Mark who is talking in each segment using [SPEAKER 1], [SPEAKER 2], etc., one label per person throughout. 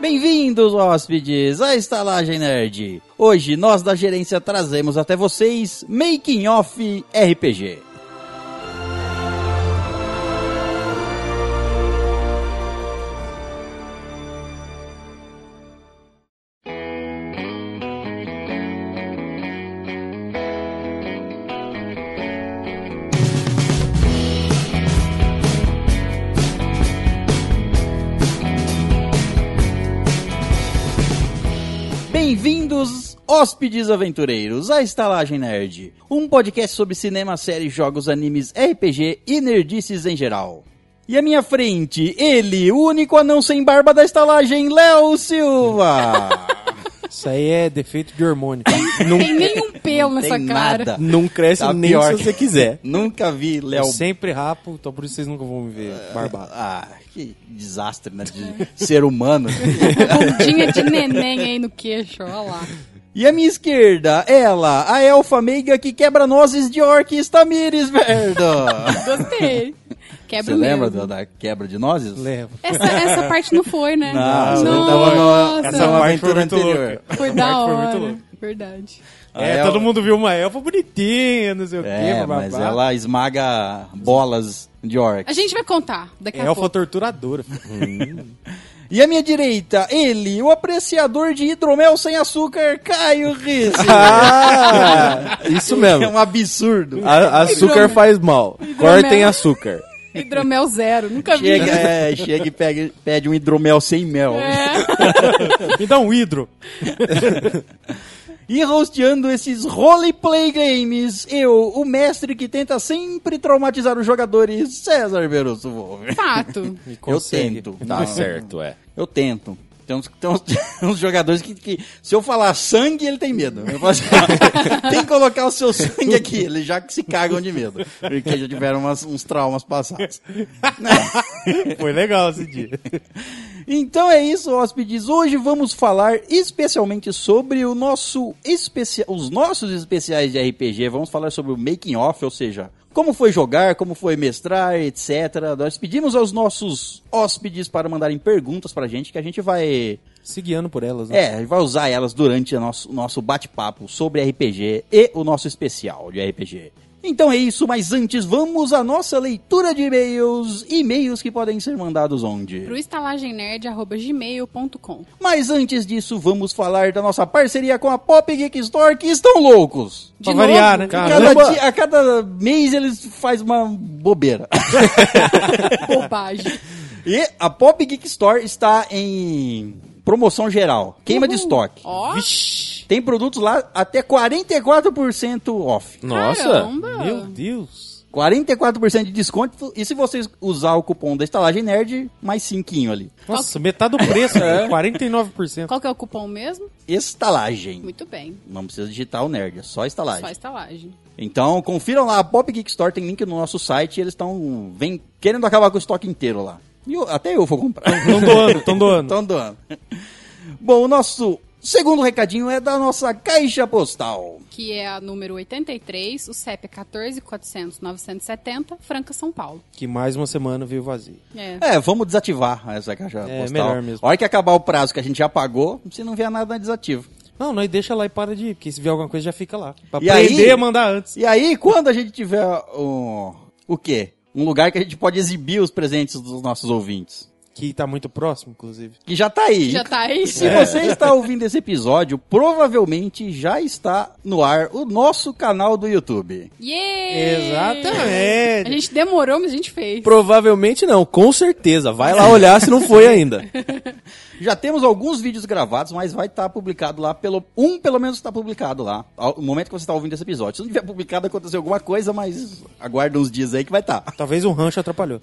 [SPEAKER 1] Bem-vindos, hóspedes, à Estalagem Nerd. Hoje nós da gerência trazemos até vocês Making Off RPG. Bem-vindos, hóspedes aventureiros, à Estalagem Nerd, um podcast sobre cinema, séries, jogos, animes, RPG e nerdices em geral. E à minha frente, ele, o único anão sem barba da estalagem, Léo Silva.
[SPEAKER 2] Isso aí é defeito de hormônio.
[SPEAKER 3] Não tem nenhum pelo nessa
[SPEAKER 1] Tem
[SPEAKER 3] cara.
[SPEAKER 1] nada.
[SPEAKER 4] Não cresce
[SPEAKER 1] Tá
[SPEAKER 4] nem
[SPEAKER 1] pior.
[SPEAKER 4] se você quiser.
[SPEAKER 1] Nunca vi
[SPEAKER 2] Eu
[SPEAKER 1] Léo
[SPEAKER 2] É sempre rapo, então por isso vocês nunca vão me ver barbado.
[SPEAKER 1] Ah, que desastre, né? De ser humano.
[SPEAKER 3] Bundinha de neném aí no queixo, olha lá.
[SPEAKER 1] e à minha esquerda, ela, a elfa meiga que quebra nozes de orc e estamires, verdo. Você
[SPEAKER 3] Gostei. Quebra
[SPEAKER 1] lembra
[SPEAKER 3] mesmo.
[SPEAKER 1] da, da quebra de nozes?
[SPEAKER 2] Leva.
[SPEAKER 3] Essa, essa parte não foi, né?
[SPEAKER 1] Não,
[SPEAKER 3] Nossa,
[SPEAKER 1] não tava no-
[SPEAKER 2] é
[SPEAKER 1] essa
[SPEAKER 4] Essa parte foi
[SPEAKER 1] aventura
[SPEAKER 4] muito
[SPEAKER 1] anterior.
[SPEAKER 4] louca.
[SPEAKER 3] foi
[SPEAKER 4] Essa
[SPEAKER 3] da
[SPEAKER 4] parte foi
[SPEAKER 3] hora.
[SPEAKER 4] muito louca.
[SPEAKER 3] Verdade.
[SPEAKER 1] A
[SPEAKER 2] É,
[SPEAKER 1] elfa-
[SPEAKER 2] todo mundo viu uma elfa bonitinha, não sei o
[SPEAKER 1] É,
[SPEAKER 2] que,
[SPEAKER 1] mas ela esmaga bolas de orc.
[SPEAKER 3] A gente vai contar
[SPEAKER 4] É
[SPEAKER 3] daqui a
[SPEAKER 2] É Elfa
[SPEAKER 3] pouco.
[SPEAKER 2] torturadora.
[SPEAKER 1] E à minha direita, ele, o apreciador de hidromel sem açúcar, Caio Rizzi.
[SPEAKER 4] Ah, isso
[SPEAKER 1] é
[SPEAKER 4] mesmo.
[SPEAKER 1] um absurdo.
[SPEAKER 2] Hum.
[SPEAKER 4] A- açúcar faz mal. Cortem açúcar.
[SPEAKER 3] Hidromel zero, nunca vi.
[SPEAKER 1] Chega, é, chega e pega- pede um hidromel sem mel.
[SPEAKER 3] É.
[SPEAKER 2] Me dá um hidro.
[SPEAKER 1] E hosteando esses roleplay games, eu, o mestre que tenta sempre traumatizar os jogadores, César Veroso Wolver.
[SPEAKER 3] Fato.
[SPEAKER 1] Eu
[SPEAKER 2] consegue.
[SPEAKER 1] tento, tá?
[SPEAKER 4] certo, é.
[SPEAKER 1] Eu tento. Tem uns, tem uns, tem uns jogadores que, que, se eu falar sangue, ele tem medo. Eu falo assim, "Ah, tem que colocar o seu sangue aqui. Eles já se cagam de medo. Porque já tiveram umas- uns traumas passados.
[SPEAKER 2] Foi legal esse dia.
[SPEAKER 1] Então é isso, hóspedes. Hoje vamos falar especialmente sobre o nosso especia- os nossos especiais de RPG. Vamos falar sobre o making off, ou seja, como foi jogar, como foi mestrar, etc. Nós pedimos aos nossos hóspedes para mandarem perguntas pra gente que a gente vai
[SPEAKER 2] Se guiando por elas, né?
[SPEAKER 1] é, a gente vai usar elas durante o nosso, o nosso bate-papo sobre RPG e o nosso especial de RPG. Então é isso, mas antes vamos à nossa leitura de e-mails, e-mails que podem ser mandados onde?
[SPEAKER 3] Pro estalagemnerd.gmail.com
[SPEAKER 1] Mas antes disso, vamos falar da nossa parceria com a Pop Geek Store, que estão loucos.
[SPEAKER 3] De
[SPEAKER 2] Pra
[SPEAKER 3] novo?
[SPEAKER 2] variar, né?
[SPEAKER 1] A
[SPEAKER 4] Caramba.
[SPEAKER 1] cada, dia- a cada mês eles fazem uma bobeira.
[SPEAKER 3] Bobagem.
[SPEAKER 1] E a Pop Geek Store está em promoção geral, queima de estoque.
[SPEAKER 3] Ó,
[SPEAKER 1] Tem produtos lá até 44% off.
[SPEAKER 4] É. Nossa.
[SPEAKER 3] caramba.
[SPEAKER 2] Meu Deus.
[SPEAKER 1] 44% de desconto. E se vocês usar o cupom da estalagem nerd, mais cinquinho ali.
[SPEAKER 2] Nossa, metade do preço,
[SPEAKER 4] É.
[SPEAKER 2] 49%.
[SPEAKER 3] Qual que é o cupom mesmo?
[SPEAKER 1] Estalagem.
[SPEAKER 3] Muito bem.
[SPEAKER 1] Não precisa digitar o nerd, é só estalagem.
[SPEAKER 3] Só estalagem.
[SPEAKER 1] Então, confiram lá, a Pop Geek Store tem link no nosso site, e eles estão vem querendo acabar com o estoque inteiro lá. E eu- até eu vou comprar.
[SPEAKER 2] Tão doando, tão doando.
[SPEAKER 1] Estão doando. Bom, o nosso segundo recadinho é da nossa caixa postal.
[SPEAKER 3] que é a número 83, o CEP é 14400-970, Franca, São Paulo.
[SPEAKER 2] Que mais uma semana veio vazio.
[SPEAKER 3] É.
[SPEAKER 1] É, vamos desativar essa caixa
[SPEAKER 2] É,
[SPEAKER 1] postal.
[SPEAKER 2] melhor mesmo.
[SPEAKER 1] A hora que acabar o prazo que a gente já pagou, você não vê nada, desativa.
[SPEAKER 2] Não, nós deixa lá e para de ir, porque se vier alguma coisa já fica lá. Pra
[SPEAKER 1] E aí-
[SPEAKER 2] aprender a mandar antes.
[SPEAKER 1] E aí, quando a gente tiver um, o quê? Um lugar que a gente pode exibir os presentes dos nossos ouvintes.
[SPEAKER 2] Que tá muito próximo, inclusive.
[SPEAKER 1] Que já tá aí.
[SPEAKER 3] Já tá aí?
[SPEAKER 1] Se
[SPEAKER 2] É.
[SPEAKER 1] você está ouvindo esse episódio, provavelmente já está no ar o nosso canal do YouTube.
[SPEAKER 3] Yeah!
[SPEAKER 2] Exatamente.
[SPEAKER 3] A gente demorou, mas a gente fez.
[SPEAKER 4] Provavelmente não, com certeza. Vai lá olhar se não foi ainda.
[SPEAKER 1] Já temos alguns vídeos gravados, mas vai estar publicado lá pelo um pelo menos está publicado lá. Ao- No momento que você está ouvindo esse episódio, se não tiver publicado aconteceu alguma coisa, mas aguarda uns dias aí que vai tá. estar.
[SPEAKER 2] Talvez o rancho atrapalhou.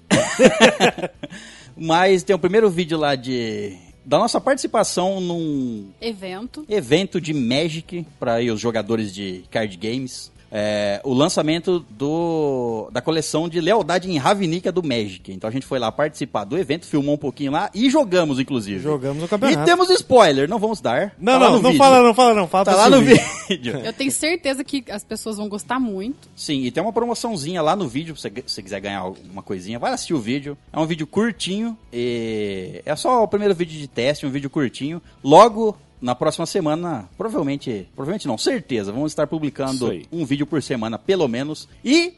[SPEAKER 1] Mas tem o primeiro vídeo lá de da nossa participação num
[SPEAKER 3] Evento.
[SPEAKER 1] evento de Magic para os jogadores de card games. é, o lançamento do, da coleção de Lealdade em Ravnica do Magic. Então a gente foi lá participar do evento, filmou um pouquinho lá e jogamos, inclusive.
[SPEAKER 2] Jogamos o campeonato.
[SPEAKER 1] E temos spoiler, não vamos dar.
[SPEAKER 2] Não,
[SPEAKER 1] Tá lá
[SPEAKER 2] não,
[SPEAKER 1] no
[SPEAKER 2] não
[SPEAKER 1] vídeo.
[SPEAKER 2] fala não, fala não. Fala
[SPEAKER 1] Tá
[SPEAKER 2] pra
[SPEAKER 1] lá no
[SPEAKER 2] subir.
[SPEAKER 1] vídeo.
[SPEAKER 3] Eu tenho certeza que as pessoas vão gostar muito.
[SPEAKER 1] Sim, e tem uma promoçãozinha lá no vídeo, se você se você quiser ganhar alguma coisinha, vai lá assistir o vídeo. É um vídeo curtinho, e é só o primeiro vídeo de teste, um vídeo curtinho. Logo na próxima semana, provavelmente, provavelmente não, certeza, vamos estar
[SPEAKER 4] Isso
[SPEAKER 1] publicando
[SPEAKER 4] aí.
[SPEAKER 1] um vídeo por semana, pelo menos, e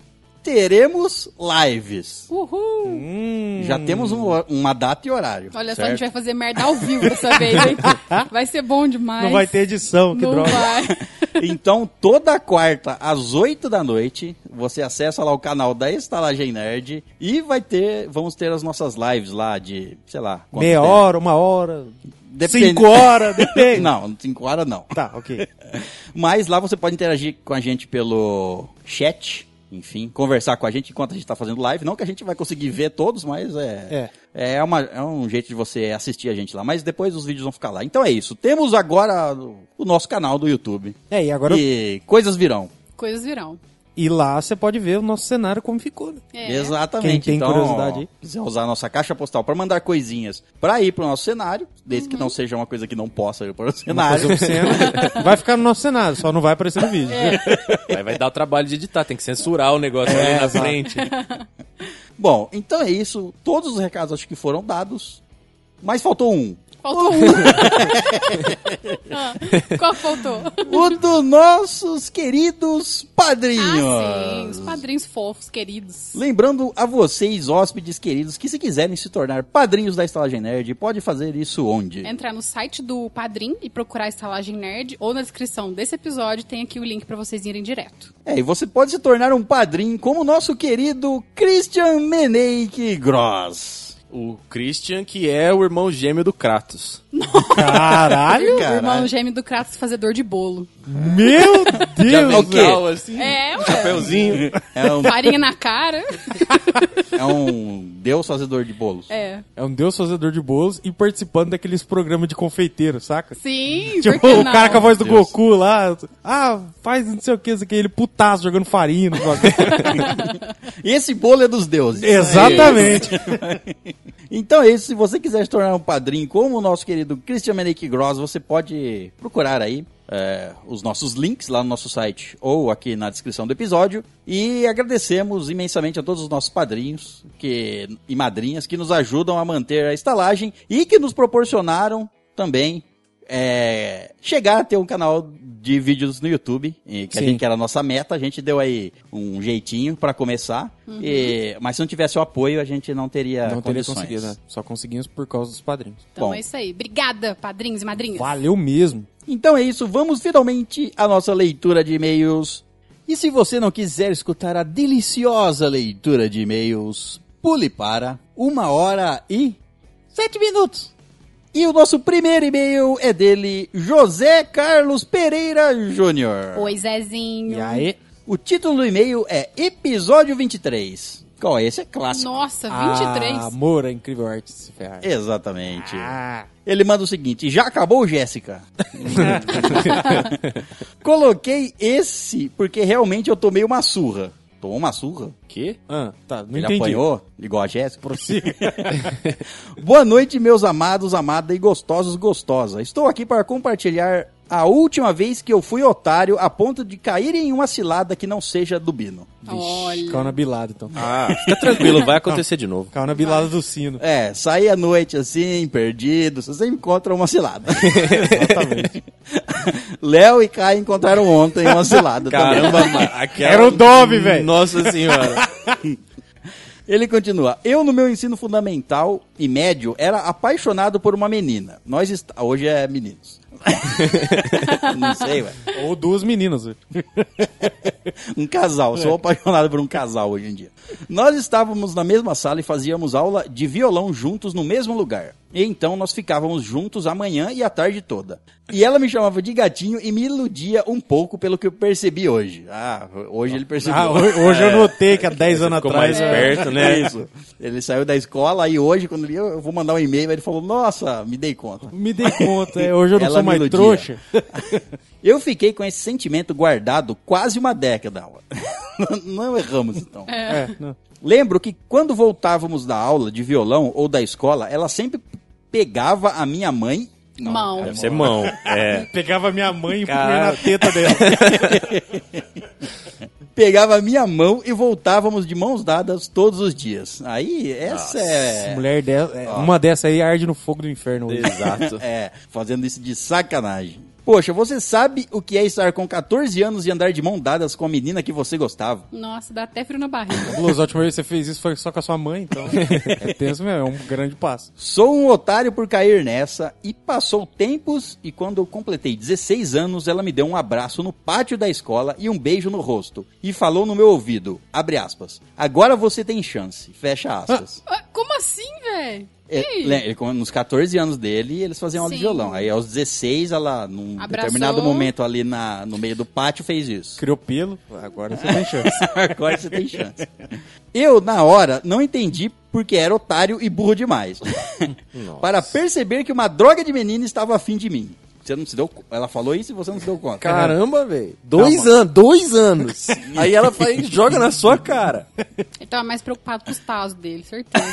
[SPEAKER 1] teremos lives.
[SPEAKER 3] Uhul!
[SPEAKER 2] Hum,
[SPEAKER 1] Já temos um hor- uma data e horário.
[SPEAKER 3] Olha só, a
[SPEAKER 1] certo?
[SPEAKER 3] gente vai fazer merda ao vivo dessa vez, hein? Vai ser bom demais.
[SPEAKER 2] Não vai ter edição, que
[SPEAKER 3] um Não
[SPEAKER 2] droga.
[SPEAKER 3] vai.
[SPEAKER 1] Então, toda quarta, às 8 da noite, você acessa lá o canal da Estalagem Nerd e vai ter, vamos ter as nossas lives lá de, sei lá, quanto
[SPEAKER 2] Meia
[SPEAKER 1] tempo.
[SPEAKER 2] hora, uma hora,
[SPEAKER 1] Depende-
[SPEAKER 2] cinco horas, depende.
[SPEAKER 1] Não, 5 horas não.
[SPEAKER 2] Tá, ok.
[SPEAKER 1] Mas lá você pode interagir com a gente pelo chat, enfim, conversar com a gente enquanto a gente tá fazendo live. Não que a gente vai conseguir ver todos, mas é. É, uma- é um jeito de você assistir a gente lá. Mas depois os vídeos vão ficar lá. Então é isso. Temos agora o nosso canal do YouTube.
[SPEAKER 2] É, e agora... E,
[SPEAKER 1] E coisas virão.
[SPEAKER 3] Coisas virão.
[SPEAKER 2] lá você pode ver o nosso cenário como ficou, né?
[SPEAKER 3] É.
[SPEAKER 1] Exatamente.
[SPEAKER 2] Quem tem
[SPEAKER 1] então,
[SPEAKER 2] curiosidade aí.
[SPEAKER 1] quiser usar a nossa caixa postal para mandar coisinhas para ir pro nosso cenário, desde
[SPEAKER 3] Uhum.
[SPEAKER 1] que não seja uma coisa que não possa ir para o cenário.
[SPEAKER 2] Fazer um cenário. Vai ficar no nosso cenário, só não vai aparecer no vídeo.
[SPEAKER 4] Aí vai dar o trabalho de editar, tem que censurar o negócio ali na frente.
[SPEAKER 1] Bom, então é isso. Todos os recados acho que foram dados, mas faltou um.
[SPEAKER 2] Uh.
[SPEAKER 3] Faltou um. Ah, Qual faltou?
[SPEAKER 1] O dos nossos queridos padrinhos.
[SPEAKER 3] Ah, sim. Os padrinhos fofos, queridos.
[SPEAKER 1] Lembrando a vocês, hóspedes queridos, que se quiserem se tornar padrinhos da Estalagem Nerd, pode fazer isso onde?
[SPEAKER 3] Entrar no site do Padrim e procurar a estalagem nerd ou na descrição desse episódio tem aqui o link pra vocês irem direto.
[SPEAKER 1] É, e você pode se tornar um padrinho como o nosso querido Christian Meneik Gross.
[SPEAKER 4] O Christian, que é o irmão gêmeo do Kratos.
[SPEAKER 2] Caralho!
[SPEAKER 3] O
[SPEAKER 1] Caralho.
[SPEAKER 3] irmão gêmeo do Kratos fazedor de bolo.
[SPEAKER 2] Meu Deus!
[SPEAKER 1] o quê?
[SPEAKER 4] Legal, assim,
[SPEAKER 3] É, ué.
[SPEAKER 4] chapéuzinho.
[SPEAKER 1] É um,
[SPEAKER 3] Farinha na cara.
[SPEAKER 1] é um deus fazedor de bolos.
[SPEAKER 3] É.
[SPEAKER 2] É um deus fazedor de bolos e participando daqueles programas de confeiteiro, saca?
[SPEAKER 3] Sim, por
[SPEAKER 2] Tipo,
[SPEAKER 3] que
[SPEAKER 2] o
[SPEAKER 3] não?
[SPEAKER 2] cara com a voz do
[SPEAKER 4] Deus.
[SPEAKER 2] Goku lá. Ah, faz não sei o que, não sei o que, ele putaço jogando farinha. no bagulho.
[SPEAKER 1] E esse bolo é dos deuses.
[SPEAKER 2] Exatamente.
[SPEAKER 1] Então é isso. Se você quiser se tornar um padrinho como o nosso querido Christian Meneik Gross, você pode procurar aí é, os nossos links lá no nosso site ou aqui na descrição do episódio. E agradecemos imensamente a todos os nossos padrinhos que, e madrinhas que nos ajudam a manter a estalagem e que nos proporcionaram também é, chegar a ter um canal de vídeos no YouTube, e que a
[SPEAKER 2] Sim.
[SPEAKER 1] gente que era a nossa meta, a gente deu aí um jeitinho pra começar, e- mas se não tivesse o apoio, a gente não teria
[SPEAKER 2] Não teria
[SPEAKER 1] condições.
[SPEAKER 2] conseguido, né? Só conseguimos por causa dos padrinhos.
[SPEAKER 3] Então
[SPEAKER 1] Bom.
[SPEAKER 3] é isso aí. Obrigada, padrinhos e madrinhas.
[SPEAKER 2] Valeu mesmo.
[SPEAKER 1] Então é isso, vamos finalmente à nossa leitura de e-mails. E se você não quiser escutar a deliciosa leitura de e-mails, pule para uma hora e sete minutos. E o nosso primeiro e-mail é dele, José Carlos Pereira Júnior.
[SPEAKER 3] Oi, Zezinho.
[SPEAKER 2] E aí?
[SPEAKER 1] O título do e-mail é Episódio 23. Qual é? Esse é clássico.
[SPEAKER 3] Nossa,
[SPEAKER 2] Ah,
[SPEAKER 3] 23.
[SPEAKER 2] amor, a incrível arte de se ferrar.
[SPEAKER 1] Exatamente.
[SPEAKER 2] Ah,
[SPEAKER 1] Ele manda o seguinte: já acabou, Jéssica? Coloquei esse porque realmente eu tomei uma surra. Tomou uma surra?
[SPEAKER 4] Quê?
[SPEAKER 2] ah, tá, não
[SPEAKER 1] Ele
[SPEAKER 2] entendi.
[SPEAKER 1] apanhou, igual a Jéssica. Boa noite, meus amados, amada e gostosos, gostosa. Estou aqui para compartilhar a última vez que eu fui otário a ponto de cair em uma cilada que não seja do Bino.
[SPEAKER 3] Olha.
[SPEAKER 2] Calma na bilada, então.
[SPEAKER 4] Ah, fica tranquilo, vai acontecer de novo.
[SPEAKER 2] Calma na bilada do sino.
[SPEAKER 1] É, sair à noite assim, perdido, você encontra uma cilada. Exatamente. Léo e Kai encontraram ontem uma cilada também.
[SPEAKER 4] Caramba, mano, aquela... Hum,
[SPEAKER 2] Era o Dobby, velho.
[SPEAKER 4] Nossa senhora.
[SPEAKER 1] Ele continua. Eu, no meu ensino fundamental e médio, era apaixonado por uma menina. Nós est... Hoje é meninos. Não sei, ué.
[SPEAKER 2] Ou duas meninas, né? velho.
[SPEAKER 1] Um casal,
[SPEAKER 2] É.
[SPEAKER 1] sou apaixonado por um casal hoje em dia. Nós estávamos na mesma sala e fazíamos aula de violão juntos no mesmo lugar. E então nós ficávamos juntos a manhã e a tarde toda. E ela me chamava de gatinho e me iludia um pouco pelo que eu percebi hoje. Ah, hoje ele percebeu.
[SPEAKER 2] Ah, ho- hoje eu notei que há 10 anos
[SPEAKER 4] ficou
[SPEAKER 2] atrás.
[SPEAKER 4] mais esperto, né?
[SPEAKER 1] É Isso. Ele saiu da escola e hoje, quando ele, eu vou mandar um e-mail, ele falou, nossa, me dei conta.
[SPEAKER 2] Me dei conta, é, hoje eu não
[SPEAKER 1] Ela
[SPEAKER 2] sou
[SPEAKER 1] me
[SPEAKER 2] mais
[SPEAKER 1] iludia.
[SPEAKER 2] trouxa.
[SPEAKER 1] Eu fiquei com esse sentimento guardado quase uma década. Não erramos, então.
[SPEAKER 2] É, não.
[SPEAKER 1] Lembro que quando voltávamos da aula de violão ou da escola, ela sempre pegava a minha mãe.
[SPEAKER 3] Mão.
[SPEAKER 4] Deve ser mão. É.
[SPEAKER 2] Pegava minha mãe e punha
[SPEAKER 4] Cara.
[SPEAKER 2] na teta dela.
[SPEAKER 1] Pegava a minha mão e voltávamos de mãos dadas todos os dias. Aí, essa é.
[SPEAKER 2] Mulher dessa, é, uma dessa aí arde no fogo do inferno hoje.
[SPEAKER 4] Exato.
[SPEAKER 1] É, fazendo isso de sacanagem. Poxa, você sabe o que é estar com 14 anos e andar de mão dadas com a menina que você gostava?
[SPEAKER 3] Nossa, dá até frio na barriga.
[SPEAKER 2] Blues, a última vez que você fez isso foi só com a sua mãe, então. É tenso mesmo, é um grande passo.
[SPEAKER 1] Sou um otário por cair nessa e passou tempos e quando eu completei 16 anos, ela me deu um abraço no pátio da escola e um beijo no rosto e falou no meu ouvido, abre aspas, agora você tem chance, fecha aspas.
[SPEAKER 3] Ah, Como assim, velho?
[SPEAKER 1] É, le- ele com- nos 14 anos dele, eles faziam aula de
[SPEAKER 3] Sim.
[SPEAKER 1] violão. Aí aos 16, ela, num
[SPEAKER 3] Abraçou.
[SPEAKER 1] determinado momento ali na, no meio do pátio, fez isso.
[SPEAKER 2] Criou pelo, agora você tem chance.
[SPEAKER 1] Agora você tem chance. Eu, na hora, não entendi porque era otário e burro demais. Para perceber que uma droga de menina estava afim de mim. Você não se deu co- Ela falou isso e você não se deu conta.
[SPEAKER 4] Caramba, velho. Dois anos, dois anos. Aí ela fala, e joga na sua cara.
[SPEAKER 3] Ele tava mais preocupado com os tazos dele, certeza.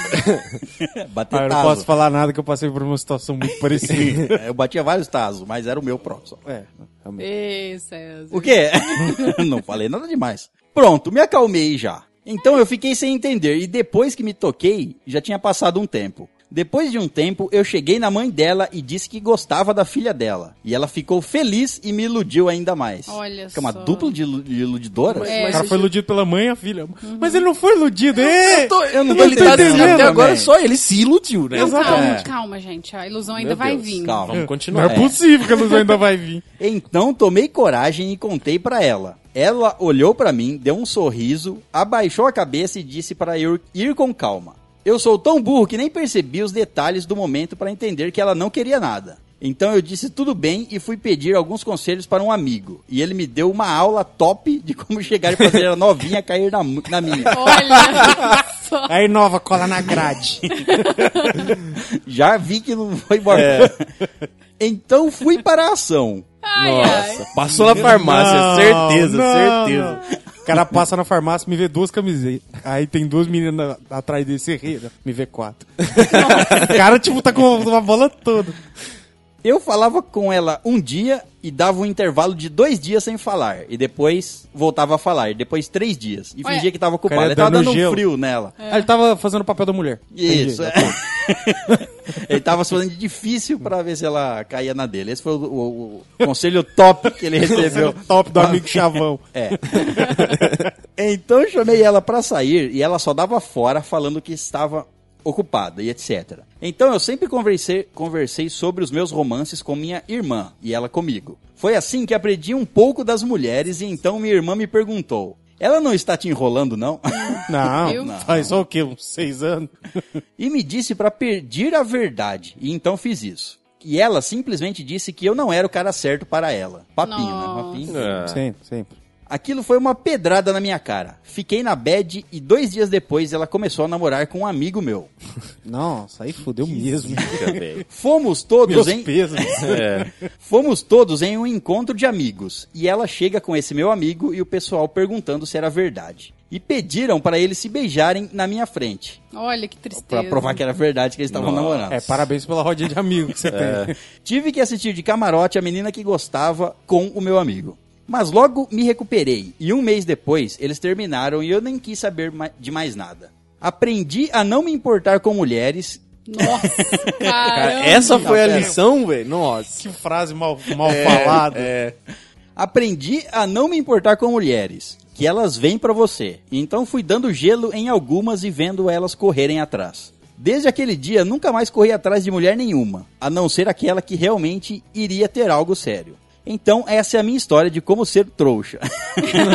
[SPEAKER 1] É, Bater
[SPEAKER 2] Ah, eu não
[SPEAKER 1] taso.
[SPEAKER 2] posso falar nada que eu passei por uma situação muito parecida.
[SPEAKER 1] É, Eu batia vários tazos, mas era o meu próprio. só.
[SPEAKER 2] É, realmente.
[SPEAKER 3] Ei, César.
[SPEAKER 1] O quê? não falei nada demais. Pronto, me acalmei já. Então eu fiquei sem entender e depois que me toquei, já tinha passado um tempo. Depois de um tempo, eu cheguei na mãe dela e disse que gostava da filha dela. E ela ficou feliz e me iludiu ainda mais.
[SPEAKER 3] Olha
[SPEAKER 1] que é uma
[SPEAKER 3] só.
[SPEAKER 1] dupla de, ilu- de iludidoras?
[SPEAKER 3] É.
[SPEAKER 2] O cara foi iludido pela mãe e a filha. Mas ele não foi iludido, é!
[SPEAKER 4] Eu, tô, eu não
[SPEAKER 2] tô
[SPEAKER 4] ele tá-
[SPEAKER 2] entendendo,
[SPEAKER 4] Até
[SPEAKER 1] velho.
[SPEAKER 4] agora só ele se iludiu, né?
[SPEAKER 3] Não, calma,
[SPEAKER 1] É.
[SPEAKER 3] calma, gente. A ilusão ainda
[SPEAKER 4] Meu
[SPEAKER 3] vai
[SPEAKER 4] Deus,
[SPEAKER 3] vir.
[SPEAKER 1] Calma.
[SPEAKER 4] Vamos
[SPEAKER 2] Não
[SPEAKER 4] continuar.
[SPEAKER 2] é possível que a luz ainda vai vir.
[SPEAKER 1] Então tomei coragem e contei pra ela. Ela olhou pra mim, deu um sorriso, abaixou a cabeça e disse para eu ir com calma. Eu sou tão burro que nem percebi os detalhes do momento pra entender que ela não queria nada. Então eu disse tudo bem e fui pedir alguns conselhos para um amigo. E ele me deu uma aula top de como chegar e fazer a novinha cair na, mu- na minha.
[SPEAKER 3] Olha só.
[SPEAKER 2] Aí nova, cola na grade.
[SPEAKER 1] Já vi que não foi embora. Então fui para a ação.
[SPEAKER 4] É.
[SPEAKER 3] Ai, ai.
[SPEAKER 4] Nossa, passou na farmácia,
[SPEAKER 2] Não,
[SPEAKER 4] Ah, certeza,
[SPEAKER 2] não,
[SPEAKER 4] certeza.
[SPEAKER 2] não. O cara passa na farmácia e me vê duas camisetas. Aí tem duas meninas atrás dele, se ri, né? me vê quatro. o cara, tipo, tá com uma bola toda.
[SPEAKER 1] Eu falava com ela um dia e dava um intervalo de dois dias sem falar. E depois voltava a falar. E depois três dias. E
[SPEAKER 3] Olha,
[SPEAKER 1] fingia que tava
[SPEAKER 2] cara
[SPEAKER 1] ocupada. Ele
[SPEAKER 2] é
[SPEAKER 1] tava
[SPEAKER 2] dando
[SPEAKER 1] dando um
[SPEAKER 2] gelo.
[SPEAKER 1] frio nela.
[SPEAKER 2] Aí ele tava fazendo o papel da mulher.
[SPEAKER 1] Isso. é. ele tava se fazendo de difícil pra ver se ela caía na dele. Esse foi o, o- o conselho top que ele recebeu.
[SPEAKER 2] Top do amigo Chavão.
[SPEAKER 1] É. então eu chamei ela pra sair e ela só dava fora falando que estava ocupada e etc. Então eu sempre conversei, conversei sobre os meus romances com minha irmã e ela comigo. Foi assim que aprendi um pouco das mulheres e então minha irmã me perguntou: "Ela não está te enrolando não?"
[SPEAKER 2] Não,
[SPEAKER 3] Eu?
[SPEAKER 2] faz só o quê? Uns seis anos?
[SPEAKER 1] e me disse pra pedir a verdade. E então fiz isso. E ela simplesmente disse que eu não era o cara certo para ela. Papinho, né?
[SPEAKER 3] Nossa.
[SPEAKER 1] Papinho.
[SPEAKER 4] Ah.
[SPEAKER 2] Sempre, sempre.
[SPEAKER 1] Aquilo foi uma pedrada na minha cara. Fiquei na bad e dois dias depois ela começou a namorar com um amigo meu.
[SPEAKER 2] Nossa, aí fodeu mesmo.
[SPEAKER 1] Fomos todos,
[SPEAKER 2] Meus
[SPEAKER 1] em,
[SPEAKER 2] pesos.
[SPEAKER 1] fomos todos em um encontro de amigos. E ela chega com esse meu amigo e o pessoal perguntando se era verdade. E pediram para eles se beijarem na minha frente.
[SPEAKER 3] Olha que
[SPEAKER 1] Pra
[SPEAKER 3] tristeza.
[SPEAKER 1] provar que era verdade que eles estavam
[SPEAKER 4] Nossa.
[SPEAKER 1] namorando.
[SPEAKER 2] É, parabéns pela rodinha de amigo que você tem.
[SPEAKER 1] Tive que assistir de camarote a menina que gostava com o meu amigo. Mas logo me recuperei e um mês depois eles terminaram e eu nem quis saber ma- de mais nada. Aprendi a não me importar com mulheres.
[SPEAKER 3] Nossa,
[SPEAKER 4] Cara,
[SPEAKER 3] cara.
[SPEAKER 4] É, essa foi a
[SPEAKER 1] Tá vendo?
[SPEAKER 4] lição, velho? Nossa. É,
[SPEAKER 2] Que frase mal, mal falada.
[SPEAKER 1] Aprendi a não me importar com mulheres, que elas vêm pra você. Então fui dando gelo em algumas e vendo elas correrem atrás. Desde aquele dia nunca mais corri atrás de mulher nenhuma, a não ser aquela que realmente iria ter algo sério. Então essa é a minha história de como ser trouxa.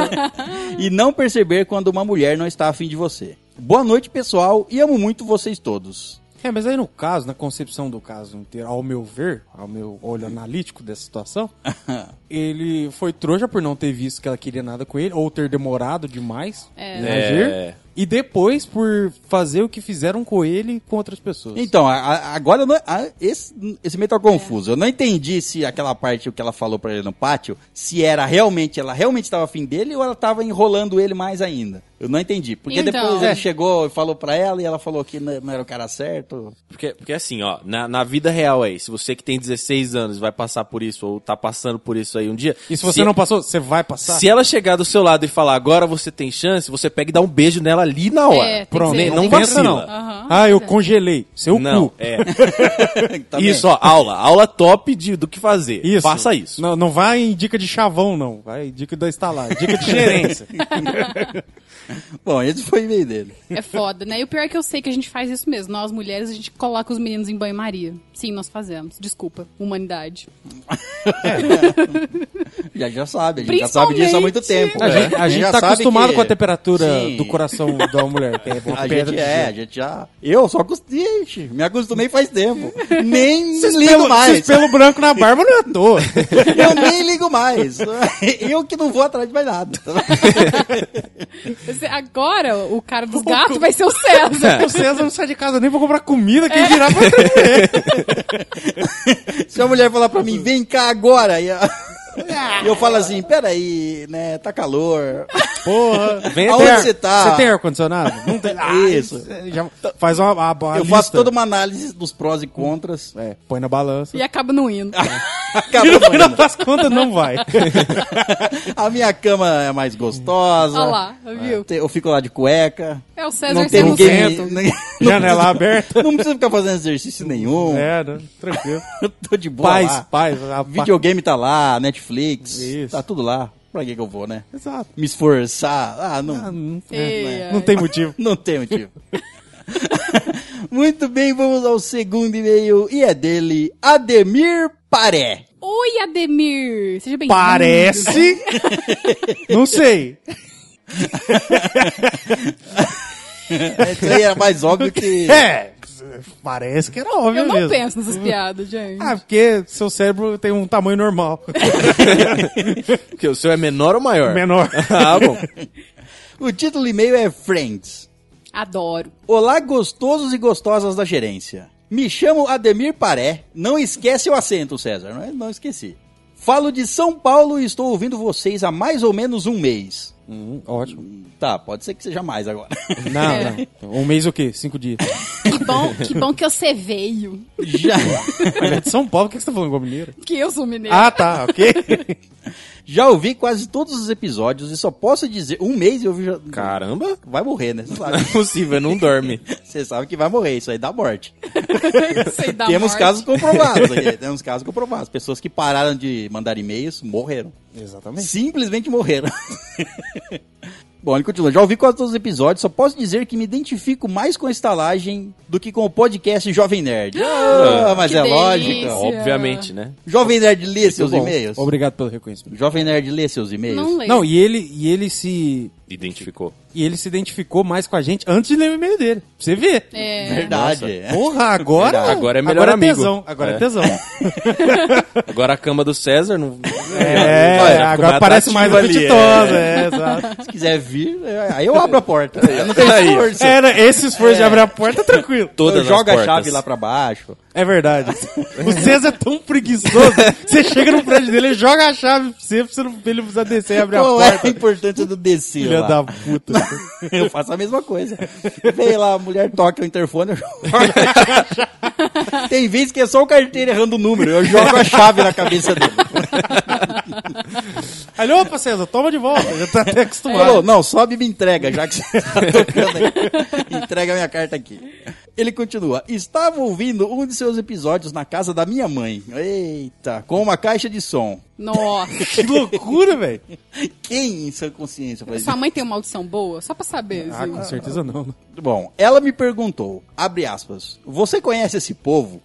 [SPEAKER 1] e não perceber quando uma mulher não está afim de você. Boa noite, pessoal, e amo muito vocês todos.
[SPEAKER 2] É, mas aí no caso, na concepção do caso inteiro, ao meu ver, ao meu olho analítico dessa situação, ele foi trouxa por não ter visto que ela queria nada com ele, ou ter demorado demais em agir.
[SPEAKER 4] É.
[SPEAKER 2] E depois por fazer o que fizeram com ele e com outras pessoas.
[SPEAKER 1] Então, a- a- agora eu não- a- esse, esse meio tá confuso. Eu não entendi se aquela parte o que ela falou pra ele no pátio, se era realmente, ela realmente estava afim dele ou ela tava enrolando ele mais ainda. Eu não entendi. Porque
[SPEAKER 3] Então.
[SPEAKER 1] depois
[SPEAKER 3] É.
[SPEAKER 1] ele chegou e falou pra ela e ela falou que não não era o cara certo.
[SPEAKER 4] Porque, porque assim, ó, na, na vida real aí, se você que tem 16 anos vai passar por isso, ou tá passando por isso aí um dia.
[SPEAKER 2] E se você não passou, você vai passar?
[SPEAKER 4] Se ela chegar do seu lado e falar agora você tem chance, você pega e dá um beijo nela ali na hora.
[SPEAKER 3] É, tem que
[SPEAKER 4] Pronto,
[SPEAKER 3] ser,
[SPEAKER 4] não
[SPEAKER 3] tem que
[SPEAKER 4] vacila.
[SPEAKER 2] pensa não.
[SPEAKER 3] Aham,
[SPEAKER 2] ah, eu
[SPEAKER 3] pois é.
[SPEAKER 2] congelei. Seu
[SPEAKER 4] Não,
[SPEAKER 2] cu.
[SPEAKER 4] é.
[SPEAKER 1] Também.
[SPEAKER 4] isso, ó, aula. Aula top de, do que fazer.
[SPEAKER 2] Isso.
[SPEAKER 4] Faça isso.
[SPEAKER 2] Não, não vai em dica de chavão, não. Vai em dica da estalagem. Dica de gerência.
[SPEAKER 1] Bom, esse foi o meio dele.
[SPEAKER 3] É foda, né? E o pior é que eu sei que a gente faz isso mesmo. Nós, mulheres, a gente coloca os meninos em banho-maria. Sim, nós fazemos. Desculpa, humanidade.
[SPEAKER 1] Já já sabe, a gente já sabe disso há muito tempo.
[SPEAKER 2] A gente, a
[SPEAKER 1] É.
[SPEAKER 2] gente
[SPEAKER 1] já
[SPEAKER 2] tá
[SPEAKER 1] sabe
[SPEAKER 2] acostumado
[SPEAKER 1] que-
[SPEAKER 2] com a temperatura
[SPEAKER 1] Sim.
[SPEAKER 2] do coração da mulher. É, uma
[SPEAKER 1] A
[SPEAKER 2] pedra
[SPEAKER 1] gente
[SPEAKER 2] de
[SPEAKER 1] é, a
[SPEAKER 2] gelo.
[SPEAKER 1] gente já. Eu só acostumei, ixi, me acostumei faz tempo. Nem ligo
[SPEAKER 2] Pelo,
[SPEAKER 1] mais.
[SPEAKER 2] mais. pelo branco na barba não é à toa.
[SPEAKER 1] Eu nem ligo mais. Eu que não vou atrás de mais nada.
[SPEAKER 3] Você- Agora, o cara dos gatos vai ser o César.
[SPEAKER 2] o César não sai de casa nem pra comprar comida, quem virar vai ter.
[SPEAKER 1] Se a mulher falar pra mim, vem cá agora, e eu, eu falo assim, peraí, né, tá calor.
[SPEAKER 2] Porra. Vem
[SPEAKER 1] Aonde
[SPEAKER 2] ter ar-
[SPEAKER 1] você tá?
[SPEAKER 2] Você tem ar-condicionado? Não tem.
[SPEAKER 1] Isso.
[SPEAKER 2] Já faz uma, a, a
[SPEAKER 1] Eu faço toda uma análise dos prós e contras.
[SPEAKER 2] É, põe na balança.
[SPEAKER 3] E acaba não indo.
[SPEAKER 2] E
[SPEAKER 1] Acabou
[SPEAKER 2] no final
[SPEAKER 1] morrendo.
[SPEAKER 2] das contas não vai.
[SPEAKER 1] A minha cama é mais gostosa.
[SPEAKER 3] Olha lá, viu?
[SPEAKER 1] Te- Eu fico lá de cueca.
[SPEAKER 3] É o César
[SPEAKER 1] não tem
[SPEAKER 3] sendo
[SPEAKER 1] ninguém. né?
[SPEAKER 3] César.
[SPEAKER 1] me- nem-
[SPEAKER 2] Janela
[SPEAKER 1] não precisa-
[SPEAKER 2] aberta.
[SPEAKER 1] Não precisa ficar fazendo exercício nenhum.
[SPEAKER 2] É, né? Tranquilo.
[SPEAKER 1] Eu tô de boa.
[SPEAKER 2] Paz,
[SPEAKER 1] lá.
[SPEAKER 2] paz. a pa-
[SPEAKER 1] Videogame tá lá, Netflix.
[SPEAKER 2] Isso.
[SPEAKER 1] Tá tudo lá. Pra que, que eu vou, né?
[SPEAKER 2] Exato.
[SPEAKER 1] Me esforçar. Ah, não.
[SPEAKER 2] Ah, não,
[SPEAKER 3] Ei,
[SPEAKER 2] não tem motivo.
[SPEAKER 1] Não tem motivo. Muito bem, vamos ao segundo e-mail e é dele, Ademir Paré.
[SPEAKER 3] Oi, Ademir! Seja bem-vindo.
[SPEAKER 2] Parece. não sei.
[SPEAKER 1] É, Isso aí era mais óbvio que.
[SPEAKER 2] É. Parece que era óbvio
[SPEAKER 3] Eu não
[SPEAKER 2] mesmo.
[SPEAKER 3] penso nessas piadas, gente.
[SPEAKER 2] Ah, porque seu cérebro tem um tamanho normal.
[SPEAKER 4] Porque o seu é menor ou maior?
[SPEAKER 2] Menor.
[SPEAKER 4] ah, bom.
[SPEAKER 1] O título do e-mail é Friends.
[SPEAKER 3] Adoro.
[SPEAKER 1] Olá, gostosos e gostosas da gerência. Me chamo Ademir Paré. Não esquece o acento, César. Não, é- não esqueci. Falo de São Paulo e estou ouvindo vocês há mais ou menos um mês.
[SPEAKER 2] Hum, ótimo.
[SPEAKER 1] Tá, pode ser que seja mais agora.
[SPEAKER 2] Não, não. Um mês o quê? Cinco dias.
[SPEAKER 3] Que bom que, bom que você veio.
[SPEAKER 1] Já.
[SPEAKER 2] Mas é de São Paulo, o que que você tá falando com mineiro?
[SPEAKER 3] Que eu sou mineiro.
[SPEAKER 2] Ah, tá, ok.
[SPEAKER 1] Já ouvi quase todos os episódios e só posso dizer. Um mês eu ouvi. Já...
[SPEAKER 4] Caramba.
[SPEAKER 1] Vai morrer, né? Você
[SPEAKER 4] Não
[SPEAKER 1] sabe,
[SPEAKER 4] é possível, não dorme.
[SPEAKER 1] Você sabe que vai morrer, isso aí dá morte.
[SPEAKER 3] Sei da
[SPEAKER 1] Ah. Temos
[SPEAKER 3] morte.
[SPEAKER 1] casos comprovados aqui. Temos casos comprovados. Pessoas que pararam de mandar e-mails morreram.
[SPEAKER 2] Exatamente.
[SPEAKER 1] Simplesmente morreram. Bom, ele continua. Já ouvi quase todos os episódios, só posso dizer que me identifico mais com a estalagem do que com o podcast Jovem Nerd. Ah, mas
[SPEAKER 3] que
[SPEAKER 1] é
[SPEAKER 3] delícia.
[SPEAKER 1] lógico.
[SPEAKER 4] Obviamente, né?
[SPEAKER 1] Jovem Nerd lê seus
[SPEAKER 2] Bom,
[SPEAKER 1] e-mails.
[SPEAKER 2] Obrigado pelo reconhecimento.
[SPEAKER 1] Jovem Nerd lê seus e-mails.
[SPEAKER 3] Não leio.
[SPEAKER 2] Não, e ele, e ele se.
[SPEAKER 4] Identificou.
[SPEAKER 2] E ele se identificou mais com a gente antes de ler o e-mail dele. Pra você ver.
[SPEAKER 3] É.
[SPEAKER 1] Verdade.
[SPEAKER 2] Porra, agora.
[SPEAKER 1] Verdade.
[SPEAKER 4] Agora é melhor
[SPEAKER 2] agora
[SPEAKER 4] amigo.
[SPEAKER 2] É tesão. Agora é,
[SPEAKER 4] É.
[SPEAKER 2] tesão.
[SPEAKER 4] Agora a cama do César não.
[SPEAKER 2] É,
[SPEAKER 4] Olha, ficou
[SPEAKER 2] agora parece mais
[SPEAKER 4] atrativa ali,
[SPEAKER 2] apetitosa. É, exato.
[SPEAKER 1] Se quiser vir, é, aí eu abro a porta. Eu não
[SPEAKER 4] Aí.
[SPEAKER 1] tenho força.
[SPEAKER 2] Era, É, esse esforço de abrir a porta, é tranquilo.
[SPEAKER 4] Todas as
[SPEAKER 1] joga a
[SPEAKER 4] portas.
[SPEAKER 1] chave lá pra baixo.
[SPEAKER 2] É verdade. O César é tão preguiçoso. Você chega no prédio dele, ele joga a chave pra você, pra você não, pra ele não precisar descer e abrir a
[SPEAKER 1] Qual
[SPEAKER 2] porta.
[SPEAKER 1] é a importância do descer
[SPEAKER 2] Filha
[SPEAKER 1] lá?
[SPEAKER 2] da puta.
[SPEAKER 1] Eu faço a mesma coisa. Vem lá, a mulher toca o interfone, eu jogo. Tem vezes que é só o carteiro errando o número, eu jogo a chave na cabeça dele.
[SPEAKER 2] Aí, ele, opa, César, toma de volta. Já tá até acostumado.
[SPEAKER 1] Falou, não, sobe e me entrega, já que você tá tocando aí. Entrega minha carta aqui. Ele continua. Estava ouvindo um de seus episódios na casa da minha mãe. Eita, com uma caixa de som.
[SPEAKER 3] Nossa.
[SPEAKER 2] Que loucura, velho.
[SPEAKER 1] Quem em sua consciência faz isso?
[SPEAKER 3] Sua mãe tem uma audição boa? Só pra saber,
[SPEAKER 2] Ah,
[SPEAKER 3] viu? É
[SPEAKER 2] com certeza não. né?
[SPEAKER 1] Bom, ela me perguntou, abre aspas, você conhece esse povo?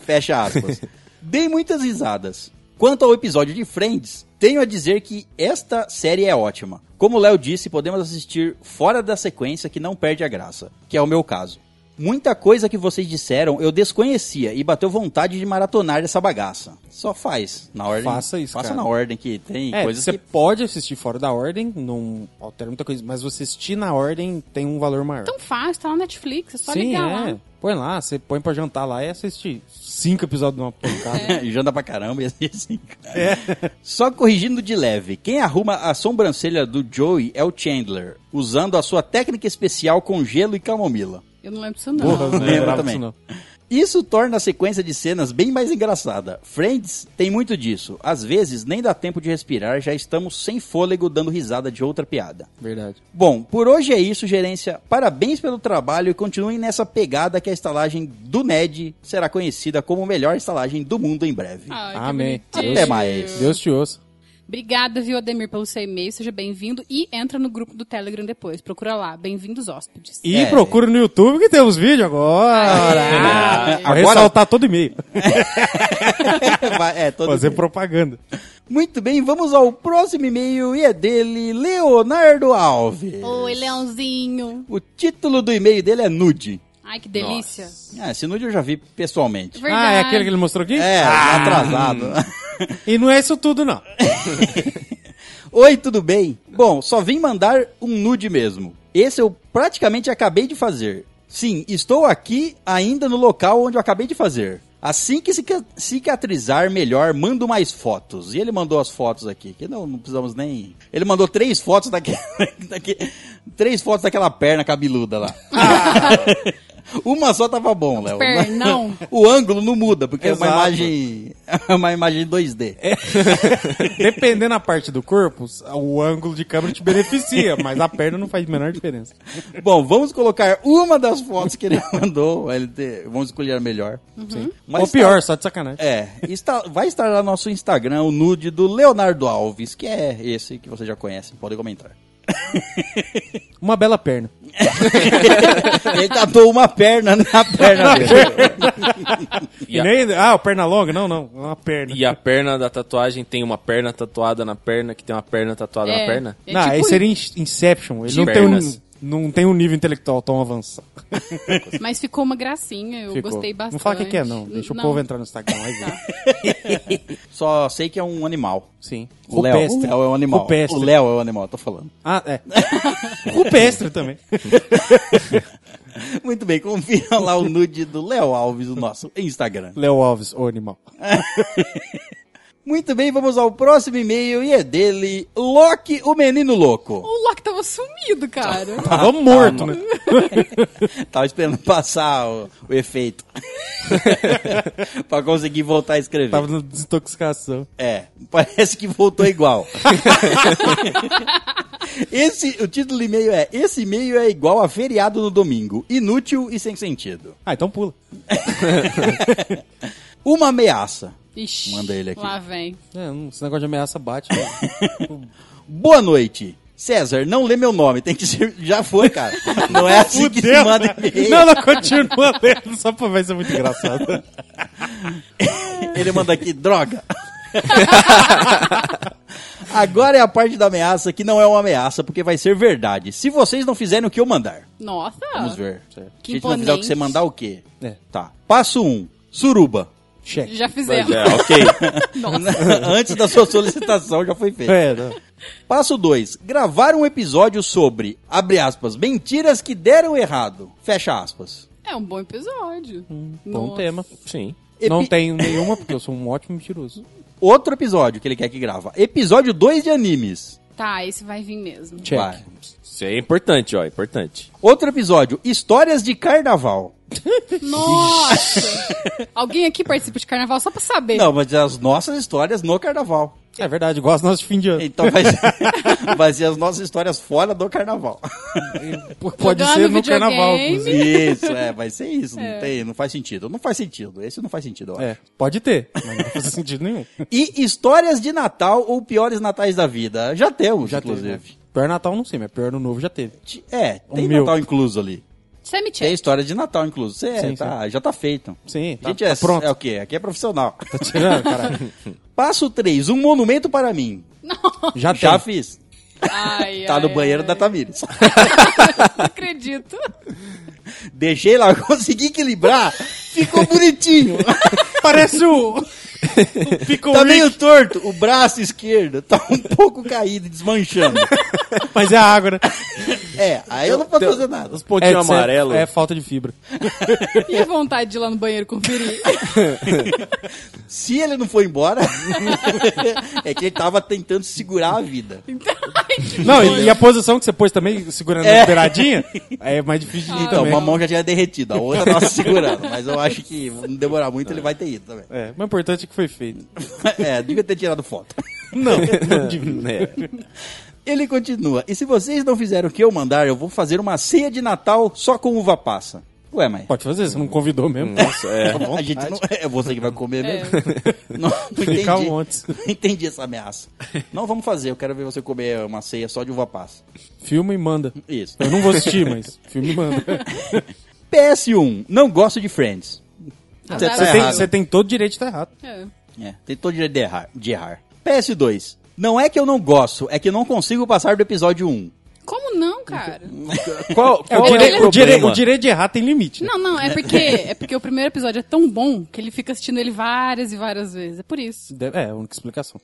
[SPEAKER 1] Fecha aspas. Dei muitas risadas. Quanto ao episódio de Friends, tenho a dizer que esta série é ótima. Como o Léo disse, podemos assistir fora da sequência que não perde a graça, que é o meu caso. Muita coisa que vocês disseram eu desconhecia e bateu vontade de maratonar essa bagaça. Só faz, na ordem.
[SPEAKER 2] Faça isso,
[SPEAKER 1] Faça
[SPEAKER 2] cara.
[SPEAKER 1] na ordem que tem
[SPEAKER 2] É,
[SPEAKER 1] coisas
[SPEAKER 2] você
[SPEAKER 1] que...
[SPEAKER 2] pode assistir fora da ordem, não altera muita coisa, mas você assistir na ordem tem um valor maior.
[SPEAKER 3] Tão fácil, tá na Netflix, é só
[SPEAKER 2] Sim,
[SPEAKER 3] ligar
[SPEAKER 2] é.
[SPEAKER 3] lá.
[SPEAKER 2] Põe lá, você põe pra jantar lá e assiste cinco episódios de uma pancada.
[SPEAKER 1] Janda pra caramba e assim. Só corrigindo de leve, quem arruma a sobrancelha do Joey é o Chandler, usando a sua técnica especial com gelo e camomila.
[SPEAKER 3] Eu não lembro disso não.
[SPEAKER 2] Porra, não
[SPEAKER 1] Lembra
[SPEAKER 2] lembrava
[SPEAKER 1] também.
[SPEAKER 2] disso, não.
[SPEAKER 1] Isso torna a sequência de cenas bem mais engraçada. Friends tem muito disso. Às vezes, nem dá tempo de respirar, já estamos sem fôlego dando risada de outra piada.
[SPEAKER 2] Verdade.
[SPEAKER 1] Bom, por hoje é isso, gerência. Parabéns pelo trabalho e continuem nessa pegada que a estalagem do Ned será conhecida como a melhor estalagem do mundo em breve.
[SPEAKER 3] Ai, que
[SPEAKER 2] Amém.
[SPEAKER 3] bonitinho.
[SPEAKER 1] Até mais.
[SPEAKER 2] Deus te ouça.
[SPEAKER 3] Obrigada, viu, Ademir, pelo seu e-mail. Seja bem-vindo e entra no grupo do Telegram depois. Procura lá. Bem-vindos, hóspedes.
[SPEAKER 2] E
[SPEAKER 1] É.
[SPEAKER 2] procura no YouTube que temos vídeo agora.
[SPEAKER 3] Ai,
[SPEAKER 2] Pra
[SPEAKER 1] agora-
[SPEAKER 2] ressaltar todo e-mail.
[SPEAKER 1] Vai- é, todo
[SPEAKER 2] Fazer propaganda.
[SPEAKER 1] Muito bem, vamos ao próximo e-mail e é dele, Leonardo Alves.
[SPEAKER 3] Oi, Leãozinho.
[SPEAKER 1] O título do e-mail dele é Nude.
[SPEAKER 3] Ai, que delícia.
[SPEAKER 1] Ah, esse nude eu já vi pessoalmente.
[SPEAKER 3] Verdade.
[SPEAKER 2] Ah, é aquele que ele mostrou aqui?
[SPEAKER 1] É,
[SPEAKER 2] Ah.
[SPEAKER 1] atrasado.
[SPEAKER 2] E não é isso tudo, não.
[SPEAKER 1] Oi, tudo bem? Bom, só vim mandar um nude mesmo. Esse eu praticamente acabei de fazer. Sim, estou aqui ainda no local onde eu acabei de fazer. Assim que cica- cicatrizar melhor, mando mais fotos. E ele mandou as fotos aqui, que não, não precisamos nem. Ele mandou três fotos daquela. daque- três fotos daquela perna cabeluda lá. Uma só tava bom, Léo.
[SPEAKER 3] Pernão.
[SPEAKER 1] O ângulo não muda, porque é uma
[SPEAKER 2] Exato.
[SPEAKER 1] imagem. É uma imagem 2D.
[SPEAKER 2] Dependendo da parte do corpo, o ângulo de câmera te beneficia, mas a perna não faz a menor diferença.
[SPEAKER 1] Bom, vamos colocar uma das fotos que ele mandou. ele te- Vamos escolher a melhor. Mas
[SPEAKER 2] Ou
[SPEAKER 1] está-
[SPEAKER 2] pior, só de sacanagem.
[SPEAKER 1] É, está- vai estar lá no nosso Instagram o nude do Leonardo Alves, que é esse que você já conhece, podem comentar.
[SPEAKER 2] Uma bela perna.
[SPEAKER 1] ele tatuou uma perna na perna dele.
[SPEAKER 2] E
[SPEAKER 4] E a,
[SPEAKER 2] nem- Ah, o perna longa? Não, não. Uma perna.
[SPEAKER 4] e a perna da tatuagem tem uma perna tatuada na perna, que tem uma perna tatuada
[SPEAKER 3] É.
[SPEAKER 4] na perna?
[SPEAKER 3] É
[SPEAKER 2] não,
[SPEAKER 3] tipo
[SPEAKER 2] aí seria In- Inception. Ele não
[SPEAKER 4] De
[SPEAKER 2] tem, um,
[SPEAKER 4] pernas.
[SPEAKER 2] não tem um nível intelectual tão avançado.
[SPEAKER 3] Mas ficou uma gracinha. Eu
[SPEAKER 2] Ficou.
[SPEAKER 3] gostei bastante. Tá.
[SPEAKER 2] Não fala o que, que é, não. Deixa o povo entrar no Instagram. Aí, vê.
[SPEAKER 1] Só sei que é um animal.
[SPEAKER 2] Sim.
[SPEAKER 1] O Léo, o
[SPEAKER 2] Rupestre.
[SPEAKER 1] Léo é um animal.
[SPEAKER 2] Rupestre.
[SPEAKER 1] O Léo é um animal, tô falando.
[SPEAKER 2] Ah, é. Rupestre também.
[SPEAKER 1] Muito bem, confira lá o nude do Léo Alves, o nosso Instagram.
[SPEAKER 2] Léo Alves, o animal.
[SPEAKER 1] Muito bem, vamos ao próximo e-mail e é dele, Loki, o menino louco.
[SPEAKER 3] O Loki tava sumido, cara.
[SPEAKER 1] Ah, tá,
[SPEAKER 2] Tava morto, né?
[SPEAKER 1] Tava esperando passar o, o efeito. pra conseguir voltar a escrever.
[SPEAKER 2] Tava na desintoxicação.
[SPEAKER 1] É, parece que voltou igual. Esse, o título do e-mail é Esse e-mail é igual a feriado no domingo. Inútil e sem sentido.
[SPEAKER 2] Ah, então pula.
[SPEAKER 1] Uma ameaça.
[SPEAKER 3] Ixi.
[SPEAKER 1] Manda ele aqui.
[SPEAKER 3] Lá vem.
[SPEAKER 2] É, não- esse negócio de ameaça bate. né?
[SPEAKER 1] Boa noite. César, não lê meu nome, tem que ser. Já foi, cara. Não é assim que se
[SPEAKER 2] Fudeu.
[SPEAKER 1] manda e-mail.
[SPEAKER 2] Não, não, continua lendo, só pra ver se é muito engraçado.
[SPEAKER 1] Ele manda aqui, droga. Agora é a parte da ameaça que não é uma ameaça, porque vai ser verdade. Se vocês não fizerem o que eu mandar.
[SPEAKER 3] Nossa.
[SPEAKER 1] Vamos ver.
[SPEAKER 3] Ah, Que
[SPEAKER 1] Se a gente não fizer o que
[SPEAKER 3] imponente.
[SPEAKER 1] você mandar, o quê?
[SPEAKER 2] É.
[SPEAKER 1] Tá. Passo 1. Um, suruba.
[SPEAKER 2] Cheque.
[SPEAKER 3] Já fizemos.
[SPEAKER 4] É, ok.
[SPEAKER 1] Antes da sua solicitação já foi feito.
[SPEAKER 2] É, não.
[SPEAKER 1] Passo 2. Gravar um episódio sobre, abre aspas, mentiras que deram errado. Fecha aspas.
[SPEAKER 3] É um bom episódio.
[SPEAKER 2] Hum, Bom
[SPEAKER 3] Nossa.
[SPEAKER 2] tema.
[SPEAKER 4] Sim.
[SPEAKER 2] Não
[SPEAKER 1] Epi-
[SPEAKER 2] tenho nenhuma, porque eu sou um ótimo mentiroso.
[SPEAKER 1] Outro episódio que ele quer que grava. Episódio 2 de animes.
[SPEAKER 3] Tá, esse vai vir mesmo.
[SPEAKER 2] Check.
[SPEAKER 1] Vai.
[SPEAKER 4] Isso é importante, ó, é importante.
[SPEAKER 1] Outro episódio, histórias de carnaval.
[SPEAKER 3] Nossa! Alguém aqui participa de carnaval só pra saber.
[SPEAKER 1] Não, mas é as nossas histórias no carnaval.
[SPEAKER 2] É verdade, gosto nosso de fim de ano.
[SPEAKER 1] Então vai ser, vai ser as nossas histórias fora do carnaval.
[SPEAKER 2] P- Pode
[SPEAKER 3] Jogando
[SPEAKER 2] ser no
[SPEAKER 3] videogame.
[SPEAKER 2] carnaval, inclusive.
[SPEAKER 1] Isso, é, vai ser isso. Não, tem, não faz sentido. Não faz sentido. Esse não faz sentido, eu
[SPEAKER 2] É,
[SPEAKER 1] acho.
[SPEAKER 2] pode ter, mas não faz sentido nenhum.
[SPEAKER 1] E histórias de Natal ou piores natais da vida. Já temos,
[SPEAKER 2] Já
[SPEAKER 1] inclusive.
[SPEAKER 2] teve. né? Pior Natal não sei, mas pior Ano Novo já teve.
[SPEAKER 1] Ti- É,
[SPEAKER 2] O
[SPEAKER 1] tem
[SPEAKER 2] meu.
[SPEAKER 1] Natal incluso ali.
[SPEAKER 3] Você me
[SPEAKER 1] Tem
[SPEAKER 3] check.
[SPEAKER 1] história de Natal incluso. Cê é,
[SPEAKER 2] Sim,
[SPEAKER 1] tá, já tá feito.
[SPEAKER 2] Sim, tá-
[SPEAKER 1] A gente é,
[SPEAKER 2] tá pronto.
[SPEAKER 1] é o quê? Aqui é profissional.
[SPEAKER 2] Tá tirando, caralho.
[SPEAKER 1] Passo 3, um monumento para mim.
[SPEAKER 2] Já,
[SPEAKER 1] Já
[SPEAKER 2] teve.
[SPEAKER 1] fiz.
[SPEAKER 3] Ai,
[SPEAKER 1] tá
[SPEAKER 3] ai,
[SPEAKER 1] no banheiro
[SPEAKER 3] ai.
[SPEAKER 1] da Tamires.
[SPEAKER 3] Não acredito.
[SPEAKER 1] Deixei lá, consegui equilibrar. Ficou bonitinho.
[SPEAKER 2] Parece o. Ficou
[SPEAKER 1] tá meio torto. O braço esquerdo tá um pouco caído, e desmanchando.
[SPEAKER 2] Mas é água, né?
[SPEAKER 1] É, aí eu não posso fazer nada.
[SPEAKER 4] Os pontinhos
[SPEAKER 2] isso é-
[SPEAKER 4] amarelos.
[SPEAKER 2] É, falta de fibra.
[SPEAKER 3] E a vontade de ir lá no banheiro conferir?
[SPEAKER 1] Se ele não foi embora, é que ele tava tentando segurar a vida.
[SPEAKER 2] Não, e, e a posição que você pôs também, segurando
[SPEAKER 1] É.
[SPEAKER 2] a beiradinha, é mais difícil de ir
[SPEAKER 1] Então,
[SPEAKER 2] também.
[SPEAKER 1] uma mão já tinha derretido, a outra tava segurando. Mas eu acho que não demorar muito, ele vai ter ido também.
[SPEAKER 2] É, mas o importante é que foi feito.
[SPEAKER 1] É, devia ter tirado foto.
[SPEAKER 2] Não, não
[SPEAKER 4] É.
[SPEAKER 1] Ele continua. E se vocês não fizeram o que eu mandar, eu vou fazer uma ceia de Natal só com uva passa. Ué, mas.
[SPEAKER 2] Pode fazer, você não convidou mesmo.
[SPEAKER 4] Nossa, é.
[SPEAKER 1] A gente não... É você que vai comer mesmo.
[SPEAKER 3] É.
[SPEAKER 1] Não, não entendi.
[SPEAKER 2] Ficar um monte.
[SPEAKER 1] Não entendi essa ameaça. Não vamos fazer, eu quero ver você comer uma ceia só de uva passa.
[SPEAKER 2] Filma e manda.
[SPEAKER 1] Isso.
[SPEAKER 2] Eu não vou assistir, mas filme manda.
[SPEAKER 1] PS1, não gosto de Friends.
[SPEAKER 3] Ah,
[SPEAKER 1] Você
[SPEAKER 3] tá
[SPEAKER 2] Você tem,
[SPEAKER 1] errado.
[SPEAKER 2] você tem todo o direito de estar errado.
[SPEAKER 3] É.
[SPEAKER 1] É, tem todo direito de errar, de errar. PS2, não é que eu não gosto, é que não consigo passar do episódio 1.
[SPEAKER 3] Como não, cara?
[SPEAKER 4] Qual,
[SPEAKER 2] É, o,
[SPEAKER 4] qual é,
[SPEAKER 2] direi-
[SPEAKER 4] o
[SPEAKER 2] o direi-
[SPEAKER 4] problema?
[SPEAKER 2] o direito de errar tem limite. né?
[SPEAKER 3] Não, não, é porque é porque o primeiro episódio é tão bom que ele fica assistindo ele várias e várias vezes. É por isso.
[SPEAKER 2] Deve- É, a única explicação.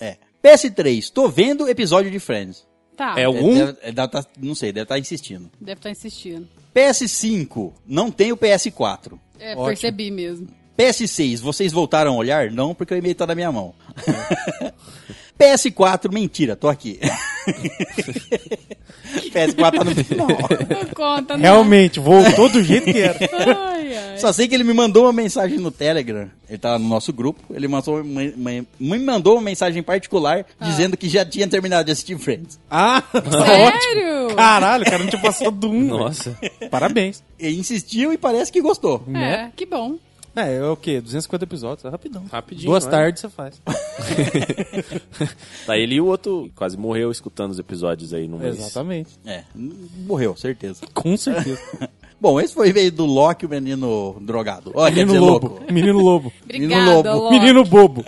[SPEAKER 1] É. PS3, tô vendo episódio de Friends.
[SPEAKER 3] Tá.
[SPEAKER 4] É o-
[SPEAKER 1] Deve-
[SPEAKER 4] Um?
[SPEAKER 1] deve- deve tá- não sei, deve estar insistindo.
[SPEAKER 3] Deve estar insistindo.
[SPEAKER 1] PS5, não tem o PS4.
[SPEAKER 3] É,
[SPEAKER 2] Ótimo.
[SPEAKER 3] percebi mesmo.
[SPEAKER 1] PS6, vocês voltaram a olhar? Não, porque o e-mail tá na minha mão. PS4, mentira, tô aqui. PS4 tá no final.
[SPEAKER 3] Não conta, não.
[SPEAKER 2] Realmente, voltou do jeito que era.
[SPEAKER 3] Ai, ai.
[SPEAKER 1] Só sei que ele me mandou uma mensagem no Telegram. Ele tá no nosso grupo. Ele mandou uma- uma- me mandou uma mensagem particular dizendo que já tinha terminado de assistir Friends.
[SPEAKER 2] Ah, tá
[SPEAKER 3] Sério?
[SPEAKER 2] ótimo. Caralho, o cara não tinha passado do um.
[SPEAKER 4] Nossa.
[SPEAKER 2] velho. Parabéns.
[SPEAKER 1] Ele insistiu e parece que gostou.
[SPEAKER 3] É, que bom.
[SPEAKER 2] É, é o quê? 250 episódios, é rapidão.
[SPEAKER 4] Rapidinho,
[SPEAKER 2] Duas
[SPEAKER 4] né?
[SPEAKER 2] tardes você faz.
[SPEAKER 4] Tá ele e o outro quase morreu escutando os episódios aí no mês.
[SPEAKER 2] Exatamente.
[SPEAKER 1] É, n- morreu, certeza.
[SPEAKER 2] Com certeza.
[SPEAKER 1] Bom, esse foi o e-mail do Loki, o menino drogado. Olha, quer
[SPEAKER 2] Menino
[SPEAKER 1] dizer,
[SPEAKER 2] lobo.
[SPEAKER 1] louco.
[SPEAKER 2] Menino lobo.
[SPEAKER 1] Menino
[SPEAKER 3] Obrigada,
[SPEAKER 1] lobo.
[SPEAKER 3] Loki.
[SPEAKER 2] Menino bobo.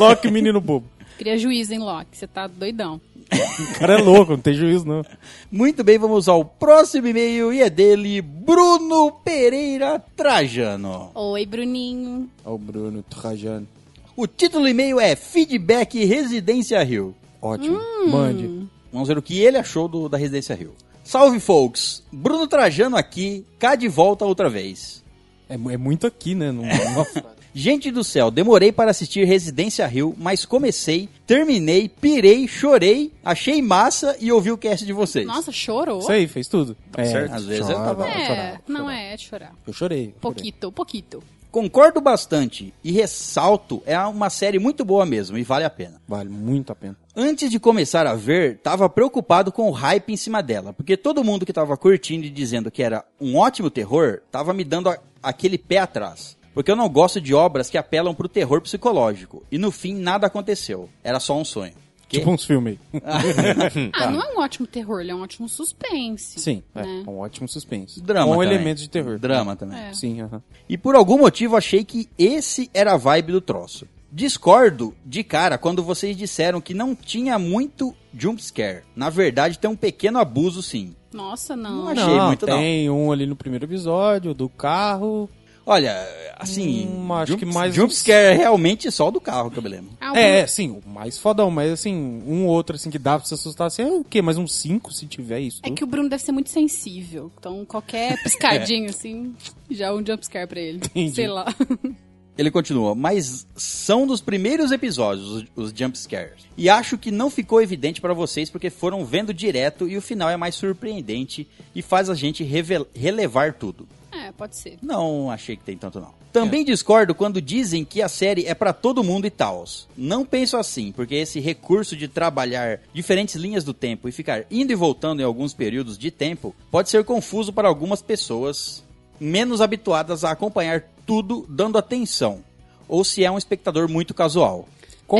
[SPEAKER 2] Loki, menino bobo.
[SPEAKER 3] Cria juízo, hein, Loki? Você tá doidão.
[SPEAKER 2] O cara é louco, não tem juízo, não.
[SPEAKER 1] Muito bem, vamos ao próximo e-mail e é dele, Bruno Pereira Trajano.
[SPEAKER 3] Oi, Bruninho.
[SPEAKER 2] Ó o Bruno Trajano.
[SPEAKER 1] O título do e-mail é Feedback Residência Rio.
[SPEAKER 2] Ótimo.
[SPEAKER 3] Hum.
[SPEAKER 2] Mande.
[SPEAKER 1] Vamos ver o que ele achou do- da Residência Rio. Salve, folks! Bruno Trajano aqui, cá de volta outra vez.
[SPEAKER 2] É, mu- é muito aqui, né? Não, não-
[SPEAKER 1] Gente do céu, demorei para assistir Residência Rio, mas comecei, terminei, pirei, chorei, achei massa e ouvi o cast de vocês.
[SPEAKER 3] Nossa, chorou?
[SPEAKER 2] Isso aí, fez tudo. é,
[SPEAKER 4] certo.
[SPEAKER 1] Tá Às vezes eu tava-
[SPEAKER 3] É,
[SPEAKER 2] chorava,
[SPEAKER 3] não
[SPEAKER 2] chorava.
[SPEAKER 3] é, é de chorar.
[SPEAKER 2] Eu chorei. chorei.
[SPEAKER 3] Pouquito, pouquito.
[SPEAKER 1] Concordo bastante e ressalto, é uma série muito boa mesmo e vale a pena.
[SPEAKER 2] Vale muito a pena.
[SPEAKER 1] Antes de começar a ver, tava preocupado com o hype em cima dela, porque todo mundo que tava curtindo e dizendo que era um ótimo terror, tava me dando a- aquele pé atrás. Porque eu não gosto de obras que apelam pro terror psicológico. E no fim, nada aconteceu. Era só um sonho. Que?
[SPEAKER 2] Tipo uns filmes aí.
[SPEAKER 3] Ah, não é um ótimo terror, ele é um ótimo suspense.
[SPEAKER 2] Tá. Sim, é.
[SPEAKER 3] Né?
[SPEAKER 2] Um ótimo suspense.
[SPEAKER 1] Drama
[SPEAKER 2] Com
[SPEAKER 1] também.
[SPEAKER 2] elementos um de terror.
[SPEAKER 1] Drama também.
[SPEAKER 3] É.
[SPEAKER 2] Sim, aham.
[SPEAKER 1] E por algum motivo achei que esse era a vibe do troço. Discordo de cara quando vocês disseram que não tinha muito jumpscare. Na verdade, tem um pequeno abuso sim.
[SPEAKER 3] Nossa, não.
[SPEAKER 1] Não achei
[SPEAKER 2] não,
[SPEAKER 1] muito, não.
[SPEAKER 2] tem um ali no primeiro episódio, do carro.
[SPEAKER 1] Olha, assim,
[SPEAKER 2] Hum, acho
[SPEAKER 1] jump-
[SPEAKER 2] que mais
[SPEAKER 1] jumpscare é realmente só o do carro que eu me lembro.
[SPEAKER 3] Ah, o
[SPEAKER 2] É, é, sim, o mais fodão, mas assim, um outro assim que dá pra se assustar assim, é o quê? Mais uns cinco se tiver isso.
[SPEAKER 3] É que o Bruno deve ser muito sensível. Então, qualquer piscadinho, assim, já é um jumpscare pra ele.
[SPEAKER 2] É. Entendi.
[SPEAKER 3] Sei lá.
[SPEAKER 1] Ele continua, mas são dos primeiros episódios os, os jump scares. E acho que não ficou evidente pra vocês porque foram vendo direto e o final é mais surpreendente e faz a gente revel- relevar tudo.
[SPEAKER 3] É, pode ser.
[SPEAKER 1] Não achei que tem tanto não. Também discordo quando dizem que a série é pra todo mundo e tals. Não penso assim, porque esse recurso de trabalhar diferentes linhas do tempo e ficar indo e voltando em alguns períodos de tempo pode ser confuso para algumas pessoas menos habituadas a acompanhar tudo dando atenção. Ou se é um espectador muito casual.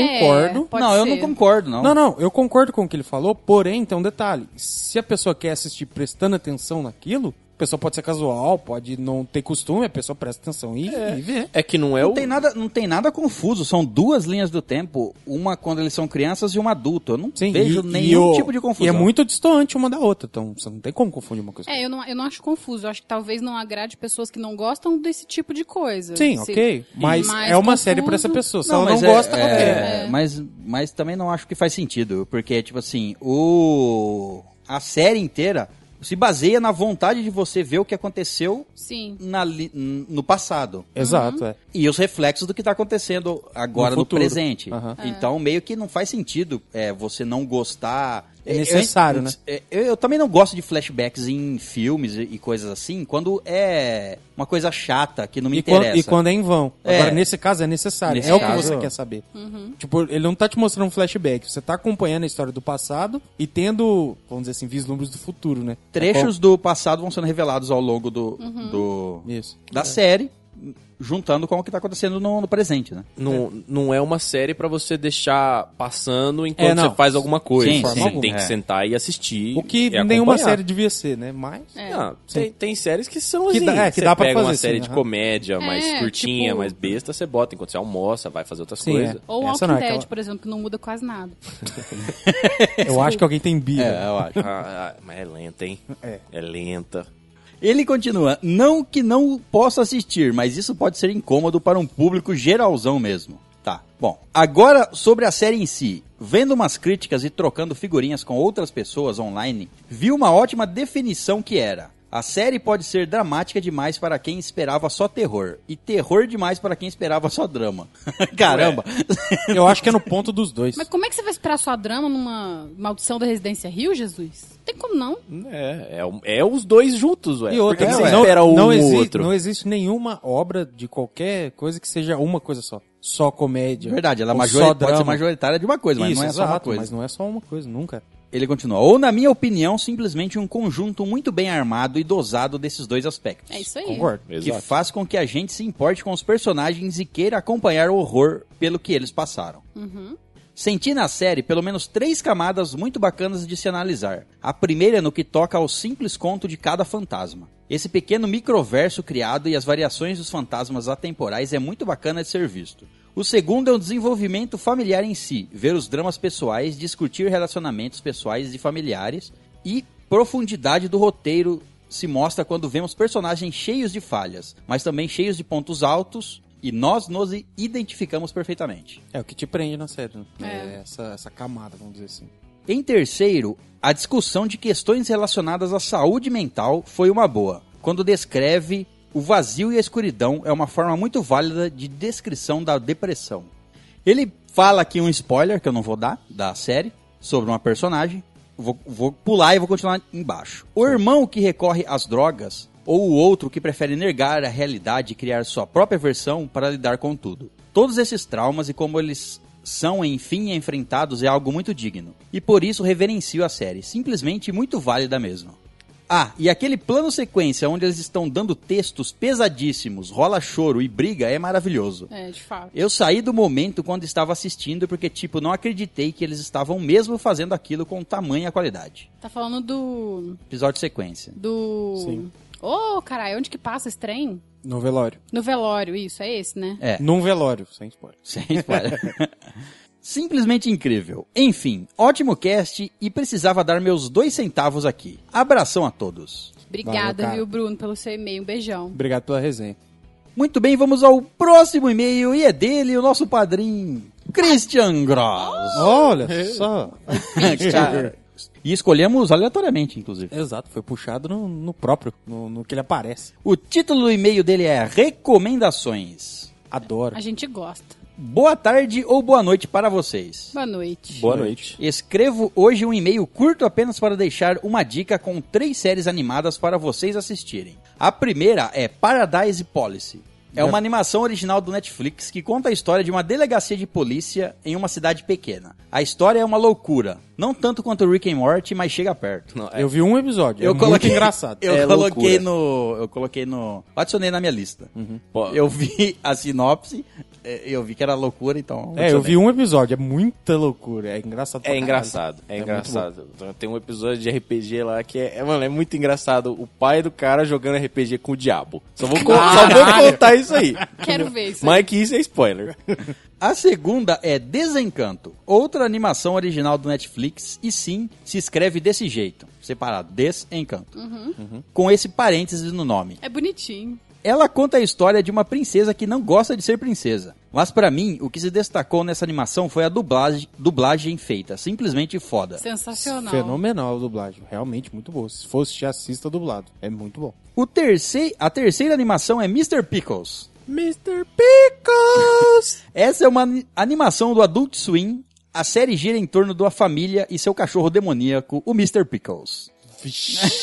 [SPEAKER 2] Concordo.
[SPEAKER 3] é, Pode
[SPEAKER 1] não, eu não
[SPEAKER 3] ser.
[SPEAKER 1] concordo, não.
[SPEAKER 2] Não, não, eu concordo com o que ele falou, porém, tem um detalhe. Se a pessoa quer assistir prestando atenção naquilo, A pessoa pode ser casual, pode não ter costume, a pessoa presta atenção e, e vê.
[SPEAKER 4] É que não é
[SPEAKER 1] Não
[SPEAKER 4] o.
[SPEAKER 1] tem, nada, não tem nada confuso, são duas linhas do tempo, uma quando eles são crianças e uma adulta. Eu não vejo
[SPEAKER 2] e- e
[SPEAKER 1] nenhum
[SPEAKER 2] o-
[SPEAKER 1] tipo de confusão.
[SPEAKER 2] E é muito distante uma da outra, então você não tem como confundir uma coisa. com
[SPEAKER 3] É, eu não, eu não acho confuso. Eu acho que talvez não agrade pessoas que não gostam desse tipo de coisa.
[SPEAKER 2] Sim,
[SPEAKER 3] Se-
[SPEAKER 2] ok. Mas
[SPEAKER 3] Mais
[SPEAKER 2] é uma
[SPEAKER 3] confuso.
[SPEAKER 2] série pra essa pessoa. Se
[SPEAKER 1] Não,
[SPEAKER 2] ela
[SPEAKER 1] mas
[SPEAKER 2] não
[SPEAKER 1] é-
[SPEAKER 2] gosta, não
[SPEAKER 1] é,
[SPEAKER 2] quer.
[SPEAKER 1] Mas, mas também não acho que faz sentido, porque, tipo assim, o a série inteira se baseia na vontade de você ver o que aconteceu
[SPEAKER 3] Sim.
[SPEAKER 1] na li- n- no passado.
[SPEAKER 2] Exato,
[SPEAKER 3] uhum.
[SPEAKER 2] é.
[SPEAKER 1] E os reflexos do que está acontecendo agora
[SPEAKER 2] No
[SPEAKER 1] no,
[SPEAKER 2] futuro.
[SPEAKER 1] presente.
[SPEAKER 2] Aham.
[SPEAKER 1] Então, meio que não faz sentido é, você não gostar.
[SPEAKER 2] É necessário,
[SPEAKER 1] eu,
[SPEAKER 2] né?
[SPEAKER 1] é, Eu, eu também não gosto de flashbacks em filmes e, e coisas assim, quando é uma coisa chata que não me
[SPEAKER 2] E
[SPEAKER 1] interessa.
[SPEAKER 2] quando, e quando é em vão.
[SPEAKER 1] É.
[SPEAKER 2] Agora, nesse caso, é necessário.
[SPEAKER 1] Nesse
[SPEAKER 2] é o que
[SPEAKER 1] caso-
[SPEAKER 2] você quer saber.
[SPEAKER 3] Uhum.
[SPEAKER 2] Tipo, ele não tá te mostrando um flashback. Você tá acompanhando a história do passado e tendo, vamos dizer assim, vislumbres do futuro, né?
[SPEAKER 1] Trechos do passado vão sendo revelados ao longo do, do-
[SPEAKER 2] É. Isso.
[SPEAKER 1] da série, juntando com o que está acontecendo no, no presente, né?
[SPEAKER 4] Não, não é uma série pra você deixar passando
[SPEAKER 2] É,
[SPEAKER 4] enquanto
[SPEAKER 2] não.
[SPEAKER 4] você faz alguma coisa. assim.
[SPEAKER 1] Sim,
[SPEAKER 4] você
[SPEAKER 1] sim.
[SPEAKER 4] tem
[SPEAKER 1] É.
[SPEAKER 4] que sentar e assistir.
[SPEAKER 2] O que
[SPEAKER 4] e
[SPEAKER 2] nenhuma
[SPEAKER 4] acompanhar.
[SPEAKER 2] série devia ser, né? Mas.
[SPEAKER 3] É.
[SPEAKER 4] Não, tem, tem séries que são
[SPEAKER 2] Que
[SPEAKER 4] assim.
[SPEAKER 2] dá- é, que
[SPEAKER 4] você
[SPEAKER 2] dá pra
[SPEAKER 4] pega uma
[SPEAKER 2] fazer,
[SPEAKER 4] série
[SPEAKER 2] sim,
[SPEAKER 4] de
[SPEAKER 2] aham.
[SPEAKER 4] comédia mais
[SPEAKER 3] É,
[SPEAKER 4] curtinha,
[SPEAKER 3] tipo-
[SPEAKER 4] mais besta, você bota enquanto você almoça, vai fazer outras
[SPEAKER 2] Sim,
[SPEAKER 4] coisas.
[SPEAKER 3] Ou
[SPEAKER 2] Essa
[SPEAKER 3] Walking
[SPEAKER 2] não é
[SPEAKER 3] Dead,
[SPEAKER 2] aquela-
[SPEAKER 3] por exemplo, que não muda quase nada.
[SPEAKER 2] Eu acho que alguém tem birra.
[SPEAKER 1] É, eu acho.
[SPEAKER 4] Ah, ah, mas é lenta, hein?
[SPEAKER 2] É.
[SPEAKER 4] É lenta.
[SPEAKER 1] Ele continua, não que não possa assistir, mas isso pode ser incômodo para um público geralzão mesmo. Tá, bom. Agora sobre a série em si. Vendo umas críticas e trocando figurinhas com outras pessoas online, vi uma ótima definição que era. A série pode ser dramática demais para quem esperava só terror, e terror demais para quem esperava só drama. Caramba!
[SPEAKER 2] Eu acho que é no ponto dos dois.
[SPEAKER 3] Mas como é que você vai esperar sua drama numa maldição da Residência Rio, Jesus? Não tem como não.
[SPEAKER 4] É, é, o- é os dois juntos,
[SPEAKER 1] É.
[SPEAKER 4] ué.
[SPEAKER 2] E outra,
[SPEAKER 4] Por que
[SPEAKER 2] né,
[SPEAKER 4] que você
[SPEAKER 2] ué?
[SPEAKER 4] espera um
[SPEAKER 2] não,
[SPEAKER 4] ou
[SPEAKER 2] exi-
[SPEAKER 4] outro?
[SPEAKER 2] não existe nenhuma obra de qualquer coisa que seja uma coisa só. Só comédia.
[SPEAKER 1] Verdade, ela é
[SPEAKER 2] ou
[SPEAKER 1] majori-
[SPEAKER 2] só
[SPEAKER 1] pode ser
[SPEAKER 2] drama.
[SPEAKER 1] majoritária de uma coisa, mas
[SPEAKER 2] Isso,
[SPEAKER 1] não é só uma
[SPEAKER 2] exato,
[SPEAKER 1] coisa.
[SPEAKER 2] Mas não é só uma coisa, nunca.
[SPEAKER 1] Ele continua. Ou, na minha opinião, simplesmente um conjunto muito bem armado e dosado desses dois aspectos.
[SPEAKER 3] É isso aí.
[SPEAKER 2] Concordo.
[SPEAKER 1] Que
[SPEAKER 4] Exato.
[SPEAKER 1] faz com que a gente se importe com os personagens e queira acompanhar o horror pelo que eles passaram. Senti na série pelo menos três camadas muito bacanas de se analisar. A primeira é no que toca ao simples conto de cada fantasma. Esse pequeno microverso criado e as variações dos fantasmas atemporais é muito bacana de ser visto. O segundo é o desenvolvimento familiar em si, ver os dramas pessoais, discutir relacionamentos pessoais e familiares e profundidade do roteiro se mostra quando vemos personagens cheios de falhas, mas também cheios de pontos altos e nós nos identificamos perfeitamente.
[SPEAKER 2] É o que te prende na série, né?
[SPEAKER 3] É.
[SPEAKER 2] É essa, essa camada, vamos dizer assim.
[SPEAKER 1] Em terceiro, a discussão de questões relacionadas à saúde mental foi uma boa, quando descreve o vazio e a escuridão é uma forma muito válida de descrição da depressão. Ele fala aqui um spoiler que eu não vou dar da série sobre uma personagem. Vou, vou pular e vou continuar embaixo. O irmão que recorre às drogas ou o outro que prefere negar a realidade e criar sua própria versão para lidar com tudo. Todos esses traumas e como eles são, enfim, enfrentados é algo muito digno. E por isso reverencio a série. Simplesmente muito válida mesmo. Ah, e aquele plano sequência onde eles estão dando textos pesadíssimos, rola choro e briga é maravilhoso.
[SPEAKER 3] É, de fato.
[SPEAKER 1] Eu saí do momento quando estava assistindo porque, tipo, não acreditei que eles estavam mesmo fazendo aquilo com tamanha qualidade.
[SPEAKER 3] Tá falando do.
[SPEAKER 1] Episódio sequência.
[SPEAKER 3] Do.
[SPEAKER 2] Sim.
[SPEAKER 3] Ô, caralho, onde que passa esse trem?
[SPEAKER 2] No velório.
[SPEAKER 3] No velório, isso, é esse, né?
[SPEAKER 1] É.
[SPEAKER 2] Num velório, sem spoiler.
[SPEAKER 1] Sem spoiler. Simplesmente incrível. Enfim, ótimo cast e precisava dar meus dois centavos aqui. Abração a todos.
[SPEAKER 3] Obrigada,
[SPEAKER 2] Valeu, É. cara.
[SPEAKER 3] viu, Bruno, pelo seu e-mail. Um beijão.
[SPEAKER 2] Obrigado pela resenha.
[SPEAKER 1] Muito bem, vamos ao próximo e-mail e é dele, o nosso padrinho, Christian Gross.
[SPEAKER 2] Olha só.
[SPEAKER 1] e escolhemos aleatoriamente, inclusive.
[SPEAKER 2] Exato, foi puxado no, no próprio, no, no que ele aparece.
[SPEAKER 1] O título do e-mail dele é Recomendações.
[SPEAKER 2] Adoro.
[SPEAKER 3] A gente gosta.
[SPEAKER 1] Boa tarde ou boa noite para vocês.
[SPEAKER 3] Boa noite.
[SPEAKER 4] Boa noite.
[SPEAKER 1] Escrevo hoje um e-mail curto apenas para deixar uma dica com três séries animadas para vocês assistirem. A primeira é Paradise Policy. É uma animação original do Netflix que conta a história de uma delegacia de polícia em uma cidade pequena. A história é uma loucura, não tanto quanto Rick and Morty, mas chega perto.
[SPEAKER 4] Não, é-
[SPEAKER 2] Eu vi um episódio. é muito engraçado.
[SPEAKER 1] Eu
[SPEAKER 4] É
[SPEAKER 1] coloquei
[SPEAKER 4] loucura.
[SPEAKER 2] Uhum.
[SPEAKER 1] no, eu coloquei no, adicionei na minha lista.
[SPEAKER 4] Pô,
[SPEAKER 1] Eu vi a sinopse, é, eu vi que era loucura, então.
[SPEAKER 2] É, eu vi um episódio, é muita loucura, é engraçado. pra
[SPEAKER 4] É
[SPEAKER 2] caralho.
[SPEAKER 4] engraçado, é,
[SPEAKER 2] É muito
[SPEAKER 4] engraçado. Tem um episódio de RPG lá que é, é, mano, é muito engraçado. O pai do cara jogando RPG com o diabo. Só vou, con- só vou contar isso aí.
[SPEAKER 3] Quero ver isso.
[SPEAKER 4] Mas que isso é spoiler.
[SPEAKER 1] A segunda é Desencanto, outra animação original do Netflix, e sim, se escreve desse jeito, separado, Desencanto, com esse parênteses no nome.
[SPEAKER 3] É bonitinho.
[SPEAKER 1] Ela conta a história de uma princesa que não gosta de ser princesa. Mas pra mim, o que se destacou nessa animação foi a dublagem, dublagem feita, simplesmente foda.
[SPEAKER 3] Sensacional.
[SPEAKER 2] Fenomenal a dublagem, realmente muito boa. Se fosse, te assista dublado, é muito bom.
[SPEAKER 1] O terceiro, a terceira animação é Mr. Pickles.
[SPEAKER 2] Mr. Pickles!
[SPEAKER 1] Essa é uma ani- animação do Adult Swim. A série gira em torno da família e seu cachorro demoníaco, o Mr. Pickles.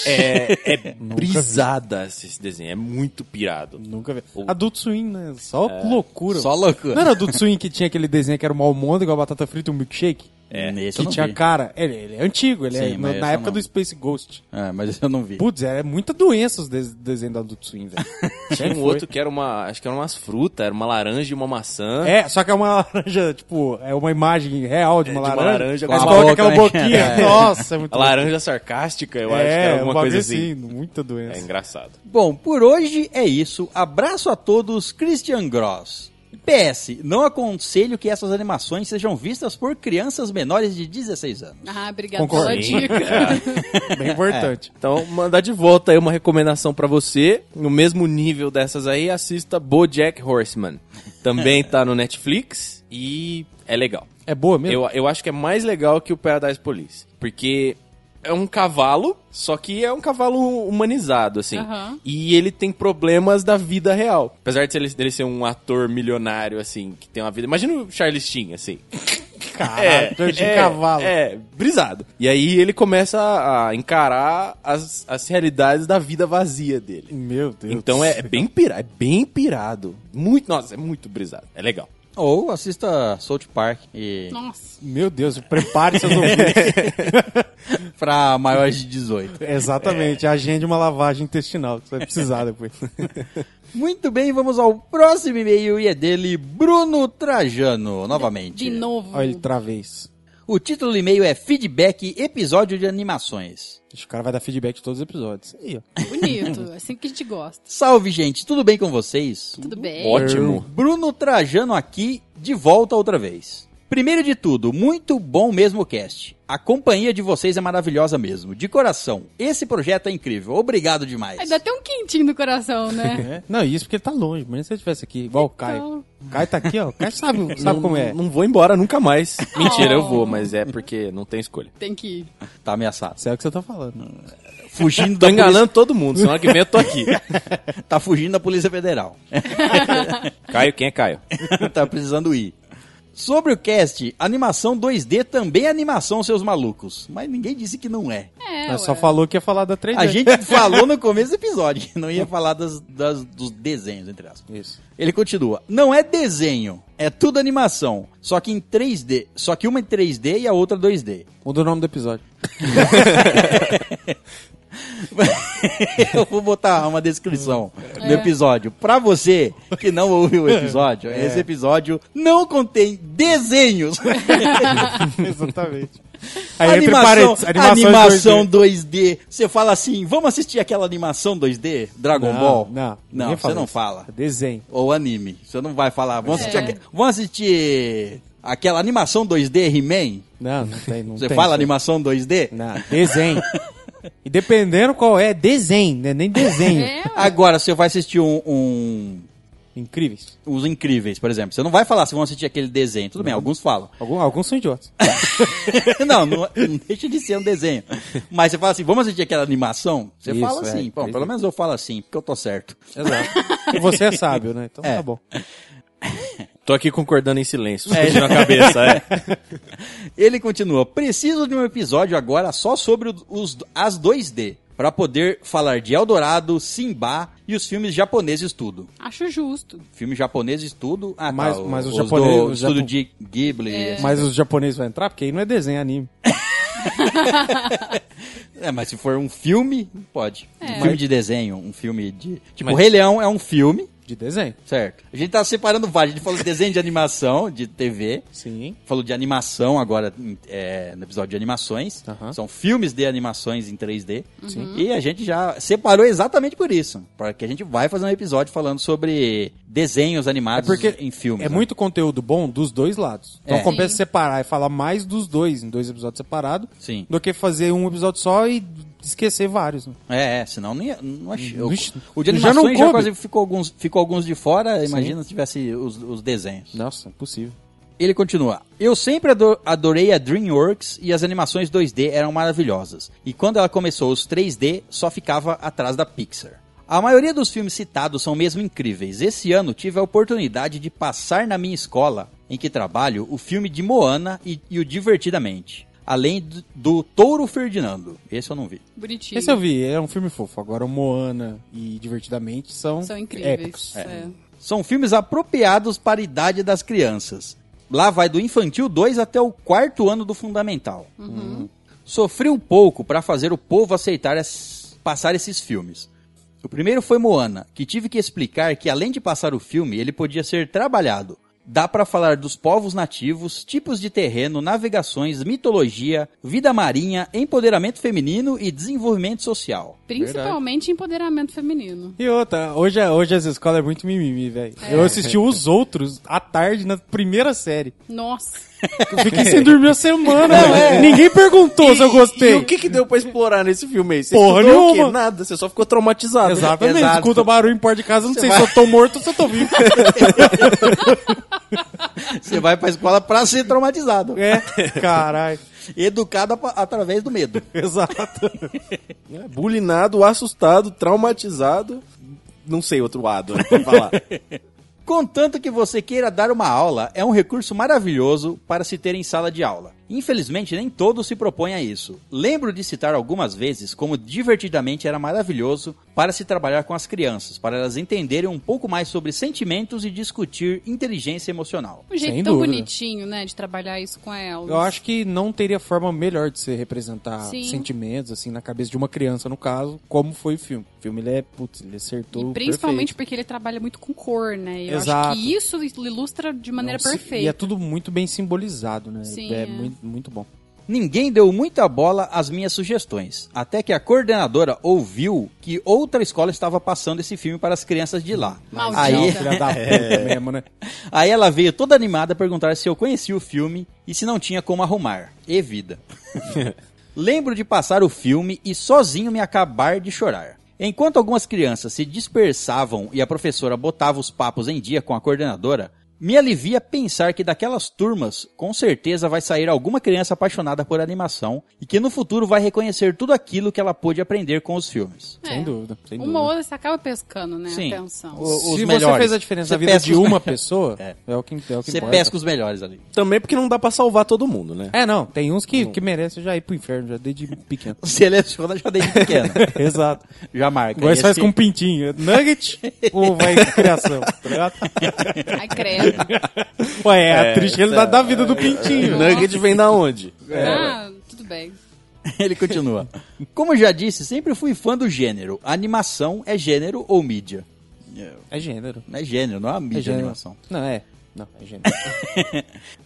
[SPEAKER 4] É, é brisada esse esse desenho, é muito pirado.
[SPEAKER 2] Nunca vi.
[SPEAKER 4] O- É.
[SPEAKER 2] Adult Swim, né? Só loucura.
[SPEAKER 1] Só loucura.
[SPEAKER 2] Não era Adult Swim que tinha aquele desenho que era uma almôndega, uma batata frita e um milkshake?
[SPEAKER 1] É, Nesse eu
[SPEAKER 2] que
[SPEAKER 1] não
[SPEAKER 2] tinha
[SPEAKER 1] vi.
[SPEAKER 2] cara. Ele, ele é antigo, ele
[SPEAKER 1] Sim,
[SPEAKER 2] é
[SPEAKER 1] mas
[SPEAKER 2] na,
[SPEAKER 1] esse
[SPEAKER 2] na
[SPEAKER 1] eu
[SPEAKER 2] época
[SPEAKER 1] não.
[SPEAKER 2] do Space Ghost.
[SPEAKER 1] É, mas eu não vi.
[SPEAKER 2] Putz, era muita doença os de desenhos da Adult Swim, velho.
[SPEAKER 4] Tinha
[SPEAKER 2] Sempre foi.
[SPEAKER 4] um outro que era uma, acho que era umas frutas, era uma laranja e uma maçã.
[SPEAKER 2] É, só que é uma laranja, tipo, é uma imagem real de uma
[SPEAKER 4] É, de uma
[SPEAKER 2] laranja.
[SPEAKER 4] laranja
[SPEAKER 2] mas
[SPEAKER 4] com a
[SPEAKER 2] coloca
[SPEAKER 1] boca,
[SPEAKER 2] aquela
[SPEAKER 1] né?
[SPEAKER 2] boquinha. Nossa, é muito
[SPEAKER 4] A laranja sarcástica, eu acho que
[SPEAKER 2] É,
[SPEAKER 4] era alguma
[SPEAKER 2] um bagulho né?
[SPEAKER 4] coisa assim.
[SPEAKER 2] muita
[SPEAKER 4] É
[SPEAKER 2] doença.
[SPEAKER 4] engraçado.
[SPEAKER 1] Bom, por hoje é isso. Abraço a todos, Christian Gross. PS, não aconselho que essas animações sejam vistas por crianças menores de 16 anos.
[SPEAKER 3] Ah, obrigada
[SPEAKER 2] Concordo.
[SPEAKER 3] pela
[SPEAKER 4] Sim.
[SPEAKER 3] dica.
[SPEAKER 2] Bem importante.
[SPEAKER 4] Então, mandar de volta aí uma recomendação pra você. No mesmo nível dessas aí, assista BoJack Horseman. Também tá no Netflix e é legal.
[SPEAKER 2] É, boa mesmo?
[SPEAKER 4] Eu, eu acho que é mais legal que o Paradise Police. Porque é um cavalo, só que é um cavalo humanizado, assim.
[SPEAKER 3] Aham.
[SPEAKER 4] E ele tem problemas da vida real. Apesar de ele, dele ser um ator milionário, assim, que tem uma vida. Imagina o Charles Sheen, assim.
[SPEAKER 2] Caralho, Jorge
[SPEAKER 4] é,
[SPEAKER 2] Cavalo.
[SPEAKER 4] É, brisado. E aí ele começa a a encarar as, as realidades da vida vazia dele.
[SPEAKER 2] Meu Deus.
[SPEAKER 4] Então é, é bem pirado, é bem pirado. Muito, nossa, é muito brisado. É legal.
[SPEAKER 1] Ou assista South Park
[SPEAKER 2] É.
[SPEAKER 1] e
[SPEAKER 3] Nossa.
[SPEAKER 2] Meu Deus, prepare seus ouvidos.
[SPEAKER 1] pra maiores de 18.
[SPEAKER 2] Exatamente, agende uma lavagem intestinal, que você vai precisar depois.
[SPEAKER 1] Muito bem, vamos ao próximo e-mail e é dele, Bruno Trajano, novamente.
[SPEAKER 3] De novo.
[SPEAKER 2] Olha ele travês.
[SPEAKER 1] O título do e-mail é Feedback Episódio de Animações.
[SPEAKER 2] Acho que o cara vai dar feedback de todos os episódios. Aí, ó.
[SPEAKER 3] Bonito. É assim que a gente gosta.
[SPEAKER 1] Salve, gente, tudo bem com vocês?
[SPEAKER 2] Uhum.
[SPEAKER 3] Tudo bem.
[SPEAKER 4] Ótimo.
[SPEAKER 1] Bruno Trajano aqui, de volta outra vez. Primeiro de tudo, muito bom mesmo o cast. A companhia de vocês é maravilhosa mesmo, de coração. Esse projeto é incrível, obrigado demais.
[SPEAKER 3] Aí dá até um quentinho no coração, né?
[SPEAKER 2] Não, isso porque ele tá longe, mas se ele estivesse aqui, igual o
[SPEAKER 1] Então.
[SPEAKER 2] Caio. O Caio tá aqui, ó. O Caio sabe, sabe como é.
[SPEAKER 4] Não vou embora nunca mais. Mentira, eu
[SPEAKER 3] Oh.
[SPEAKER 4] vou, mas é porque não tem escolha.
[SPEAKER 3] Tem que ir.
[SPEAKER 1] Tá ameaçado.
[SPEAKER 2] Sabe o que você tá falando.
[SPEAKER 1] Fugindo
[SPEAKER 4] Tô
[SPEAKER 1] da
[SPEAKER 4] enganando todo mundo, semana que vem eu tô aqui.
[SPEAKER 1] polícia- Tá fugindo da Polícia Federal.
[SPEAKER 4] Caio, quem é Caio?
[SPEAKER 1] tá precisando ir. Sobre o cast, animação 2D também é animação, seus malucos. Mas ninguém disse que não é.
[SPEAKER 3] É,
[SPEAKER 2] Mas só
[SPEAKER 3] ué.
[SPEAKER 2] falou que ia falar da 3D.
[SPEAKER 1] A gente falou no começo do episódio que não ia falar das, das- dos desenhos, entre aspas.
[SPEAKER 2] Isso.
[SPEAKER 1] Ele continua. Não é desenho, é tudo animação. Só que em 3D. Só que uma em 3D e a outra 2D.
[SPEAKER 2] Muda o nome do episódio.
[SPEAKER 1] Eu vou botar uma descrição
[SPEAKER 2] Hum, é.
[SPEAKER 1] do episódio. Pra você que não ouviu o episódio,
[SPEAKER 2] É.
[SPEAKER 1] esse episódio não contém desenhos.
[SPEAKER 2] Exatamente. é
[SPEAKER 1] animação, animação 2D. Você fala assim, vamos assistir aquela animação 2D? Dragon
[SPEAKER 2] Não,
[SPEAKER 1] Ball?
[SPEAKER 2] não,
[SPEAKER 1] Não,
[SPEAKER 2] ninguém
[SPEAKER 1] você
[SPEAKER 2] fala
[SPEAKER 1] não
[SPEAKER 2] isso. É
[SPEAKER 1] fala.
[SPEAKER 2] Desenho.
[SPEAKER 1] Ou anime. Você não vai falar, vamos,
[SPEAKER 3] É.
[SPEAKER 1] assistir, aque- vamos assistir aquela animação 2D He-Man?
[SPEAKER 2] Não, não tem. Não
[SPEAKER 1] Você
[SPEAKER 2] tem
[SPEAKER 1] fala
[SPEAKER 2] isso aí.
[SPEAKER 1] animação 2D?
[SPEAKER 2] Não, desenho. e dependendo qual é, desenho, né? Nem desenho.
[SPEAKER 3] É, ué.
[SPEAKER 1] Agora, você vai assistir um, um-
[SPEAKER 2] Incríveis.
[SPEAKER 1] Os Incríveis, por exemplo. Você não vai falar se vão assistir aquele desenho. Tudo bem, alguns falam.
[SPEAKER 2] Algum- alguns são idiotas.
[SPEAKER 1] não, não, não deixa de ser um desenho. Mas você fala assim, vamos assistir aquela animação? Você
[SPEAKER 2] Isso,
[SPEAKER 1] fala
[SPEAKER 2] é.
[SPEAKER 1] assim. Bom, pelo menos eu falo assim, porque eu tô certo.
[SPEAKER 2] Exato. E você é sábio, né? Então
[SPEAKER 1] É.
[SPEAKER 2] tá bom.
[SPEAKER 4] Tô aqui concordando em silêncio, explodindo a cabeça, é.
[SPEAKER 1] Ele continua: preciso de um episódio agora só sobre o- os, as 2D. Pra poder falar de Eldorado, Simba e os filmes japoneses tudo.
[SPEAKER 3] Acho justo.
[SPEAKER 1] Filmes japoneses tudo. Ah,
[SPEAKER 2] Mas-
[SPEAKER 1] tá, o-
[SPEAKER 2] mas os
[SPEAKER 1] do
[SPEAKER 2] japoneses- os
[SPEAKER 1] Estúdio
[SPEAKER 2] japo-
[SPEAKER 1] de Ghibli. assim.
[SPEAKER 2] Mas os japoneses vão entrar, porque aí não é desenho, é anime.
[SPEAKER 1] É, mas se for um filme, pode. Um filme de desenho, um filme de... Tipo,
[SPEAKER 4] Mas-
[SPEAKER 1] Rei Leão é um filme.
[SPEAKER 2] de desenho.
[SPEAKER 1] Certo. A gente tá separando vários. A gente falou de desenho de animação, de TV.
[SPEAKER 2] Sim.
[SPEAKER 1] Falou de animação agora em- é, no episódio de animações.
[SPEAKER 2] Aham.
[SPEAKER 1] São filmes de animações em 3D. E a gente já separou exatamente por isso. Porque a gente vai fazer um episódio falando sobre desenhos animados
[SPEAKER 2] porque
[SPEAKER 1] em filmes.
[SPEAKER 2] É
[SPEAKER 1] né?
[SPEAKER 2] muito conteúdo bom dos dois lados. Então
[SPEAKER 1] É.
[SPEAKER 2] compensa
[SPEAKER 3] Sim.
[SPEAKER 2] separar e falar mais dos dois em dois episódios separados
[SPEAKER 1] Sim.
[SPEAKER 2] do que fazer um episódio só e esquecer vários. Né?
[SPEAKER 1] É, é, senão não ia. Não achei. O,
[SPEAKER 2] Vixe,
[SPEAKER 1] o de
[SPEAKER 2] já
[SPEAKER 1] animações
[SPEAKER 2] não
[SPEAKER 1] já,
[SPEAKER 2] coube.
[SPEAKER 1] quase ficou alguns, ficou alguns de fora. Imagina se tivesse os, os desenhos.
[SPEAKER 2] Nossa, impossível.
[SPEAKER 1] Ele continua. Eu sempre ado- adorei a DreamWorks e as animações 2D eram maravilhosas. E quando ela começou os 3D, só ficava atrás da Pixar. A maioria dos filmes citados são mesmo incríveis. Esse ano tive a oportunidade de passar na minha escola, em que trabalho, o filme de Moana e, e o Divertidamente. Além do, do Touro Ferdinando. Esse eu não vi.
[SPEAKER 3] Bonitinho.
[SPEAKER 2] Esse eu vi, é um filme fofo. Agora o Moana e Divertidamente são,
[SPEAKER 3] São incríveis.
[SPEAKER 2] épicos.
[SPEAKER 3] É.
[SPEAKER 1] São filmes apropriados para a idade das crianças. Lá vai do infantil 2 até o quarto ano do fundamental. Sofri um pouco para fazer o povo aceitar es- passar esses filmes. O primeiro foi Moana, que tive que explicar que além de passar o filme, ele podia ser trabalhado. Dá para falar dos povos nativos, tipos de terreno, navegações, mitologia, vida marinha, empoderamento feminino e desenvolvimento social.
[SPEAKER 3] Principalmente empoderamento feminino.
[SPEAKER 2] E outra, hoje, hoje as escolas é muito mimimi, velho.
[SPEAKER 3] É.
[SPEAKER 2] Eu assisti os outros à tarde na primeira série.
[SPEAKER 3] Nossa.
[SPEAKER 2] Eu Fiquei sem dormir a semana, velho. Ninguém perguntou se eu
[SPEAKER 4] é. E
[SPEAKER 2] gostei.
[SPEAKER 4] o que, que deu pra explorar nesse filme aí? Você
[SPEAKER 2] Porra
[SPEAKER 4] estudou o
[SPEAKER 2] nenhuma.
[SPEAKER 4] quê? Nada, você só ficou traumatizado.
[SPEAKER 2] Exatamente.
[SPEAKER 4] Exato.
[SPEAKER 2] Escuta barulho em porta de casa, eu não sei se eu tô morto ou se eu tô vivo.
[SPEAKER 1] Você vai para escola para ser traumatizado,
[SPEAKER 2] É, caralho.
[SPEAKER 1] educado apa- através do medo.
[SPEAKER 2] Exato.
[SPEAKER 4] É, bulinado, assustado, traumatizado. Não sei outro lado né, pra falar.
[SPEAKER 1] Contanto que você queira dar uma aula, é um recurso maravilhoso para se ter em sala de aula. Infelizmente, nem todos se propõem a isso. Lembro de citar algumas vezes como divertidamente era maravilhoso para se trabalhar com as crianças, para elas entenderem um pouco mais sobre sentimentos e discutir inteligência emocional.
[SPEAKER 3] Um jeito
[SPEAKER 2] Sem
[SPEAKER 3] tão
[SPEAKER 2] dúvida.
[SPEAKER 3] bonitinho, né, de trabalhar isso com elas.
[SPEAKER 2] Eu acho que não teria forma melhor de se representar
[SPEAKER 3] Sim.
[SPEAKER 2] sentimentos, assim, na cabeça de uma criança, no caso, como foi o filme. O filme, ele é, putz, ele acertou
[SPEAKER 3] E principalmente porque ele trabalha muito com cor, né? Eu
[SPEAKER 2] Exato.
[SPEAKER 3] acho que isso ilustra de maneira
[SPEAKER 2] Não, se-
[SPEAKER 3] perfeita.
[SPEAKER 2] E é tudo muito bem simbolizado, né?
[SPEAKER 3] Sim,
[SPEAKER 2] é
[SPEAKER 3] é.
[SPEAKER 2] Muito, muito bom.
[SPEAKER 1] Ninguém deu muita bola às minhas sugestões, até que a coordenadora ouviu que outra escola estava passando esse filme para as crianças de lá.
[SPEAKER 3] Maldita. É.
[SPEAKER 1] Aí,
[SPEAKER 2] Não, filha da puta mesmo, né?
[SPEAKER 1] Aí ela veio toda animada perguntar se eu conhecia o filme e se não tinha como arrumar. E vida. Lembro de passar o filme e sozinho me acabar de chorar. Enquanto algumas crianças se dispersavam e a professora botava os papos em dia com a coordenadora, me alivia pensar que daquelas turmas, com certeza vai sair alguma criança apaixonada por animação e que no futuro vai reconhecer tudo aquilo que ela pôde aprender com os filmes.
[SPEAKER 3] É.
[SPEAKER 2] Sem dúvida, sem
[SPEAKER 3] Uma
[SPEAKER 2] dúvida.
[SPEAKER 3] ou outra você acaba pescando, né?
[SPEAKER 1] Sim.
[SPEAKER 3] A pensão.
[SPEAKER 1] O- os
[SPEAKER 2] Se
[SPEAKER 1] melhores.
[SPEAKER 2] você fez a diferença
[SPEAKER 1] Você
[SPEAKER 2] na vida
[SPEAKER 1] pesca
[SPEAKER 2] de
[SPEAKER 1] os-
[SPEAKER 2] uma pessoa,
[SPEAKER 1] É.
[SPEAKER 2] é. o que, é o que
[SPEAKER 1] Você
[SPEAKER 2] importa.
[SPEAKER 1] pesca os melhores ali.
[SPEAKER 4] Também porque não dá pra salvar todo mundo, né?
[SPEAKER 2] É, não, tem uns que, que merecem já ir pro inferno, já desde pequeno.
[SPEAKER 1] Seleciona já desde pequeno.
[SPEAKER 2] Exato.
[SPEAKER 1] Já marca.
[SPEAKER 2] Igual eles
[SPEAKER 1] Esse-
[SPEAKER 2] faz com um pintinho. Nugget ou vai em criação, tá ligado?
[SPEAKER 3] Ai, credo.
[SPEAKER 2] Ué, é a tristeira da vida do pintinho.
[SPEAKER 4] Nugget vem da onde?
[SPEAKER 2] É.
[SPEAKER 3] Ah, tudo bem.
[SPEAKER 1] Ele continua. Como já disse, sempre fui fã do gênero. Animação é gênero ou mídia?
[SPEAKER 2] É gênero.
[SPEAKER 1] Não é gênero, não é uma mídia de animação.
[SPEAKER 2] Não, é. Não, é gênero.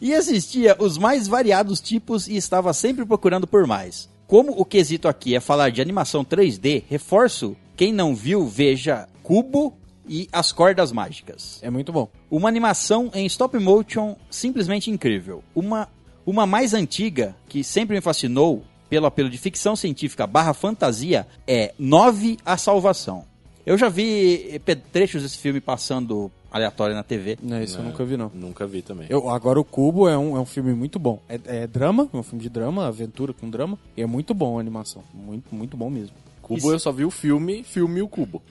[SPEAKER 1] E assistia os mais variados tipos e estava sempre procurando por mais. Como o quesito aqui é falar de animação 3D, reforço, quem não viu, veja Cubo e As Cordas Mágicas.
[SPEAKER 2] É muito bom.
[SPEAKER 1] Uma animação em stop motion simplesmente incrível. Uma, uma mais antiga, que sempre me fascinou pelo apelo de ficção científica barra fantasia, é Nove a Salvação. Eu já vi eh, pe- trechos desse filme passando aleatório na TV.
[SPEAKER 2] Não, isso eu nunca vi, não.
[SPEAKER 4] Nunca vi também.
[SPEAKER 2] Eu, agora, o Cubo é um, é um filme muito bom. É, é drama, é um filme de drama, aventura com drama. E é muito bom a animação. Muito, muito bom mesmo.
[SPEAKER 4] Cubo
[SPEAKER 1] Isso.
[SPEAKER 4] eu só vi o filme, filme e o Cubo.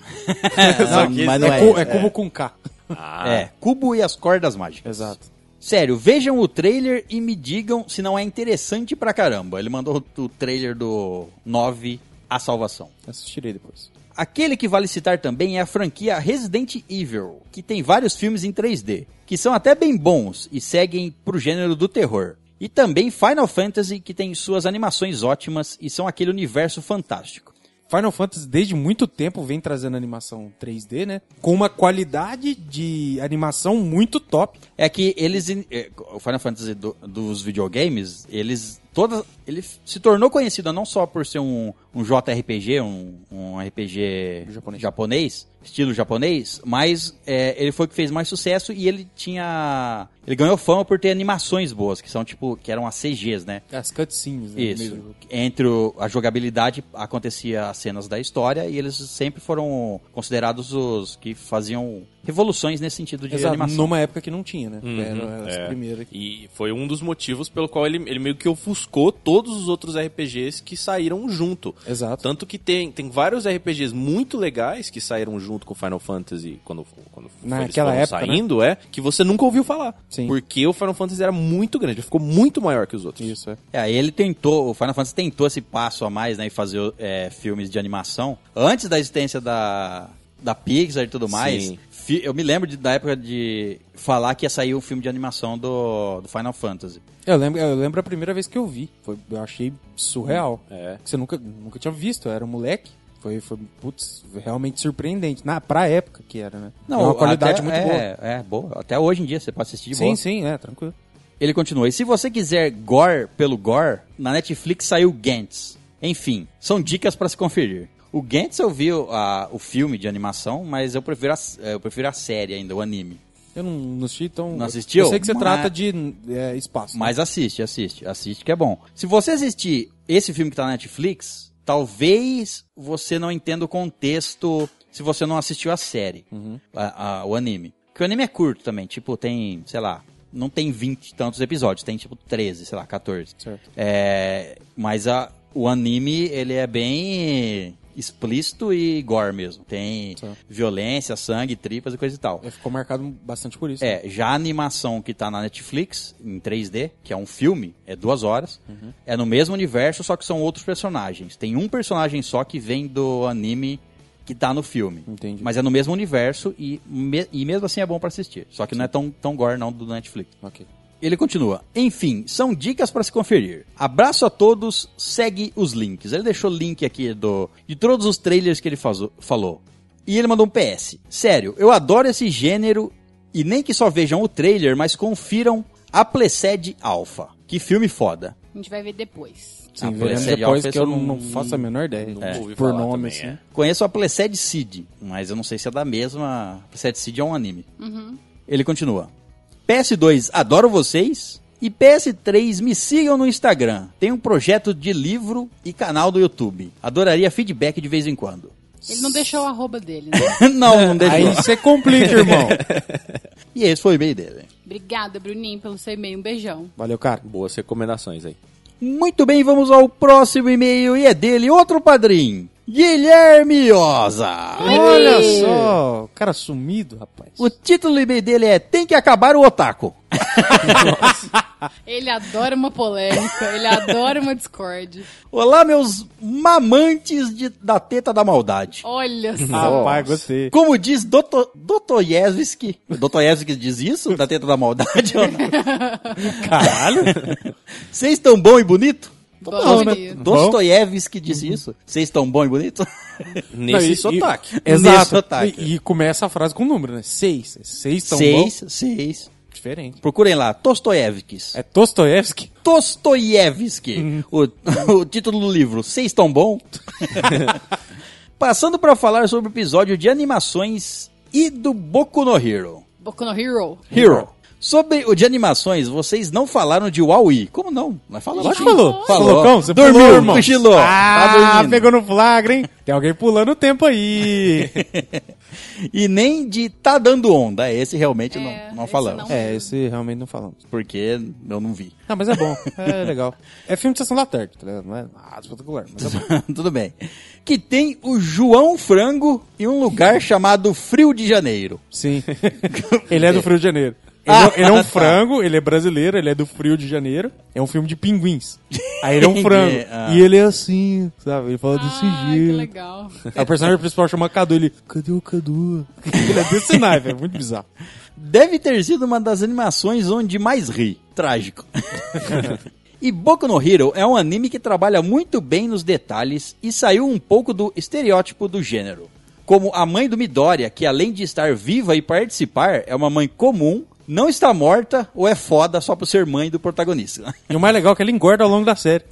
[SPEAKER 1] Não, mas não
[SPEAKER 2] é,
[SPEAKER 1] é
[SPEAKER 2] cu-
[SPEAKER 1] esse.
[SPEAKER 2] é Cubo com K.
[SPEAKER 1] É, Cubo e as Cordas Mágicas.
[SPEAKER 2] Exato.
[SPEAKER 1] Sério, vejam o trailer e me digam se não é interessante pra caramba. Ele mandou o trailer do Nove a Salvação.
[SPEAKER 2] Assistirei depois.
[SPEAKER 1] Aquele que vale citar também é a franquia Resident Evil, que tem vários filmes em 3D, que são até bem bons e seguem pro gênero do terror. E também Final Fantasy, que tem suas animações ótimas e são aquele universo fantástico.
[SPEAKER 2] Final Fantasy, desde muito tempo, vem trazendo animação 3D, né? Com uma qualidade de animação muito top.
[SPEAKER 1] É que eles. in- é, O Final Fantasy do- dos videogames, eles. Todas, ele f- se tornou conhecido não só por ser um, um JRPG, um, um RPG
[SPEAKER 2] Japonês.
[SPEAKER 1] japonês, estilo japonês, mas é, ele foi o que fez mais sucesso e ele tinha. Ele ganhou fama por ter animações boas, que são tipo. que eram as CGs, né?
[SPEAKER 2] É As cutscenes, né?
[SPEAKER 1] Isso.
[SPEAKER 2] Mesmo.
[SPEAKER 1] Entre o- a jogabilidade acontecia as cenas da história e eles sempre foram considerados os que faziam revoluções nesse sentido de
[SPEAKER 2] Exato,
[SPEAKER 1] animação. Uhum.
[SPEAKER 2] numa época que não tinha, né? Era as
[SPEAKER 4] É.
[SPEAKER 2] primeiras.
[SPEAKER 4] E foi um dos motivos pelo qual ele, ele meio que ofuscou todos os outros RPGs que saíram junto.
[SPEAKER 2] Exato.
[SPEAKER 4] Tanto que tem, tem vários RPGs muito legais que saíram junto com Final Fantasy quando, quando eles
[SPEAKER 2] Naquela
[SPEAKER 4] foram
[SPEAKER 2] época, né?
[SPEAKER 4] saindo, é, que você nunca ouviu falar.
[SPEAKER 2] Sim.
[SPEAKER 4] Porque o Final Fantasy era muito grande, ele ficou muito maior que os outros.
[SPEAKER 2] Isso, é.
[SPEAKER 1] É, ele tentou, o Final Fantasy tentou esse passo a mais, né, em fazer é, filmes de animação. Antes da existência da, da Pixar e tudo mais,
[SPEAKER 4] Sim.
[SPEAKER 1] fi- eu me lembro de- da época de falar que ia sair um filme de animação do, do Final Fantasy.
[SPEAKER 2] Eu lembro, eu lembro a primeira vez que eu vi. Foi, eu achei surreal.
[SPEAKER 1] Hum,
[SPEAKER 4] É.
[SPEAKER 2] Que você nunca, nunca tinha visto, eu era um moleque. Foi, foi putz, realmente surpreendente. Na, pra época que era, né? É uma qualidade
[SPEAKER 1] até-
[SPEAKER 2] muito
[SPEAKER 1] é,
[SPEAKER 2] boa.
[SPEAKER 1] É, boa. Até hoje em dia você pode assistir de boa.
[SPEAKER 2] Sim, sim, é, tranquilo.
[SPEAKER 1] Ele continua. E se você quiser gore pelo gore, na Netflix saiu Gantz. Enfim, são dicas pra se conferir. O Gantz eu vi o, a- o filme de animação, mas eu prefiro a, eu prefiro a série ainda, o anime.
[SPEAKER 2] Eu não, não assisti, então.
[SPEAKER 1] Não assistiu?
[SPEAKER 2] Eu sei que você
[SPEAKER 1] Mas-
[SPEAKER 2] trata de é, espaço.
[SPEAKER 1] Mas assiste, assiste, assiste que é bom. Se você assistir esse filme que tá na Netflix, talvez você não entenda o contexto se você não assistiu a série, a- a- o anime. Porque o anime é curto também, tipo, tem, sei lá, não tem 20 e tantos episódios, tem tipo 13, sei lá, 14.
[SPEAKER 2] Certo.
[SPEAKER 1] É, mas a- o anime, ele é bem explícito e gore mesmo. Tem
[SPEAKER 2] Certo.
[SPEAKER 1] violência, sangue, tripas e coisa e tal.
[SPEAKER 2] É, Ficou marcado bastante por isso. né?
[SPEAKER 1] É, já a animação que tá na Netflix, em 3D, que é um filme, é duas horas, é no mesmo universo, só que são outros personagens. Tem um personagem só que vem do anime que tá no filme.
[SPEAKER 2] Entendi.
[SPEAKER 1] Mas é no mesmo universo e, me- e mesmo assim é bom pra assistir. Só que não é tão, tão gore não do Netflix.
[SPEAKER 2] Ok.
[SPEAKER 1] Ele continua. Enfim, são dicas para se conferir. Abraço a todos, segue os links. Ele deixou link aqui do de todos os trailers que ele fazo- falou. E ele mandou um PS. Sério, eu adoro esse gênero e nem que só vejam o trailer, mas confiram a Pleced Alpha. Que filme foda.
[SPEAKER 3] A gente vai ver depois.
[SPEAKER 2] Sim,
[SPEAKER 1] Ah,
[SPEAKER 2] veremos
[SPEAKER 1] Pleced
[SPEAKER 2] depois
[SPEAKER 1] Alpha
[SPEAKER 2] que eu
[SPEAKER 1] eu
[SPEAKER 2] não,
[SPEAKER 1] não-
[SPEAKER 2] não faço a menor ideia.
[SPEAKER 4] Não ouvi
[SPEAKER 2] por
[SPEAKER 4] falar
[SPEAKER 2] nome,
[SPEAKER 4] também,
[SPEAKER 2] assim.
[SPEAKER 1] Conheço a Pleced Seed, mas eu não sei se é da mesma. Pleced Seed é um anime.
[SPEAKER 3] Uhum.
[SPEAKER 1] Ele continua. PS2, adoro vocês. E PS3, me sigam no Instagram. Tem um projeto de livro e canal do YouTube. Adoraria feedback de vez em quando.
[SPEAKER 3] Ele não deixou o arroba dele, né?
[SPEAKER 1] não, não
[SPEAKER 2] Aí
[SPEAKER 1] deixou.
[SPEAKER 2] você complica, irmão.
[SPEAKER 1] E esse foi o e-mail dele.
[SPEAKER 3] Obrigada, Bruninho, pelo seu e-mail. Um beijão.
[SPEAKER 2] Valeu, cara.
[SPEAKER 4] Boas recomendações aí.
[SPEAKER 1] Muito bem, vamos ao próximo e-mail. E é dele, outro padrinho. Guilherme Oza.
[SPEAKER 2] Olha só, o cara sumido, rapaz.
[SPEAKER 1] O título do e-mail dele é Tem que acabar o otaku.
[SPEAKER 3] Ele adora uma polêmica, ele adora uma discord.
[SPEAKER 1] Olá, meus mamantes de- da teta da maldade.
[SPEAKER 3] Olha só.
[SPEAKER 2] Ah, Rapaz, gostei.
[SPEAKER 1] Como diz Doto- Dostoiévski. Dostoiévski diz isso? Da teta da maldade? ou não?
[SPEAKER 2] Caralho.
[SPEAKER 1] Vocês estão bom e bonito? Tô
[SPEAKER 3] Bom,
[SPEAKER 1] bom,
[SPEAKER 3] né?
[SPEAKER 1] né? Dostoiévski
[SPEAKER 2] Uhum.
[SPEAKER 1] disse isso? Vocês estão bom e bonito?
[SPEAKER 2] Não,
[SPEAKER 4] Nesse
[SPEAKER 2] e-
[SPEAKER 4] sotaque.
[SPEAKER 2] E, exato.
[SPEAKER 1] Nesse sotaque.
[SPEAKER 2] E, e começa a frase com número, né? Seis. Seis tão
[SPEAKER 1] seis, seis.
[SPEAKER 2] bom. Diferente.
[SPEAKER 1] Procurem lá, Dostoiévskis.
[SPEAKER 2] É Uhum. Dostoevsky?
[SPEAKER 1] Dostoiévski. O, o título do livro, Seis Tão Bom? Passando para falar sobre o episódio de animações e do Boku no Hero.
[SPEAKER 3] Boku no Hero.
[SPEAKER 1] Hero. Sobre o de animações, vocês não falaram de Huawei. Como não? Mas falou. sim.
[SPEAKER 2] Lógico que falou.
[SPEAKER 1] Falou.
[SPEAKER 2] Falou, você
[SPEAKER 1] Dormiu,
[SPEAKER 2] pulou, irmão.
[SPEAKER 1] cochilou. Tá
[SPEAKER 2] Ah,
[SPEAKER 1] dormindo.
[SPEAKER 2] pegou no flagra, hein? Tem alguém pulando o tempo aí.
[SPEAKER 1] E nem de tá dando onda. Esse realmente não, não
[SPEAKER 3] esse
[SPEAKER 1] falamos.
[SPEAKER 3] não.
[SPEAKER 2] é, esse realmente não falamos.
[SPEAKER 1] Porque eu não vi.
[SPEAKER 2] Não, mas é bom. É legal. É filme de sessão da tarde, tá ligado? Não é nada espetacular, mas é bom.
[SPEAKER 1] Tudo bem. Que tem o João Frango e um lugar chamado Frio de Janeiro.
[SPEAKER 2] Sim. ele é do Frio de Janeiro. Ele,
[SPEAKER 1] Ah,
[SPEAKER 2] é, ele é
[SPEAKER 1] tá.
[SPEAKER 2] um frango, ele é brasileiro, ele é do Frio de Janeiro. É um filme de pinguins. Aí ele é um
[SPEAKER 1] Entendi,
[SPEAKER 2] frango.
[SPEAKER 1] ah.
[SPEAKER 2] E ele é assim, sabe? Ele fala desse
[SPEAKER 3] Ah, que
[SPEAKER 2] jeito.
[SPEAKER 3] legal.
[SPEAKER 2] Aí o personagem principal chama Cadu, ele... Cadê o Cadu? ele é desse naipe, é muito bizarro.
[SPEAKER 1] Deve ter sido uma das animações onde mais ri. Trágico. E Boku no Hero é um anime que trabalha muito bem nos detalhes e saiu um pouco do estereótipo do gênero. Como a mãe do Midoriya, que além de estar viva e participar, é uma mãe comum, não está morta ou é foda só por ser mãe do protagonista.
[SPEAKER 2] E o mais legal é que ele engorda ao longo da série.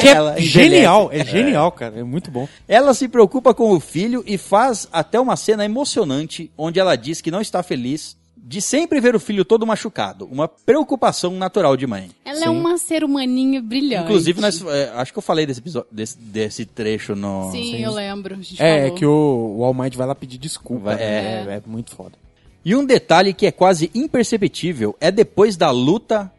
[SPEAKER 2] que
[SPEAKER 1] Ela
[SPEAKER 2] é
[SPEAKER 1] envelhece.
[SPEAKER 2] genial, é genial, cara. É muito bom.
[SPEAKER 1] Ela se preocupa com o filho e faz até uma cena emocionante onde ela diz que não está feliz de sempre ver o filho todo machucado, uma preocupação natural de mãe.
[SPEAKER 3] Ela é uma ser humaninho brilhante.
[SPEAKER 1] Inclusive, nós, é, acho que eu falei desse, episódio, desse, desse trecho no.
[SPEAKER 3] Sim, eu lembro. A gente
[SPEAKER 2] É, é
[SPEAKER 3] falou.
[SPEAKER 2] que o, o All Might vai lá pedir desculpa.
[SPEAKER 1] Vai-
[SPEAKER 2] né? é, é muito foda.
[SPEAKER 1] E um detalhe que é quase imperceptível é depois da luta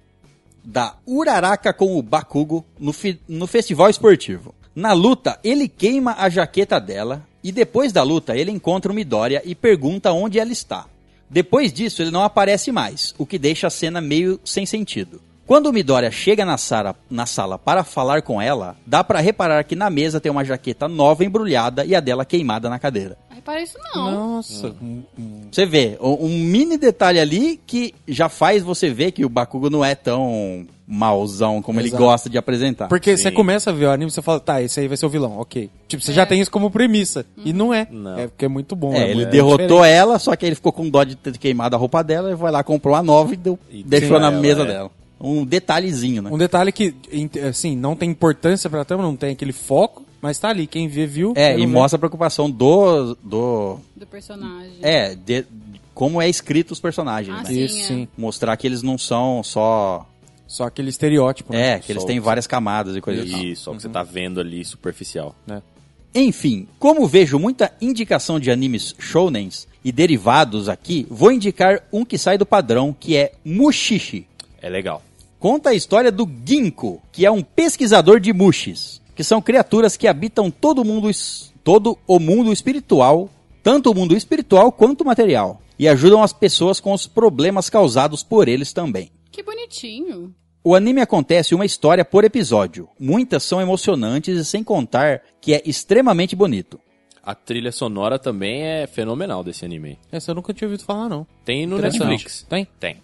[SPEAKER 1] da Uraraka com o Bakugo no, fi- no festival esportivo. Na luta, ele queima a jaqueta dela e depois da luta ele encontra o Midoriya e pergunta onde ela está. Depois disso, ele não aparece mais, o que deixa a cena meio sem sentido. Quando o Midoriya chega na, Sara- na sala para falar com ela, dá pra reparar que na mesa tem uma jaqueta nova embrulhada e a dela queimada na cadeira.
[SPEAKER 3] Não repara isso, não.
[SPEAKER 2] Nossa, hum,
[SPEAKER 1] tá,
[SPEAKER 2] hum.
[SPEAKER 1] Você vê, um um mini detalhe ali que já faz você ver que o Bakugo não é tão mauzão como ele
[SPEAKER 2] Exato.
[SPEAKER 1] gosta de apresentar.
[SPEAKER 2] Porque você
[SPEAKER 4] sim.
[SPEAKER 2] começa a ver o anime e você fala, tá, esse aí vai ser o vilão, ok. Tipo, você
[SPEAKER 3] É.
[SPEAKER 2] já tem isso como premissa.
[SPEAKER 3] Hum.
[SPEAKER 2] E não é.
[SPEAKER 4] Não.
[SPEAKER 2] É porque é muito bom.
[SPEAKER 1] É,
[SPEAKER 2] é
[SPEAKER 1] ele
[SPEAKER 2] muito
[SPEAKER 1] derrotou
[SPEAKER 2] diferente.
[SPEAKER 1] ela, só que ele ficou com dó de ter queimado a roupa dela, e foi lá, comprou a nova e, deu-
[SPEAKER 4] E
[SPEAKER 1] deixou
[SPEAKER 4] sim,
[SPEAKER 1] na
[SPEAKER 4] ela,
[SPEAKER 1] mesa
[SPEAKER 4] é.
[SPEAKER 1] dela. Um detalhezinho, né?
[SPEAKER 2] Um detalhe que, em- assim, não tem importância pra trama, não tem aquele foco, mas tá ali. Quem vê, viu.
[SPEAKER 1] É,
[SPEAKER 2] Quem
[SPEAKER 1] e
[SPEAKER 2] não vê-
[SPEAKER 1] mostra a preocupação do. do
[SPEAKER 3] Do personagem.
[SPEAKER 1] é, de, de como é escrito os personagens,
[SPEAKER 3] Ah,
[SPEAKER 1] né?
[SPEAKER 3] sim,
[SPEAKER 2] Isso,
[SPEAKER 3] é.
[SPEAKER 2] sim.
[SPEAKER 1] Mostrar que eles não são só.
[SPEAKER 2] Só aquele estereótipo. né?
[SPEAKER 1] É, que eles
[SPEAKER 4] só-
[SPEAKER 1] têm várias camadas e
[SPEAKER 2] é
[SPEAKER 1] coisas assim.
[SPEAKER 4] Isso, só
[SPEAKER 2] Uhum.
[SPEAKER 4] que você tá vendo ali superficial.
[SPEAKER 2] né?
[SPEAKER 1] Enfim, como vejo muita indicação de animes shounens e derivados aqui, vou indicar um que sai do padrão, que é Mushishi.
[SPEAKER 4] É legal.
[SPEAKER 1] Conta a história do Ginkgo, que é um pesquisador de mushis, que são criaturas que habitam todo, mundo, es- todo o mundo espiritual, tanto o mundo espiritual quanto o material, e ajudam as pessoas com os problemas causados por eles também.
[SPEAKER 3] Que bonitinho.
[SPEAKER 1] O anime acontece uma história por episódio. Muitas são emocionantes e sem contar que é extremamente bonito.
[SPEAKER 4] A trilha sonora também é fenomenal desse anime.
[SPEAKER 2] Essa eu nunca tinha ouvido falar, não.
[SPEAKER 4] Tem no
[SPEAKER 2] Interessante.
[SPEAKER 4] Netflix.
[SPEAKER 2] Tem?
[SPEAKER 4] Tem.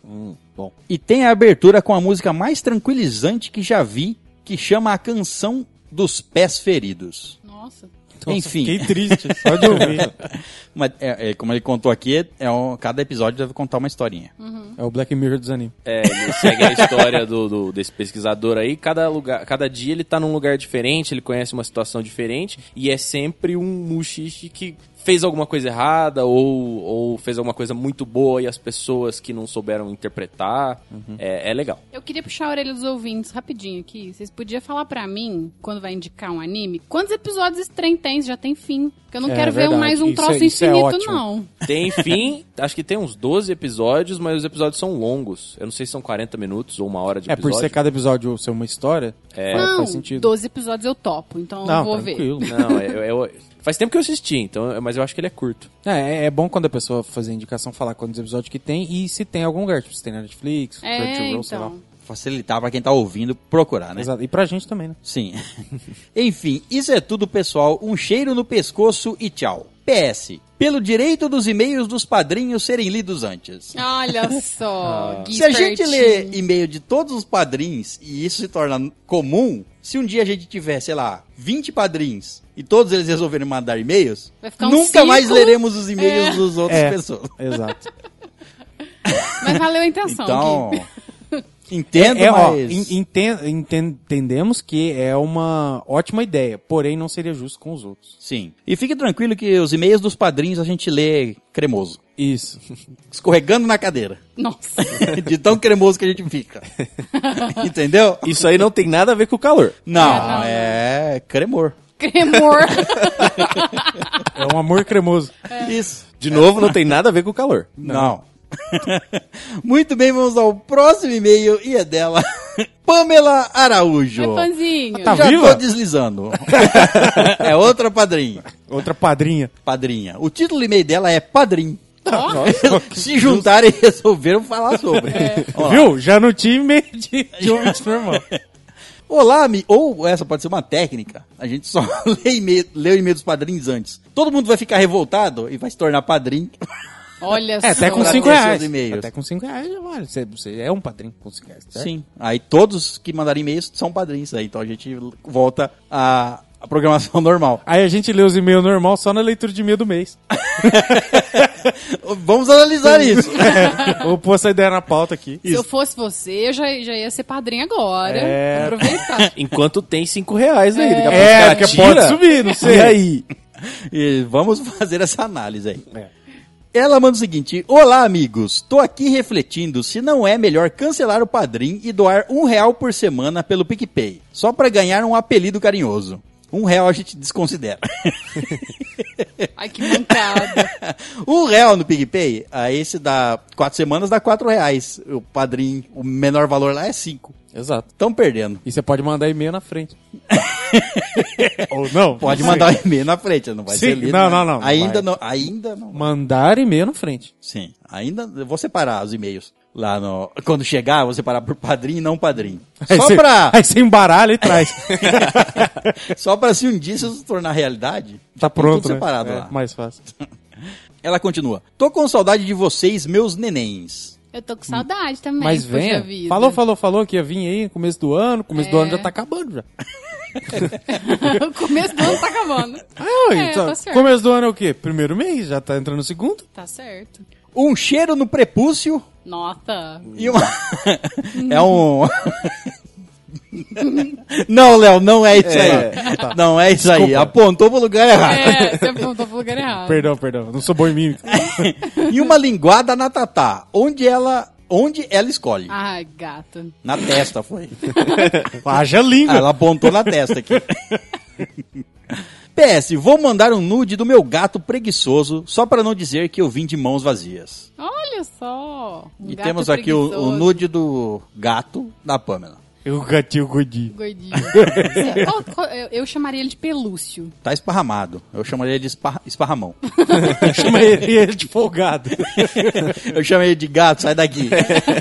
[SPEAKER 2] Bom.
[SPEAKER 1] E tem a abertura com a música mais tranquilizante que já vi, que chama a canção dos pés feridos.
[SPEAKER 3] Nossa.
[SPEAKER 2] Nossa,
[SPEAKER 1] Enfim.
[SPEAKER 2] Fiquei triste, só de ouvir.
[SPEAKER 1] Mas, é- é, como ele contou aqui, é um- cada episódio deve contar uma historinha.
[SPEAKER 2] É o Black Mirror dos animes.
[SPEAKER 4] É, ele segue a história do, do- desse pesquisador aí. Cada, lugar, cada dia ele tá num lugar diferente, ele conhece uma situação diferente. E é sempre um muxixe que fez alguma coisa errada ou, ou fez alguma coisa muito boa e as pessoas que não souberam interpretar.
[SPEAKER 2] Uhum.
[SPEAKER 4] É, é legal.
[SPEAKER 3] Eu queria puxar a orelha dos ouvintes rapidinho aqui. Vocês podiam falar pra mim, quando vai indicar um anime, quantos episódios esse trem tem? Se Já tem fim. Porque eu não
[SPEAKER 2] É,
[SPEAKER 3] quero ver
[SPEAKER 2] verdade.
[SPEAKER 3] mais um
[SPEAKER 2] Isso é-
[SPEAKER 3] troço
[SPEAKER 2] isso é
[SPEAKER 3] infinito,
[SPEAKER 2] ótimo.
[SPEAKER 3] não.
[SPEAKER 4] Tem, enfim, acho que tem uns 12 episódios, mas os episódios são longos. Eu não sei se são 40 minutos ou uma hora de
[SPEAKER 2] É,
[SPEAKER 4] episódio.
[SPEAKER 2] por ser cada episódio ser uma história, é,
[SPEAKER 3] não,
[SPEAKER 2] faz sentido.
[SPEAKER 3] 12 episódios eu topo, então eu vou ver.
[SPEAKER 2] tranquilo.
[SPEAKER 4] Não, é- é- é- faz tempo que eu assisti, então, mas eu acho que ele é curto.
[SPEAKER 2] É, é- é bom quando a pessoa fazer indicação, falar quantos episódios que tem e se tem em algum lugar, tipo, se tem na Netflix,
[SPEAKER 3] É,
[SPEAKER 2] Crunchyroll, sei lá.
[SPEAKER 3] então.
[SPEAKER 1] Facilitar pra quem tá ouvindo procurar, né?
[SPEAKER 2] Exato. E pra gente também, né?
[SPEAKER 1] Sim. Enfim, isso é tudo, pessoal. Um cheiro no pescoço e tchau. PS. Pelo direito dos e-mails dos padrinhos serem lidos antes.
[SPEAKER 3] Olha só, Gui
[SPEAKER 1] Se a gente
[SPEAKER 3] espertinho.
[SPEAKER 1] lê e-mail de todos os padrinhos e isso se torna comum, se um dia a gente tiver, sei lá, 20 padrinhos e todos eles resolverem mandar e-mails,
[SPEAKER 3] Vai ficar um
[SPEAKER 1] nunca mais
[SPEAKER 3] ciclo.
[SPEAKER 1] leremos os e-mails
[SPEAKER 3] É.
[SPEAKER 1] dos outras
[SPEAKER 2] É.
[SPEAKER 1] pessoas.
[SPEAKER 2] Exato.
[SPEAKER 3] Mas valeu a intenção,
[SPEAKER 1] Então,
[SPEAKER 3] Gui.
[SPEAKER 1] entendo,
[SPEAKER 2] é, ó,
[SPEAKER 1] mas...
[SPEAKER 2] en- enten- enten- entendemos que é uma ótima ideia, porém não seria justo com os outros.
[SPEAKER 1] Sim. E fique tranquilo que os e-mails dos padrinhos a gente lê cremoso.
[SPEAKER 2] Isso.
[SPEAKER 1] Escorregando na cadeira.
[SPEAKER 3] Nossa.
[SPEAKER 1] De tão cremoso que a gente fica. Entendeu?
[SPEAKER 4] Isso aí não tem nada a ver com o calor.
[SPEAKER 1] Não,
[SPEAKER 3] É, não.
[SPEAKER 1] é cremor.
[SPEAKER 3] Cremor.
[SPEAKER 2] É um amor cremoso.
[SPEAKER 3] É.
[SPEAKER 1] Isso.
[SPEAKER 4] De novo, não tem nada a ver com o calor.
[SPEAKER 1] Não. Muito bem, vamos ao próximo e-mail e é dela, Pamela Araújo.
[SPEAKER 3] É panzinho.
[SPEAKER 2] Tá
[SPEAKER 1] Já
[SPEAKER 2] viva?
[SPEAKER 1] tô deslizando. é outra padrinha.
[SPEAKER 2] Outra padrinha.
[SPEAKER 1] Padrinha. O título do e-mail dela é Padrim.
[SPEAKER 3] Ó.
[SPEAKER 1] Se juntarem e resolveram falar sobre. Vamos lá.
[SPEAKER 2] Viu? Já não tinha medo de, de homens normal.
[SPEAKER 1] É, Olá, ami... ou essa pode ser uma técnica. A gente só lê, e-mail, lê o e-mail dos padrinhos antes. Todo mundo vai ficar revoltado e vai se tornar padrinho.
[SPEAKER 3] Olha só.
[SPEAKER 2] É, até com
[SPEAKER 1] Pra
[SPEAKER 2] 5
[SPEAKER 1] ter
[SPEAKER 2] reais.
[SPEAKER 1] seus e-mails.
[SPEAKER 2] Até com 5 reais já vale. Você, você é um padrinho com 5 reais, certo?
[SPEAKER 1] Sim. Aí todos que mandarem e-mails são padrinhos aí. Então a gente volta à, à programação normal.
[SPEAKER 2] Aí a gente lê os e-mails normal só na leitura de e-mail do mês.
[SPEAKER 1] Vamos analisar isso.
[SPEAKER 2] Vou pôr essa ideia na pauta aqui.
[SPEAKER 3] Se eu fosse você, eu já, já ia ser padrinho agora.
[SPEAKER 2] É.
[SPEAKER 3] Aproveitar.
[SPEAKER 4] Enquanto tem 5 reais aí. daqui a
[SPEAKER 2] É,
[SPEAKER 4] pouco os
[SPEAKER 2] porque
[SPEAKER 4] cara
[SPEAKER 2] pode
[SPEAKER 4] tira.
[SPEAKER 2] subir, não sei.
[SPEAKER 4] E aí?
[SPEAKER 1] E vamos fazer essa análise aí. Ela manda o seguinte: Olá, amigos. Tô aqui refletindo se não é melhor cancelar o padrim e doar um real por semana pelo PicPay, só pra ganhar um apelido carinhoso. Um real a gente desconsidera.
[SPEAKER 3] Ai, que mancada.
[SPEAKER 1] um real no PicPay, aí esse dá quatro semanas, dá quatro reais. O padrim, o menor valor lá é cinco.
[SPEAKER 4] Exato.
[SPEAKER 1] Estão perdendo.
[SPEAKER 2] E você pode mandar e-mail na frente. Ou não?
[SPEAKER 1] Pode
[SPEAKER 2] Sim.
[SPEAKER 1] mandar um e-mail na frente, não vai
[SPEAKER 2] Sim,
[SPEAKER 1] ser lido.
[SPEAKER 2] não,
[SPEAKER 1] né?
[SPEAKER 2] não, não,
[SPEAKER 1] Ainda
[SPEAKER 2] vai.
[SPEAKER 1] não, ainda não.
[SPEAKER 2] Mandar e-mail na frente.
[SPEAKER 1] Sim, ainda eu vou separar os e-mails lá no quando chegar, eu vou separar por padrinho e não padrinho.
[SPEAKER 2] Aí
[SPEAKER 1] Só
[SPEAKER 2] você-
[SPEAKER 1] pra
[SPEAKER 2] Aí você embaralha e traz.
[SPEAKER 1] só para se um dia isso se tornar realidade.
[SPEAKER 2] tá
[SPEAKER 1] tem
[SPEAKER 2] pronto,
[SPEAKER 1] tudo
[SPEAKER 2] né?
[SPEAKER 1] separado
[SPEAKER 2] É,
[SPEAKER 1] lá.
[SPEAKER 2] mais fácil.
[SPEAKER 1] Ela continua. Tô com saudade de vocês, meus nenéns.
[SPEAKER 3] Eu tô com saudade também,
[SPEAKER 2] Mas
[SPEAKER 3] poxa
[SPEAKER 2] venha.
[SPEAKER 3] vida.
[SPEAKER 2] Falou, falou, falou que ia vir aí no começo do ano. Começo do
[SPEAKER 3] É.
[SPEAKER 2] ano já tá acabando já.
[SPEAKER 3] o começo do ano tá acabando.
[SPEAKER 2] Ah,
[SPEAKER 3] é,
[SPEAKER 2] então,
[SPEAKER 3] tá certo.
[SPEAKER 2] começo do ano é o quê? Primeiro mês, já tá entrando no segundo.
[SPEAKER 3] Tá certo.
[SPEAKER 1] Um cheiro no prepúcio
[SPEAKER 3] Nota.
[SPEAKER 1] e uma É um Não, Léo, não é isso aí. Não é isso aí.
[SPEAKER 2] tá. Desculpa.
[SPEAKER 1] Apontou pro lugar
[SPEAKER 2] Ah.
[SPEAKER 1] errado.
[SPEAKER 3] É, você apontou pro lugar errado.
[SPEAKER 2] Perdão, perdão. Não sou bom em mímica.
[SPEAKER 1] E uma linguada na tatá, onde ela onde ela escolhe.
[SPEAKER 3] Ai, gato.
[SPEAKER 1] Na testa foi.
[SPEAKER 2] Haja
[SPEAKER 1] Ah,
[SPEAKER 2] língua.
[SPEAKER 1] ela apontou na testa aqui. PS, vou mandar um nude do meu gato preguiçoso, só para não dizer que eu vim de mãos vazias.
[SPEAKER 3] Olha só. Um
[SPEAKER 1] e
[SPEAKER 3] gato
[SPEAKER 1] temos aqui o, o
[SPEAKER 3] preguiçoso.
[SPEAKER 1] nude do gato da Pamela.
[SPEAKER 2] Eu gatinho godinho.
[SPEAKER 3] Gordinho. Você- qual- qual- eu, eu chamaria ele de pelúcio.
[SPEAKER 1] Tá esparramado. Eu chamaria de esparra- esparramão.
[SPEAKER 2] Chama ele é ele de folgado.
[SPEAKER 1] Eu chamaria de gato, sai daqui.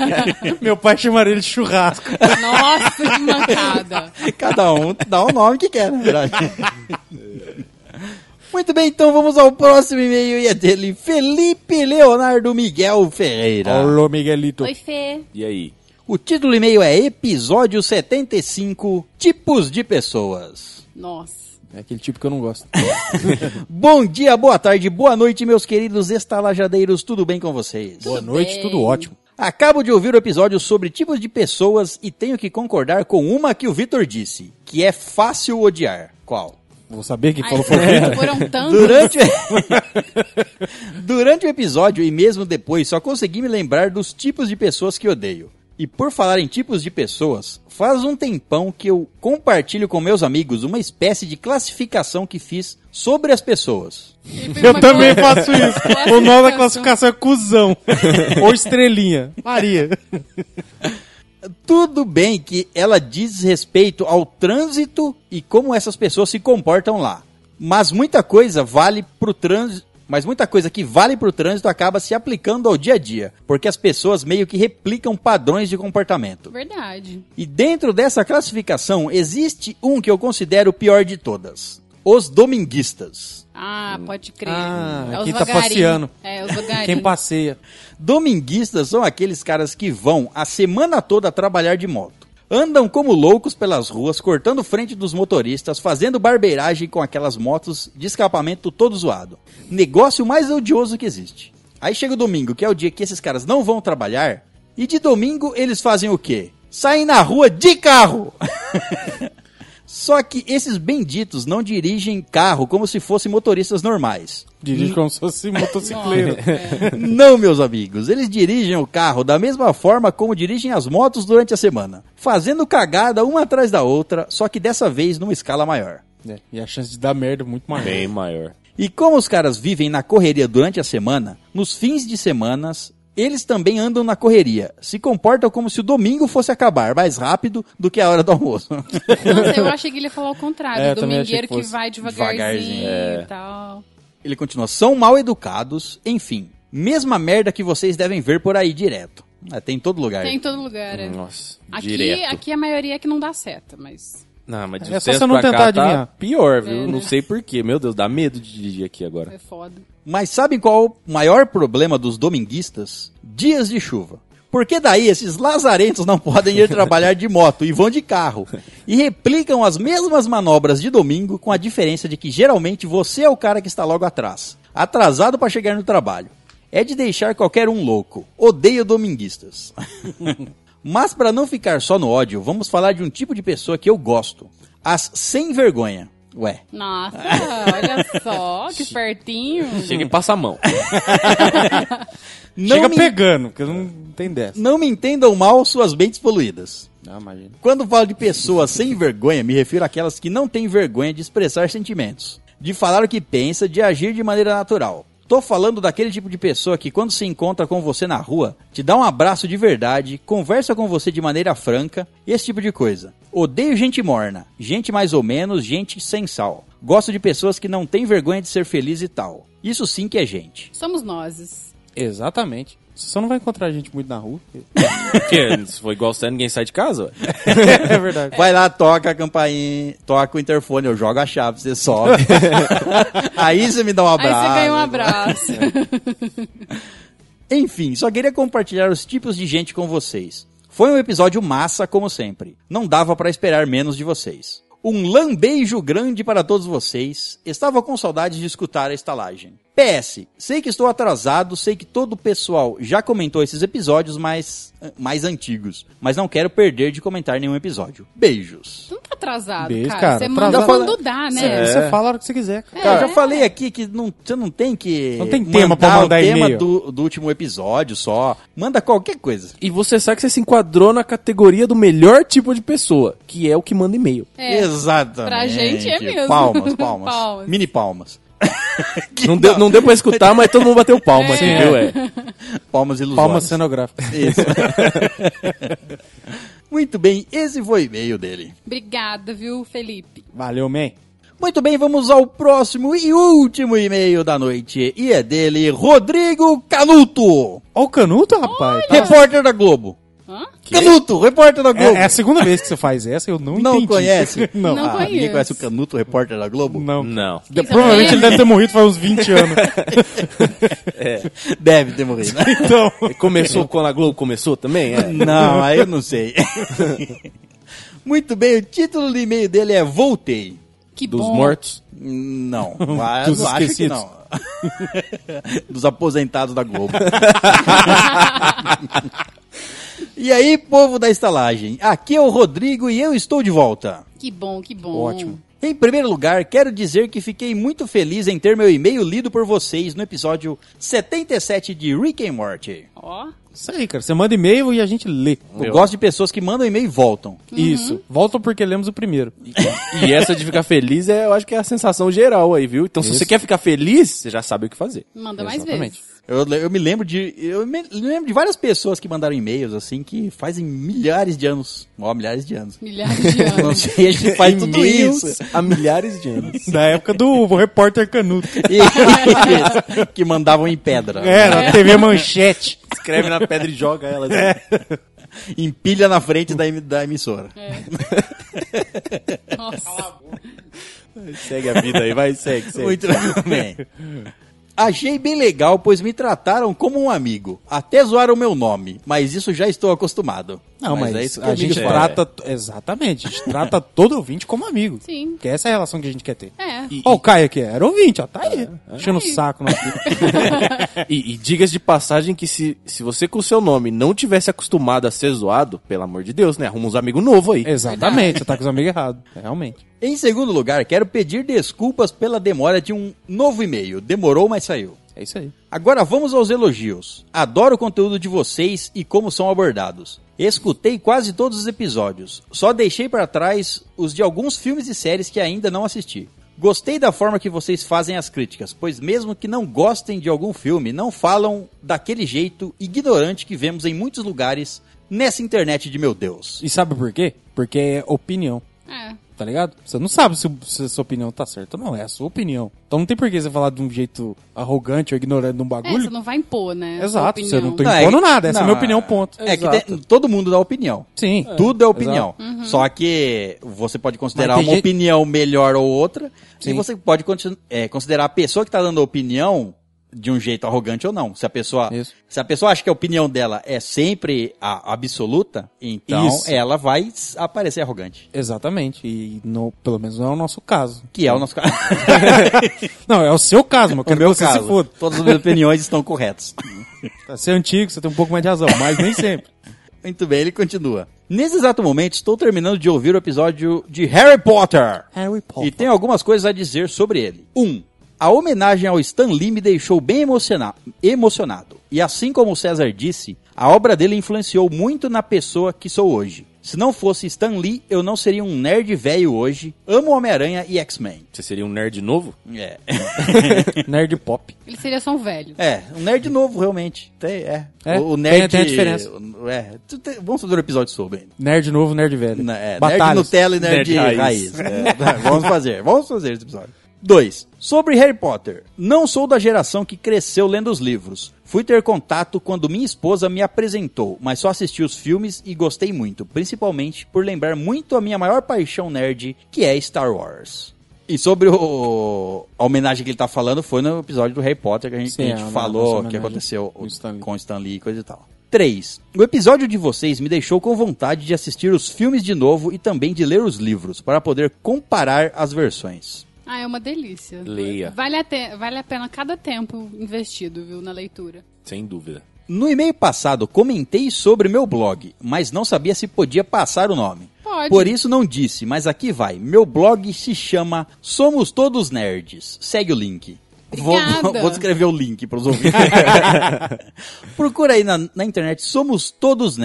[SPEAKER 2] Meu pai chamaria ele de churrasco.
[SPEAKER 3] Nossa, que mancada.
[SPEAKER 1] Cada um dá o nome que quer, na verdade. Muito bem, então vamos ao próximo e-mail e é dele, Felipe Leonardo Miguel Ferreira.
[SPEAKER 2] Alô, Miguelito.
[SPEAKER 3] Oi, Fê.
[SPEAKER 4] E aí?
[SPEAKER 1] O título do e-mail é Episódio 75 Tipos de Pessoas.
[SPEAKER 3] Nossa.
[SPEAKER 2] É aquele tipo que eu não gosto.
[SPEAKER 1] Bom dia, boa tarde, boa noite, meus queridos estalajadeiros, tudo bem com vocês?
[SPEAKER 2] Boa noite,
[SPEAKER 3] bem.
[SPEAKER 2] tudo ótimo.
[SPEAKER 1] Acabo de ouvir o episódio sobre tipos de pessoas e tenho que concordar com uma que o Vitor disse, que é fácil odiar. Qual?
[SPEAKER 2] Vou saber quem
[SPEAKER 3] Ai,
[SPEAKER 2] falou
[SPEAKER 3] foram,
[SPEAKER 2] folgado.
[SPEAKER 3] foram tantos.
[SPEAKER 1] Durante... Durante o episódio e mesmo depois, só consegui me lembrar dos tipos de pessoas que odeio. E por falar em tipos de pessoas, faz um tempão que eu compartilho com meus amigos uma espécie de classificação que fiz sobre as pessoas.
[SPEAKER 3] Ele fez
[SPEAKER 2] Eu
[SPEAKER 3] uma
[SPEAKER 2] também
[SPEAKER 3] coisa-
[SPEAKER 2] faço isso. O nome da classificação é cuzão. Ou estrelinha. Maria.
[SPEAKER 1] Tudo bem que ela diz respeito ao trânsito e como essas pessoas se comportam lá. Mas muita coisa vale pro trânsito. Mas muita coisa que vale pro trânsito acaba se aplicando ao dia a dia, porque as pessoas meio que replicam padrões de comportamento.
[SPEAKER 3] Verdade.
[SPEAKER 1] E dentro dessa classificação existe um que eu considero o pior de todas: os dominguistas.
[SPEAKER 3] Ah, pode crer.
[SPEAKER 2] Hum. Ah,
[SPEAKER 3] é os
[SPEAKER 2] quem tá
[SPEAKER 3] vagarinho.
[SPEAKER 2] passeando.
[SPEAKER 3] É, os vagarinho.
[SPEAKER 2] Quem passeia.
[SPEAKER 1] Dominguistas são aqueles caras que vão a semana toda trabalhar de moto. Andam como loucos pelas ruas, cortando frente dos motoristas, fazendo barbeiragem com aquelas motos de escapamento todo zoado. Negócio mais odioso que existe. Aí chega o domingo, que é o dia que esses caras não vão trabalhar, e de domingo eles fazem o quê? Saem na rua de carro! Só que esses benditos não dirigem carro como se fossem motoristas normais.
[SPEAKER 2] Dirige como se fosse motocicleiro.
[SPEAKER 3] Nossa, é.
[SPEAKER 1] Não, meus amigos, eles dirigem o carro da mesma forma como dirigem as motos durante a semana, fazendo cagada uma atrás da outra, só que dessa vez numa escala maior.
[SPEAKER 2] É, E a chance de dar merda é muito maior.
[SPEAKER 4] Bem maior.
[SPEAKER 1] E como os caras vivem na correria durante a semana, nos fins de semanas, eles também andam na correria, se comportam como se o domingo fosse acabar mais rápido do que a hora do almoço.
[SPEAKER 3] Nossa, eu achei que ele ia falar o contrário.
[SPEAKER 2] É, eu também achei
[SPEAKER 3] domingueiro
[SPEAKER 2] que
[SPEAKER 3] que,
[SPEAKER 2] fosse. é.
[SPEAKER 3] vai devagarzinho,
[SPEAKER 1] Devagarzinho,
[SPEAKER 3] e tal.
[SPEAKER 1] Ele continua, são mal educados, enfim, mesma merda que vocês devem ver por aí direto. É, tem em todo lugar.
[SPEAKER 2] Hum,
[SPEAKER 3] Tem em todo lugar, é.
[SPEAKER 4] Nossa.
[SPEAKER 3] Aqui,
[SPEAKER 4] direto.
[SPEAKER 3] aqui a maioria é que não dá seta, mas.
[SPEAKER 4] Não, mas de
[SPEAKER 2] É
[SPEAKER 4] uns
[SPEAKER 2] só
[SPEAKER 4] tempos
[SPEAKER 2] você não
[SPEAKER 4] pra
[SPEAKER 2] tentar
[SPEAKER 4] cá
[SPEAKER 2] adivinhar.
[SPEAKER 4] Tá pior, viu?
[SPEAKER 3] É,
[SPEAKER 4] Não
[SPEAKER 3] né? Uhum.
[SPEAKER 4] sei porquê. Meu Deus, dá medo de dirigir aqui agora.
[SPEAKER 3] Foi é foda.
[SPEAKER 1] Mas sabe qual é o maior problema dos dominguistas? Dias de chuva. Porque daí esses lazarentos não podem ir trabalhar de moto e vão de carro. E replicam as mesmas manobras de domingo, com a diferença de que geralmente você é o cara que está logo atrás, atrasado para chegar no trabalho. É de deixar qualquer um louco. Odeio dominguistas. Mas para não ficar só no ódio, vamos falar de um tipo de pessoa que eu gosto: as sem vergonha. Ué,
[SPEAKER 3] Nossa, olha só, que pertinho.
[SPEAKER 4] Chega e passa a mão.
[SPEAKER 1] não
[SPEAKER 2] Chega
[SPEAKER 1] me-
[SPEAKER 2] pegando, porque não tem dessa.
[SPEAKER 1] Não me entendam mal suas mentes poluídas.
[SPEAKER 2] Não, imagina.
[SPEAKER 1] Quando falo de pessoas sem vergonha, me refiro àquelas que não têm vergonha de expressar sentimentos, de falar o que pensa, de agir de maneira natural. Tô falando daquele tipo de pessoa que quando se encontra com você na rua, te dá um abraço de verdade, conversa com você de maneira franca, esse tipo de coisa. Odeio gente morna, gente mais ou menos, gente sem sal. Gosto de pessoas que não têm vergonha de ser feliz e tal. Isso sim que é gente.
[SPEAKER 3] Somos nós.
[SPEAKER 2] Exatamente. Você só não vai encontrar gente muito na rua. porque-
[SPEAKER 4] Porque se for igual você, ninguém sai de casa, ué.
[SPEAKER 2] é verdade.
[SPEAKER 1] Vai lá, toca a campainha, toca o interfone, eu jogo a chave, você sobe. Aí você me dá um
[SPEAKER 3] Aí
[SPEAKER 1] abraço.
[SPEAKER 3] você ganhou um abraço.
[SPEAKER 1] Enfim, só queria compartilhar os tipos de gente com vocês. Foi um episódio massa, como sempre. Não dava pra esperar menos de vocês. Um lambeijo grande para todos vocês. Estava com saudades de escutar a estalagem. PS, sei que estou atrasado, sei que todo o pessoal já comentou esses episódios mais, mais antigos, mas não quero perder de comentar nenhum episódio. Beijos.
[SPEAKER 3] Tu não tá atrasado,
[SPEAKER 2] Beijo,
[SPEAKER 3] cara.
[SPEAKER 2] cara.
[SPEAKER 3] Você manda
[SPEAKER 1] Atrasado.
[SPEAKER 3] quando dá,
[SPEAKER 2] Você,
[SPEAKER 3] né?
[SPEAKER 2] você fala a hora que você quiser,
[SPEAKER 3] É.
[SPEAKER 2] cara.
[SPEAKER 1] Cara, eu já falei aqui que não, você não tem que.
[SPEAKER 2] Não tem tema pra
[SPEAKER 1] mandar
[SPEAKER 2] mandar
[SPEAKER 1] o tema
[SPEAKER 2] e-mail.
[SPEAKER 1] do, do último episódio só. Manda qualquer coisa.
[SPEAKER 4] E você sabe que você se enquadrou na categoria do melhor tipo de pessoa, que é o que manda e-mail.
[SPEAKER 3] É.
[SPEAKER 1] Exatamente.
[SPEAKER 3] Pra gente é mesmo.
[SPEAKER 1] Palmas, palmas.
[SPEAKER 3] Palmas.
[SPEAKER 1] Mini palmas. Que
[SPEAKER 4] Não deu, não deu pra escutar, mas todo mundo bateu palma aqui,
[SPEAKER 2] É.
[SPEAKER 4] viu, ué?
[SPEAKER 1] Palmas ilusões.
[SPEAKER 2] Palma cenográfica.
[SPEAKER 1] Isso. Muito bem, esse foi o e-mail dele.
[SPEAKER 3] Obrigada, viu, Felipe?
[SPEAKER 2] Valeu, man.
[SPEAKER 1] Muito bem, vamos ao próximo e último e-mail da noite. E é dele, Rodrigo Canuto,
[SPEAKER 2] Ó o Canuto, rapaz. Tá-
[SPEAKER 1] repórter da Globo.
[SPEAKER 3] Hã?
[SPEAKER 1] Canuto, repórter da Globo.
[SPEAKER 2] É, é a segunda vez que você faz essa, eu não,
[SPEAKER 1] Não
[SPEAKER 2] entendi.
[SPEAKER 1] conhece?
[SPEAKER 2] não.
[SPEAKER 3] Não.
[SPEAKER 1] Ah, ninguém
[SPEAKER 3] conheço.
[SPEAKER 1] conhece o Canuto, repórter da Globo?
[SPEAKER 2] Não.
[SPEAKER 4] Não.
[SPEAKER 3] Quem sabe
[SPEAKER 2] Provavelmente ele
[SPEAKER 3] ele?
[SPEAKER 2] deve ter morrido faz uns 20 anos.
[SPEAKER 1] Deve ter morrido. né?
[SPEAKER 2] Então,
[SPEAKER 4] Começou quando a Globo começou também? É.
[SPEAKER 1] Não, aí eu não sei. Muito bem, o título do e-mail dele é Voltei.
[SPEAKER 3] Que
[SPEAKER 4] Dos
[SPEAKER 3] bom.
[SPEAKER 4] mortos.
[SPEAKER 1] Não, mas
[SPEAKER 2] Dos
[SPEAKER 1] eu acho que
[SPEAKER 2] esquecidos.
[SPEAKER 1] não. Dos aposentados da Globo. e aí, povo da estalagem, aqui é o Rodrigo e eu estou de volta.
[SPEAKER 3] Que bom, que bom.
[SPEAKER 2] Ótimo.
[SPEAKER 1] Em primeiro lugar, quero dizer que fiquei muito feliz em ter meu e-mail lido por vocês no episódio 77 de Rick and Morty.
[SPEAKER 3] Ó,
[SPEAKER 2] isso aí, cara. Você manda e-mail e a gente lê.
[SPEAKER 1] Eu gosto de pessoas que mandam e-mail e voltam.
[SPEAKER 2] Isso. Volta porque lemos o primeiro.
[SPEAKER 4] E essa de ficar feliz, é, eu acho que é a sensação geral aí, viu? Então, se você quer ficar feliz, você já sabe o que fazer.
[SPEAKER 3] manda mais
[SPEAKER 4] Exatamente.
[SPEAKER 3] vezes.
[SPEAKER 1] Eu, le- eu me lembro de. Eu me lembro de várias pessoas que mandaram e-mails assim que fazem milhares de anos. Ó, milhares de anos.
[SPEAKER 3] Milhares de
[SPEAKER 1] Não
[SPEAKER 3] anos.
[SPEAKER 1] sei, a gente faz tudo
[SPEAKER 4] E-mails
[SPEAKER 1] isso.
[SPEAKER 4] Há milhares de anos.
[SPEAKER 2] Da época do repórter Canuto.
[SPEAKER 1] Isso, que mandavam em pedra.
[SPEAKER 2] É, na TV Manchete.
[SPEAKER 4] Escreve na pedra e joga ela.
[SPEAKER 1] Em pilha na frente da, em- da emissora.
[SPEAKER 3] Nossa.
[SPEAKER 4] Segue a vida aí, vai, segue, segue.
[SPEAKER 1] Muito bem. Achei bem legal, pois me trataram como um amigo. Até zoaram meu nome, mas isso já estou acostumado.
[SPEAKER 2] Não, mas,
[SPEAKER 1] é isso que
[SPEAKER 2] a
[SPEAKER 1] o
[SPEAKER 2] gente
[SPEAKER 1] amigo fala.
[SPEAKER 2] trata. Exatamente. A gente trata todo ouvinte como amigo.
[SPEAKER 3] Sim.
[SPEAKER 2] Que essa é a relação que a gente quer ter.
[SPEAKER 3] É.
[SPEAKER 4] E-
[SPEAKER 2] Ó, o Caio aqui, era ouvinte, ó, tá aí. Enchendo o saco na
[SPEAKER 4] E, e digas de passagem que se, se você com o seu nome não tivesse acostumado a ser zoado, pelo amor de Deus, né? Arruma uns amigos novos aí.
[SPEAKER 2] Exatamente, você tá com os amigos errados. É, Realmente.
[SPEAKER 1] Em segundo lugar, quero pedir desculpas pela demora de um novo e-mail. Demorou, mas saiu.
[SPEAKER 2] É isso aí.
[SPEAKER 1] Agora vamos aos elogios. Adoro o conteúdo de vocês e como são abordados. Escutei quase todos os episódios, só deixei para trás os de alguns filmes e séries que ainda não assisti. Gostei da forma que vocês fazem as críticas, pois mesmo que não gostem de algum filme, não falam daquele jeito ignorante que vemos em muitos lugares nessa internet de meu Deus.
[SPEAKER 2] E sabe por quê? Porque é opinião.
[SPEAKER 3] É.
[SPEAKER 2] tá ligado? Você não sabe se, se a sua opinião tá certa ou não, é a sua opinião. Então não tem por que você falar de um jeito arrogante ou ignorante de um
[SPEAKER 3] É, você
[SPEAKER 2] bagulho.
[SPEAKER 3] não vai impor, né? sua
[SPEAKER 2] Exato, você não
[SPEAKER 3] opinião.
[SPEAKER 2] tá
[SPEAKER 1] Não, é
[SPEAKER 2] impondo
[SPEAKER 1] que-
[SPEAKER 2] nada, essa é a
[SPEAKER 1] não,
[SPEAKER 2] minha opinião, ponto.
[SPEAKER 1] É que
[SPEAKER 2] Exato.
[SPEAKER 1] tem- todo mundo dá opinião.
[SPEAKER 2] Sim.
[SPEAKER 1] Tudo é opinião. Só que você pode considerar
[SPEAKER 2] Mas
[SPEAKER 1] uma
[SPEAKER 2] tem gente-
[SPEAKER 1] opinião melhor ou outra, e
[SPEAKER 2] Sim.
[SPEAKER 1] você pode conti- é, considerar a pessoa que tá dando a opinião de um jeito arrogante ou não. Se a pessoa,
[SPEAKER 2] Isso.
[SPEAKER 1] se a pessoa acha que a opinião dela é sempre a absoluta, então
[SPEAKER 2] Isso.
[SPEAKER 1] ela vai s- aparecer arrogante.
[SPEAKER 2] Exatamente. E no, pelo menos não é o nosso caso.
[SPEAKER 1] Que é o nosso caso.
[SPEAKER 2] Não, é o seu caso, mas eu quero que você se foda.
[SPEAKER 1] Todas as minhas opiniões estão corretas.
[SPEAKER 2] Tá, Você é antigo, você tem um pouco mais de razão, mas nem sempre.
[SPEAKER 1] Muito bem, ele continua. Nesse exato momento, estou terminando de ouvir o episódio de Harry Potter.
[SPEAKER 2] Harry
[SPEAKER 1] E tem algumas coisas a dizer sobre ele. 1. Um, a homenagem ao Stan Lee me deixou bem emociona- emocionado. E assim como o César disse, a obra dele influenciou muito na pessoa que sou hoje. Se não fosse Stan Lee, eu não seria um nerd velho hoje. Amo Homem-Aranha e X-Men.
[SPEAKER 4] Você seria um nerd novo?
[SPEAKER 1] É.
[SPEAKER 2] Nerd pop.
[SPEAKER 3] Ele seria só um velho.
[SPEAKER 1] é, um nerd novo, realmente. Tem, é.
[SPEAKER 2] É,
[SPEAKER 1] o, o nerd.
[SPEAKER 2] tem- tem a diferença.
[SPEAKER 1] o- é. Tu tem- vamos fazer um episódio sobre ainda.
[SPEAKER 2] Nerd novo, nerd velho.
[SPEAKER 1] Na- É, nerd
[SPEAKER 2] Batalhas.
[SPEAKER 1] Nutella e nerd,
[SPEAKER 4] Nerd
[SPEAKER 1] raiz.
[SPEAKER 4] raiz.
[SPEAKER 1] É, tá, vamos fazer, vamos fazer esse episódio. 2. Sobre Harry Potter. Não sou da geração que cresceu lendo os livros. Fui ter contato quando minha esposa me apresentou, mas só assisti os filmes e gostei muito, principalmente por lembrar muito a minha maior paixão nerd, que é Star Wars. E sobre o, a homenagem que ele tá falando foi no episódio do Harry Potter que a gente,
[SPEAKER 2] Sim,
[SPEAKER 1] que a
[SPEAKER 2] é,
[SPEAKER 1] gente
[SPEAKER 2] a
[SPEAKER 1] falou
[SPEAKER 2] nossa
[SPEAKER 1] que
[SPEAKER 2] homenagem
[SPEAKER 1] aconteceu
[SPEAKER 2] ao Stan Lee.
[SPEAKER 1] com Stanley e coisa e tal. 3. O episódio de vocês me deixou com vontade de assistir os filmes de novo e também de ler os livros, para poder comparar as versões.
[SPEAKER 3] Ah, é uma delícia.
[SPEAKER 4] Leia.
[SPEAKER 3] Vale a, te- vale a pena cada tempo investido, viu, na leitura.
[SPEAKER 4] Sem dúvida.
[SPEAKER 1] No e-mail passado, comentei sobre meu blog, mas não sabia se podia passar o nome.
[SPEAKER 3] Pode.
[SPEAKER 1] Por isso não disse, mas aqui vai. Meu blog se chama Somos Todos Nerds. Segue o link. Vou, vou,
[SPEAKER 3] Obrigada.
[SPEAKER 1] vou escrever o link para os ouvintes. Procura aí na, na internet somos todos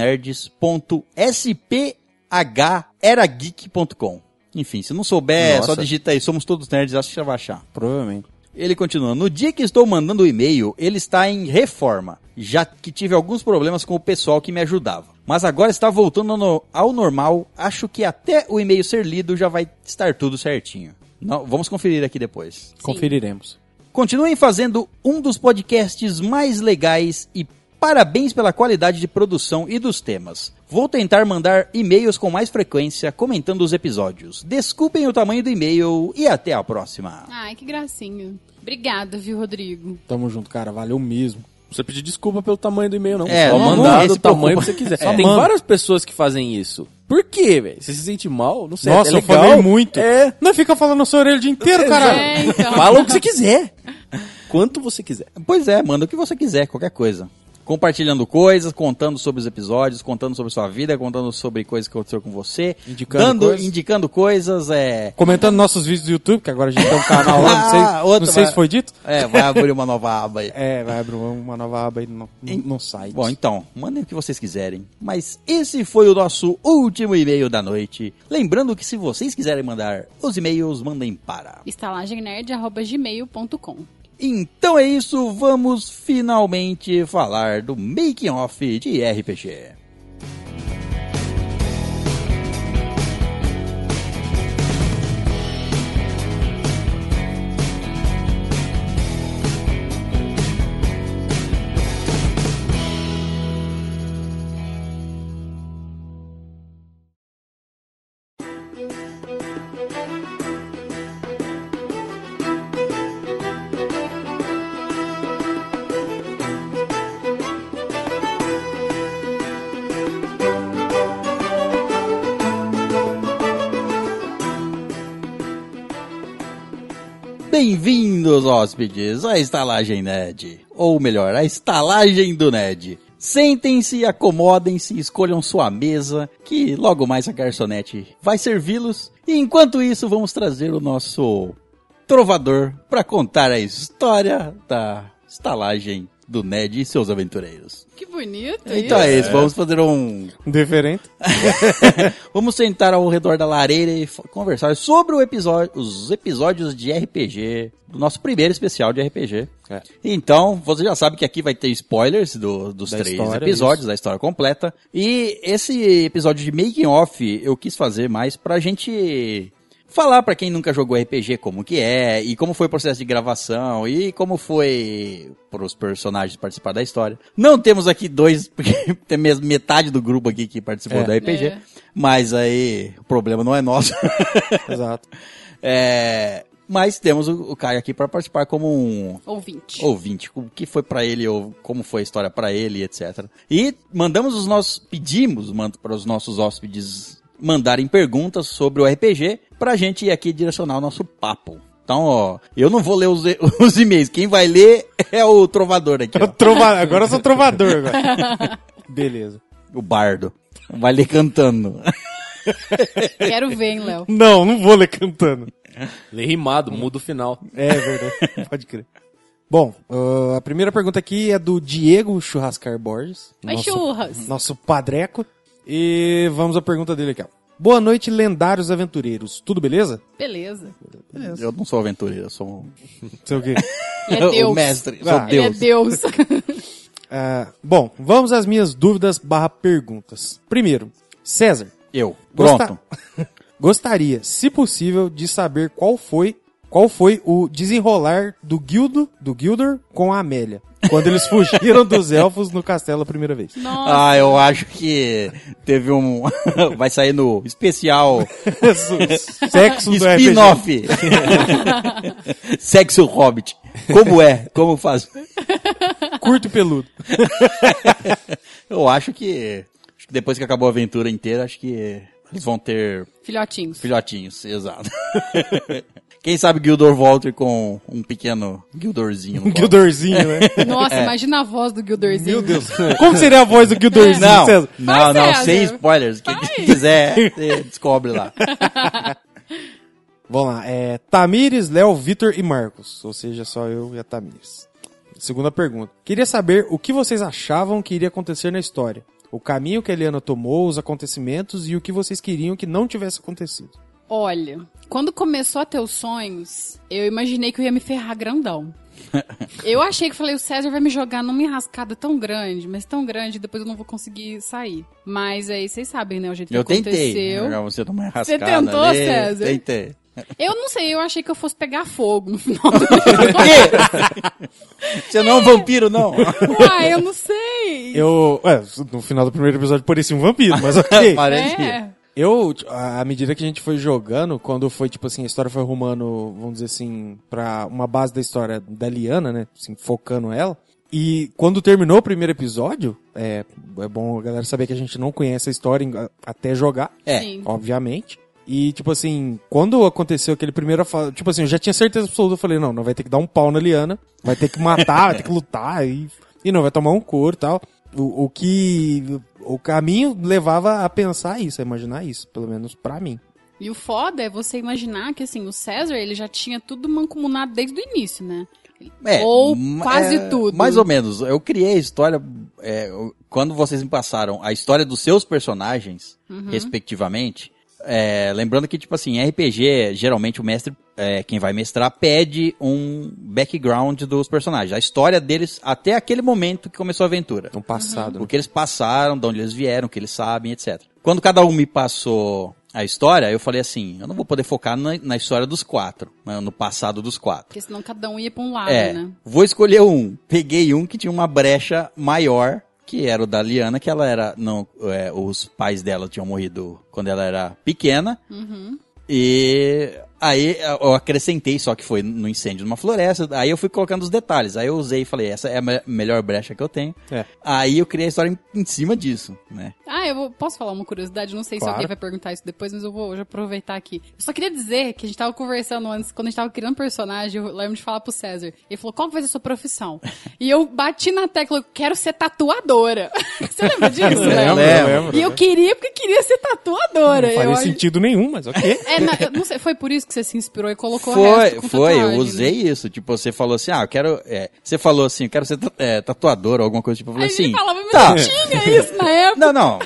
[SPEAKER 1] Enfim, se não souber, é
[SPEAKER 4] Nossa.
[SPEAKER 1] só digita aí somos todos nerds, acho que já vai achar.
[SPEAKER 2] Provavelmente.
[SPEAKER 1] Ele continua: No dia que estou mandando o e-mail, ele está em reforma, já que tive alguns problemas com o pessoal que me ajudava. Mas agora está voltando ao no- ao normal. Acho que até o e-mail ser lido já vai estar tudo certinho. Não, vamos conferir aqui depois.
[SPEAKER 2] Conferiremos.
[SPEAKER 1] Continuem fazendo um dos podcasts mais legais e parabéns pela qualidade de produção e dos temas. Vou tentar mandar e-mails com mais frequência comentando os episódios. Desculpem o tamanho do e-mail e até a próxima.
[SPEAKER 3] Ai, que gracinha. Obrigada, viu, Rodrigo?
[SPEAKER 2] Tamo junto, cara. Valeu mesmo.
[SPEAKER 4] Não precisa pedir desculpa pelo tamanho do e-mail, não.
[SPEAKER 1] É,
[SPEAKER 4] Só
[SPEAKER 1] não- não
[SPEAKER 4] mandar
[SPEAKER 1] é,
[SPEAKER 4] do
[SPEAKER 1] se
[SPEAKER 4] tamanho
[SPEAKER 1] preocupa.
[SPEAKER 4] que você quiser.
[SPEAKER 1] É.
[SPEAKER 4] Tem
[SPEAKER 2] Manda.
[SPEAKER 4] várias pessoas que fazem isso. Por quê, velho? Você se sente mal? Não sei.
[SPEAKER 2] Nossa,
[SPEAKER 4] é
[SPEAKER 2] eu
[SPEAKER 4] legal.
[SPEAKER 2] falei muito.
[SPEAKER 4] É.
[SPEAKER 2] Não fica falando na sua orelha o dia inteiro, caralho.
[SPEAKER 3] É, então.
[SPEAKER 4] Fala o que você quiser. Quanto você quiser.
[SPEAKER 1] Pois é, manda o que você quiser, qualquer coisa. Compartilhando coisas, contando sobre os episódios, contando sobre sua vida, contando sobre coisas que aconteceu com você,
[SPEAKER 2] Indicando
[SPEAKER 1] dando,
[SPEAKER 2] coisas.
[SPEAKER 1] indicando coisas, é,
[SPEAKER 2] Comentando nossos vídeos do YouTube, que agora a gente tem um canal lá, não sei,
[SPEAKER 1] Ah, outro
[SPEAKER 2] não sei
[SPEAKER 1] vai-
[SPEAKER 2] se foi dito.
[SPEAKER 1] é, vai abrir uma nova aba aí.
[SPEAKER 2] É, vai abrir uma nova aba aí no, no, no site.
[SPEAKER 1] Bom, então, mandem o que vocês quiserem. Mas esse foi o nosso último e-mail da noite. Lembrando que se vocês quiserem mandar os e-mails, mandem para.
[SPEAKER 3] estalagemnerd.gmail.com
[SPEAKER 1] Então é isso, vamos finalmente falar do making off de RPG. Bem-vindos, hóspedes, à Estalagem Ned. Ou melhor, à Estalagem do Ned. Sentem-se, acomodem-se, escolham sua mesa, que logo mais a garçonete vai servi-los. E enquanto isso, vamos trazer o nosso trovador para contar a história da Estalagem do Ned e seus aventureiros.
[SPEAKER 3] Que bonito
[SPEAKER 1] Então é isso, vamos fazer um
[SPEAKER 2] Diferente.
[SPEAKER 1] Vamos sentar ao redor da lareira e f- conversar sobre o episódio, os episódios de RPG, do nosso primeiro especial de RPG.
[SPEAKER 2] É.
[SPEAKER 1] Então, você já sabe que aqui vai ter spoilers do- dos
[SPEAKER 2] Da
[SPEAKER 1] três
[SPEAKER 2] história,
[SPEAKER 1] episódios, da história completa. E esse episódio de making off eu quis fazer mais pra gente falar pra quem nunca jogou RPG como que é, e como foi o processo de gravação, e como foi pros personagens participar da história. Não temos aqui dois, porque tem mesmo metade do grupo aqui que participou
[SPEAKER 2] É.
[SPEAKER 1] da RPG,
[SPEAKER 3] É.
[SPEAKER 1] mas aí o problema não é nosso.
[SPEAKER 2] Exato.
[SPEAKER 1] É, mas temos o, o Caio aqui pra participar como um
[SPEAKER 3] Ouvinte.
[SPEAKER 1] ouvinte, o que foi pra ele, ou como foi a história pra ele, etc. E mandamos os nossos, pedimos man- para os nossos hóspedes mandarem perguntas sobre o RPG pra gente ir aqui direcionar o nosso papo. Então, ó, eu não vou ler os, e- os e-mails, quem vai ler é o trovador aqui, ó,
[SPEAKER 2] Trova- Agora eu sou trovador agora. Beleza.
[SPEAKER 1] o bardo. Vai ler cantando.
[SPEAKER 3] Quero ver, hein, Léo.
[SPEAKER 2] Não, não vou ler cantando.
[SPEAKER 4] Lê rimado, muda o final.
[SPEAKER 2] É verdade, pode crer. Bom, ah, a primeira pergunta aqui é do Diego Churrascar Borges.
[SPEAKER 3] Oi,
[SPEAKER 2] nosso-
[SPEAKER 3] churras.
[SPEAKER 2] Nosso padreco. E vamos à pergunta dele aqui. ó. Boa noite, lendários aventureiros. Tudo beleza?
[SPEAKER 3] Beleza.
[SPEAKER 1] Eu não sou aventureiro, eu sou
[SPEAKER 2] Sei o quê.
[SPEAKER 3] E é Deus.
[SPEAKER 1] o mestre, eu
[SPEAKER 2] Ah,
[SPEAKER 1] sou
[SPEAKER 2] ele
[SPEAKER 3] Ele é
[SPEAKER 1] Deus.
[SPEAKER 3] Deus.
[SPEAKER 2] Ah, bom, vamos às minhas dúvidas barra perguntas. Primeiro, César,
[SPEAKER 1] Eu, pronto.
[SPEAKER 2] Gosta- Gostaria, se possível, de saber qual foi qual foi o desenrolar do Guildo, do Gildor com a Amélia, quando eles fugiram dos elfos no castelo a primeira vez.
[SPEAKER 3] Nossa.
[SPEAKER 1] Ah, eu acho que teve um. Vai sair no especial
[SPEAKER 2] Sexo do RPG.
[SPEAKER 1] spin-off. Sexo Hobbit. Como é? Como faz?
[SPEAKER 2] Curto e peludo.
[SPEAKER 1] Eu acho que. Acho que depois que acabou a aventura inteira, acho que eles vão ter
[SPEAKER 3] Filhotinhos.
[SPEAKER 1] filhotinhos, exato. Quem sabe Gildor volte com um pequeno Gildorzinho. no
[SPEAKER 2] Um Gildorzinho, né?
[SPEAKER 1] É.
[SPEAKER 3] Nossa, imagina a voz do Gildorzinho.
[SPEAKER 2] Meu Deus. Como seria a voz do Gildorzinho,
[SPEAKER 1] Não,
[SPEAKER 2] César?
[SPEAKER 1] não, não,
[SPEAKER 3] César.
[SPEAKER 1] sem spoilers. Quem
[SPEAKER 3] Vai.
[SPEAKER 1] quiser, você descobre lá.
[SPEAKER 2] Vamos lá. É, Tamires, Léo, Vitor e Marcos. Ou seja, só eu e a Tamires. Segunda pergunta. Queria saber o que vocês achavam que iria acontecer na história. O caminho que a Eliana tomou, os acontecimentos e o que vocês queriam que não tivesse acontecido.
[SPEAKER 3] Olha, quando começou a ter os sonhos, eu imaginei que eu ia me ferrar grandão. Eu achei que falei, o César vai me jogar numa enrascada tão grande, mas tão grande, depois eu não vou conseguir sair. Mas aí vocês sabem, né? O jeito que
[SPEAKER 1] Eu tentei. né?
[SPEAKER 3] aconteceu.
[SPEAKER 1] jogar Você tomou uma
[SPEAKER 3] Você
[SPEAKER 1] rascada
[SPEAKER 3] tentou,
[SPEAKER 1] ali,
[SPEAKER 3] César?
[SPEAKER 1] Tentei.
[SPEAKER 3] Eu não sei, eu achei que eu fosse pegar fogo no final do jogo.
[SPEAKER 1] Você não é um vampiro, não.
[SPEAKER 3] Uai, Ah, eu não sei.
[SPEAKER 2] Eu. Ué, no final do primeiro episódio parecia um vampiro, mas ok.
[SPEAKER 1] Parece que-
[SPEAKER 3] É.
[SPEAKER 2] Eu, t- à à medida que a gente foi jogando, quando foi, tipo assim, a história foi rumando, vamos dizer assim, pra uma base da história da Liana, né? Assim, focando ela. E quando terminou o primeiro episódio, é, é bom a galera saber que a gente não conhece a história em- a- até jogar,
[SPEAKER 1] É.
[SPEAKER 3] Sim.
[SPEAKER 2] obviamente. E, tipo assim, quando aconteceu aquele primeiro. afa- Tipo assim, eu já tinha certeza absoluta, eu falei, não, não vai ter que dar um pau na Liana, vai ter que matar, vai ter que lutar, e, e não, vai tomar um couro e tal. O, o que. O caminho levava a pensar isso, a imaginar isso, pelo menos pra mim.
[SPEAKER 3] E o foda é você imaginar que, assim, o César, ele já tinha tudo mancomunado desde o início, né?
[SPEAKER 1] É,
[SPEAKER 3] Ou
[SPEAKER 1] ma-
[SPEAKER 3] quase
[SPEAKER 1] é,
[SPEAKER 3] tudo.
[SPEAKER 1] Mais ou menos. Eu criei a história. é, eu- quando vocês me passaram a história dos seus personagens,
[SPEAKER 3] Uhum.
[SPEAKER 1] respectivamente. é, lembrando que, tipo assim, em RPG, geralmente o mestre, é, quem vai mestrar, pede um background dos personagens. A história deles até aquele momento que começou a aventura.
[SPEAKER 2] No passado. né?
[SPEAKER 1] O que eles passaram, de onde eles vieram, o que eles sabem, etc. Quando cada um me passou a história, eu falei assim: eu não vou poder focar na, na história dos quatro, né, no passado dos quatro.
[SPEAKER 3] Porque senão cada um ia pra um lado,
[SPEAKER 1] É,
[SPEAKER 3] né?
[SPEAKER 1] vou escolher um. Peguei um que tinha uma brecha maior, que era o da Liana, que ela era. Não, é, os pais dela tinham morrido quando ela era pequena.
[SPEAKER 3] Uhum.
[SPEAKER 1] E aí eu acrescentei, só que foi no incêndio numa floresta. Aí eu fui colocando os detalhes. Aí eu usei e falei, essa é a me- melhor brecha que eu tenho.
[SPEAKER 2] É.
[SPEAKER 1] Aí eu criei a história em, em cima disso, né?
[SPEAKER 3] Ah, eu vou- posso falar uma curiosidade? Não sei se
[SPEAKER 2] Claro.
[SPEAKER 3] alguém vai perguntar isso depois, mas eu vou já aproveitar aqui. Eu só queria dizer que a gente tava conversando antes, quando a gente tava criando personagem, eu lembro de falar pro César. Ele falou, qual que vai ser a sua profissão? e eu bati na tecla, eu quero ser tatuadora. Você lembra disso, né?
[SPEAKER 1] Lembro,
[SPEAKER 3] E eu queria porque queria ser tatuadora.
[SPEAKER 2] Não
[SPEAKER 3] eu
[SPEAKER 2] faria
[SPEAKER 3] acho-
[SPEAKER 2] sentido nenhum, mas ok.
[SPEAKER 3] É, na- eu não sei, foi por isso que você se inspirou e colocou o
[SPEAKER 1] Foi,
[SPEAKER 3] resto com
[SPEAKER 1] foi,
[SPEAKER 3] tatuagem,
[SPEAKER 1] eu
[SPEAKER 3] né?
[SPEAKER 1] usei isso. Tipo, você falou assim, ah, eu quero. é, você falou assim, eu quero ser ta- é, tatuador ou alguma coisa, tipo, eu
[SPEAKER 3] Aí
[SPEAKER 1] falei
[SPEAKER 3] ele
[SPEAKER 1] assim.
[SPEAKER 3] falava, mas
[SPEAKER 1] tá.
[SPEAKER 3] não tinha isso na época.
[SPEAKER 1] Não, não.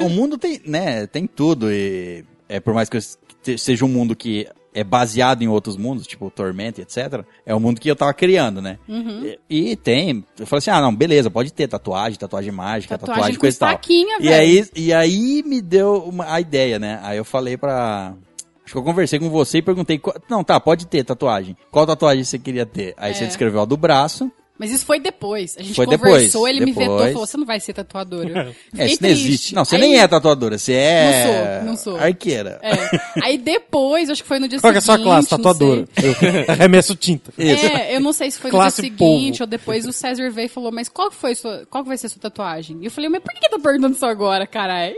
[SPEAKER 1] O mundo tem, né, tem tudo e é por mais que eu s- te- seja um mundo que é baseado em outros mundos, tipo Tormenta, etc. É o mundo que eu tava criando, né?
[SPEAKER 3] Uhum.
[SPEAKER 1] E, e tem, eu falei assim: "Ah, não, beleza, pode ter tatuagem, tatuagem mágica, tatuagem,
[SPEAKER 3] Tatuagem com
[SPEAKER 1] coisa e tal".
[SPEAKER 3] estaquinha,
[SPEAKER 1] E
[SPEAKER 3] velho.
[SPEAKER 1] aí e aí me deu uma, a ideia, né? Aí eu falei pra Acho que eu conversei com você e perguntei. qual- Não, tá, pode ter tatuagem. Qual tatuagem você queria ter? Aí você
[SPEAKER 3] É.
[SPEAKER 1] descreveu a do braço.
[SPEAKER 3] Mas isso foi depois. A gente
[SPEAKER 1] Foi
[SPEAKER 3] conversou,
[SPEAKER 1] depois,
[SPEAKER 3] ele me vetou
[SPEAKER 1] depois.
[SPEAKER 3] falou: você não vai ser tatuadora.
[SPEAKER 1] É,
[SPEAKER 3] Fiquei
[SPEAKER 1] isso não
[SPEAKER 3] triste.
[SPEAKER 1] existe. Não, você
[SPEAKER 3] Aí-
[SPEAKER 1] nem é tatuadora, você é.
[SPEAKER 3] Não sou, não sou.
[SPEAKER 1] Arqueira.
[SPEAKER 3] É. Aí depois, acho que foi no dia
[SPEAKER 2] Qual que é a
[SPEAKER 3] seguinte.
[SPEAKER 2] sua classe?
[SPEAKER 3] não
[SPEAKER 2] Tatuadora.
[SPEAKER 3] sei.
[SPEAKER 2] Eu arremesso tinta.
[SPEAKER 1] Isso.
[SPEAKER 3] É, eu não sei se foi
[SPEAKER 2] Classe
[SPEAKER 3] no dia seguinte
[SPEAKER 2] povo.
[SPEAKER 3] ou depois o César veio e falou, mas qual que foi sua, qual que vai ser a sua tatuagem? E eu falei, mas por que que tá perguntando isso agora, caralho?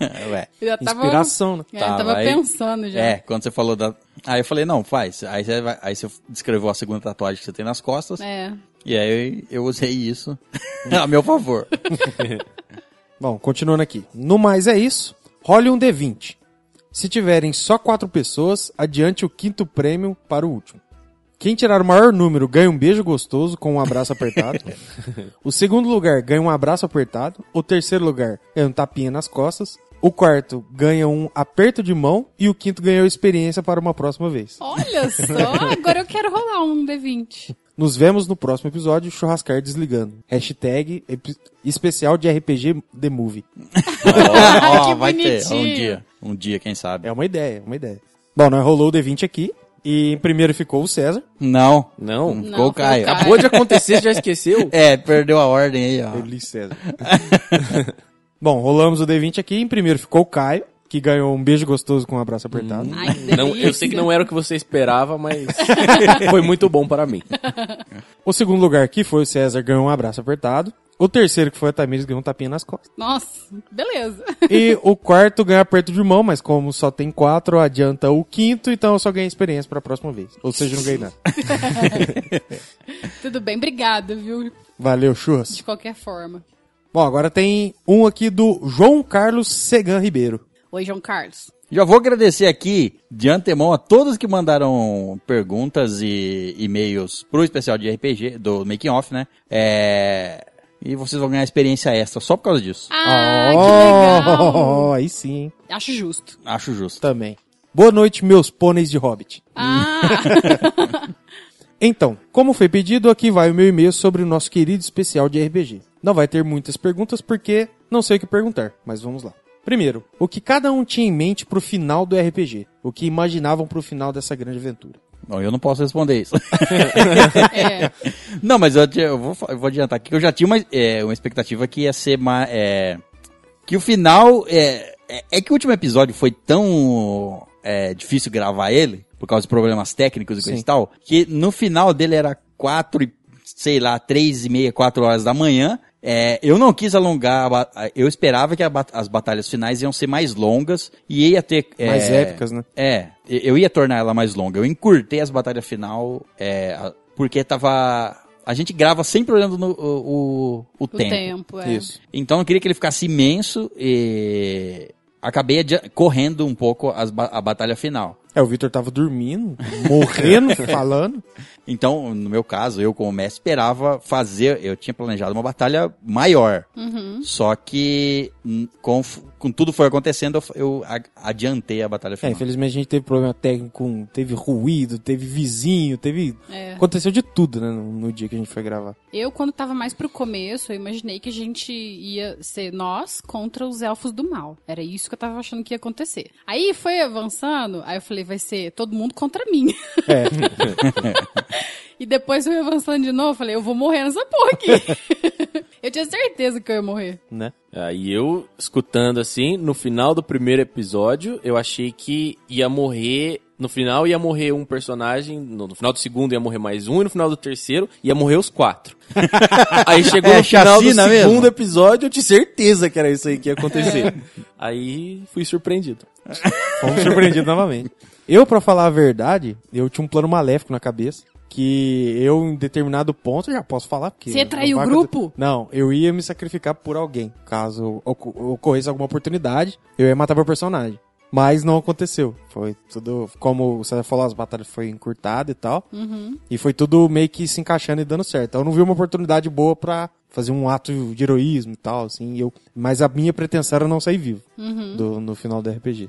[SPEAKER 1] É, Ué.
[SPEAKER 3] Eu já tava,
[SPEAKER 2] Inspiração, né?
[SPEAKER 3] É,
[SPEAKER 1] Tá,
[SPEAKER 3] eu tava
[SPEAKER 1] vai.
[SPEAKER 3] pensando já.
[SPEAKER 1] É, quando você falou da. Aí eu falei, não, faz. Aí você, vai- aí você descreveu a segunda tatuagem que você tem nas costas.
[SPEAKER 3] É.
[SPEAKER 1] E aí eu usei isso a meu favor.
[SPEAKER 2] Bom, continuando aqui. No mais é isso. Role um D20. Se tiverem só quatro pessoas, adiante o quinto prêmio para o último. Quem tirar o maior número ganha um beijo gostoso com um abraço apertado. o segundo lugar ganha um abraço apertado. O terceiro lugar ganha um tapinha nas costas. O quarto ganha um aperto de mão. E o quinto ganhou experiência para uma próxima vez.
[SPEAKER 3] Olha só, agora eu quero rolar um D20.
[SPEAKER 2] Nos vemos no próximo episódio, churrascar desligando. Hashtag epi- especial de RPG The Movie.
[SPEAKER 1] Ó,
[SPEAKER 3] que
[SPEAKER 1] vai ter. Um
[SPEAKER 3] bonitinho.
[SPEAKER 1] dia. Um dia, quem sabe.
[SPEAKER 2] É uma ideia, uma ideia. Bom, nós rolou o D20 aqui. E em primeiro ficou o César.
[SPEAKER 1] Não.
[SPEAKER 4] Não.
[SPEAKER 1] Não
[SPEAKER 3] foi
[SPEAKER 1] ficou
[SPEAKER 3] o
[SPEAKER 1] o Caio.
[SPEAKER 3] Caio.
[SPEAKER 4] Acabou de acontecer, você já esqueceu?
[SPEAKER 1] É, perdeu a ordem aí, ó.
[SPEAKER 2] Eu li César. Bom, rolamos o D20 aqui. Em primeiro ficou o Caio, que ganhou um beijo gostoso com um abraço apertado.
[SPEAKER 3] Ai, que
[SPEAKER 4] Não, eu sei que não era o que você esperava, mas foi muito bom para mim.
[SPEAKER 2] O segundo lugar aqui foi o César, ganhou um abraço apertado. O terceiro, que foi a Tamires, ganhou um tapinha nas costas.
[SPEAKER 3] Nossa, beleza.
[SPEAKER 2] E o quarto ganha aperto de mão, mas como só tem quatro, adianta o quinto, então eu só ganhei experiência pra próxima vez. Ou seja, eu não ganhei nada.
[SPEAKER 3] Tudo bem, obrigada, viu?
[SPEAKER 2] Valeu, churras.
[SPEAKER 3] De qualquer forma.
[SPEAKER 2] Bom, agora tem um aqui do João Carlos Segan Ribeiro.
[SPEAKER 3] Oi, João Carlos.
[SPEAKER 1] Já vou agradecer aqui de antemão a todos que mandaram perguntas e e-mails pro especial de RPG, do Making Off, né? É. E vocês vão ganhar experiência extra só por causa disso.
[SPEAKER 3] Ah, que
[SPEAKER 2] Oh,
[SPEAKER 3] legal.
[SPEAKER 2] Aí sim, hein?
[SPEAKER 3] Acho justo.
[SPEAKER 1] Acho justo.
[SPEAKER 2] também. Boa noite, meus pôneis de hobbit.
[SPEAKER 3] Ah,
[SPEAKER 2] Então, como foi pedido, aqui vai o meu e-mail sobre o nosso querido especial de RPG. Não vai ter muitas perguntas porque não sei o que perguntar, mas vamos lá. Primeiro, o que cada um tinha em mente pro final do RPG, o que imaginavam pro final dessa grande aventura.
[SPEAKER 1] Bom, eu não posso responder isso.
[SPEAKER 3] é.
[SPEAKER 1] não, mas eu, te- eu vou, fa- eu vou adiantar aqui que eu já tinha uma, é, uma expectativa que ia ser mais. que o final. É, é, é que o último episódio foi tão é, difícil gravar ele, por causa de problemas técnicos e coisa
[SPEAKER 2] Sim.
[SPEAKER 1] e tal, que no final dele era quatro e, sei lá, três e meia, quatro horas da manhã. É, eu não quis alongar, a ba- eu esperava que a bat- as batalhas finais iam ser mais longas e ia ter... é,
[SPEAKER 2] Mais épicas, né?
[SPEAKER 1] é, e- eu ia tornar ela mais longa. Eu encurtei as batalhas final, é, a- porque tava. A gente grava sempre olhando no, o, o, o
[SPEAKER 3] O
[SPEAKER 1] tempo.
[SPEAKER 3] tempo, é.
[SPEAKER 2] Isso.
[SPEAKER 1] Então eu queria que ele ficasse imenso e. Acabei adia- correndo um pouco as ba- a batalha final.
[SPEAKER 2] É, o Victor tava dormindo, morrendo, falando.
[SPEAKER 1] Então, no meu caso, eu como mestre esperava fazer. Eu tinha planejado uma batalha maior.
[SPEAKER 3] Uhum.
[SPEAKER 1] Só que, hum, com, f- com tudo foi acontecendo, eu f- eu, a- adiantei a batalha
[SPEAKER 2] É,
[SPEAKER 1] final.
[SPEAKER 2] infelizmente a gente teve problema técnico, com- teve ruído, teve vizinho, teve...
[SPEAKER 3] É.
[SPEAKER 2] Aconteceu de tudo, né, no- no dia que a gente foi gravar.
[SPEAKER 3] Eu, quando tava mais pro começo, eu imaginei que a gente ia ser nós contra os elfos do mal. Era isso que eu tava achando que ia acontecer. Aí foi avançando, aí eu falei, vai ser todo mundo contra mim.
[SPEAKER 2] É.
[SPEAKER 3] e depois foi avançando de novo, eu falei, eu vou morrer nessa porra aqui. eu tinha certeza que eu ia morrer.
[SPEAKER 2] né?
[SPEAKER 4] Aí eu, escutando assim, no final do primeiro episódio, eu achei que ia morrer. No final ia morrer um personagem, no, no final do segundo ia morrer mais um, e no final do terceiro ia morrer os quatro. aí chegou
[SPEAKER 1] É,
[SPEAKER 4] no final do
[SPEAKER 1] chacina
[SPEAKER 4] segundo
[SPEAKER 1] mesmo?
[SPEAKER 4] episódio, eu tinha certeza que era isso aí que ia acontecer. aí fui surpreendido.
[SPEAKER 2] Fomos surpreendidos novamente. Eu, pra falar a verdade, eu tinha um plano maléfico na cabeça. Que eu, em determinado ponto, eu já posso falar. Porque
[SPEAKER 3] Você ia trair
[SPEAKER 2] não
[SPEAKER 3] o
[SPEAKER 2] vai acontecer-
[SPEAKER 3] grupo?
[SPEAKER 2] Não, eu ia me sacrificar por alguém. Caso oco- ocorresse alguma oportunidade, eu ia matar meu personagem. Mas não aconteceu. Foi tudo. Como o César falou, as batalhas foi
[SPEAKER 3] Uhum.
[SPEAKER 2] Então, encurtada e tal. E foi tudo meio que se encaixando e dando certo. Eu não vi uma oportunidade boa pra fazer um ato de heroísmo e tal, assim. e eu, mas a minha pretensão era não sair vivo
[SPEAKER 3] Uhum.
[SPEAKER 2] do- no final do RPG.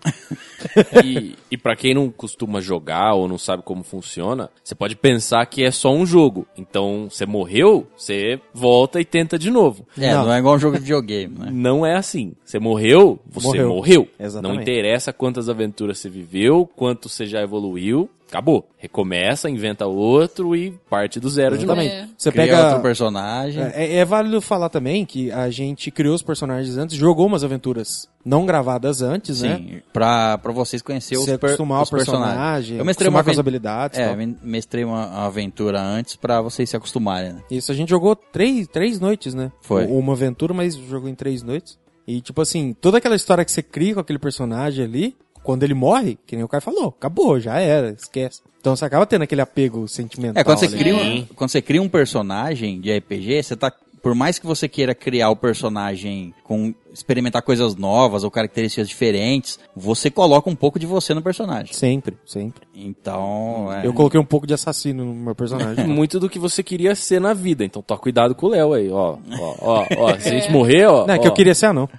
[SPEAKER 4] E, e para quem não costuma jogar ou não sabe como funciona, você pode pensar que é só um jogo. Então, você morreu, você volta e tenta de novo.
[SPEAKER 1] É, não,
[SPEAKER 2] Não.
[SPEAKER 1] é igual um jogo de videogame, né?
[SPEAKER 4] Não é assim. Você morreu, você morreu.
[SPEAKER 2] Morreu.
[SPEAKER 4] Não
[SPEAKER 2] Exatamente.
[SPEAKER 4] interessa quantas aventuras você viveu, quanto você já evoluiu. Acabou. Recomeça, inventa outro e parte do zero de
[SPEAKER 3] Exatamente.
[SPEAKER 4] novo.
[SPEAKER 3] É.
[SPEAKER 2] Você
[SPEAKER 1] Cria
[SPEAKER 2] pega
[SPEAKER 1] Né? outro personagem.
[SPEAKER 2] É, é válido falar também que a gente criou os personagens antes, jogou umas aventuras não gravadas antes, né?
[SPEAKER 1] Sim, pra, pra vocês conhecerem
[SPEAKER 2] Se
[SPEAKER 1] os, per,
[SPEAKER 2] acostumar ao
[SPEAKER 1] os personagens.
[SPEAKER 2] personagem,
[SPEAKER 1] eu mestrei uma,
[SPEAKER 2] acostumar com as
[SPEAKER 1] aven-
[SPEAKER 2] habilidades e
[SPEAKER 1] é,
[SPEAKER 2] tal.
[SPEAKER 1] me- mestrei uma uma aventura antes pra vocês se acostumarem, né?
[SPEAKER 2] Isso, a gente jogou três, três noites, né?
[SPEAKER 1] Foi.
[SPEAKER 2] Ou Uma aventura, mas jogou em três noites. E, tipo assim, toda aquela história que você cria com aquele personagem ali, quando ele morre, que nem o cara falou, acabou, já era, esquece. Então você acaba tendo aquele apego sentimental.
[SPEAKER 1] É, quando você,
[SPEAKER 2] ali.
[SPEAKER 1] cria um,
[SPEAKER 4] Sim.
[SPEAKER 1] quando você cria um personagem de RPG, você tá. Por mais que você queira criar o personagem com. experimentar coisas novas ou características diferentes, você coloca um pouco de você no personagem.
[SPEAKER 2] Sempre, sempre.
[SPEAKER 1] Então. É,
[SPEAKER 2] Eu coloquei um pouco de assassino no meu personagem.
[SPEAKER 4] Muito do que você queria ser na vida. Então, toma cuidado com o Léo aí, ó. Ó, ó, ó. Se a gente morrer, ó.
[SPEAKER 2] Não, é que
[SPEAKER 4] ó.
[SPEAKER 2] eu queria ser anão.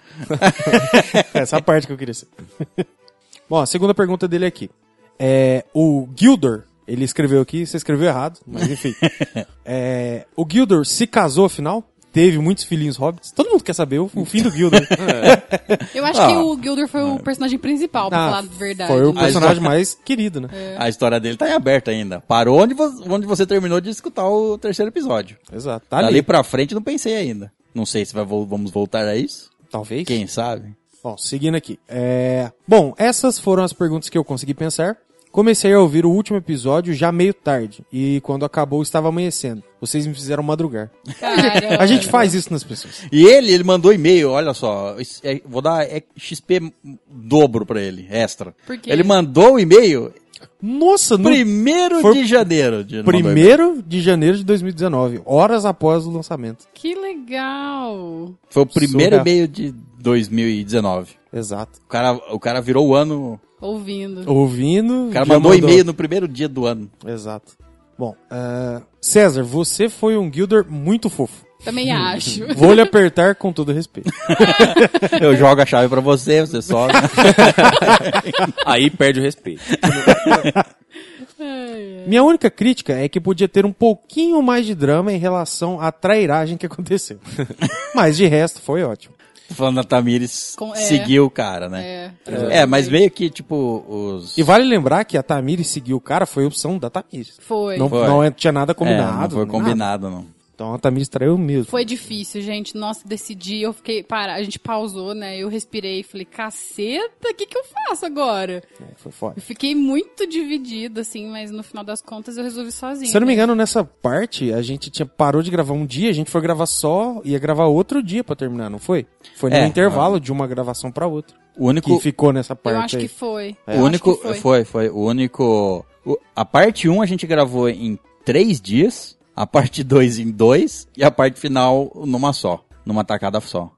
[SPEAKER 2] Essa é parte que eu queria ser. Bom, a segunda pergunta dele aqui. É, o Gildor, ele escreveu aqui, você escreveu errado, mas enfim. É, o Gildor se casou afinal? Teve muitos filhinhos hobbits? Todo mundo quer saber o, o fim do Gildor.
[SPEAKER 3] Eu acho
[SPEAKER 1] Ah.
[SPEAKER 3] que o Gilder foi o personagem principal, pra
[SPEAKER 2] Ah,
[SPEAKER 3] É. falar a verdade. É.
[SPEAKER 2] Foi o
[SPEAKER 3] né?
[SPEAKER 2] personagem mais querido, né?
[SPEAKER 1] A história dele tá em aberto ainda. Parou onde, vo- onde você terminou de escutar o terceiro episódio.
[SPEAKER 2] Exato. Tá
[SPEAKER 1] Dali
[SPEAKER 2] ali,
[SPEAKER 1] pra frente não pensei ainda. Não sei se vai vol- vamos voltar a isso.
[SPEAKER 2] talvez.
[SPEAKER 1] Quem né? sabe?
[SPEAKER 2] Bom, seguindo aqui. É, Bom, essas foram as perguntas que eu consegui pensar. Comecei a ouvir o último episódio já meio tarde. E quando acabou, estava amanhecendo. Vocês me fizeram madrugar.
[SPEAKER 3] Caramba.
[SPEAKER 2] A gente faz isso nas pessoas.
[SPEAKER 1] E ele, ele mandou e-mail, olha só. isso é- vou dar é, XP dobro pra ele, extra.
[SPEAKER 3] Por quê?
[SPEAKER 1] Ele mandou o e-mail
[SPEAKER 2] Nossa, no
[SPEAKER 1] primeiro
[SPEAKER 2] Foi-
[SPEAKER 1] de janeiro. De, mandou e-mail.
[SPEAKER 2] primeiro de janeiro de 2019, horas após o lançamento.
[SPEAKER 3] Que legal.
[SPEAKER 1] Foi o primeiro
[SPEAKER 2] Surra.
[SPEAKER 1] e-mail de 2019.
[SPEAKER 2] Exato.
[SPEAKER 1] O cara, o cara virou o ano.
[SPEAKER 3] Ouvindo.
[SPEAKER 2] Ouvindo.
[SPEAKER 1] O cara
[SPEAKER 2] já
[SPEAKER 1] mandou e-mail no primeiro dia do ano.
[SPEAKER 2] Exato. Bom, ah, César, você foi um guilder muito fofo.
[SPEAKER 3] Também acho.
[SPEAKER 2] Vou lhe apertar com todo respeito.
[SPEAKER 1] Eu jogo a chave pra você, você só.
[SPEAKER 4] Aí perde o respeito.
[SPEAKER 3] Ai, ai.
[SPEAKER 2] Minha única crítica é que podia ter um pouquinho mais de drama em relação à trairagem que aconteceu. Mas de resto foi ótimo.
[SPEAKER 1] Falando da Tamires,
[SPEAKER 3] Com- é.
[SPEAKER 1] seguiu o cara, né?
[SPEAKER 3] É.
[SPEAKER 1] É, mas meio que, tipo, os...
[SPEAKER 2] E vale lembrar que a Tamires seguir o cara foi opção da Tamires.
[SPEAKER 3] Foi.
[SPEAKER 2] Não,
[SPEAKER 1] Foi.
[SPEAKER 2] não é- tinha nada combinado.
[SPEAKER 1] É, não foi
[SPEAKER 2] nada.
[SPEAKER 1] combinado, não.
[SPEAKER 2] Então a Tamires traiu mesmo.
[SPEAKER 3] Foi difícil, gente. Nossa, decidi, eu fiquei. Para, a gente pausou, né? Eu respirei e falei, caceta, o que, que eu faço agora?
[SPEAKER 2] É, foi foda.
[SPEAKER 3] Eu fiquei muito dividida, assim, mas no final das contas eu resolvi sozinha.
[SPEAKER 2] Se eu não me engano, nessa parte, a gente tinha, parou de gravar um dia, a gente foi gravar só, ia gravar outro dia pra terminar, não foi? Foi no
[SPEAKER 1] É.
[SPEAKER 2] intervalo de uma gravação pra outra.
[SPEAKER 1] O único...
[SPEAKER 2] Que ficou nessa parte
[SPEAKER 3] Eu acho
[SPEAKER 2] aí.
[SPEAKER 3] que foi.
[SPEAKER 1] É. o
[SPEAKER 3] É, Eu acho
[SPEAKER 1] único
[SPEAKER 3] que foi.
[SPEAKER 1] foi. foi, o único. o- a parte 1 a gente gravou em três dias, a parte 2 em dois e a parte final numa só, numa tacada só.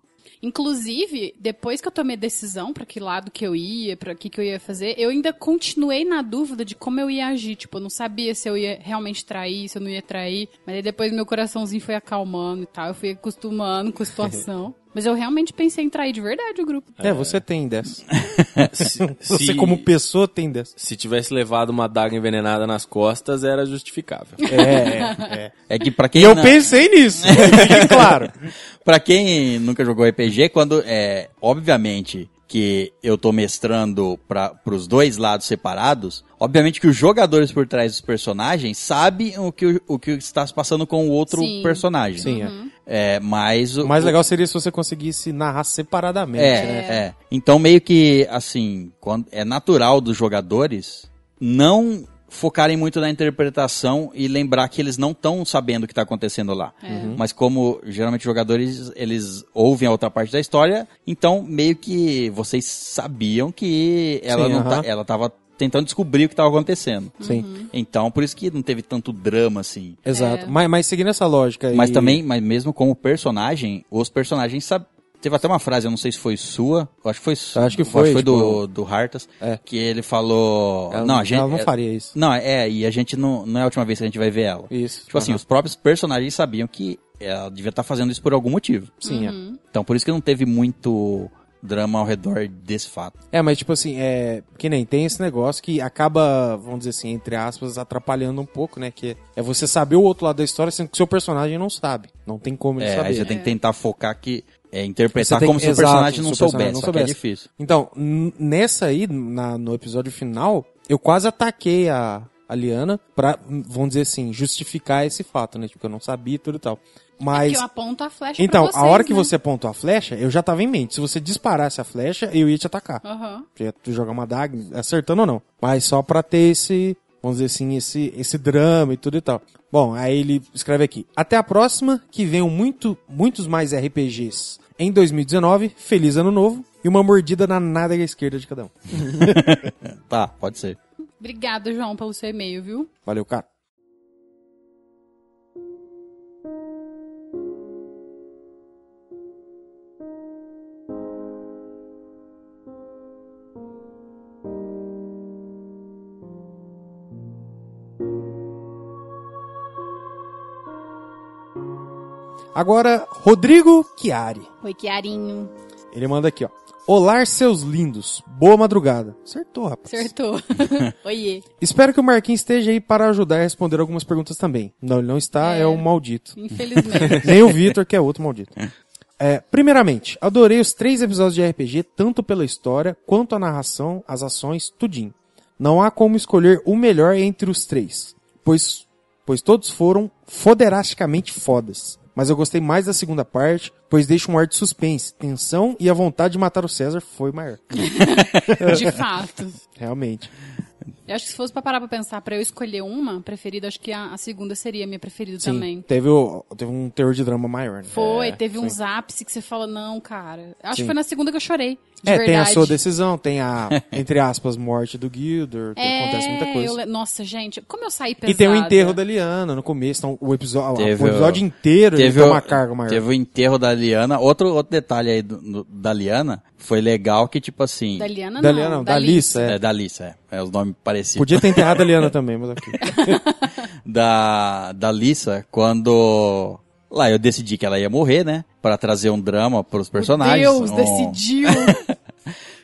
[SPEAKER 3] Inclusive, depois que eu tomei a decisão pra que lado que eu ia, pra que que eu ia fazer, eu ainda continuei na dúvida de como eu ia agir. Tipo, eu não sabia se eu ia realmente trair, se eu não ia trair. Mas aí depois meu coraçãozinho foi acalmando e tal. Eu fui acostumando com a situação. mas eu realmente pensei em trair de verdade o grupo.
[SPEAKER 2] É, você tem dessa.
[SPEAKER 4] Se,
[SPEAKER 2] Você
[SPEAKER 4] se-
[SPEAKER 2] como pessoa tem dessa.
[SPEAKER 4] se tivesse levado uma daga envenenada nas costas, era justificável.
[SPEAKER 2] É, é.
[SPEAKER 1] É que pra
[SPEAKER 2] E
[SPEAKER 1] quem
[SPEAKER 2] eu
[SPEAKER 1] não-
[SPEAKER 2] pensei nisso, fique claro.
[SPEAKER 1] Pra quem nunca jogou RPG, quando é, obviamente que eu tô mestrando para pros dois lados separados, obviamente que os jogadores por trás dos personagens sabem o que o, o que está se passando com o outro
[SPEAKER 3] Sim.
[SPEAKER 1] personagem.
[SPEAKER 2] Sim, é.
[SPEAKER 1] É, mas o-
[SPEAKER 2] O mais legal seria se você conseguisse narrar separadamente,
[SPEAKER 1] É,
[SPEAKER 2] né?
[SPEAKER 1] é. Então meio que assim, quando é natural dos jogadores não focarem muito na interpretação e lembrar que eles não estão sabendo o que está acontecendo lá.
[SPEAKER 2] Uhum.
[SPEAKER 1] Mas como geralmente jogadores eles ouvem a outra parte da história, então meio que vocês sabiam que ela
[SPEAKER 2] Sim,
[SPEAKER 1] não tá-
[SPEAKER 2] aham.
[SPEAKER 1] ela tava tentando descobrir o que estava acontecendo.
[SPEAKER 2] Sim,
[SPEAKER 1] Então por isso que não teve tanto drama assim.
[SPEAKER 2] exato. Mas, mas seguindo essa lógica
[SPEAKER 1] Mas
[SPEAKER 2] e-
[SPEAKER 1] também, mas mesmo como personagem, os personagens sab- Teve até uma frase, eu não sei se foi sua, eu acho que foi sua.
[SPEAKER 2] Acho que
[SPEAKER 1] eu
[SPEAKER 2] foi,
[SPEAKER 1] do, do Hartas,
[SPEAKER 2] É.
[SPEAKER 1] que ele falou.
[SPEAKER 2] Ela-
[SPEAKER 1] não, a gente.
[SPEAKER 2] ela não faria isso.
[SPEAKER 1] Não, é, e a gente não, não é a última vez que a gente vai ver ela.
[SPEAKER 2] Isso.
[SPEAKER 1] Tipo assim, os próprios personagens sabiam que ela devia estar fazendo isso por algum motivo.
[SPEAKER 2] Sim, é.
[SPEAKER 1] Então por isso que não teve muito drama ao redor desse fato.
[SPEAKER 2] É, mas tipo assim, é. Que nem tem esse negócio que acaba, vamos dizer assim, entre aspas, atrapalhando um pouco, né? Que é você saber o outro lado da história, sendo que seu personagem não sabe. Não tem como ele
[SPEAKER 1] É,
[SPEAKER 2] saber. né?
[SPEAKER 1] aí você tem que tentar focar que. É interpretar
[SPEAKER 2] Você tem-
[SPEAKER 1] como se o
[SPEAKER 2] exato,
[SPEAKER 1] personagem
[SPEAKER 2] se
[SPEAKER 1] não
[SPEAKER 2] o personagem
[SPEAKER 1] soubesse,
[SPEAKER 2] não
[SPEAKER 1] só que é
[SPEAKER 2] soubesse.
[SPEAKER 1] difícil.
[SPEAKER 2] Então, n- nessa aí, na- no episódio final, eu quase ataquei a, a Liana pra, hum, vamos dizer assim, justificar esse fato, né? Tipo, eu não sabia e tudo e tal. Mas.
[SPEAKER 3] É Que eu aponto a flecha
[SPEAKER 2] Então,
[SPEAKER 3] pra vocês,
[SPEAKER 2] a hora que
[SPEAKER 3] né?
[SPEAKER 2] você apontou a flecha, eu já tava em mente. Se você disparasse a flecha, eu ia te atacar.
[SPEAKER 3] Aham.
[SPEAKER 2] Você ia jogar uma daga, acertando ou não. Mas só pra ter esse, vamos dizer assim, esse, esse drama e tudo e tal. Bom, aí ele escreve aqui. Até a próxima, que venham muito, muitos mais RPGs. Em 2019, feliz ano novo e uma mordida na nádega esquerda de cada um.
[SPEAKER 1] Tá, pode ser.
[SPEAKER 3] Obrigada, João, pelo seu e-mail, viu?
[SPEAKER 2] Valeu, cara. Agora, Rodrigo Chiari.
[SPEAKER 3] Oi, Kiarinho.
[SPEAKER 2] Ele manda aqui, ó. Olá, seus lindos. Boa madrugada. Acertou, rapaz.
[SPEAKER 3] Acertou. Oiê.
[SPEAKER 2] Espero que o Marquinhos esteja aí para ajudar a responder algumas perguntas também. Não, ele não está, é, o maldito.
[SPEAKER 3] Infelizmente.
[SPEAKER 2] Nem o Vitor, que é outro maldito. É, primeiramente, adorei os três episódios de RPG, tanto pela história, quanto a narração, as ações, tudinho. Não há como escolher o melhor entre os três, pois, pois todos foram foderasticamente fodas. Mas eu gostei mais da segunda parte, pois deixa um ar de suspense, tensão e a vontade de matar o César foi maior.
[SPEAKER 3] De fato.
[SPEAKER 2] Realmente.
[SPEAKER 3] Eu acho que se fosse pra parar pra pensar, pra eu escolher uma preferida, acho que a, a segunda seria a minha preferida
[SPEAKER 2] Sim,
[SPEAKER 3] também.
[SPEAKER 2] teve, o- teve um teor de drama maior, né?
[SPEAKER 3] Foi, teve uns ápices que você fala, não, cara. Acho que
[SPEAKER 2] Sim.
[SPEAKER 3] foi na segunda que eu chorei. De
[SPEAKER 2] é,
[SPEAKER 3] verdade.
[SPEAKER 2] tem a sua decisão, tem a, entre aspas, morte do Gildor, tem-
[SPEAKER 3] É,
[SPEAKER 2] acontece muita
[SPEAKER 3] eu le-
[SPEAKER 2] coisa.
[SPEAKER 3] Nossa, gente, como eu saí pesada.
[SPEAKER 2] E tem o enterro da Liana no começo, então o episódio,
[SPEAKER 1] Teve
[SPEAKER 2] o
[SPEAKER 1] o-
[SPEAKER 2] episódio inteiro ele
[SPEAKER 1] o-
[SPEAKER 2] tem uma carga maior.
[SPEAKER 1] Teve o enterro da Liana. Outro, outro detalhe aí do- do- da Liana foi legal que, tipo assim.
[SPEAKER 3] Da Liana,
[SPEAKER 2] da
[SPEAKER 3] não.
[SPEAKER 2] Liana não, da Lissa, é.
[SPEAKER 1] É, da Lissa, é. É os nomes parecidos.
[SPEAKER 2] Podia ter enterrado a Liana também, mas ok.
[SPEAKER 1] Da, da Lissa, quando. Lá eu decidi que ela ia morrer, né? Pra trazer um drama pros personagens.
[SPEAKER 3] Deus
[SPEAKER 2] Oh.
[SPEAKER 1] um-
[SPEAKER 3] decidiu.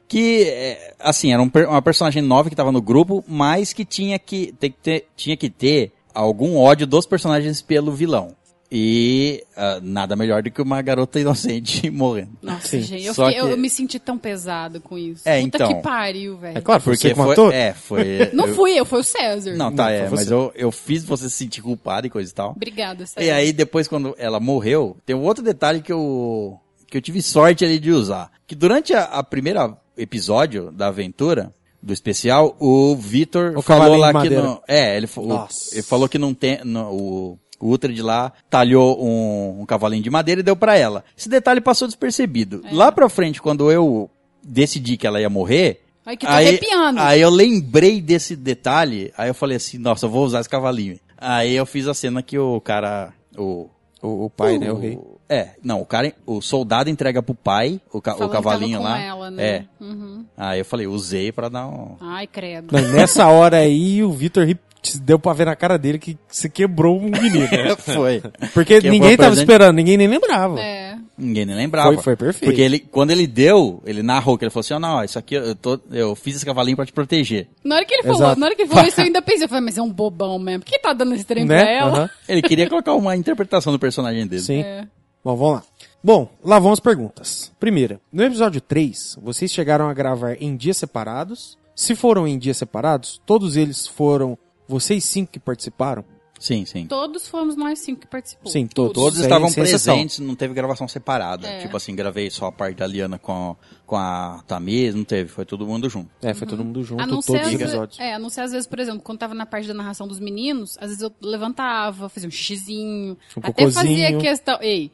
[SPEAKER 1] Que, é, assim, era um per- uma personagem nova que tava no grupo, mas que tinha que, ter, que ter- tinha que ter algum ódio dos personagens pelo vilão. E ah, nada melhor do que uma garota inocente morrendo.
[SPEAKER 3] Nossa,
[SPEAKER 2] Sim,
[SPEAKER 3] gente, eu,
[SPEAKER 1] só
[SPEAKER 3] fiquei- eu-
[SPEAKER 1] que-
[SPEAKER 3] eu me senti tão pesado com isso.
[SPEAKER 1] É,
[SPEAKER 3] Puta
[SPEAKER 1] então.
[SPEAKER 3] que pariu, velho.
[SPEAKER 2] É claro, foi
[SPEAKER 1] Porque
[SPEAKER 2] você que
[SPEAKER 1] foi.
[SPEAKER 2] matou?
[SPEAKER 1] É, foi.
[SPEAKER 3] Não
[SPEAKER 1] eu-
[SPEAKER 3] fui eu, foi o César.
[SPEAKER 1] Não, tá,
[SPEAKER 2] Não,
[SPEAKER 1] é,
[SPEAKER 2] foi
[SPEAKER 1] mas
[SPEAKER 2] você.
[SPEAKER 1] eu, eu fiz você se sentir culpado e coisa e tal.
[SPEAKER 3] Obrigada, César.
[SPEAKER 1] E aí, depois, quando ela morreu, tem um outro detalhe que eu, que eu tive sorte ali de usar. Que durante a, a primeira episódio da aventura, do especial, o Vitor
[SPEAKER 2] O
[SPEAKER 1] falou
[SPEAKER 2] cavalinho
[SPEAKER 1] lá
[SPEAKER 2] de
[SPEAKER 1] que
[SPEAKER 2] madeira.
[SPEAKER 1] não. É, ele, fa- o-
[SPEAKER 2] Nossa.
[SPEAKER 1] ele falou que não tem. não- o, o Uhtred lá talhou um, um cavalinho de madeira e deu pra ela. Esse detalhe passou despercebido. Lá pra frente, quando eu decidi que ela ia morrer,
[SPEAKER 3] Ai, que tô arrepiando.
[SPEAKER 1] Aí eu lembrei desse detalhe, aí eu falei assim, nossa, eu vou usar esse cavalinho. Aí eu fiz a cena que o cara, o...
[SPEAKER 2] O, o pai, né, o rei.
[SPEAKER 1] É, não, o cara, o soldado entrega pro pai o, ca- o
[SPEAKER 3] Falando que
[SPEAKER 1] cavalinho
[SPEAKER 3] tava
[SPEAKER 1] lá.
[SPEAKER 3] Com ela, né?
[SPEAKER 1] É.
[SPEAKER 3] Uhum.
[SPEAKER 1] Aí eu falei, usei pra dar um...
[SPEAKER 3] Ai, credo.
[SPEAKER 2] Não, Nessa hora aí, o Vitor ri- deu pra ver na cara dele que se quebrou um menino.
[SPEAKER 1] Foi.
[SPEAKER 2] Porque
[SPEAKER 1] Quebrou
[SPEAKER 2] ninguém
[SPEAKER 1] o
[SPEAKER 2] tava
[SPEAKER 1] presente.
[SPEAKER 2] esperando, ninguém nem lembrava. né?
[SPEAKER 3] É.
[SPEAKER 1] Ninguém nem lembrava.
[SPEAKER 2] Foi- foi perfeito.
[SPEAKER 1] Porque ele, quando ele deu, ele narrou que ele falou assim, ó, não, isso aqui, eu, tô, eu fiz esse cavalinho pra te proteger.
[SPEAKER 3] Na hora que ele
[SPEAKER 2] Exato.
[SPEAKER 3] falou, na hora que ele falou isso, eu ainda pensei, eu falei, mas é um bobão mesmo. Por que tá dando esse trem pra
[SPEAKER 2] Né?
[SPEAKER 3] ela?
[SPEAKER 2] Aham.
[SPEAKER 1] Ele queria colocar uma interpretação do personagem dele.
[SPEAKER 2] Sim.
[SPEAKER 3] É.
[SPEAKER 2] Bom, vamos lá. Bom, lá vão as perguntas. Primeira, no episódio 3, vocês chegaram a gravar em dias separados? Se foram em dias separados, todos eles foram vocês cinco que participaram?
[SPEAKER 1] Sim, sim.
[SPEAKER 3] Todos fomos nós cinco que participou.
[SPEAKER 2] Sim, to-
[SPEAKER 1] Todos
[SPEAKER 2] Sem-
[SPEAKER 1] estavam
[SPEAKER 2] sem exceção.
[SPEAKER 1] presentes, não teve gravação separada.
[SPEAKER 3] É.
[SPEAKER 1] Tipo assim, gravei só a parte da Liana com, com a Tamires, não teve, foi todo mundo junto.
[SPEAKER 2] É, foi todo mundo junto,
[SPEAKER 3] Uhum. A não,
[SPEAKER 2] todos os
[SPEAKER 3] ser às ve-
[SPEAKER 2] episódios.
[SPEAKER 3] é, a não ser às vezes, por exemplo, quando tava na parte da narração dos meninos, às vezes eu levantava, fazia um xizinho.
[SPEAKER 2] Um
[SPEAKER 3] até fazia
[SPEAKER 2] cocôzinho.
[SPEAKER 3] questão. Ei,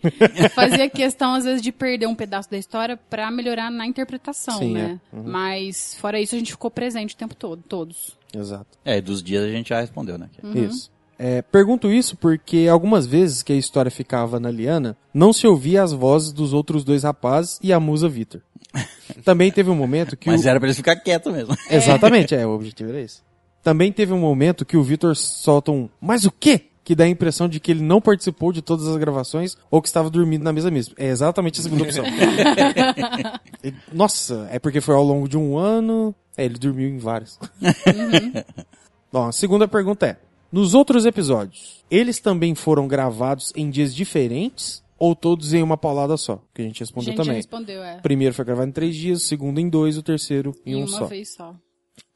[SPEAKER 3] fazia questão, às vezes, de perder um pedaço da história pra melhorar na interpretação,
[SPEAKER 2] Sim, é. Uhum.
[SPEAKER 3] né? Mas fora isso, a gente ficou presente o tempo todo, todos.
[SPEAKER 2] Exato.
[SPEAKER 3] Uhum.
[SPEAKER 1] É, dos dias a gente já respondeu, né?
[SPEAKER 2] Isso. É, pergunto isso porque algumas vezes que a história ficava na Liana, não se ouvia as vozes dos outros dois rapazes e a musa Vitor. Também teve um momento que
[SPEAKER 1] Mas
[SPEAKER 2] o...
[SPEAKER 1] era pra eles ficar quieto mesmo.
[SPEAKER 2] Exatamente, é, o objetivo era esse. Também teve um momento que o Vitor solta um mas o quê? Que dá a impressão de que ele não participou de todas as gravações ou que estava dormindo na mesa mesmo. É exatamente a segunda opção. Ele- Nossa, é porque foi ao longo de um ano. É, ele dormiu em vários.
[SPEAKER 3] Uhum.
[SPEAKER 2] Bom, a segunda pergunta é: Nos outros episódios, eles também foram gravados em dias diferentes ou todos em uma paulada só? Que a gente
[SPEAKER 3] A
[SPEAKER 2] respondeu
[SPEAKER 3] gente
[SPEAKER 2] também.
[SPEAKER 3] respondeu, é.
[SPEAKER 2] O primeiro foi gravado em três dias, o segundo em dois, o terceiro em,
[SPEAKER 3] Em
[SPEAKER 2] um
[SPEAKER 3] uma
[SPEAKER 2] só.
[SPEAKER 3] vez só.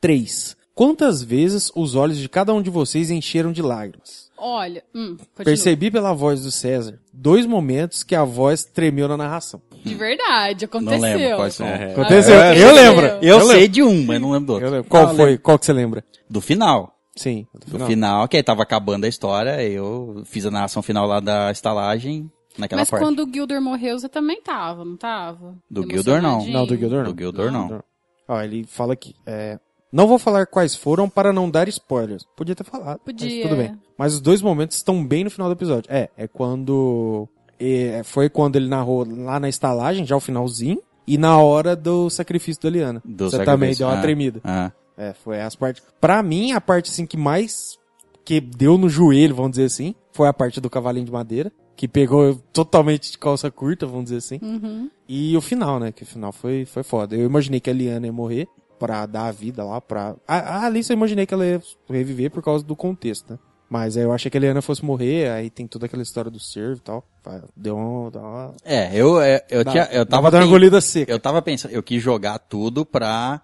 [SPEAKER 2] 3. Quantas vezes os olhos de cada um de vocês encheram de lágrimas?
[SPEAKER 3] Olha, hum, continua.
[SPEAKER 2] Percebi pela voz do César dois momentos que a voz tremeu na narração.
[SPEAKER 3] De verdade, aconteceu.
[SPEAKER 1] Não lembro quais são.
[SPEAKER 4] É.
[SPEAKER 2] Aconteceu.
[SPEAKER 3] Ah,
[SPEAKER 2] eu,
[SPEAKER 3] aconteceu.
[SPEAKER 2] lembro.
[SPEAKER 1] Eu, sei de um, mas não lembro do outro.
[SPEAKER 2] Eu lembro. Qual
[SPEAKER 1] Ah,
[SPEAKER 2] foi? Qual que você lembra?
[SPEAKER 1] Do final.
[SPEAKER 2] Sim. do
[SPEAKER 1] Do
[SPEAKER 2] final.
[SPEAKER 1] final, que aí tava acabando a história, eu fiz a narração final lá da estalagem, naquela
[SPEAKER 3] Mas
[SPEAKER 1] parte.
[SPEAKER 3] quando o Gildor morreu, você também tava, não tava?
[SPEAKER 1] Do Gildor, não.
[SPEAKER 2] Não, do Gildor não.
[SPEAKER 1] Do Gildor, não.
[SPEAKER 2] Ó, ele fala aqui. é, não vou falar quais foram para não dar spoilers. Podia ter falado.
[SPEAKER 3] Podia.
[SPEAKER 2] Mas tudo bem. Mas os dois momentos estão bem no final do episódio. É, é quando. é, foi quando ele narrou lá na estalagem, já o finalzinho. E na hora do sacrifício da Liana.
[SPEAKER 1] Do
[SPEAKER 2] Você
[SPEAKER 1] sacrifício.
[SPEAKER 2] também deu uma
[SPEAKER 1] Ah,
[SPEAKER 2] tremida.
[SPEAKER 1] ah.
[SPEAKER 2] É, foi as partes. Pra mim, a parte assim que mais que deu no joelho, vamos dizer assim, foi a parte do cavalinho de madeira, que pegou eu totalmente de calça curta, vamos dizer assim.
[SPEAKER 3] Uhum.
[SPEAKER 2] E o final, né? Que o final foi, foi foda. Eu imaginei que a Liana ia morrer pra dar a vida lá pra. A, a Alice eu imaginei que ela ia reviver por causa do contexto, né? Mas aí eu achei que a Liana fosse morrer, aí tem toda aquela história do servo e tal. Fa- Deu uma. dá uma-
[SPEAKER 1] É, eu, é, eu,
[SPEAKER 2] dá-
[SPEAKER 1] tinha, eu
[SPEAKER 2] dá
[SPEAKER 1] tava
[SPEAKER 2] pra dar uma
[SPEAKER 1] pen-
[SPEAKER 2] engolida seca.
[SPEAKER 1] Eu tava pensando, eu quis jogar tudo pra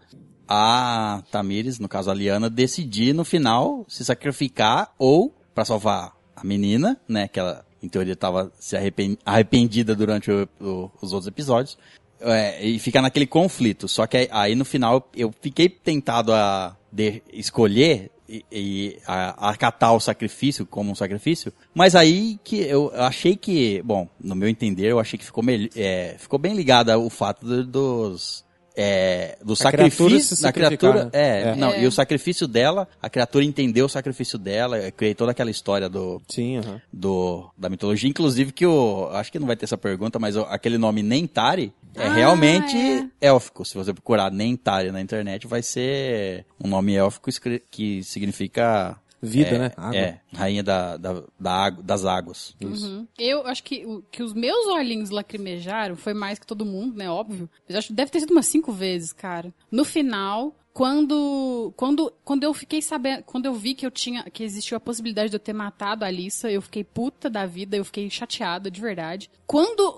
[SPEAKER 1] a Tamires, no caso a Liana, decidir no final se sacrificar ou pra salvar a menina, né? Que ela, em teoria, tava se arrepen- arrependida durante o- o- os outros episódios. É, e ficar naquele conflito. Só que aí, aí, no final eu fiquei tentado a de- escolher e, e a- acatar o sacrifício como um sacrifício. Mas aí que eu achei que, bom, no meu entender, eu achei que ficou, mel- é, ficou bem ligado o fato do- dos. É, do
[SPEAKER 2] criatura
[SPEAKER 1] sacrifício
[SPEAKER 2] se
[SPEAKER 1] da
[SPEAKER 2] sacrificar,
[SPEAKER 1] criatura.
[SPEAKER 2] né?
[SPEAKER 1] É,
[SPEAKER 2] É.
[SPEAKER 1] Não,
[SPEAKER 3] É.
[SPEAKER 1] E o sacrifício dela, a criatura entendeu o sacrifício dela, eu criei toda aquela história do,
[SPEAKER 2] Sim, aham.
[SPEAKER 1] do, da mitologia. Inclusive, que o. Acho que não vai ter essa pergunta, mas o- aquele nome Nentari é
[SPEAKER 3] Ah,
[SPEAKER 1] realmente
[SPEAKER 3] é.
[SPEAKER 1] élfico. Se você procurar Nentari na internet, vai ser um nome élfico escri- que significa.
[SPEAKER 2] Vida,
[SPEAKER 1] é,
[SPEAKER 2] né? Água.
[SPEAKER 1] É, rainha da, da, da água- das águas.
[SPEAKER 3] Uhum. Eu acho que, o- que os meus olhinhos lacrimejaram foi mais que todo mundo, né? Óbvio. Mas acho que deve ter sido umas cinco vezes, cara. No final, quando, quando, quando eu fiquei sabendo, quando eu vi que eu tinha, que existiu a possibilidade de eu ter matado a Alissa, eu fiquei puta da vida, eu fiquei chateada, de verdade. Quando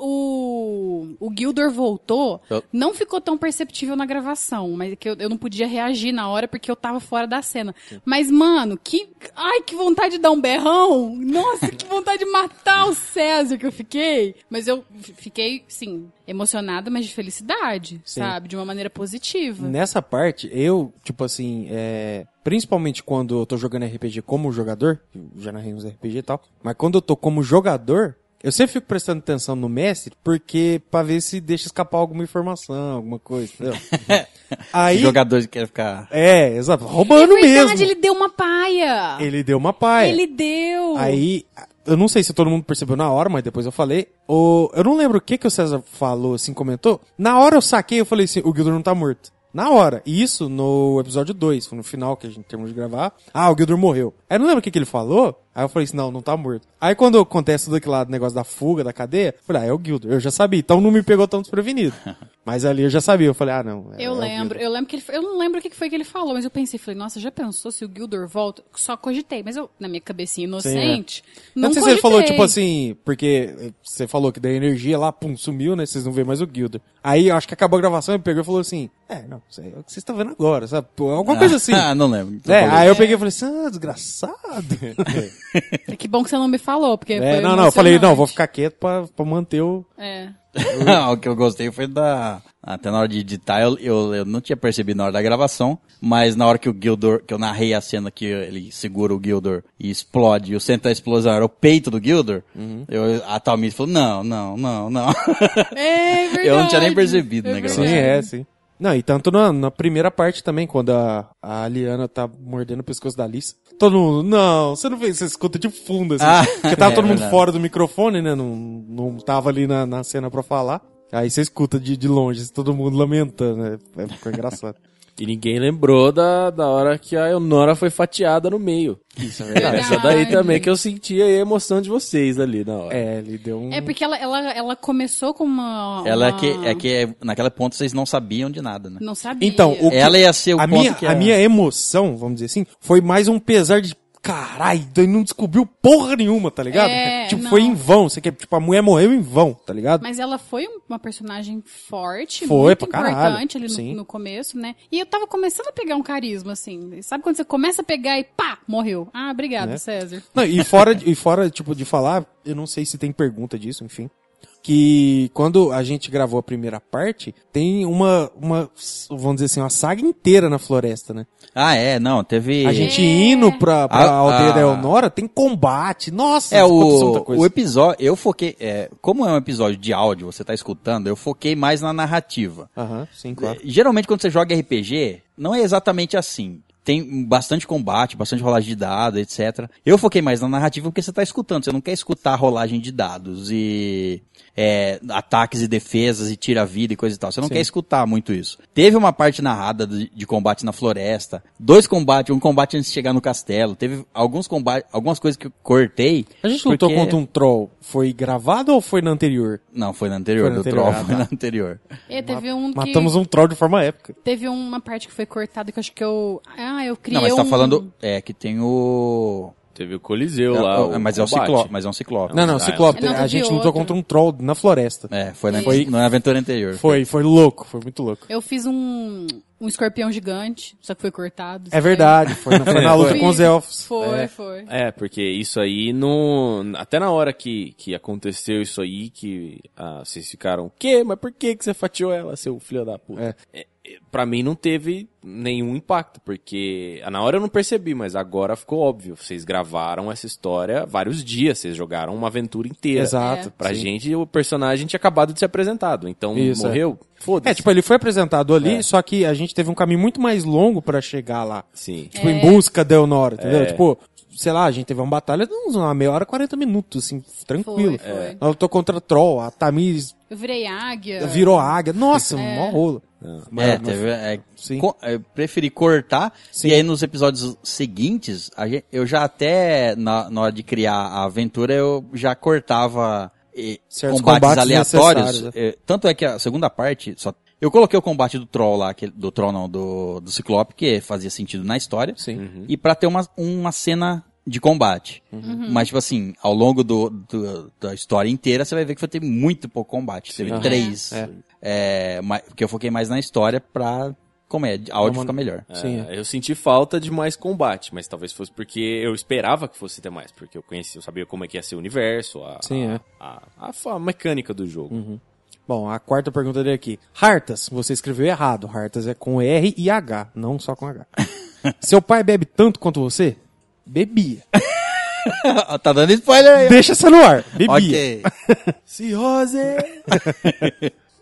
[SPEAKER 3] o, o Gildor voltou,
[SPEAKER 1] Eu-
[SPEAKER 3] não ficou tão perceptível na gravação, mas é que eu, eu não podia reagir na hora porque eu tava fora da cena. Mas, mano, que. Ai, que vontade de dar um berrão! Nossa, que vontade de matar o César que eu fiquei! Mas eu f- fiquei, sim, emocionada, mas de felicidade,
[SPEAKER 2] Sim. Né?
[SPEAKER 3] sabe? De uma maneira positiva.
[SPEAKER 2] Nessa parte, eu, tipo assim, é, principalmente quando eu tô jogando RPG como jogador, eu já narrei uns RPG e tal, mas quando eu tô como jogador, eu sempre fico prestando atenção no mestre, porque pra ver se deixa escapar alguma informação, alguma coisa, entendeu?
[SPEAKER 1] Os
[SPEAKER 2] Aí,
[SPEAKER 1] jogadores que querem ficar.
[SPEAKER 2] é, exato, roubando
[SPEAKER 3] é verdade,
[SPEAKER 2] mesmo.
[SPEAKER 3] ele deu uma paia!
[SPEAKER 2] Ele deu uma paia.
[SPEAKER 3] Ele deu!
[SPEAKER 2] Aí, eu não sei se todo mundo percebeu na hora, mas depois eu falei. Ou, eu não lembro o que, que o César falou, assim, comentou. Na hora eu saquei, eu falei assim, o Gildor não tá morto. Na hora. E isso no episódio 2, no final que a gente terminou de gravar. Ah, o Gildor morreu. Aí eu não lembro o que, que ele falou. Aí eu falei assim, não, não tá morto. Aí quando acontece tudo aquilo lá, do negócio da fuga, da cadeia, eu falei, ah, é o Gildor. Eu já sabia. Então não me pegou tão desprevenido. mas ali eu já sabia. Eu falei, ah, não. é-
[SPEAKER 3] Eu
[SPEAKER 2] é o
[SPEAKER 3] lembro,
[SPEAKER 2] Gildor.
[SPEAKER 3] eu lembro que ele, eu não lembro o que que foi que ele falou, mas eu pensei, falei, nossa, já pensou se o Gildor volta? Só cogitei, mas eu, na minha cabecinha inocente,
[SPEAKER 2] é.
[SPEAKER 3] não,
[SPEAKER 2] não sei se
[SPEAKER 3] cogitei.
[SPEAKER 2] ele falou, tipo assim, porque eh, você falou que da energia lá, pum, sumiu, né? Vocês não vê mais o Gilder. Aí eu acho que acabou a gravação, ele pegou e falou assim: É, não, isso aí é o que vocês estão vendo agora, sabe? Pô, Alguma coisa assim.
[SPEAKER 1] Ah, não lembro.
[SPEAKER 2] É, aí eu peguei e falei assim, ah, desgraçado.
[SPEAKER 3] É Que bom que você não me falou, porque
[SPEAKER 2] É,
[SPEAKER 3] foi
[SPEAKER 2] não, não, eu falei, não,
[SPEAKER 3] emocionante.
[SPEAKER 2] vou ficar quieto pra, pra manter o.
[SPEAKER 3] É.
[SPEAKER 1] o que eu gostei foi da. Até na hora de editar, eu, eu, eu não tinha percebido na hora da gravação, mas na hora que o Gildor, que eu narrei a cena que ele segura o Gildor e explode, e o centro da explosão era o peito do Gildor,
[SPEAKER 2] Uhum.
[SPEAKER 1] eu, a Talmir falou: não, não, não, não.
[SPEAKER 3] É verdade.
[SPEAKER 1] eu não tinha nem percebido né, na
[SPEAKER 3] É verdade.
[SPEAKER 2] Sim,
[SPEAKER 1] gravação.
[SPEAKER 2] é, sim. Não, e tanto na, na primeira parte também, quando a, a Aliana tá mordendo o pescoço da Alice. Todo mundo, não, você não vê, você escuta de fundo, assim.
[SPEAKER 1] Ah,
[SPEAKER 2] porque tava
[SPEAKER 1] é
[SPEAKER 2] todo mundo
[SPEAKER 1] verdade.
[SPEAKER 2] fora do microfone, né? Não, não tava ali na, na cena pra falar. Aí você escuta de, de longe, assim, todo mundo lamentando, né? É, ficou engraçado.
[SPEAKER 4] E ninguém lembrou da, da hora que a Eonora foi fatiada no meio.
[SPEAKER 2] Isso é
[SPEAKER 3] verdade.
[SPEAKER 4] Essa daí também que eu senti aí a emoção de vocês ali na hora.
[SPEAKER 2] É, ele deu um...
[SPEAKER 3] É porque ela, ela, ela começou com uma.
[SPEAKER 1] Ela é
[SPEAKER 3] uma-
[SPEAKER 1] que, é que é- naquela ponta vocês não sabiam de nada, né?
[SPEAKER 3] Não sabia.
[SPEAKER 2] Então, o que-
[SPEAKER 1] Ela ia ser o
[SPEAKER 2] a
[SPEAKER 1] ponto
[SPEAKER 2] minha,
[SPEAKER 1] que é-
[SPEAKER 2] a
[SPEAKER 1] era-
[SPEAKER 2] minha emoção, vamos dizer assim, foi mais um pesar de carai, daí não descobriu porra nenhuma, tá ligado?
[SPEAKER 3] É,
[SPEAKER 2] tipo,
[SPEAKER 3] não.
[SPEAKER 2] foi em vão, você quer, tipo, a mulher morreu em vão, tá ligado?
[SPEAKER 3] Mas ela foi uma personagem forte,
[SPEAKER 2] Foi pra
[SPEAKER 3] muito
[SPEAKER 2] caralho,
[SPEAKER 3] importante ali
[SPEAKER 2] sim.
[SPEAKER 3] no, no começo, né? E eu tava começando a pegar um carisma, assim. Sabe quando você começa a pegar e pá, morreu. Ah, obrigado,
[SPEAKER 2] Né?
[SPEAKER 3] César.
[SPEAKER 2] Não, e fora, de- e fora, tipo, de falar, eu não sei se tem pergunta disso, enfim. Que quando a gente gravou a primeira parte, tem uma, uma, vamos dizer assim, uma saga inteira na floresta, né?
[SPEAKER 1] Ah, é, não, teve...
[SPEAKER 2] A gente indo pra, pra
[SPEAKER 1] A-
[SPEAKER 2] aldeia da
[SPEAKER 1] a-
[SPEAKER 2] Elnora, tem combate, nossa,
[SPEAKER 1] É,
[SPEAKER 2] aconteceu
[SPEAKER 1] o,
[SPEAKER 2] muita coisa.
[SPEAKER 1] o episódio, eu foquei, é, como é um episódio de áudio, você tá escutando, eu foquei mais na narrativa.
[SPEAKER 2] Aham, sim, claro.
[SPEAKER 1] É, Geralmente quando você joga RPG, não é exatamente assim. Tem bastante combate, bastante rolagem de dados, etc. Eu foquei mais na narrativa porque você tá escutando, você não quer escutar rolagem de dados e é, ataques e defesas e tira-vida e coisa e tal. Você não
[SPEAKER 2] Sim.
[SPEAKER 1] quer escutar muito isso. Teve uma parte narrada de, de combate na floresta, dois combates, um combate antes de chegar no castelo. Teve alguns combates, algumas coisas que eu cortei.
[SPEAKER 2] A gente lutou
[SPEAKER 1] porque-
[SPEAKER 2] contra um troll. Foi gravado ou foi na anterior?
[SPEAKER 1] Não, foi na anterior,
[SPEAKER 2] Foi na
[SPEAKER 1] do
[SPEAKER 2] anterior,
[SPEAKER 1] Troll,
[SPEAKER 2] ah,
[SPEAKER 1] foi
[SPEAKER 2] tá.
[SPEAKER 1] na anterior.
[SPEAKER 3] E teve um que.
[SPEAKER 2] Matamos um troll de forma épica.
[SPEAKER 3] Teve uma parte que foi cortada que eu acho que eu. Ah, eu criei.
[SPEAKER 1] não, mas tá
[SPEAKER 3] um-
[SPEAKER 1] falando, é, que tem o...
[SPEAKER 4] Teve o Coliseu
[SPEAKER 1] É,
[SPEAKER 4] lá.
[SPEAKER 1] o- é, mas, é o
[SPEAKER 4] combate.
[SPEAKER 1] ciclo, mas é um ciclope.
[SPEAKER 2] Não, não,
[SPEAKER 4] Ah,
[SPEAKER 2] Ciclope.
[SPEAKER 3] não,
[SPEAKER 2] a
[SPEAKER 3] teve
[SPEAKER 2] gente lutou
[SPEAKER 3] outro.
[SPEAKER 2] contra um troll na floresta.
[SPEAKER 1] É, foi na,
[SPEAKER 2] Foi-
[SPEAKER 1] na aventura anterior.
[SPEAKER 2] Foi, foi louco, foi muito louco.
[SPEAKER 3] Eu fiz um, um escorpião gigante, só que foi cortado.
[SPEAKER 2] É verdade, foi na, É, foi na luta
[SPEAKER 3] Foi.
[SPEAKER 2] com os elfos.
[SPEAKER 3] Foi,
[SPEAKER 2] É.
[SPEAKER 3] foi.
[SPEAKER 4] É, porque isso aí no. Até na hora que, que aconteceu isso aí, que ah, vocês ficaram, quê? Mas por que, que você fatiou ela, seu filho da puta? É, é, pra mim não teve nenhum impacto, porque ah, na hora eu não percebi, mas agora ficou óbvio. Vocês gravaram essa história vários dias, vocês jogaram uma aventura
[SPEAKER 1] É,
[SPEAKER 4] inteira.
[SPEAKER 2] Exato.
[SPEAKER 4] Pra
[SPEAKER 2] sim.
[SPEAKER 4] gente, o personagem tinha acabado de ser apresentado. Então
[SPEAKER 2] Isso, é.
[SPEAKER 4] morreu? Foda-se.
[SPEAKER 2] É, tipo, ele foi apresentado
[SPEAKER 1] É.
[SPEAKER 2] ali, só que a gente teve um caminho muito mais longo pra chegar lá.
[SPEAKER 4] Sim.
[SPEAKER 2] Tipo, em busca da Elnora, entendeu? Tipo, sei lá, a gente teve uma batalha de uns- uma meia hora, 40 minutos, assim, tranquilo.
[SPEAKER 3] Foi, foi. É.
[SPEAKER 2] Eu tô contra troll, a Tamires
[SPEAKER 3] Eu virei águia.
[SPEAKER 2] virou águia. Nossa, mó rolo. Mas-
[SPEAKER 1] É,
[SPEAKER 2] mas-
[SPEAKER 1] teve, é,
[SPEAKER 2] Sim.
[SPEAKER 1] co- é, preferi cortar.
[SPEAKER 2] Sim.
[SPEAKER 1] E aí nos episódios seguintes, a gen- eu já até, na, na hora de criar a aventura, eu já cortava eh,
[SPEAKER 2] Certos
[SPEAKER 1] combates,
[SPEAKER 2] combates
[SPEAKER 1] aleatórios.
[SPEAKER 2] necessários,
[SPEAKER 1] Eh, tanto é que a segunda parte, só, eu coloquei o combate do Troll lá, que- do Troll não, do, do Ciclope, que fazia sentido na história.
[SPEAKER 2] Sim.
[SPEAKER 4] Uhum.
[SPEAKER 1] e pra ter uma, uma cena de combate. Mas, tipo assim, ao longo do, do- da história inteira, você vai ver que foi ter muito pouco combate. Teve
[SPEAKER 4] Aham.
[SPEAKER 1] três.
[SPEAKER 2] É.
[SPEAKER 1] É, mas- porque eu foquei mais na história pra. Como é? de Áudio
[SPEAKER 2] Uma-
[SPEAKER 1] fica melhor.
[SPEAKER 2] Sim,
[SPEAKER 4] É, Eu senti falta de mais combate, mas talvez fosse porque eu esperava que fosse ter mais, porque eu conhecia, eu sabia como é que ia ser o universo, a,
[SPEAKER 2] Sim, é. Uhum.
[SPEAKER 4] a, a, fa- a mecânica do jogo.
[SPEAKER 2] Bom, a quarta pergunta dele aqui. Hartas, você escreveu errado. Hartas é com R e H, não só com H. Seu pai bebe tanto quanto você? Bebia.
[SPEAKER 1] tá dando spoiler aí.
[SPEAKER 2] Deixa essa no ar. Bebia.
[SPEAKER 1] Ok.
[SPEAKER 4] Cirrose!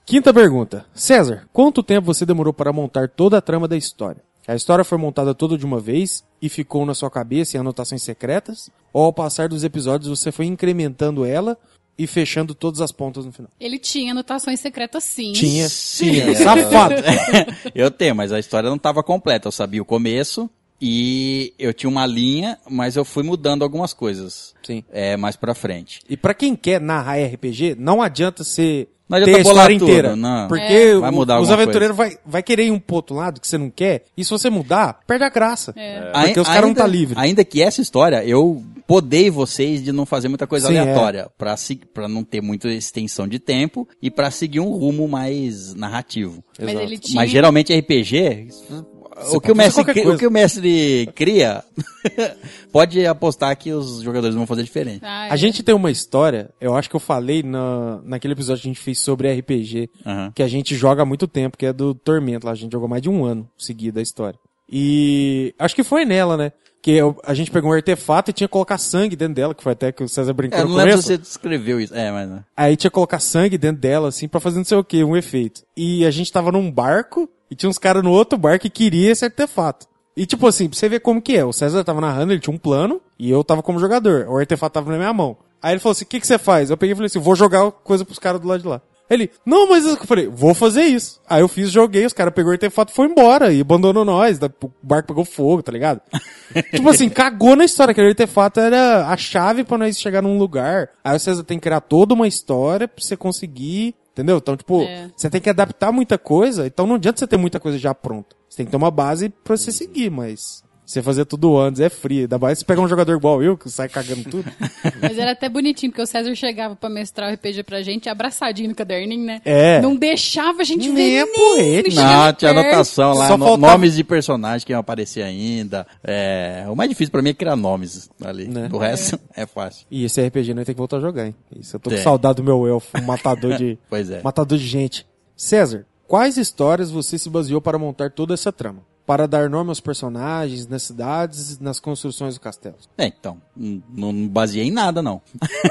[SPEAKER 2] Quinta pergunta. César, quanto tempo você demorou para montar toda a trama da história? A história foi montada toda de uma vez e ficou na sua cabeça em anotações secretas? Ou ao passar dos episódios você foi incrementando ela e fechando todas as pontas no final?
[SPEAKER 3] Ele tinha anotações secretas, sim.
[SPEAKER 2] Tinha.
[SPEAKER 1] Sim.
[SPEAKER 2] Tinha. Safado.
[SPEAKER 1] eu tenho, mas a história não tava completa. Eu sabia o começo e eu tinha uma linha, mas eu fui mudando algumas coisas.
[SPEAKER 2] Sim.
[SPEAKER 1] É, mais pra frente.
[SPEAKER 2] E pra quem quer narrar RPG, não adianta você
[SPEAKER 1] Não adianta
[SPEAKER 2] ter a
[SPEAKER 1] bolar
[SPEAKER 2] história
[SPEAKER 1] tudo,
[SPEAKER 2] inteira.
[SPEAKER 1] não.
[SPEAKER 2] Porque
[SPEAKER 1] É. Vai
[SPEAKER 2] o-
[SPEAKER 1] mudar
[SPEAKER 2] os
[SPEAKER 1] alguma
[SPEAKER 2] aventureiros vai, vai querer ir um pro outro lado que você não quer. E se você mudar, perde a graça. Porque
[SPEAKER 1] É. Ai-
[SPEAKER 2] os caras não
[SPEAKER 1] ainda-
[SPEAKER 2] tá livre.
[SPEAKER 1] Ainda que essa história, eu podei vocês de não fazer muita coisa
[SPEAKER 2] Sim, é.
[SPEAKER 1] aleatória, pra se- pra não ter muita extensão de tempo e pra seguir um rumo mais narrativo.
[SPEAKER 3] Mas ele tinha.
[SPEAKER 1] Mas geralmente RPG, o que o,
[SPEAKER 2] pode fazer
[SPEAKER 1] mestre,
[SPEAKER 2] qualquer
[SPEAKER 1] cri-
[SPEAKER 2] coisa.
[SPEAKER 1] o que o mestre cria, pode apostar que os jogadores vão fazer diferente.
[SPEAKER 3] Ah,
[SPEAKER 2] A
[SPEAKER 3] é.
[SPEAKER 2] gente tem uma história, eu acho que eu falei na, naquele episódio que a gente fez sobre RPG,
[SPEAKER 1] Aham.
[SPEAKER 2] que a gente joga há muito tempo, que é do Tormento lá. A gente jogou mais de um ano seguido a história. E acho que foi nela, né? que eu- a gente pegou um artefato e tinha que colocar sangue dentro dela, que foi até que o César brincou
[SPEAKER 1] É,
[SPEAKER 2] no
[SPEAKER 1] não lembro
[SPEAKER 2] começo.
[SPEAKER 1] se você descreveu isso. É, mas. né.
[SPEAKER 2] Aí tinha que colocar sangue dentro dela, assim, pra fazer não sei o que, um efeito. E a gente tava num barco, e tinha uns caras no outro barco que queria esse artefato. E tipo assim, pra você ver como que é, o César tava narrando, ele tinha um plano, e eu tava como jogador, o artefato tava na minha mão. Aí ele falou assim, o que que você faz? Eu peguei e falei assim, vou jogar coisa pros caras do lado de lá. Ele, não, mas eu falei, vou fazer isso. Aí eu fiz, joguei, os caras pegou o artefato e foi embora. E abandonou nós. da- O barco pegou fogo, tá ligado? tipo assim, cagou na história. Aquele artefato era a chave pra nós chegar num lugar. Aí você tem que criar toda uma história pra você conseguir. Entendeu? Então, tipo,
[SPEAKER 3] É.
[SPEAKER 2] você tem que adaptar muita coisa. Então não adianta você ter muita coisa já pronta. Você tem que ter uma base pra você seguir, mas. Você fazer tudo antes é frio. Ainda mais se pegar um jogador igual eu, que sai cagando tudo.
[SPEAKER 3] Mas era até bonitinho, porque o César chegava pra mestrar o RPG pra gente, abraçadinho no caderninho, né?
[SPEAKER 2] É.
[SPEAKER 3] Não deixava a gente
[SPEAKER 2] Nem é
[SPEAKER 3] ver.
[SPEAKER 2] a porreta.
[SPEAKER 3] chegava
[SPEAKER 1] Não, tinha
[SPEAKER 3] perto.
[SPEAKER 1] anotação lá,
[SPEAKER 2] Só
[SPEAKER 1] no-
[SPEAKER 2] faltava-
[SPEAKER 1] nomes de personagens que iam aparecer ainda. É, o mais difícil pra mim é criar nomes ali.
[SPEAKER 2] Né?
[SPEAKER 1] O resto é fácil.
[SPEAKER 2] E esse RPG nós tem que voltar a jogar, hein? Isso, eu tô com
[SPEAKER 1] Tem.
[SPEAKER 2] saudade do meu elfo, um matador de.
[SPEAKER 1] É. Pois é.
[SPEAKER 2] Matador de gente. César, quais histórias você se baseou para montar toda essa trama? Para dar nome aos personagens, nas cidades, nas construções do castelo.
[SPEAKER 1] É, então, n- não não baseei em nada, não.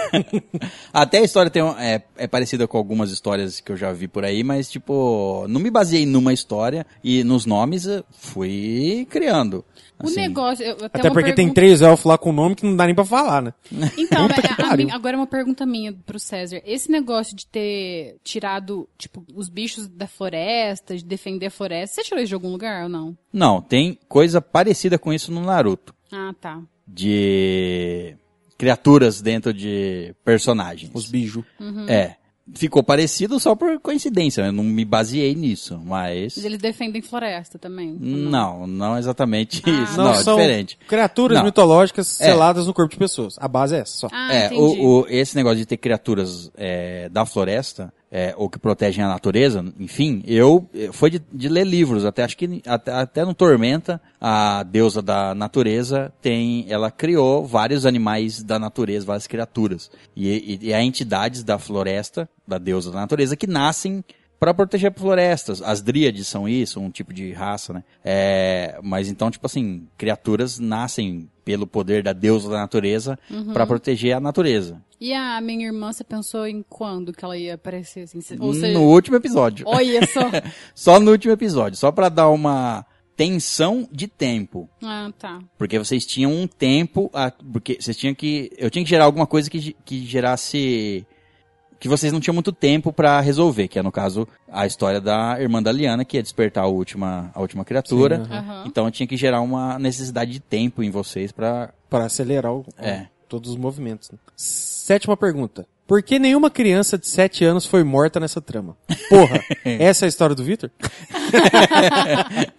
[SPEAKER 1] Até a história tem, um- é, é parecida com algumas histórias que eu já vi por aí, mas, tipo, não me baseei numa história e nos nomes eu fui criando.
[SPEAKER 3] O
[SPEAKER 1] Assim,
[SPEAKER 3] negócio. Eu, eu
[SPEAKER 2] Até
[SPEAKER 3] tenho uma
[SPEAKER 2] porque tem
[SPEAKER 3] pergunta-
[SPEAKER 2] três elfos lá com nome que não dá nem pra falar, né?
[SPEAKER 3] Então,
[SPEAKER 2] Puta
[SPEAKER 3] é,
[SPEAKER 2] que
[SPEAKER 3] a
[SPEAKER 2] pariu.
[SPEAKER 3] minha- agora uma pergunta minha pro César. Esse negócio de ter tirado, tipo, os bichos da floresta, de defender a floresta, você tirou isso de algum lugar ou não?
[SPEAKER 1] Não, tem coisa parecida com isso no Naruto.
[SPEAKER 3] Ah, tá.
[SPEAKER 1] De criaturas dentro de personagens.
[SPEAKER 2] Os bijus.
[SPEAKER 1] É. Ficou parecido só por coincidência, eu não me baseei nisso, mas.
[SPEAKER 3] Mas eles defendem floresta também. ou
[SPEAKER 1] Não, não exatamente
[SPEAKER 3] Ah.
[SPEAKER 1] isso. Não, é diferente.
[SPEAKER 2] criaturas
[SPEAKER 1] Não.
[SPEAKER 2] mitológicas
[SPEAKER 1] É.
[SPEAKER 2] seladas no corpo de pessoas. A base é essa só.
[SPEAKER 3] Ah,
[SPEAKER 1] é,
[SPEAKER 3] entendi.
[SPEAKER 1] o, o- esse negócio de ter criaturas é, da floresta, é, ou que protegem a natureza, enfim, eu eh, foi de, de ler livros, até acho que até, até no Tormenta, a deusa da natureza tem, ela criou vários animais da natureza, várias criaturas. E, e, e há entidades da floresta, da deusa da natureza, que nascem para proteger florestas. As dríades são isso, um tipo de raça, né? É, mas então, tipo assim, criaturas nascem pelo poder da deusa da natureza
[SPEAKER 3] Uhum.
[SPEAKER 1] pra para proteger a natureza.
[SPEAKER 3] E a minha irmã, você pensou em quando que ela ia aparecer? Assim? Cê- Ou seja,
[SPEAKER 1] No último episódio.
[SPEAKER 3] olha só.
[SPEAKER 1] Só no último episódio, só para dar uma tensão de tempo.
[SPEAKER 3] Ah, tá.
[SPEAKER 1] Porque vocês tinham um tempo, a- porque vocês tinham que, eu tinha que gerar alguma coisa que, ge- que gerasse, que vocês não tinham muito tempo pra resolver, que é no caso a história da irmã da Liana, que ia despertar a última, a última criatura.
[SPEAKER 2] Sim,
[SPEAKER 3] aham. Aham.
[SPEAKER 1] Então eu tinha que gerar uma necessidade de tempo em vocês pra.
[SPEAKER 2] Para acelerar o-
[SPEAKER 1] É.
[SPEAKER 2] todos os movimentos. né? Sétima pergunta. Por que nenhuma criança de 7 anos foi morta nessa trama? Porra, essa é a história do Victor?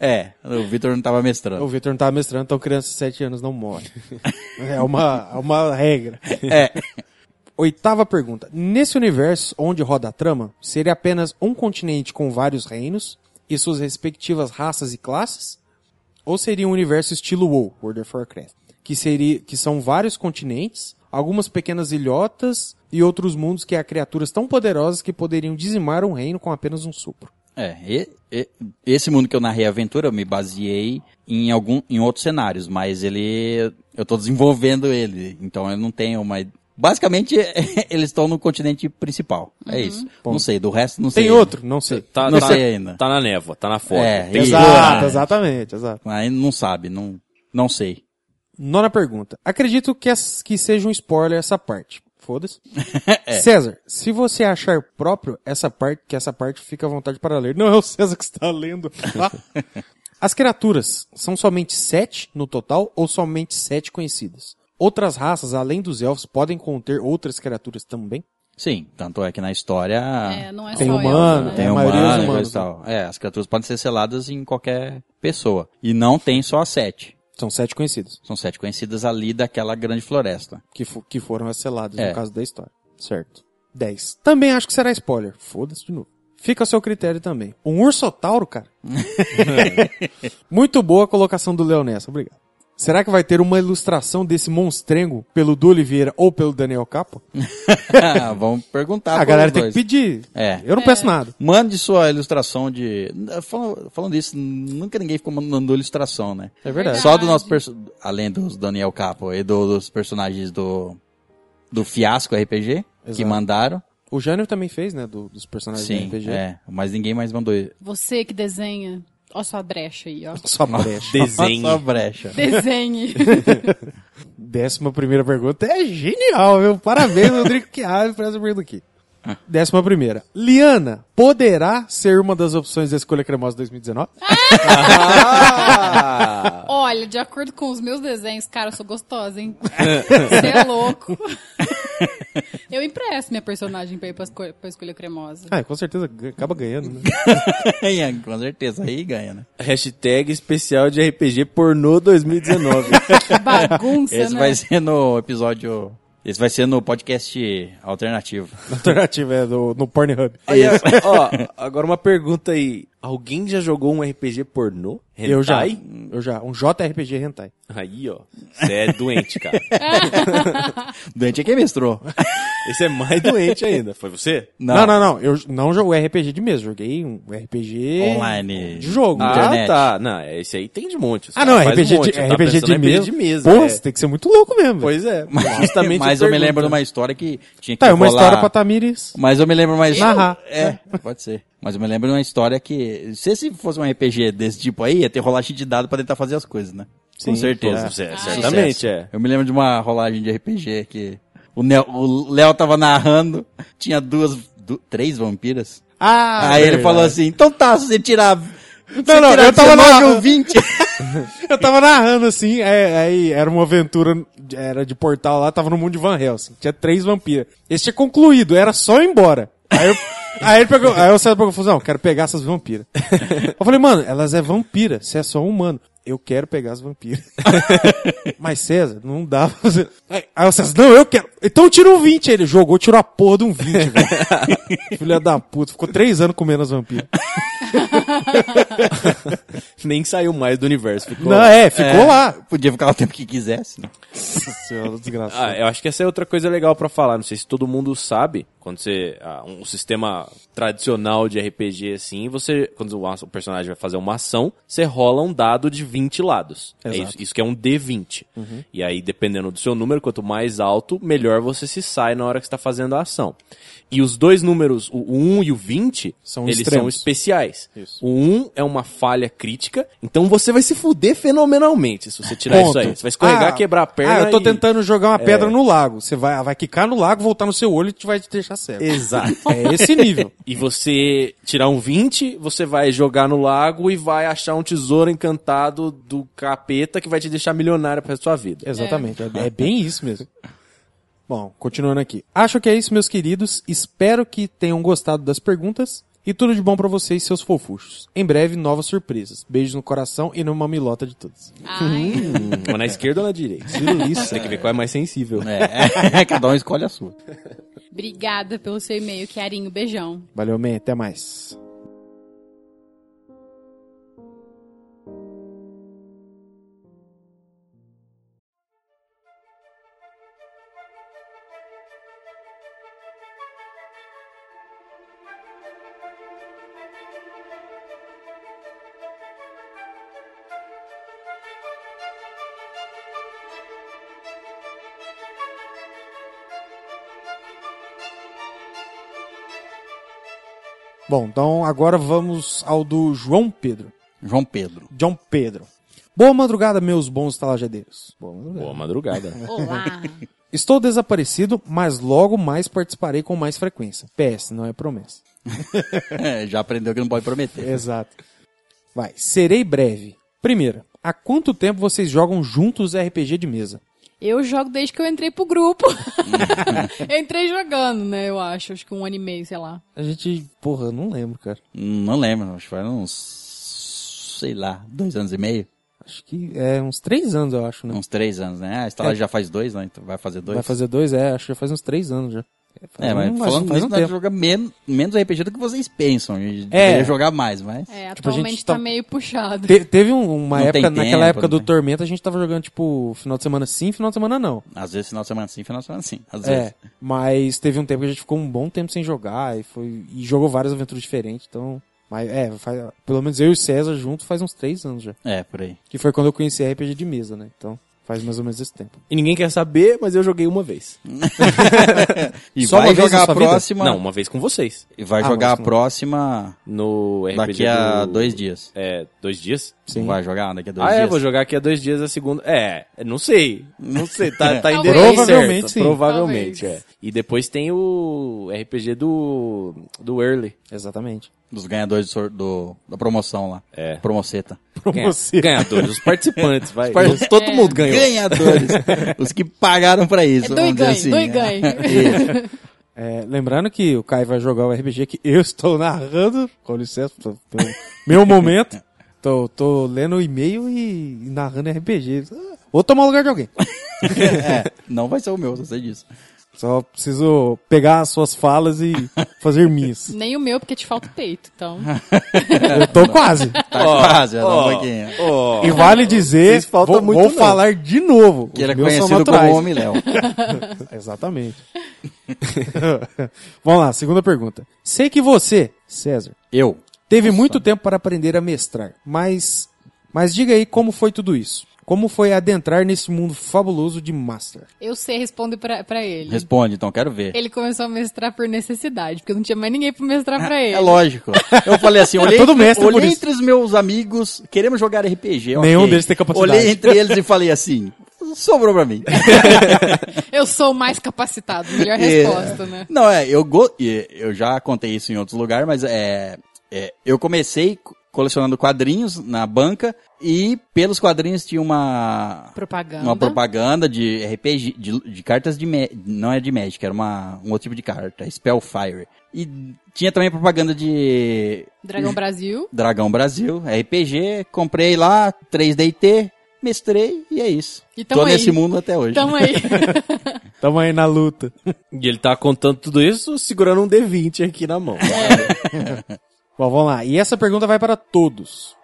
[SPEAKER 1] é, o Vitor não tava mestrando.
[SPEAKER 2] O Victor não tava mestrando, então criança de 7 anos não morre. É uma, é uma regra.
[SPEAKER 1] É.
[SPEAKER 2] Oitava pergunta. Nesse universo onde roda a trama, seria apenas um continente com vários reinos e suas respectivas raças e classes? Ou seria um universo estilo WoW, World of Warcraft, que, seria, que são vários continentes, algumas pequenas ilhotas e outros mundos que há criaturas tão poderosas que poderiam dizimar um reino com apenas um sopro?
[SPEAKER 1] É, e- e- esse mundo que eu narrei a aventura, eu me baseei em algum em outros cenários, mas ele eu tô desenvolvendo ele, então eu não tenho uma basicamente eles estão no continente principal. É isso. Não sei, do resto não sei.
[SPEAKER 2] Tem outro? Não sei.
[SPEAKER 4] Tá,
[SPEAKER 1] Não
[SPEAKER 4] tá-
[SPEAKER 1] sei ainda.
[SPEAKER 4] Tá na névoa, tá na foto.
[SPEAKER 1] É,
[SPEAKER 4] Tem-
[SPEAKER 1] isso.
[SPEAKER 2] Exato, exatamente, exato.
[SPEAKER 1] Aí não sabe, não não sei.
[SPEAKER 2] Nona pergunta. Acredito que, as, que seja um spoiler essa parte. Foda-se. César, se você achar próprio essa parte, que essa parte fica à vontade para ler. Não é o César que está lendo. tá? as criaturas são somente sete no total ou somente sete conhecidas? Outras raças, além dos elfos, podem conter outras criaturas também?
[SPEAKER 1] Sim, tanto é que na história
[SPEAKER 3] É, não é
[SPEAKER 2] Tem
[SPEAKER 3] só
[SPEAKER 2] humano,
[SPEAKER 3] ela, né?
[SPEAKER 1] Tem hum-
[SPEAKER 2] A
[SPEAKER 1] humanos,
[SPEAKER 2] maioria é
[SPEAKER 1] coisa
[SPEAKER 2] humanos,
[SPEAKER 1] e tal. É, as criaturas podem ser seladas em qualquer pessoa. E não tem só as sete.
[SPEAKER 2] São sete conhecidas,
[SPEAKER 1] São sete conhecidas ali daquela grande floresta.
[SPEAKER 2] que, fo- que foram as seladas
[SPEAKER 1] É.
[SPEAKER 2] no caso da história. Certo. 10. Também acho que será spoiler. Foda-se de novo. Fica a seu critério também. Um ursotauro, cara? Muito boa a colocação do Léo nessa, obrigado. Será que vai ter uma ilustração desse monstrengo pelo Du Oliveira ou pelo Daniel Capo?
[SPEAKER 1] Vamos perguntar.
[SPEAKER 2] a
[SPEAKER 1] pros
[SPEAKER 2] galera tem que
[SPEAKER 1] Tá, dois.
[SPEAKER 2] pedir.
[SPEAKER 1] É.
[SPEAKER 2] Eu não peço nada.
[SPEAKER 1] Mande sua ilustração de. Fal- Falando, isso, nunca ninguém ficou mandando ilustração, né?
[SPEAKER 2] É
[SPEAKER 3] verdade.
[SPEAKER 1] Só do nosso perso... além dos Daniel Capo e do- dos personagens do, do Fiasco RPG, que
[SPEAKER 2] Exato.
[SPEAKER 1] mandaram.
[SPEAKER 2] O Jânio também fez, né? do- dos personagens
[SPEAKER 1] Sim,
[SPEAKER 2] do RPG.
[SPEAKER 1] é, mas ninguém mais mandou ele.
[SPEAKER 3] Você que desenha. Ó sua brecha aí, ó.
[SPEAKER 2] Só brecha.
[SPEAKER 1] Só
[SPEAKER 4] Desenho.
[SPEAKER 1] brecha.
[SPEAKER 3] Desenhe.
[SPEAKER 2] Décima primeira pergunta é genial, viu? Parabéns, Rodrigo Chiave, por essa pergunta aqui. Décima primeira. Liana poderá ser uma das opções da escolha cremosa 2019?
[SPEAKER 3] Olha, de acordo com os meus desenhos, cara, eu sou gostosa, hein? Você é louco. eu empresto minha personagem pra ir pra, esco- pra escolha cremosa.
[SPEAKER 2] Ah, com certeza gan- acaba ganhando, né?
[SPEAKER 1] Ganha, É, Com certeza, aí ganha, né?
[SPEAKER 4] Hashtag especial de RPG pornô 2019.
[SPEAKER 3] Que bagunça,
[SPEAKER 1] Esse
[SPEAKER 3] né?
[SPEAKER 1] vai ser no episódio. Esse vai ser no podcast alternativo.
[SPEAKER 2] A alternativa é do, no Pornhub.
[SPEAKER 4] Olha, ó, agora uma pergunta aí. Alguém já jogou um RPG pornô?
[SPEAKER 2] Eu já.
[SPEAKER 4] Hentai?
[SPEAKER 2] Eu já. Um JRPG Hentai.
[SPEAKER 4] Aí, ó. Você é doente, cara.
[SPEAKER 1] Doente é quem mestrou.
[SPEAKER 4] Esse é mais doente ainda. Foi você?
[SPEAKER 1] Não.
[SPEAKER 2] Não, não, não. Eu não joguei RPG de mesa. Joguei um RPG...
[SPEAKER 1] Online.
[SPEAKER 2] De jogo.
[SPEAKER 4] Ah,
[SPEAKER 2] né?
[SPEAKER 1] Internet.
[SPEAKER 4] tá. Não, esse aí tem de monte. Os
[SPEAKER 2] Ah, não.
[SPEAKER 4] caras fazem
[SPEAKER 2] RPG,
[SPEAKER 4] um monte.
[SPEAKER 2] de,
[SPEAKER 4] Eu tava
[SPEAKER 2] RPG,
[SPEAKER 4] pensando
[SPEAKER 2] de
[SPEAKER 4] em
[SPEAKER 2] mesa.
[SPEAKER 4] de mesa.
[SPEAKER 2] Pô,
[SPEAKER 4] é.
[SPEAKER 2] você tem que ser muito louco mesmo. velho.
[SPEAKER 4] Pois é.
[SPEAKER 1] Mas,
[SPEAKER 4] Justamente
[SPEAKER 1] mas
[SPEAKER 4] a
[SPEAKER 1] eu me
[SPEAKER 4] pergunta.
[SPEAKER 1] lembro de uma história que tinha que
[SPEAKER 2] Tá, é uma
[SPEAKER 1] rolar-
[SPEAKER 2] história pra Tamires.
[SPEAKER 1] Mas eu me lembro mais.
[SPEAKER 2] Narrar.
[SPEAKER 1] É, pode ser. Mas eu me lembro de uma história que. Se esse fosse um RPG desse tipo aí, ia ter rolagem de dado pra tentar fazer as coisas, né?
[SPEAKER 2] Ah.
[SPEAKER 1] Com
[SPEAKER 2] É.
[SPEAKER 1] certeza.
[SPEAKER 4] Sucesso,
[SPEAKER 1] Sucesso.
[SPEAKER 4] é, certamente, é.
[SPEAKER 1] Eu me lembro de uma rolagem de RPG que. O Neo- o Léo tava narrando, tinha duas. du- três vampiras.
[SPEAKER 2] Ah,
[SPEAKER 1] Aí ele
[SPEAKER 2] verdade.
[SPEAKER 1] falou assim: então tá, se você tirar. se
[SPEAKER 2] Não, não,
[SPEAKER 1] tirar
[SPEAKER 2] eu tava
[SPEAKER 1] 19
[SPEAKER 2] na-
[SPEAKER 1] ou 20.
[SPEAKER 2] Eu tava narrando assim, é, aí era uma aventura, era de portal lá, tava no mundo de Van Helsing. Tinha três vampiras. Esse tinha concluído, era só ir embora. Aí, eu, aí ele pegou, aí o César pegou e falou: assim, Não, quero pegar essas vampiras. Eu falei, mano, elas é vampira, você é só um humano. Eu quero pegar as vampiras. Mas César, não dá pra fazer. Aí aí o César, não, eu quero. Então tira um 20. Aí ele jogou, tirou a porra de um 20, velho. Filha da puta, ficou três anos comendo as vampiras.
[SPEAKER 4] Nem saiu mais do universo. Ficou...
[SPEAKER 2] Não, é, ficou lá.
[SPEAKER 1] Podia ficar o tempo que quisesse, né?
[SPEAKER 2] Nossa senhora, desgraçado.
[SPEAKER 4] Ah, eu acho que essa é outra coisa legal pra falar. Não sei se todo mundo sabe. Quando você. ah, um sistema tradicional de RPG assim, você. Quando o, o personagem vai fazer uma ação, você rola um dado de 20 lados. É
[SPEAKER 2] Exato. Uhum.
[SPEAKER 4] isso, isso que é um D20. E aí, dependendo do seu número, quanto mais alto, melhor você se sai na hora que você tá fazendo a ação. E os dois números, o 1 e o 20,
[SPEAKER 2] São
[SPEAKER 4] eles são
[SPEAKER 2] extremos.
[SPEAKER 4] especiais.
[SPEAKER 2] Isso.
[SPEAKER 4] O 1 é uma falha crítica, então você vai se fuder fenomenalmente se você tirar isso
[SPEAKER 2] Ponto.
[SPEAKER 4] aí. Você vai escorregar,
[SPEAKER 2] Ah,
[SPEAKER 4] quebrar a perna.
[SPEAKER 2] Ah, eu tô
[SPEAKER 4] e- É.
[SPEAKER 2] tentando jogar uma pedra no lago. Você vai, vai quicar no lago, voltar no seu olho e te vai te deixar cego.
[SPEAKER 4] Exato.
[SPEAKER 2] É esse nível.
[SPEAKER 4] e você tirar um 20, você vai jogar no lago e vai achar um tesouro encantado do capeta que vai te deixar milionário pra sua vida.
[SPEAKER 2] Exatamente. É, é bem isso mesmo. Bom, continuando aqui. Acho que é isso, meus queridos. Espero que tenham gostado das perguntas. E tudo de bom pra vocês, seus fofuchos. Em breve, novas surpresas. Beijos no coração e numa milota de todos.
[SPEAKER 4] Uhum.
[SPEAKER 3] Ai,
[SPEAKER 4] Hum, Ou na esquerda ou na direita. Isso. Tem que ver qual é mais sensível.
[SPEAKER 1] É, cada um escolhe a sua.
[SPEAKER 3] obrigada pelo seu e-mail, Kiarinho. Beijão.
[SPEAKER 2] Valeu, man. Até mais. Bom, então agora vamos ao do João Pedro.
[SPEAKER 1] João Pedro.
[SPEAKER 2] João Pedro. Boa madrugada, meus bons talajadeiros. Boa madrugada.
[SPEAKER 4] Boa madrugada.
[SPEAKER 3] Olá.
[SPEAKER 2] Estou desaparecido, mas logo mais participarei com mais frequência. PS, não é promessa.
[SPEAKER 1] É, já aprendeu que não pode prometer.
[SPEAKER 2] Exato. Vai, serei breve. Primeira, há quanto tempo vocês jogam juntos RPG de mesa?
[SPEAKER 3] Eu jogo desde que eu entrei pro grupo. eu entrei jogando, né? Eu acho. Acho que um ano e meio, sei lá.
[SPEAKER 2] A gente, porra, eu não lembro, cara.
[SPEAKER 1] Hum, Não lembro, acho que foi uns. sei lá, dois anos e meio.
[SPEAKER 2] Acho que é uns três anos, eu acho, né?
[SPEAKER 1] Uns três anos, né? Ah, A estalagem já faz dois, né? Então vai fazer dois.
[SPEAKER 2] É. Vai fazer dois, é, acho que já faz uns três anos já. faz
[SPEAKER 1] É, mas
[SPEAKER 2] um-
[SPEAKER 1] falando
[SPEAKER 2] faz
[SPEAKER 1] nisso,
[SPEAKER 2] um
[SPEAKER 1] nós
[SPEAKER 2] tempo.
[SPEAKER 1] jogamos men- menos RPG do que vocês pensam. A gente
[SPEAKER 2] É.
[SPEAKER 1] deveria jogar mais, mas.
[SPEAKER 3] É,
[SPEAKER 2] Tipo, a gente
[SPEAKER 3] atualmente tá...
[SPEAKER 2] tá-
[SPEAKER 3] meio puxado.
[SPEAKER 2] Te- teve um- uma
[SPEAKER 1] Não tem
[SPEAKER 2] época,
[SPEAKER 1] tempo,
[SPEAKER 2] naquela época do
[SPEAKER 1] né?
[SPEAKER 2] Tormenta, a gente tava jogando, tipo, final de semana sim, final de semana não.
[SPEAKER 1] Às vezes final de semana sim, final de semana sim. Às vezes.
[SPEAKER 2] É, mas teve um tempo que a gente ficou um bom tempo sem jogar e foi e jogou várias aventuras diferentes, então, mas é, faz- pelo menos eu e o César junto faz uns três anos já,
[SPEAKER 1] É, por aí.
[SPEAKER 2] que foi quando eu conheci RPG de mesa, né? Então, Faz mais ou menos esse tempo.
[SPEAKER 4] E ninguém quer saber, mas eu joguei uma vez.
[SPEAKER 1] E
[SPEAKER 2] Só
[SPEAKER 1] vai
[SPEAKER 2] uma vez
[SPEAKER 1] jogar
[SPEAKER 2] na
[SPEAKER 1] a
[SPEAKER 2] sua vida?
[SPEAKER 1] próxima.
[SPEAKER 4] Não, uma vez com vocês.
[SPEAKER 1] E vai
[SPEAKER 2] Ah,
[SPEAKER 1] jogar a
[SPEAKER 2] mas não.
[SPEAKER 1] próxima
[SPEAKER 4] No RPG
[SPEAKER 1] daqui a
[SPEAKER 4] do-
[SPEAKER 1] dois dias.
[SPEAKER 4] É, dois dias?
[SPEAKER 2] Sim.
[SPEAKER 1] Vai jogar daqui a dois
[SPEAKER 4] ah,
[SPEAKER 1] dias.
[SPEAKER 4] é, vou jogar aqui a dois dias a segunda. É, não sei. Não sei, tá, tá em
[SPEAKER 3] Talvez.
[SPEAKER 4] detalhe
[SPEAKER 2] Provavelmente
[SPEAKER 4] certo.
[SPEAKER 2] sim.
[SPEAKER 4] Provavelmente, é.
[SPEAKER 3] Talvez.
[SPEAKER 4] E depois tem o RPG do, do Early.
[SPEAKER 2] Exatamente.
[SPEAKER 1] Dos ganhadores do, sor- do- da promoção lá.
[SPEAKER 4] É.
[SPEAKER 1] Promoceta.
[SPEAKER 4] Ganha-
[SPEAKER 2] você.
[SPEAKER 4] Ganhadores, os participantes, vai.
[SPEAKER 1] participantes.
[SPEAKER 4] Todo mundo ganhou.
[SPEAKER 1] É Ganhadores. os que pagaram pra
[SPEAKER 3] É
[SPEAKER 1] isso.
[SPEAKER 3] do
[SPEAKER 1] vamos
[SPEAKER 3] e
[SPEAKER 1] dizer
[SPEAKER 3] ganhe,
[SPEAKER 1] assim.
[SPEAKER 3] do e ganhe.
[SPEAKER 1] Isso.
[SPEAKER 2] É, lembrando que o Kai vai jogar o RPG que eu estou narrando. Com licença, tô- tô- meu momento. Tô, tô lendo o e-mail e, e narrando RPG. Ah, Vou tomar o lugar de alguém.
[SPEAKER 1] é, não vai ser o meu, eu sei disso.
[SPEAKER 2] Só preciso pegar as suas falas e fazer minhas.
[SPEAKER 3] Nem o meu, porque te falta o peito, então.
[SPEAKER 2] Eu tô quase.
[SPEAKER 1] Tá
[SPEAKER 4] Ó,
[SPEAKER 1] quase, é
[SPEAKER 4] ó,
[SPEAKER 1] um pouquinho.
[SPEAKER 4] ó.
[SPEAKER 2] E vale dizer,
[SPEAKER 4] Vocês faltam
[SPEAKER 2] vou,
[SPEAKER 4] muito
[SPEAKER 2] vou
[SPEAKER 4] não.
[SPEAKER 2] falar de novo.
[SPEAKER 1] Que ele é
[SPEAKER 2] Os meus são
[SPEAKER 1] conhecido como
[SPEAKER 2] naturais.
[SPEAKER 1] Homem Léo.
[SPEAKER 2] Exatamente. Vamos lá, segunda pergunta. Sei que você, César,
[SPEAKER 1] Eu.
[SPEAKER 2] Teve muito tempo para aprender a mestrar, mas mas diga aí como foi tudo isso? Como foi adentrar nesse mundo fabuloso de Master?
[SPEAKER 3] Eu sei, respondo pra, pra ele.
[SPEAKER 1] Responde, então, quero ver.
[SPEAKER 3] Ele começou a mestrar por necessidade, porque não tinha mais ninguém pra mestrar pra ele.
[SPEAKER 1] É lógico. Eu falei assim, olhei,
[SPEAKER 2] Todo
[SPEAKER 1] entre-
[SPEAKER 2] mestre é por
[SPEAKER 1] olhei
[SPEAKER 2] isso.
[SPEAKER 1] entre os meus amigos, queremos jogar RPG, ok.
[SPEAKER 2] Nenhum deles tem capacidade.
[SPEAKER 1] Olhei entre eles e falei assim, sobrou pra mim.
[SPEAKER 3] Eu sou o mais capacitado,
[SPEAKER 1] É.
[SPEAKER 3] melhor resposta, né?
[SPEAKER 1] Não, é, eu, go- e eu já contei isso em outros lugares, mas é, é, eu comecei co- colecionando quadrinhos na banca e pelos quadrinhos tinha uma
[SPEAKER 3] Propaganda.
[SPEAKER 1] uma propaganda de RPG, de, de cartas de, ma- não é de Magic, era uma, um outro tipo de carta, Spellfire. E tinha também propaganda de
[SPEAKER 3] Dragão Brasil.
[SPEAKER 1] Dragão Brasil, RPG, comprei lá, 3DT, mestrei e é isso.
[SPEAKER 3] E tamo
[SPEAKER 1] Tô
[SPEAKER 3] aí.
[SPEAKER 1] nesse mundo até hoje.
[SPEAKER 3] Tamo aí.
[SPEAKER 2] Tamo aí na luta.
[SPEAKER 4] E ele tá contando tudo isso segurando um D20 aqui na mão.
[SPEAKER 2] Bom, vamos lá. E essa pergunta vai para todos.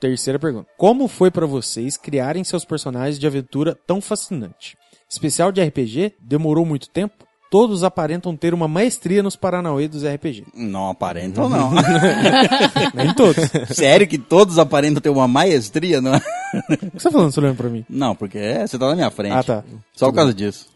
[SPEAKER 2] Terceira pergunta. Como foi para vocês criarem seus personagens de aventura tão fascinante? Especial de RPG? Demorou muito tempo? Todos aparentam ter uma maestria nos Paranauê dos RPG.
[SPEAKER 1] Não aparentam, não.
[SPEAKER 2] Nem Né? todos. O
[SPEAKER 1] Sério que todos aparentam ter uma maestria, não é?
[SPEAKER 2] que você tá falando, olhando pra mim?
[SPEAKER 1] Não, porque é, você tá na minha frente.
[SPEAKER 2] Ah, tá.
[SPEAKER 1] Só por causa disso.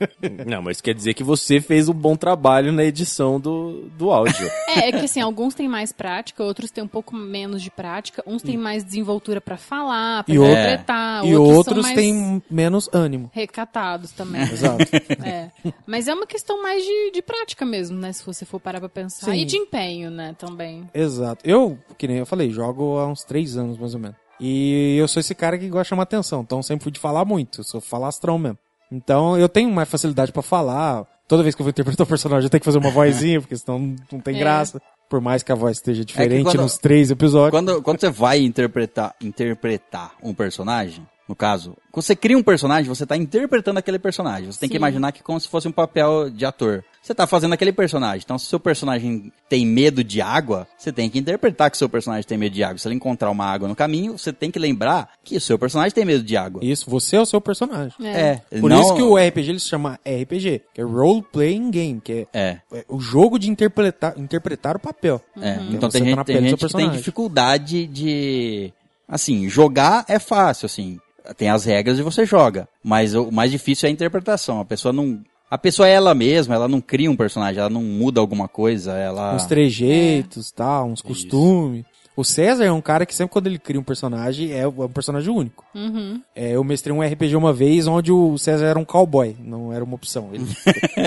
[SPEAKER 4] Não, mas quer dizer que você fez um bom trabalho na edição do, do áudio.
[SPEAKER 3] É, é que assim, alguns têm mais prática, outros têm um pouco menos de prática, uns têm mais desenvoltura pra falar, pra
[SPEAKER 2] Hum. E outro- é.
[SPEAKER 3] interpretar,
[SPEAKER 2] e
[SPEAKER 3] Ah, outros,
[SPEAKER 2] outros
[SPEAKER 3] são mais
[SPEAKER 2] têm menos ânimo.
[SPEAKER 3] recatados também.
[SPEAKER 2] Exato.
[SPEAKER 3] É. Mas é uma questão mais de, de prática mesmo, né? Se você for parar pra pensar.
[SPEAKER 2] Sim.
[SPEAKER 3] E de empenho, né, também.
[SPEAKER 2] Exato. Eu, que nem eu falei, jogo há uns três anos, mais ou menos. E eu sou esse cara que gosta de chamar atenção, então eu sempre fui de falar muito, eu sou falastrão mesmo. Então eu tenho mais facilidade pra falar. Toda vez que eu vou interpretar o personagem, eu tenho que fazer uma vozinha, porque senão não- não tem
[SPEAKER 3] É.
[SPEAKER 2] graça. Por mais que a voz esteja diferente
[SPEAKER 1] É quando-
[SPEAKER 2] nos três episódios.
[SPEAKER 1] Quando, quando você vai interpretar, interpretar um personagem, no caso, quando você cria um personagem, você tá interpretando aquele personagem. Você tem que
[SPEAKER 3] Sim.
[SPEAKER 1] imaginar que é como se fosse um papel de ator. Você tá fazendo aquele personagem. Então, se seu personagem tem medo de água, você tem que interpretar que seu personagem tem medo de água. Se ele encontrar uma água no caminho, você tem que lembrar que o seu personagem tem medo de água.
[SPEAKER 2] Isso, você é o seu personagem.
[SPEAKER 1] É.
[SPEAKER 2] Por
[SPEAKER 1] não-
[SPEAKER 2] isso que o RPG ele se chama RPG, que é Role Playing Game, que é,
[SPEAKER 1] É.
[SPEAKER 2] é o jogo de interpretar, interpretar o papel.
[SPEAKER 1] É,
[SPEAKER 2] Uhum.
[SPEAKER 1] então
[SPEAKER 2] Você
[SPEAKER 1] tem
[SPEAKER 2] tá
[SPEAKER 1] gente,
[SPEAKER 2] na
[SPEAKER 1] tem
[SPEAKER 2] pele do
[SPEAKER 1] gente
[SPEAKER 2] seu
[SPEAKER 1] que tem
[SPEAKER 2] personagem.
[SPEAKER 1] dificuldade de. Assim, jogar é fácil, assim. Tem as regras e você joga. Mas o mais difícil é a interpretação. A pessoa não. A pessoa é ela mesma, ela não cria um personagem, ela não muda alguma coisa, ela.
[SPEAKER 2] uns
[SPEAKER 4] É.
[SPEAKER 2] trejeitos, tal, uns costumes. O César é um cara que sempre quando ele cria um personagem, é um personagem único.
[SPEAKER 3] Uhum.
[SPEAKER 2] É, eu mestrei um RPG uma vez onde o César era um cowboy, não era uma opção. Ele,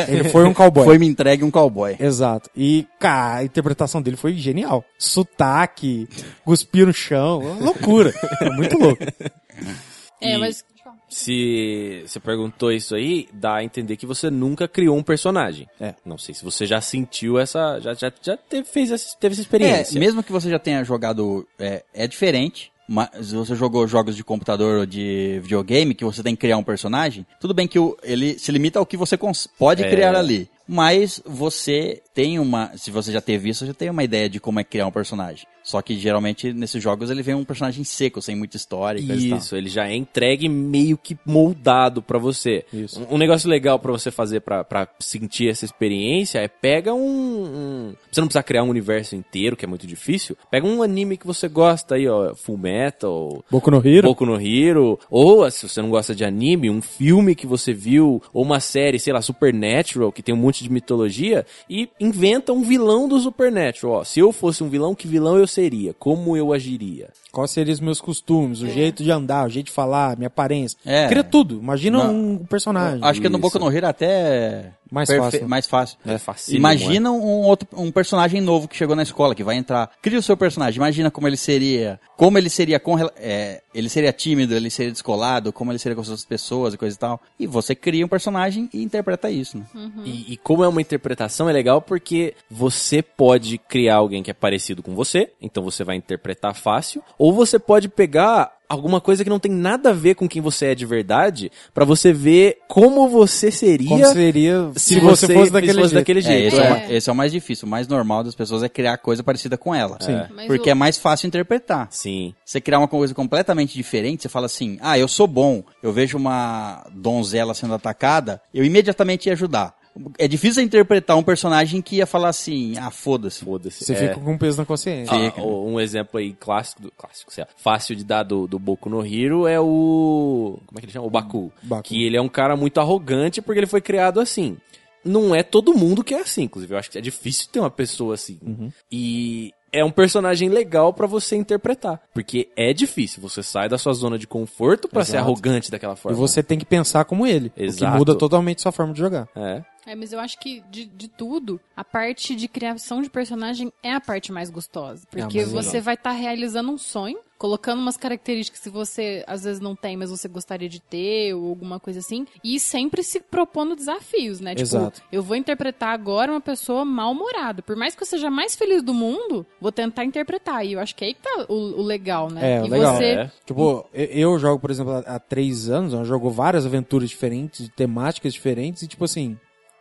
[SPEAKER 2] ele foi um cowboy.
[SPEAKER 1] Foi me entregue um cowboy.
[SPEAKER 2] Exato. E, cara, a interpretação dele foi genial. Sotaque, cuspir no chão, uma loucura. É muito louco.
[SPEAKER 3] É,
[SPEAKER 4] E-
[SPEAKER 3] mas.
[SPEAKER 4] Se você perguntou isso aí, dá a entender que você nunca criou um personagem.
[SPEAKER 2] É.
[SPEAKER 4] Não sei se você já sentiu essa. Já, já, já teve, fez essa, teve essa
[SPEAKER 1] É,
[SPEAKER 4] experiência.
[SPEAKER 1] mesmo que você já tenha jogado. É, é diferente. Mas se você jogou jogos de computador ou de videogame, que você tem que criar um personagem, tudo bem que o- ele se limita ao que você cons- pode
[SPEAKER 4] É.
[SPEAKER 1] criar ali. mas você tem uma. Se você já teve isso, já tem uma ideia de como é criar um personagem. Só que geralmente nesses jogos ele vem um personagem seco, sem muita história e coisa e tal.
[SPEAKER 4] Isso, ele já é entregue meio que moldado pra você.
[SPEAKER 2] Isso.
[SPEAKER 4] Um, um negócio legal pra você fazer pra, pra sentir essa experiência é pega um, um- Você não precisa criar um universo inteiro, que é muito difícil. Pega um anime que você gosta aí, ó, Full Metal,
[SPEAKER 2] Boku no Hero.
[SPEAKER 4] Boku no Hero, ou se você não gosta de anime, um filme que você viu, ou uma série, sei lá, Supernatural, que tem um monte de mitologia, e inventa um vilão do Supernatural. Ó, se eu fosse um vilão, que vilão eu seria? Como eu agiria?
[SPEAKER 2] Quais seriam os meus costumes,
[SPEAKER 4] É.
[SPEAKER 2] o jeito de andar, o jeito de falar, minha aparência.
[SPEAKER 1] É.
[SPEAKER 2] Cria tudo. Imagina
[SPEAKER 1] Não.
[SPEAKER 2] um personagem.
[SPEAKER 1] Acho que no
[SPEAKER 4] Isso.
[SPEAKER 1] Boku no Hero até
[SPEAKER 2] Mais fácil.
[SPEAKER 1] mais fácil.
[SPEAKER 4] É fácil.
[SPEAKER 1] Imagina um outro um personagem novo que chegou na escola, que vai entrar. Cria o seu personagem, imagina como ele seria, como ele seria com rela- é, ele seria tímido, ele seria descolado, como ele seria com as outras pessoas e coisa e tal. E você cria um personagem e interpreta isso, né?
[SPEAKER 4] E, e como é uma interpretação, é legal porque você pode criar alguém que é parecido com você, então você vai interpretar fácil, ou você pode pegar alguma coisa que não tem nada a ver com quem você é de verdade, pra você ver como você seria,
[SPEAKER 2] Como seria
[SPEAKER 4] se, você, fosse daquele jeito.
[SPEAKER 1] É, esse, é.
[SPEAKER 3] É.
[SPEAKER 1] o ma- esse é o mais difícil. O mais normal das pessoas é criar coisa parecida com ela.
[SPEAKER 3] Mas
[SPEAKER 1] Porque
[SPEAKER 3] o-
[SPEAKER 1] é mais fácil interpretar.
[SPEAKER 4] Sim.
[SPEAKER 1] Você criar uma coisa completamente diferente, você fala assim: ah, eu sou bom, eu vejo uma donzela sendo atacada, eu imediatamente ia ajudar. É difícil você interpretar um personagem que ia falar assim: ah, foda-se.
[SPEAKER 4] Foda-se.
[SPEAKER 2] Você
[SPEAKER 4] é.
[SPEAKER 2] fica com um né? peso na consciência.
[SPEAKER 4] Ah, o- um exemplo aí clássico, do, clássico, sei lá, fácil de dar do, do Boku no Hero é o. Como é que ele chama? O Baku.
[SPEAKER 2] Baku.
[SPEAKER 4] Que ele é um cara muito arrogante porque ele foi criado assim. Não é todo mundo que é assim, inclusive. Eu acho que é difícil ter uma pessoa assim.
[SPEAKER 2] Uhum.
[SPEAKER 4] E. É um personagem legal pra você interpretar. Porque é difícil. Você sai da sua zona de conforto pra ser
[SPEAKER 2] Exato.
[SPEAKER 4] arrogante daquela
[SPEAKER 2] E
[SPEAKER 4] forma.
[SPEAKER 2] você tem que pensar como ele. O
[SPEAKER 4] Exato.
[SPEAKER 2] que muda totalmente sua forma de jogar.
[SPEAKER 4] É.
[SPEAKER 3] É, mas eu acho que de, de tudo, a parte de criação de personagem é a parte mais
[SPEAKER 2] É
[SPEAKER 3] gostosa. Porque
[SPEAKER 2] mas
[SPEAKER 3] você vai estar realizando um sonho, colocando umas características que você às vezes não tem, mas você gostaria de ter, ou alguma coisa assim. E sempre se propondo desafios, né?
[SPEAKER 2] Exato.
[SPEAKER 3] Tipo, eu vou interpretar agora uma pessoa mal-humorada. Por mais que eu seja mais feliz do mundo, vou tentar interpretar. E eu acho que é aí que tá o, o legal, né?
[SPEAKER 2] É, o
[SPEAKER 3] e
[SPEAKER 2] legal.
[SPEAKER 3] você.
[SPEAKER 4] É.
[SPEAKER 2] Tipo, eu- eu jogo, por exemplo, há há três anos, eu jogo várias aventuras diferentes, de temáticas diferentes, e tipo assim,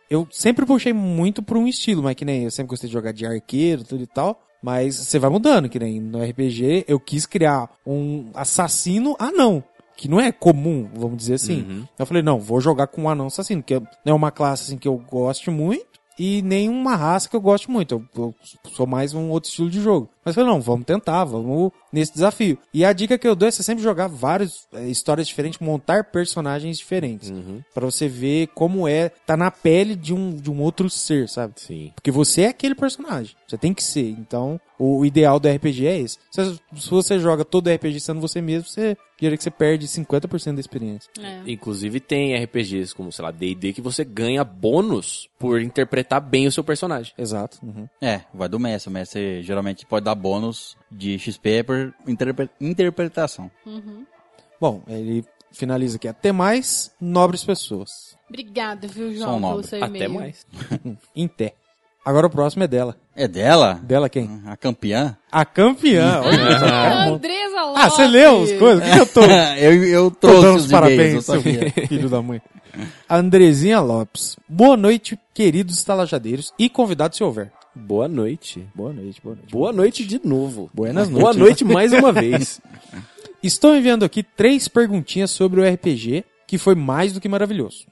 [SPEAKER 2] eu sempre puxei muito por um estilo, mas que nem eu sempre gostei de jogar de arqueiro, tudo e tal. Mas você vai mudando, que nem no RPG eu quis criar um assassino anão, que não é comum, vamos dizer assim. Eu falei, não, vou jogar com um anão assassino, que eu- não é uma classe assim que eu gosto muito. E nem uma raça que eu gosto muito. Eu, eu sou mais um outro estilo de jogo. Mas eu falei, não, vamos tentar, vamos nesse desafio. E a dica que eu dou é você sempre jogar várias eh, histórias diferentes, montar personagens diferentes. Pra você ver como é, tá na pele de um, de um outro ser, sabe?
[SPEAKER 4] Sim.
[SPEAKER 2] Porque você é aquele personagem. Você tem que ser. Então, o ideal do RPG é esse. Se, se você joga todo RPG sendo você mesmo, você diria que você perde 50% da experiência.
[SPEAKER 3] É.
[SPEAKER 4] Inclusive tem RPGs como, sei lá, D&D que você ganha bônus por interpretar bem o seu personagem.
[SPEAKER 2] Exato. Uhum.
[SPEAKER 1] É, vai do mestre. O mestre geralmente pode dar bônus de XP por interpre- interpretação.
[SPEAKER 2] Bom, ele finaliza aqui. Até mais, nobres pessoas.
[SPEAKER 3] Obrigada, viu,
[SPEAKER 1] Sou
[SPEAKER 2] um
[SPEAKER 3] João,
[SPEAKER 1] nobre.
[SPEAKER 3] pelo seu e-mail.
[SPEAKER 4] Até mais.
[SPEAKER 2] em té. Agora o próximo é dela.
[SPEAKER 1] É dela?
[SPEAKER 2] Dela quem?
[SPEAKER 1] A campeã?
[SPEAKER 2] A campeã. Olha só, cara, bom.
[SPEAKER 3] Andresa
[SPEAKER 2] ah, você
[SPEAKER 3] Lopes.
[SPEAKER 2] leu as coisas? O que que eu tô,
[SPEAKER 1] eu, eu
[SPEAKER 2] tô
[SPEAKER 1] É, trouxe
[SPEAKER 2] dando
[SPEAKER 1] os
[SPEAKER 2] os
[SPEAKER 1] parabéns, eu
[SPEAKER 2] parabéns, seu
[SPEAKER 1] sabia.
[SPEAKER 2] filho da mãe? Andrezinha Lopes. Boa noite, queridos estalajadeiros e convidados se houver.
[SPEAKER 4] Boa noite.
[SPEAKER 2] Boa noite, boa noite.
[SPEAKER 4] Boa noite de novo.
[SPEAKER 2] Buenas
[SPEAKER 4] Boa
[SPEAKER 2] noites.
[SPEAKER 4] noite mais uma vez.
[SPEAKER 2] Estou enviando aqui três perguntinhas sobre o RPG, que foi mais do que maravilhoso.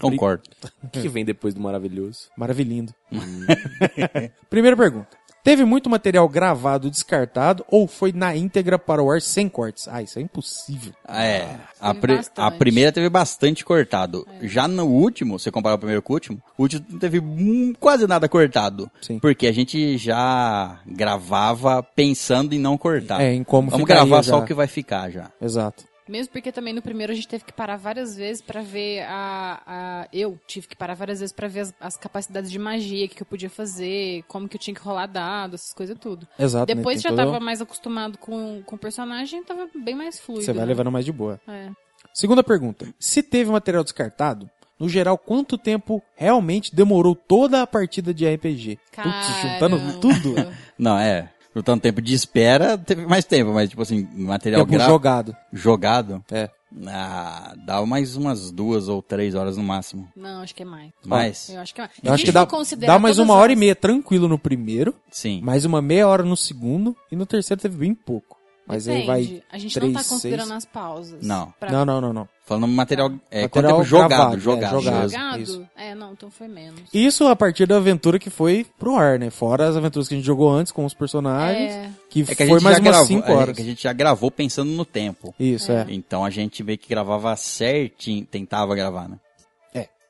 [SPEAKER 1] Concordo.
[SPEAKER 4] O que vem depois do maravilhoso?
[SPEAKER 2] Maravilhindo.
[SPEAKER 1] Hum.
[SPEAKER 2] Primeira pergunta. Teve muito material gravado descartado ou foi na íntegra para o ar sem cortes? Ah, isso é impossível.
[SPEAKER 1] É, a,
[SPEAKER 3] Ah, Teve
[SPEAKER 1] pri- a
[SPEAKER 3] bastante. É.
[SPEAKER 1] primeira teve bastante cortado. Já no último, você comparar o primeiro com o último, o último não teve hum, quase nada cortado.
[SPEAKER 2] Sim.
[SPEAKER 1] Porque a gente já gravava pensando em não cortar.
[SPEAKER 2] É, em como
[SPEAKER 1] tá. Vamos
[SPEAKER 2] ficaria
[SPEAKER 1] gravar
[SPEAKER 2] já.
[SPEAKER 1] só o que vai ficar já.
[SPEAKER 2] Exato.
[SPEAKER 3] Mesmo porque também no primeiro a gente teve que parar várias vezes pra ver a, a- Eu tive que parar várias vezes pra ver as, as capacidades de magia que, que eu podia fazer, como que eu tinha que rolar dado, essas coisas tudo.
[SPEAKER 2] Exato. né?
[SPEAKER 3] Depois
[SPEAKER 2] Tem
[SPEAKER 3] já
[SPEAKER 2] todo-
[SPEAKER 3] tava mais acostumado com, com o personagem, tava bem mais fluido.
[SPEAKER 2] Você vai
[SPEAKER 3] né?
[SPEAKER 2] levando mais de boa.
[SPEAKER 3] É.
[SPEAKER 2] Segunda pergunta. Se teve material descartado, no geral, quanto tempo realmente demorou toda a partida de RPG? Putz, juntando
[SPEAKER 3] Caramba.
[SPEAKER 2] tudo. né?
[SPEAKER 1] Não, é. Por tanto tempo de espera, teve mais tempo, mas tipo assim, material
[SPEAKER 2] Tempo
[SPEAKER 1] gra-
[SPEAKER 2] jogado.
[SPEAKER 1] jogado.
[SPEAKER 2] É.
[SPEAKER 1] Ah, dá mais umas duas ou três horas no máximo.
[SPEAKER 3] Não, acho que é mais.
[SPEAKER 1] Mas,
[SPEAKER 3] Eu acho que é mais.
[SPEAKER 2] Eu acho
[SPEAKER 1] Isso
[SPEAKER 2] que dá,
[SPEAKER 5] considera
[SPEAKER 2] dá mais
[SPEAKER 5] todas
[SPEAKER 2] uma hora e
[SPEAKER 5] as-
[SPEAKER 2] meia tranquilo no primeiro,
[SPEAKER 1] sim.
[SPEAKER 2] mais uma meia hora no segundo, e no terceiro teve bem pouco. Mas
[SPEAKER 3] Depende.
[SPEAKER 2] aí vai.
[SPEAKER 3] A gente
[SPEAKER 2] três,
[SPEAKER 3] não tá considerando
[SPEAKER 2] seis.
[SPEAKER 3] as pausas.
[SPEAKER 1] Não.
[SPEAKER 3] Pra
[SPEAKER 2] Não, não, não, não.
[SPEAKER 1] Falando material, é,
[SPEAKER 2] Material
[SPEAKER 1] quanto tempo jogado,
[SPEAKER 2] gravado, é,
[SPEAKER 1] jogado.
[SPEAKER 2] jogado.
[SPEAKER 3] Jogado?
[SPEAKER 2] Isso.
[SPEAKER 3] É, não, então foi menos.
[SPEAKER 2] Isso a partir da aventura que foi pro ar, né? Fora as aventuras que a gente jogou antes com os personagens,
[SPEAKER 3] É.
[SPEAKER 2] que,
[SPEAKER 1] É que a
[SPEAKER 2] foi
[SPEAKER 1] gente
[SPEAKER 2] mais
[SPEAKER 1] já
[SPEAKER 2] umas
[SPEAKER 1] gravou,
[SPEAKER 2] 5
[SPEAKER 1] é,
[SPEAKER 2] horas.
[SPEAKER 1] que a gente já gravou pensando no tempo.
[SPEAKER 2] Isso, é.
[SPEAKER 1] Então a gente meio que gravava certinho, tentava gravar, né?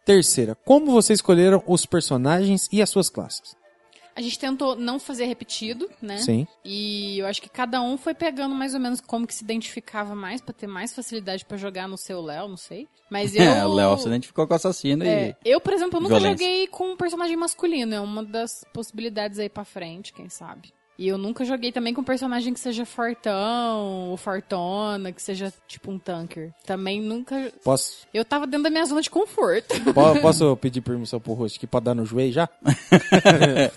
[SPEAKER 2] Terceira, como vocês escolheram os personagens e as suas classes?
[SPEAKER 3] A gente tentou não fazer repetido, né?
[SPEAKER 2] Sim.
[SPEAKER 3] E eu acho que cada um foi pegando mais ou menos como que se identificava mais, pra ter mais facilidade pra jogar no seu Léo, não sei. Mas eu...
[SPEAKER 1] É, o Léo se identificou com o assassino
[SPEAKER 3] É, eu, por exemplo, eu nunca
[SPEAKER 1] Violência.
[SPEAKER 3] joguei com um personagem masculino. É uma das possibilidades aí pra frente, quem sabe. E eu nunca joguei também com um personagem que seja fortão ou fortona, que seja tipo um tanker. Também nunca.
[SPEAKER 2] Posso,
[SPEAKER 3] Eu tava dentro da minha zona de conforto.
[SPEAKER 2] po- posso pedir permissão pro host aqui pra dar no joelho já?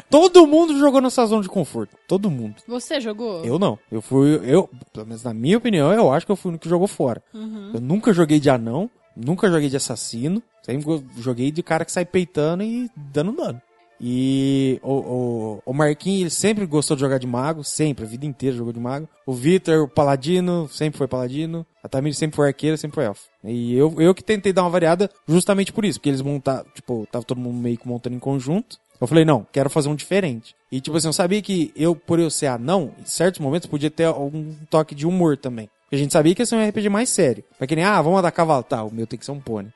[SPEAKER 2] Todo mundo jogou nessa zona de conforto. Todo mundo.
[SPEAKER 3] Você jogou?
[SPEAKER 2] Eu não. Eu fui. Eu, pelo menos na minha opinião, eu acho que eu fui o único que jogou fora. Eu nunca joguei de anão, nunca joguei de assassino. Sempre go- joguei de cara que sai peitando e dando dano. E o, o, o Marquinhos, ele sempre gostou de jogar de mago, sempre, a vida inteira jogou de mago. O Vitor, o paladino, sempre foi paladino. A Tamir sempre foi arqueira, sempre foi elfo. E eu, eu que tentei dar uma variada justamente por isso, porque eles montaram, tipo, tava todo mundo meio que montando em conjunto. Eu falei, não, quero fazer um diferente. E, tipo assim, eu sabia que eu, por eu ser anão, em certos momentos podia ter algum toque de humor também. Porque a gente sabia que ia ser um RPG mais sério. Mas que nem, ah, vamos andar cavalo. Tá, o meu tem que ser um pônei.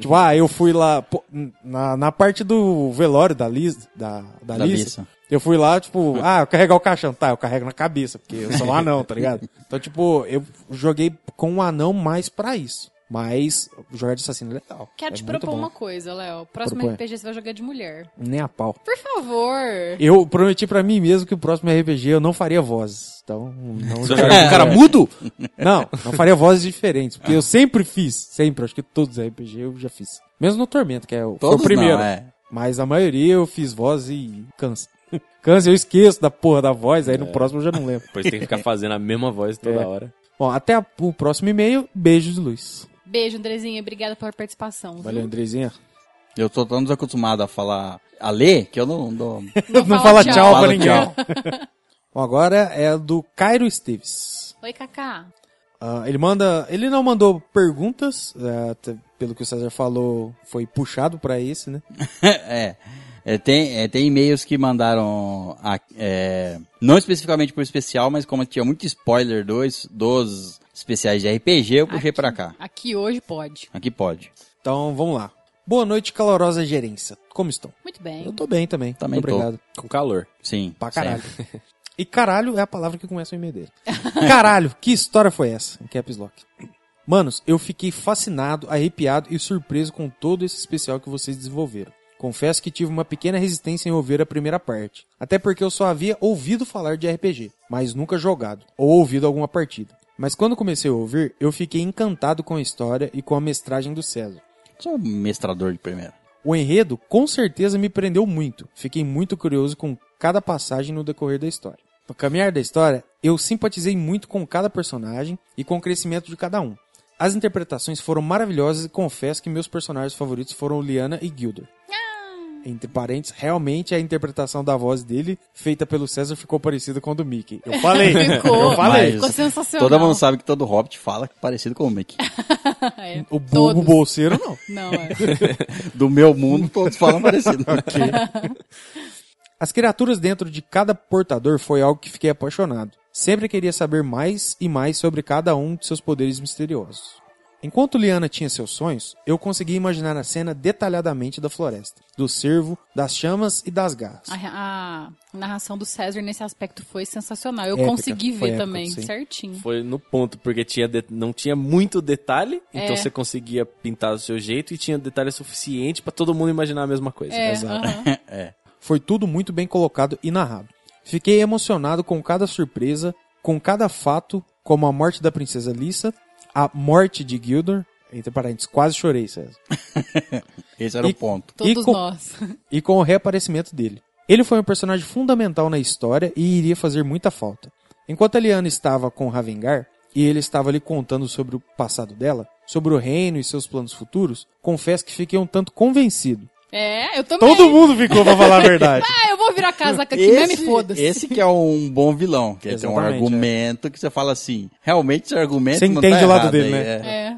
[SPEAKER 2] tipo, ah, eu fui lá, pô, na, na parte do velório da Liz, da, da,
[SPEAKER 1] Da
[SPEAKER 2] Lisa,
[SPEAKER 1] Lisa.
[SPEAKER 2] eu fui lá, tipo, ah, eu carregar o caixão. Tá, eu carrego na cabeça, porque eu sou um anão, tá ligado? Então, tipo, eu joguei com um anão mais pra isso. Mas jogar de assassino é legal.
[SPEAKER 3] Quero
[SPEAKER 2] É
[SPEAKER 3] te
[SPEAKER 2] muito
[SPEAKER 3] propor
[SPEAKER 2] bom.
[SPEAKER 3] uma coisa, Léo. Próximo
[SPEAKER 2] Propõe.
[SPEAKER 3] RPG você vai jogar de mulher.
[SPEAKER 2] Nem a pau.
[SPEAKER 3] Por favor.
[SPEAKER 2] Eu prometi pra mim mesmo que o próximo RPG eu não faria vozes. Então, não
[SPEAKER 4] Você vai jogar com um cara
[SPEAKER 1] É,
[SPEAKER 4] mudo?
[SPEAKER 2] Não, não faria vozes diferentes. Porque eu sempre fiz. Sempre. Acho que todos os RPG eu já fiz. Mesmo no Tormento, que é o, foi
[SPEAKER 1] Todos
[SPEAKER 2] o primeiro.
[SPEAKER 1] não, é.
[SPEAKER 2] Mas a maioria eu fiz voz e cansa. Cansa, eu esqueço da porra da voz.
[SPEAKER 1] É.
[SPEAKER 2] Aí no próximo eu já não lembro.
[SPEAKER 4] Depois tem que ficar fazendo a mesma voz toda hora.
[SPEAKER 2] Bom, até a- o próximo e-mail. Beijo de luz.
[SPEAKER 3] Beijo, Andrezinha. Obrigada pela participação. viu?
[SPEAKER 2] Valeu, Andrezinha.
[SPEAKER 1] Eu tô tão desacostumado a falar, a ler, que eu não dou...
[SPEAKER 2] Não,
[SPEAKER 3] fala
[SPEAKER 2] fala
[SPEAKER 3] tchau.
[SPEAKER 2] tchau,
[SPEAKER 1] Fala
[SPEAKER 2] pra ninguém. Bom, agora é a do Cairo Esteves.
[SPEAKER 3] Oi, Kaká.
[SPEAKER 2] Ah, ele manda. Ele não mandou perguntas. eh, até pelo que o César falou, foi puxado pra esse, né?
[SPEAKER 1] é. É, tem, é, tem e-mails que mandaram, a- é, não especificamente pro especial, mas como tinha muito spoiler dos, dos especiais de RPG, eu puxei pra cá.
[SPEAKER 3] Aqui hoje pode.
[SPEAKER 1] Aqui pode.
[SPEAKER 2] Então vamos lá. Boa noite, calorosa gerência. Como estão?
[SPEAKER 3] Muito bem.
[SPEAKER 2] Eu tô bem também.
[SPEAKER 1] Também
[SPEAKER 2] Muito Obrigado.
[SPEAKER 4] Com calor.
[SPEAKER 1] Sim.
[SPEAKER 2] Pra caralho. E caralho é a palavra que começa o e-mail dele. Caralho, que história foi essa? Em Caps Lock. Manos, eu fiquei fascinado, arrepiado e surpreso com todo esse especial que vocês desenvolveram. Confesso que tive uma pequena resistência em ouvir a primeira parte, até porque eu só havia ouvido falar de RPG, mas nunca jogado ou ouvido alguma partida. Mas quando comecei a ouvir, eu fiquei encantado com a história e com a mestragem do César.
[SPEAKER 1] Sou um mestrador de primeira.
[SPEAKER 2] O enredo com certeza me prendeu muito. Fiquei muito curioso com cada passagem no decorrer da história. No caminhar da história, eu simpatizei muito com cada personagem e com o crescimento de cada um. As interpretações foram maravilhosas e confesso que meus personagens favoritos foram Liana e Gilder. Entre parênteses, realmente a interpretação da voz dele, feita pelo César, ficou parecida com a do Mickey. Eu falei,
[SPEAKER 3] Ficou.
[SPEAKER 2] eu falei.
[SPEAKER 1] Mas
[SPEAKER 3] Ficou sensacional.
[SPEAKER 1] Todo mundo sabe que todo hobbit fala parecido com o Mickey.
[SPEAKER 3] É,
[SPEAKER 2] O burro
[SPEAKER 3] todos.
[SPEAKER 2] bolseiro não.
[SPEAKER 3] Não, é.
[SPEAKER 1] Do meu mundo, todos falam parecido.
[SPEAKER 2] As criaturas dentro de cada portador foi algo que fiquei apaixonado. Sempre queria saber mais e mais sobre cada um de seus poderes misteriosos. Enquanto Liana tinha seus sonhos, eu conseguia imaginar a cena detalhadamente da floresta, do cervo, das chamas e das garras.
[SPEAKER 3] A, a narração do César nesse aspecto foi sensacional. Eu
[SPEAKER 2] Épica,
[SPEAKER 3] consegui
[SPEAKER 2] foi
[SPEAKER 3] ver
[SPEAKER 2] épica,
[SPEAKER 3] também,
[SPEAKER 2] sim.
[SPEAKER 3] certinho.
[SPEAKER 4] Foi no ponto, porque tinha de- não tinha muito detalhe, então
[SPEAKER 3] É.
[SPEAKER 4] você conseguia pintar do seu jeito e tinha detalhe suficiente pra todo mundo imaginar a mesma coisa.
[SPEAKER 3] É,
[SPEAKER 2] Exato.
[SPEAKER 3] aham.
[SPEAKER 2] Foi tudo muito bem colocado e narrado. Fiquei emocionado com cada surpresa, com cada fato, como a morte da princesa Lissa, a morte de Gildor, entre parênteses, quase chorei, César.
[SPEAKER 1] Esse era o
[SPEAKER 2] E-
[SPEAKER 1] ponto.
[SPEAKER 3] todos
[SPEAKER 2] com-
[SPEAKER 3] nós.
[SPEAKER 2] e com o reaparecimento dele. Ele foi um personagem fundamental na história e iria fazer muita falta. Enquanto a Liana estava com Ravengar, e ele estava ali contando sobre o passado dela, sobre o reino e seus planos futuros, confesso que fiquei um tanto convencido.
[SPEAKER 3] É, eu também.
[SPEAKER 2] Todo mundo ficou pra falar a verdade.
[SPEAKER 3] Ah, eu vou virar casaca aqui mesmo e foda-se.
[SPEAKER 1] esse que é um bom vilão, que ele tem um
[SPEAKER 2] Exatamente, é.
[SPEAKER 1] argumento que você fala assim, realmente esse argumento
[SPEAKER 2] Você
[SPEAKER 1] não
[SPEAKER 2] entende
[SPEAKER 1] tá
[SPEAKER 2] o lado
[SPEAKER 1] errado
[SPEAKER 2] dele,
[SPEAKER 1] aí,
[SPEAKER 2] né?
[SPEAKER 1] é.
[SPEAKER 3] É.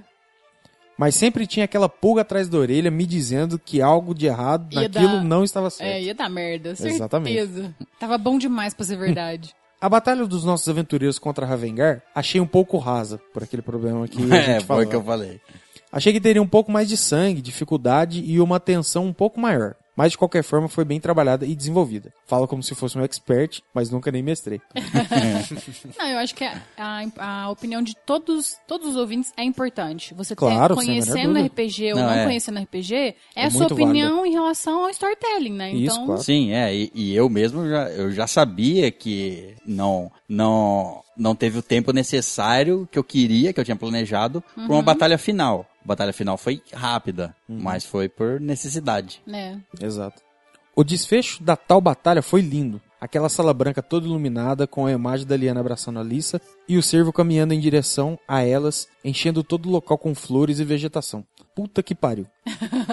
[SPEAKER 2] Mas sempre tinha aquela pulga atrás da orelha me dizendo que algo de errado
[SPEAKER 3] Ia
[SPEAKER 2] naquilo
[SPEAKER 3] dar-
[SPEAKER 2] não estava certo.
[SPEAKER 3] É, ia dar merda, certeza.
[SPEAKER 2] Exatamente.
[SPEAKER 3] Tava bom demais pra ser verdade.
[SPEAKER 2] A batalha dos nossos aventureiros contra Ravengar achei um pouco rasa, por aquele problema que a
[SPEAKER 1] É,
[SPEAKER 2] gente
[SPEAKER 1] foi
[SPEAKER 2] falou.
[SPEAKER 1] o que eu falei.
[SPEAKER 2] Achei que teria um pouco mais de sangue, dificuldade e uma tensão um pouco maior. Mas de qualquer forma foi bem trabalhada e desenvolvida. Falo como se fosse um expert, mas nunca nem mestrei.
[SPEAKER 3] Não, eu acho que a, a- a opinião de todos, todos os ouvintes é importante. Você ter-
[SPEAKER 2] Claro, sem a menor
[SPEAKER 3] conhecendo
[SPEAKER 2] dúvida.
[SPEAKER 3] RPG ou
[SPEAKER 1] Não,
[SPEAKER 3] não,
[SPEAKER 1] é.
[SPEAKER 3] conhecendo RPG, é,
[SPEAKER 2] É
[SPEAKER 3] a sua
[SPEAKER 2] muito
[SPEAKER 3] opinião em relação ao storytelling, né?
[SPEAKER 2] Isso,
[SPEAKER 3] Então,
[SPEAKER 2] claro.
[SPEAKER 1] Sim, é, e, e eu mesmo já, eu já sabia que não, não, não teve o tempo necessário que eu queria, que eu tinha planejado, pra
[SPEAKER 3] Uhum.
[SPEAKER 1] uma batalha final. A batalha final foi rápida,
[SPEAKER 2] Uhum.
[SPEAKER 1] mas foi por necessidade.
[SPEAKER 3] né?
[SPEAKER 2] Exato. O desfecho da tal batalha foi lindo. Aquela sala branca toda iluminada, com a imagem da Liana abraçando a Lissa e o cervo caminhando em direção a elas, enchendo todo o local com flores e vegetação. Puta que pariu.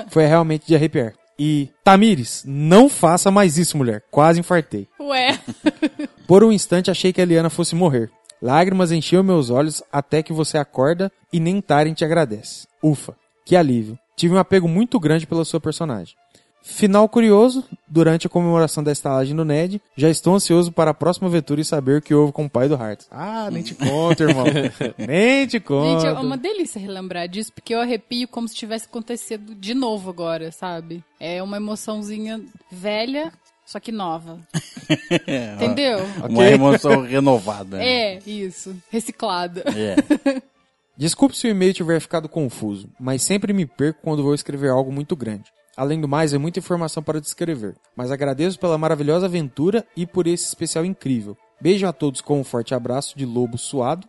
[SPEAKER 2] Foi realmente de arrepiar. E, Tamires, não faça mais isso, mulher. Quase infartei.
[SPEAKER 3] Ué,
[SPEAKER 2] Por um instante achei que a Liana fosse morrer. Lágrimas enchiam meus olhos até que você acorda e nem Taren te agradece. Ufa, que alívio. Tive um apego muito grande pela sua personagem. Final curioso, durante a comemoração da estalagem do Ned, já estou ansioso para a próxima aventura e saber o que houve com o pai do Hart. Ah, nem te conto, irmão. nem te conto.
[SPEAKER 3] gente, é uma delícia relembrar disso, porque eu arrepio como se tivesse acontecido de novo agora, sabe? É uma emoçãozinha velha, só que nova.
[SPEAKER 2] É,
[SPEAKER 3] Entendeu?
[SPEAKER 1] Uma emoção renovada. né?
[SPEAKER 3] É, isso. Reciclada.
[SPEAKER 1] É.
[SPEAKER 2] Desculpe se o e-mail tiver ficado confuso, mas sempre me perco quando vou escrever algo muito grande. Além do mais, é muita informação para descrever, mas agradeço pela maravilhosa aventura e por esse especial incrível. Beijo a todos com um forte abraço de lobo suado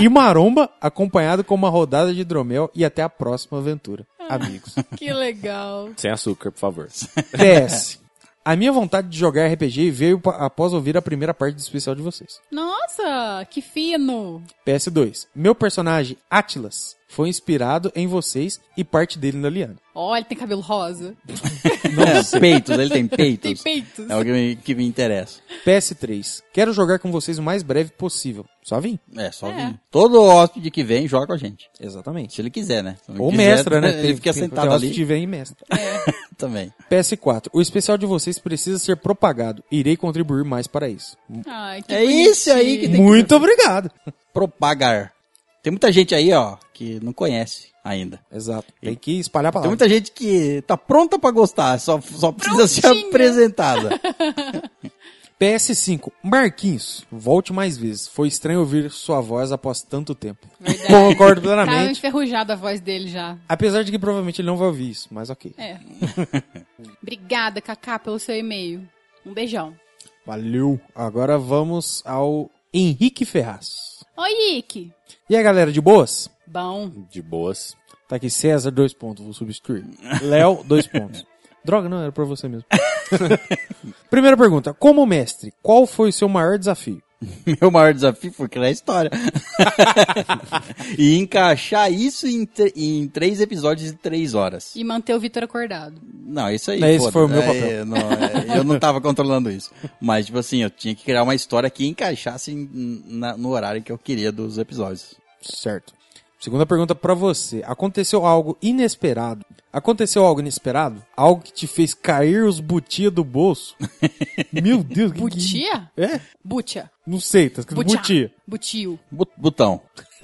[SPEAKER 2] e maromba, acompanhado com uma rodada de hidromel e até a próxima aventura. Amigos.
[SPEAKER 3] que legal.
[SPEAKER 4] Sem açúcar, por favor.
[SPEAKER 2] PS. A minha vontade de jogar RPG veio pa- após ouvir a primeira parte do especial de vocês.
[SPEAKER 3] Nossa, que fino.
[SPEAKER 2] PS2. Meu personagem, Atlas, foi inspirado em vocês e parte dele na Liana.
[SPEAKER 3] Olha, ele tem cabelo rosa.
[SPEAKER 1] É, peitos, ele tem peitos.
[SPEAKER 3] Tem peitos.
[SPEAKER 1] É o que me, que me interessa.
[SPEAKER 2] PS3. Quero jogar com vocês o mais breve possível. Só vim.
[SPEAKER 1] É, só
[SPEAKER 3] É.
[SPEAKER 1] vir. Todo hóspede que vem joga com a gente.
[SPEAKER 2] Exatamente.
[SPEAKER 1] Se ele quiser, né? Se não
[SPEAKER 2] Ou
[SPEAKER 1] quiser,
[SPEAKER 2] mestra, né?
[SPEAKER 1] Ele fica sentado
[SPEAKER 2] tem- tem-
[SPEAKER 1] ali
[SPEAKER 2] Se tiver em mestra.
[SPEAKER 1] também.
[SPEAKER 2] PS4. O especial de vocês precisa ser propagado. Irei contribuir mais para isso.
[SPEAKER 3] Ai, que
[SPEAKER 1] É isso aí que tem que
[SPEAKER 2] Muito obrigado.
[SPEAKER 1] propagar. Tem muita gente aí, ó, que não conhece ainda.
[SPEAKER 2] Exato. Tem que espalhar a
[SPEAKER 1] Tem
[SPEAKER 2] palavra.
[SPEAKER 1] muita gente que tá pronta pra gostar, só, só precisa ser
[SPEAKER 3] Prontinha.
[SPEAKER 1] apresentada.
[SPEAKER 2] PS5. Marquinhos, volte mais vezes. Foi estranho ouvir sua voz após tanto tempo.
[SPEAKER 3] Verdade.
[SPEAKER 2] Concordo
[SPEAKER 3] Tá
[SPEAKER 2] plenamente.
[SPEAKER 3] enferrujada a voz dele já.
[SPEAKER 2] Apesar de que provavelmente ele não vai ouvir isso, mas ok.
[SPEAKER 3] É. Obrigada, Kaká, pelo seu e-mail. Um beijão.
[SPEAKER 2] Valeu. Agora vamos ao Henrique Ferraz.
[SPEAKER 3] Oi, Ike.
[SPEAKER 2] E aí, galera de boas?
[SPEAKER 3] Bom.
[SPEAKER 4] De boas.
[SPEAKER 2] Tá aqui César, dois pontos, vou substituir. Léo, dois pontos. Droga, não, era pra você mesmo. Primeira pergunta. Como mestre, qual foi o seu maior desafio?
[SPEAKER 1] Meu maior desafio foi criar história. e encaixar isso em, tre- em três episódios de três horas.
[SPEAKER 3] E manter o Vitor acordado.
[SPEAKER 1] Não, isso aí.
[SPEAKER 2] Não, esse
[SPEAKER 1] foda-se.
[SPEAKER 2] foi o meu
[SPEAKER 1] É,
[SPEAKER 2] papel.
[SPEAKER 1] não, é, eu não tava controlando isso. Mas, tipo assim, eu tinha que criar uma história que encaixasse em- na- no horário que eu queria dos episódios.
[SPEAKER 2] Certo. Segunda pergunta pra você. Aconteceu algo inesperado? Aconteceu algo inesperado? Algo que te fez cair os butia do bolso? Meu Deus, que que-
[SPEAKER 3] Butia?
[SPEAKER 2] É?
[SPEAKER 3] Butia.
[SPEAKER 2] Não sei, tá escrito
[SPEAKER 3] Butia.
[SPEAKER 2] butia.
[SPEAKER 3] Butio.
[SPEAKER 1] Bu- botão.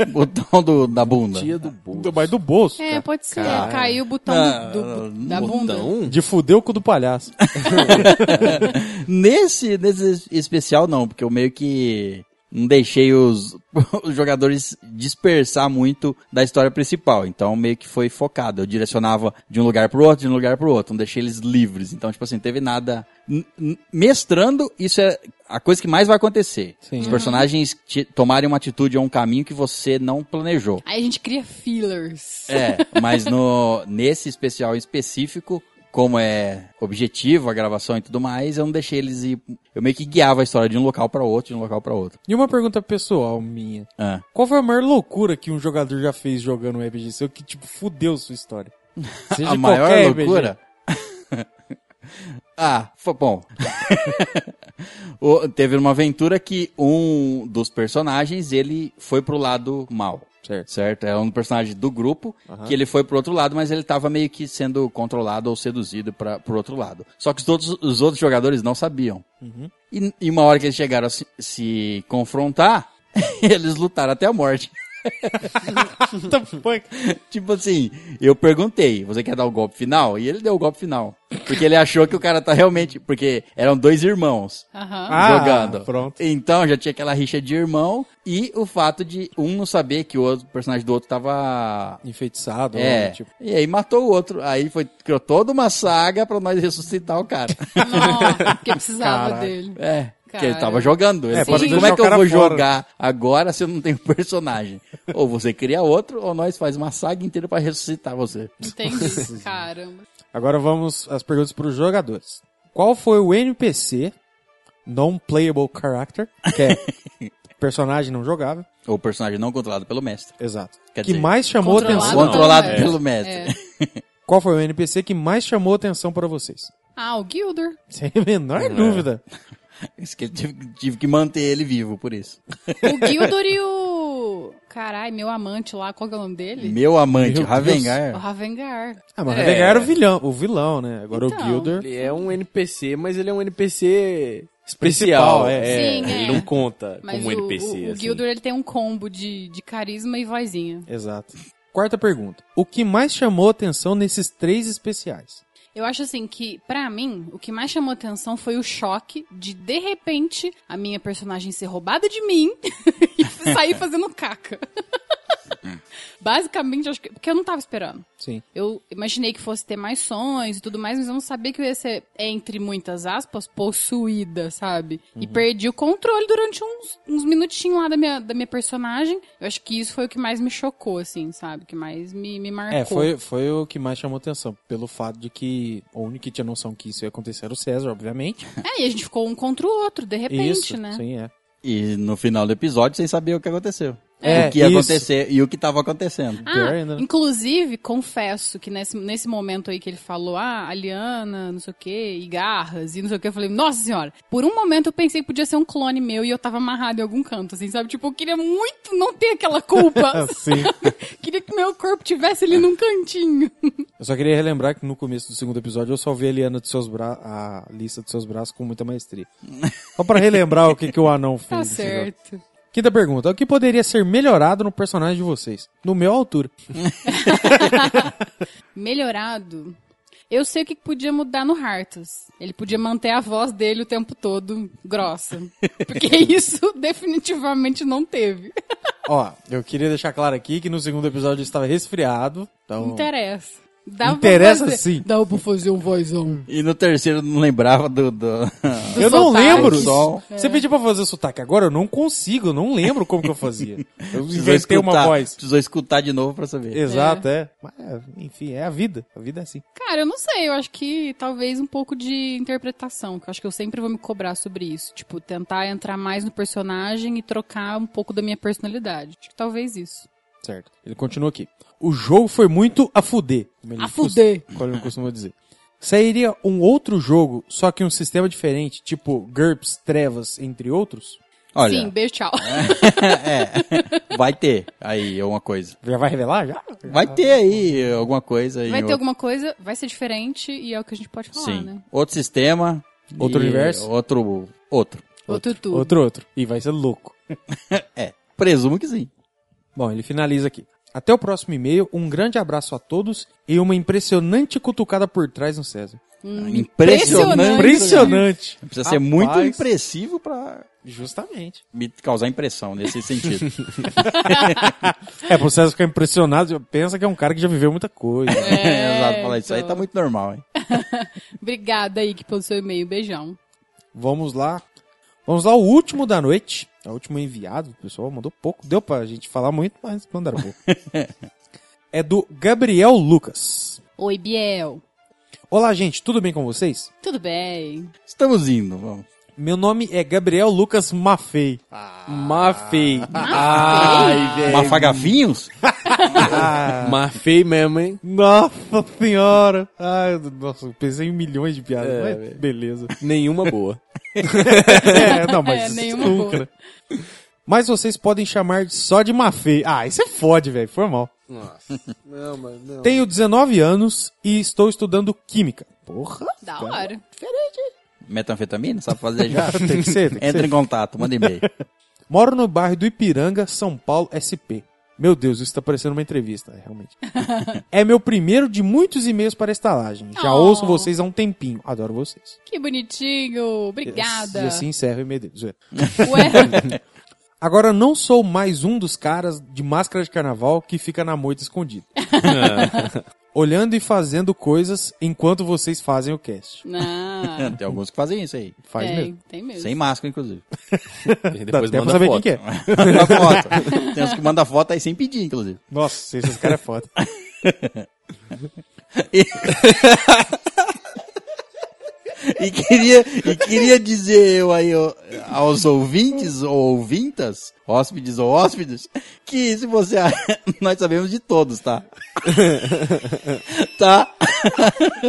[SPEAKER 1] botão do, da bunda.
[SPEAKER 4] Dia do bolo.
[SPEAKER 2] Do- Mas do bolso,
[SPEAKER 3] É,
[SPEAKER 2] cara.
[SPEAKER 3] pode ser.
[SPEAKER 4] Caralho.
[SPEAKER 3] Caiu o botão
[SPEAKER 1] Ah,
[SPEAKER 3] do- do-
[SPEAKER 1] no
[SPEAKER 3] da bunda.
[SPEAKER 4] Botão?
[SPEAKER 2] De fuder o cu do palhaço.
[SPEAKER 1] Nesse, nesse es- especial, não, porque eu meio que não deixei os, os jogadores dispersar muito da história principal. Então, meio que foi focado. Eu direcionava de um lugar pro outro, de um lugar pro outro. Não deixei eles livres. Então, tipo assim, não teve nada. N- n- Mestrando, isso é a coisa que mais vai acontecer.
[SPEAKER 2] Sim.
[SPEAKER 1] Os personagens ti- tomarem uma atitude ou um caminho que você não planejou.
[SPEAKER 3] Aí a gente cria fillers.
[SPEAKER 1] É, mas no, nesse especial em específico, como é objetivo a gravação e tudo mais, eu não deixei eles ir. Eu meio que guiava a história de um local pra outro, de um local pra outro.
[SPEAKER 2] E uma pergunta pessoal minha.
[SPEAKER 1] Ah.
[SPEAKER 2] Qual foi a maior loucura que um jogador já fez jogando um RPG seu que, tipo, fudeu sua história? Seja
[SPEAKER 1] a maior
[SPEAKER 2] qualquer RPG.
[SPEAKER 1] loucura. ah, foi bom. O- Teve uma aventura que um dos personagens ele foi pro lado mal.
[SPEAKER 2] Certo.
[SPEAKER 1] É um personagem do grupo que ele foi pro outro lado, mas ele tava meio que sendo controlado ou seduzido para pro outro lado. Só que os outros, os outros jogadores não sabiam.
[SPEAKER 2] Uhum.
[SPEAKER 1] E, e uma hora que eles chegaram a se, se confrontar, eles lutaram até a morte.
[SPEAKER 2] What the fuck?
[SPEAKER 1] Tipo assim, eu perguntei, você quer dar o golpe final? E ele deu o golpe final. Porque ele achou que o cara tá realmente. Porque eram dois irmãos
[SPEAKER 3] Aham.
[SPEAKER 2] Ah,
[SPEAKER 1] jogando.
[SPEAKER 2] pronto.
[SPEAKER 1] Então já tinha aquela rixa de irmão e o fato de um não saber que o outro, o personagem do outro tava.
[SPEAKER 2] Enfeitiçado,
[SPEAKER 1] É.
[SPEAKER 2] né? Tipo,
[SPEAKER 1] E aí matou o outro. Aí foi criou toda uma saga pra nós ressuscitar o cara.
[SPEAKER 3] Não, porque precisava
[SPEAKER 2] Caralho.
[SPEAKER 3] dele.
[SPEAKER 1] É,
[SPEAKER 3] Cara.
[SPEAKER 1] que ele tava jogando. Ele
[SPEAKER 2] É,
[SPEAKER 1] falou,
[SPEAKER 3] pra
[SPEAKER 1] como
[SPEAKER 2] deixar
[SPEAKER 1] é
[SPEAKER 2] o
[SPEAKER 1] que eu
[SPEAKER 2] cara
[SPEAKER 1] vou
[SPEAKER 2] fora."
[SPEAKER 1] jogar agora se eu não tenho personagem? ou você cria outro, ou nós faz uma saga inteira pra ressuscitar você.
[SPEAKER 3] Entendi. Caramba.
[SPEAKER 2] agora vamos às perguntas para os jogadores. Qual foi o NPC, Non-Playable Character, que é personagem não jogável,
[SPEAKER 1] Ou personagem não controlado pelo mestre.
[SPEAKER 2] exato,
[SPEAKER 1] Quer
[SPEAKER 2] que
[SPEAKER 1] dizer,
[SPEAKER 2] mais chamou a
[SPEAKER 3] Controlado.
[SPEAKER 2] atenção?
[SPEAKER 1] Controlado
[SPEAKER 3] não, é.
[SPEAKER 1] pelo mestre.
[SPEAKER 3] É.
[SPEAKER 2] Qual foi o NPC que mais chamou a atenção para vocês?
[SPEAKER 3] Ah, o Gilder.
[SPEAKER 2] Sem a menor
[SPEAKER 1] É.
[SPEAKER 2] dúvida.
[SPEAKER 1] Isso que eu tive, tive que manter ele vivo, por isso.
[SPEAKER 3] O Gildor e o. Carai, meu amante lá, qual que é o nome dele?
[SPEAKER 1] Meu amante,
[SPEAKER 2] Meu
[SPEAKER 3] O
[SPEAKER 1] Ravengar.
[SPEAKER 3] Ravengar.
[SPEAKER 2] Ah, mas
[SPEAKER 4] É.
[SPEAKER 2] é. era o vilão, o vilão, né? Agora o
[SPEAKER 3] Então.
[SPEAKER 2] Gilder.
[SPEAKER 4] Ele é um NPC, mas ele é um NPC especial.
[SPEAKER 2] Principal, é.
[SPEAKER 3] Sim, é.
[SPEAKER 4] Ele não conta
[SPEAKER 3] Mas
[SPEAKER 4] como
[SPEAKER 3] o,
[SPEAKER 4] NPC.
[SPEAKER 3] o, o
[SPEAKER 4] assim.
[SPEAKER 3] Gildor ele tem um combo de, de carisma e vozinha.
[SPEAKER 2] Exato. Quarta pergunta. O que mais chamou a atenção nesses três especiais?
[SPEAKER 3] Eu acho assim que, pra mim, o que mais chamou atenção foi o choque de, de repente, a minha personagem ser roubada de mim e sair fazendo caca.
[SPEAKER 4] Hum.
[SPEAKER 3] Basicamente, acho que. Porque eu não tava esperando.
[SPEAKER 2] Sim.
[SPEAKER 3] Eu imaginei que fosse ter mais sons e tudo mais, mas eu não sabia que eu ia ser, entre muitas aspas, possuída, sabe? E
[SPEAKER 2] Uhum.
[SPEAKER 3] perdi o controle durante uns, uns minutinhos lá da minha, da minha personagem. Eu acho que isso foi o que mais me chocou, assim, sabe? Que mais me, me marcou.
[SPEAKER 2] É, foi, foi o que mais chamou atenção. Pelo fato de que o único que tinha noção um que isso ia acontecer era o César, obviamente.
[SPEAKER 3] É, e a gente ficou um contra o outro, de repente,
[SPEAKER 2] isso,
[SPEAKER 3] né?
[SPEAKER 2] sim, é.
[SPEAKER 1] E no final do episódio, vocês sabiam o que aconteceu.
[SPEAKER 2] É,
[SPEAKER 1] o que ia
[SPEAKER 2] isso.
[SPEAKER 1] acontecer e o que tava acontecendo.
[SPEAKER 3] Ah,
[SPEAKER 2] Pior ainda, né?
[SPEAKER 3] inclusive, confesso que nesse, nesse momento aí que ele falou, ah, Aliana, não sei o quê, e garras, e não sei o quê, eu falei, nossa senhora, por um momento eu pensei que podia ser um clone meu e eu tava amarrado em algum canto, assim, sabe? Tipo, eu queria muito não ter aquela culpa.
[SPEAKER 2] Sim.
[SPEAKER 3] queria que meu corpo tivesse ali num cantinho.
[SPEAKER 2] Eu só queria relembrar que no começo do segundo episódio eu salvei a Eliana de seus bra... a lista de seus braços com muita maestria. Só pra relembrar o que, que o anão fez.
[SPEAKER 3] tá
[SPEAKER 2] nesse jogo.
[SPEAKER 3] certo.
[SPEAKER 2] Quinta pergunta. O que poderia ser melhorado no personagem de vocês? No meu altura.
[SPEAKER 3] Melhorado. Eu sei o que podia mudar no Hartus. Ele podia manter a voz dele o tempo todo grossa. Porque isso definitivamente não teve.
[SPEAKER 2] Ó, eu queria deixar claro aqui que no segundo episódio eu estava resfriado. Então...
[SPEAKER 3] Não interessa. Dá
[SPEAKER 2] Interessa
[SPEAKER 3] pra fazer,
[SPEAKER 2] sim.
[SPEAKER 3] Dá pra fazer um vozão.
[SPEAKER 1] E no terceiro, não lembrava do. do-
[SPEAKER 3] Do
[SPEAKER 2] Eu não
[SPEAKER 3] sotaque.
[SPEAKER 2] lembro.
[SPEAKER 1] Sol.
[SPEAKER 3] É.
[SPEAKER 2] Você pediu pra fazer o sotaque agora, eu não consigo, eu não lembro como que eu fazia. Eu
[SPEAKER 1] Precisou
[SPEAKER 2] inventei uma
[SPEAKER 1] escutar-
[SPEAKER 2] voz.
[SPEAKER 1] Precisou escutar de novo pra saber.
[SPEAKER 2] Exato, é. Mas, é, enfim, é a vida. A vida é assim.
[SPEAKER 3] Cara, eu não sei. Eu acho que talvez um pouco de interpretação. Que eu acho que eu sempre vou me cobrar sobre isso. Tipo, tentar entrar mais no personagem e trocar um pouco da minha personalidade. Acho que talvez isso.
[SPEAKER 2] Certo. Ele continua aqui. O jogo foi muito a fuder. como ele
[SPEAKER 3] A fuder.
[SPEAKER 2] cos- Como ele costuma dizer. Sairia um outro jogo, só que um sistema diferente, tipo GURPS, Trevas, entre outros?
[SPEAKER 1] Olha.
[SPEAKER 3] Sim, beijo, tchau.
[SPEAKER 1] é. Vai ter aí alguma coisa.
[SPEAKER 2] Já vai revelar? Já?
[SPEAKER 1] Vai ter aí alguma coisa. em
[SPEAKER 3] Vai ter
[SPEAKER 1] outro-
[SPEAKER 3] alguma coisa, vai ser diferente e é o que a gente pode falar,
[SPEAKER 1] Sim.
[SPEAKER 3] né?
[SPEAKER 1] Outro sistema.
[SPEAKER 2] Outro
[SPEAKER 1] e
[SPEAKER 2] universo?
[SPEAKER 1] Outro. Outro.
[SPEAKER 3] Outro tudo.
[SPEAKER 2] Outro, outro. E vai ser louco.
[SPEAKER 1] É. Presumo que sim.
[SPEAKER 2] Bom, ele finaliza aqui. Até o próximo e-mail, um grande abraço a todos e uma impressionante cutucada por trás no César.
[SPEAKER 3] Hum,
[SPEAKER 1] Impressionante.
[SPEAKER 2] Impressionante!
[SPEAKER 1] Precisa ser
[SPEAKER 2] Rapaz.
[SPEAKER 1] muito impressivo pra
[SPEAKER 2] Justamente.
[SPEAKER 1] me causar impressão nesse sentido.
[SPEAKER 2] É, pro César ficar impressionado, pensa que é um cara que já viveu muita coisa.
[SPEAKER 1] É, Exato, falar isso aí
[SPEAKER 3] então.
[SPEAKER 1] tá muito normal, hein?
[SPEAKER 3] Obrigada aí que pelo seu e-mail. Beijão.
[SPEAKER 2] Vamos lá. Vamos lá, o último da noite. É o último enviado, o pessoal mandou pouco. Deu pra gente falar muito, mas mandaram pouco. é do Gabriel Lucas.
[SPEAKER 3] Oi, Biel.
[SPEAKER 2] Olá, gente, tudo bem com vocês?
[SPEAKER 3] Tudo bem.
[SPEAKER 1] Estamos indo, vamos.
[SPEAKER 2] Meu nome é Gabriel Lucas Maffei.
[SPEAKER 4] Mafei.
[SPEAKER 1] Ah.
[SPEAKER 4] Ai, velho.
[SPEAKER 1] Mafagafinhos?
[SPEAKER 4] Mafei mesmo, hein?
[SPEAKER 2] Ah. Nossa senhora! Ai, nossa, eu pensei em milhões de piadas,
[SPEAKER 4] É,
[SPEAKER 2] mas
[SPEAKER 4] velho.
[SPEAKER 2] beleza.
[SPEAKER 4] Nenhuma boa.
[SPEAKER 2] É, não, mas
[SPEAKER 3] É,
[SPEAKER 2] isso
[SPEAKER 3] nenhuma
[SPEAKER 2] nunca.
[SPEAKER 3] boa.
[SPEAKER 2] Mas vocês podem chamar só de Mafei. Ah, isso é fode, velho, formal.
[SPEAKER 4] Nossa. Não, mas não.
[SPEAKER 2] Tenho 19 anos e estou estudando Química. Porra!
[SPEAKER 3] Da hora.
[SPEAKER 1] Metanfetamina? Sabe fazer já?
[SPEAKER 2] Tem que ser, tem que
[SPEAKER 1] Entra
[SPEAKER 2] ser.
[SPEAKER 1] em contato, manda e-mail.
[SPEAKER 2] Moro no bairro do Ipiranga, São Paulo, SP. Meu Deus, isso tá parecendo uma entrevista, é, realmente. é meu primeiro de muitos e-mails para a estalagem. Já
[SPEAKER 3] Oh.
[SPEAKER 2] ouço vocês há um tempinho. Adoro vocês.
[SPEAKER 3] Que bonitinho.
[SPEAKER 2] E
[SPEAKER 3] Obrigada.
[SPEAKER 2] assim encerra o e-mail deles. Zoeira.
[SPEAKER 3] Ué,
[SPEAKER 2] Agora não sou mais um dos caras de máscara de carnaval que fica na moita escondido. Olhando e fazendo coisas enquanto vocês fazem o cast.
[SPEAKER 3] não.
[SPEAKER 1] Tem alguns que fazem isso aí.
[SPEAKER 2] Faz
[SPEAKER 3] tem,
[SPEAKER 2] mesmo.
[SPEAKER 3] tem mesmo.
[SPEAKER 1] Sem máscara, inclusive.
[SPEAKER 2] Dá
[SPEAKER 4] E
[SPEAKER 2] até
[SPEAKER 4] depois
[SPEAKER 2] pra
[SPEAKER 4] manda
[SPEAKER 2] saber quem
[SPEAKER 4] foto.
[SPEAKER 2] que é.
[SPEAKER 1] Manda foto. Tem uns que mandam foto aí sem pedir, inclusive.
[SPEAKER 2] Nossa, esses caras é foda.
[SPEAKER 1] E queria, e queria dizer eu aí ó, aos ouvintes ou ouvintas, hóspedes ou hóspedes, que se você. Nós sabemos de todos, tá? tá?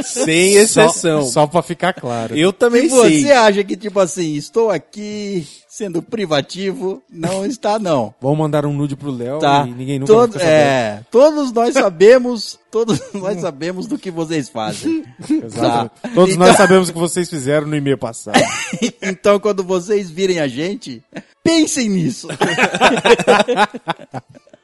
[SPEAKER 4] Sem exceção.
[SPEAKER 2] Só, só pra ficar claro.
[SPEAKER 4] Eu
[SPEAKER 1] Se
[SPEAKER 4] também sei.
[SPEAKER 1] você acha que, tipo assim, estou aqui sendo privativo, não está, não.
[SPEAKER 2] Vão mandar um nude pro Léo
[SPEAKER 1] Tá?
[SPEAKER 2] e ninguém nunca
[SPEAKER 1] Todo,
[SPEAKER 2] vai ficar
[SPEAKER 1] é, todos nós sabemos, todos nós sabemos do que vocês fazem.
[SPEAKER 2] sabendo. Exato.
[SPEAKER 1] Tá.
[SPEAKER 2] Todos nós
[SPEAKER 1] Então-
[SPEAKER 2] sabemos o que vocês fizeram no e-mail passado.
[SPEAKER 1] Então, quando vocês virem a gente, pensem nisso.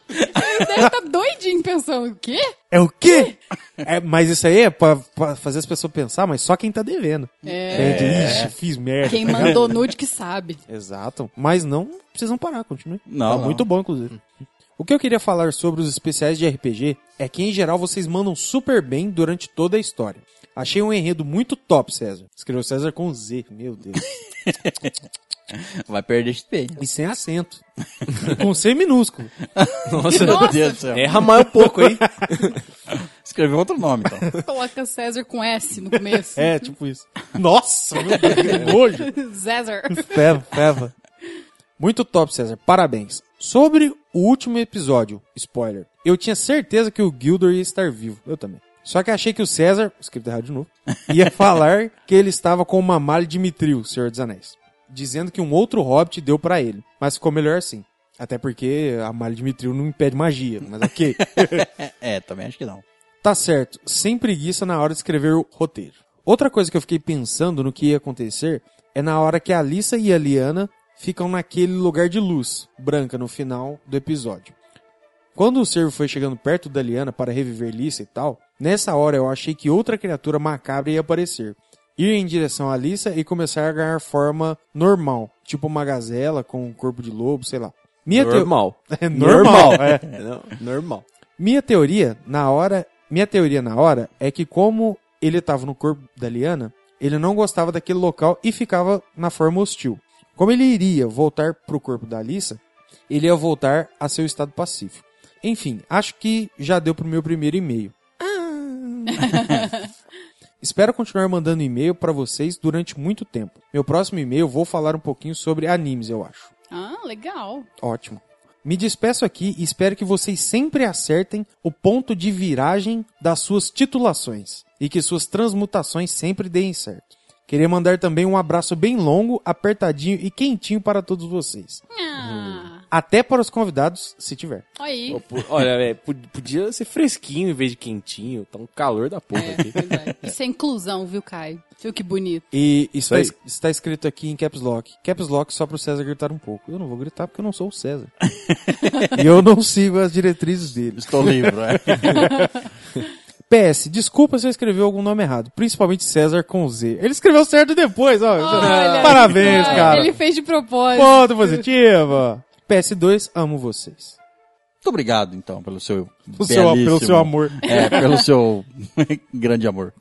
[SPEAKER 3] Você deve tá doidinho pensando o quê?
[SPEAKER 2] É o quê? É, mas isso aí é pra, pra fazer as pessoas pensar, mas só quem tá devendo.
[SPEAKER 3] É.
[SPEAKER 2] É. Ixi, fiz merda.
[SPEAKER 3] Quem
[SPEAKER 2] tá ligado?
[SPEAKER 3] mandou nude que sabe.
[SPEAKER 2] Exato. Mas não precisam parar, continue.
[SPEAKER 1] Não,
[SPEAKER 2] Tá
[SPEAKER 1] não.
[SPEAKER 2] muito bom, inclusive. O que eu queria falar sobre os especiais de RPG é que, em geral, vocês mandam super bem durante toda a história. Achei um enredo muito top, César. Escreveu César com Z, meu Deus.
[SPEAKER 1] Vai perder XP.
[SPEAKER 2] E sem acento. com C minúsculo.
[SPEAKER 4] Nossa,
[SPEAKER 1] Meu Deus do céu.
[SPEAKER 4] Erra mais um pouco, hein?
[SPEAKER 1] Escreveu outro nome, então.
[SPEAKER 3] Coloca César com S no começo.
[SPEAKER 2] É, tipo isso. Nossa, meu Deus, que nojo.
[SPEAKER 3] César.
[SPEAKER 2] Peva, peva. Muito top, César. Parabéns. Sobre o último episódio, spoiler. Eu tinha certeza que o Gildor ia estar vivo. Eu também. Só que achei que o César, escrito errado de novo, ia falar que ele estava com uma malha de Mitril, Senhor dos Anéis. Dizendo que um outro hobbit deu pra ele. Mas ficou melhor assim. Até porque a malha de Mitril não impede magia. Mas ok.
[SPEAKER 1] É, também acho que não.
[SPEAKER 2] Tá certo, sem preguiça na hora de escrever o roteiro. Outra coisa que eu fiquei pensando no que ia acontecer é na hora que a Alissa e a Liana ficam naquele lugar de luz branca no final do episódio. Quando o servo foi chegando perto da Liana para reviver Lissa e tal, nessa hora eu achei que outra criatura macabra ia aparecer. Ir em direção à Lissa e começar a ganhar forma normal, tipo uma gazela com um corpo de lobo, sei lá. Minha teo-
[SPEAKER 4] Normal.
[SPEAKER 2] É normal. é.
[SPEAKER 4] Não, normal.
[SPEAKER 2] Minha teoria na hora, minha teoria na hora é que como ele estava no corpo da Liana, ele não gostava daquele local e ficava na forma hostil. Como ele iria voltar pro corpo da Alissa, ele ia voltar a seu estado pacífico. Enfim, acho que já deu pro meu primeiro e-mail. Espero continuar mandando e-mail para vocês durante muito tempo. Meu próximo e-mail vou falar um pouquinho sobre animes, eu acho.
[SPEAKER 3] Ah, legal.
[SPEAKER 2] Ótimo. Me despeço aqui e espero que vocês sempre acertem o ponto de viragem das suas titulações e que suas transmutações sempre deem certo. Queria mandar também um abraço bem longo, apertadinho e quentinho para todos vocês.
[SPEAKER 3] Ah,
[SPEAKER 2] Até para os convidados, se tiver.
[SPEAKER 3] olha aí.
[SPEAKER 4] Pô, pô, Olha, velho, pod- podia ser fresquinho em vez de quentinho. Tá um calor da porra aqui.
[SPEAKER 3] Pois é. Isso é inclusão, viu, Caio? Viu que bonito.
[SPEAKER 2] E está,
[SPEAKER 4] aí.
[SPEAKER 2] es- está escrito aqui em Caps Lock. Caps Lock só para o César gritar um pouco. Eu não vou gritar porque eu não sou o César. e eu não sigo as diretrizes dele.
[SPEAKER 1] Estou livre, é.
[SPEAKER 2] PS, desculpa se eu escrevi algum nome errado, principalmente César com Z. Ele escreveu certo depois, ó.
[SPEAKER 3] Olha,
[SPEAKER 2] Parabéns,
[SPEAKER 3] Ah,
[SPEAKER 2] cara.
[SPEAKER 3] Ele fez de propósito.
[SPEAKER 2] Ponto positivo. PS2, amo vocês.
[SPEAKER 1] Muito obrigado, então, pelo seu.
[SPEAKER 2] O seu- pelo
[SPEAKER 1] belíssimo-
[SPEAKER 2] seu amor.
[SPEAKER 1] É, pelo seu grande amor.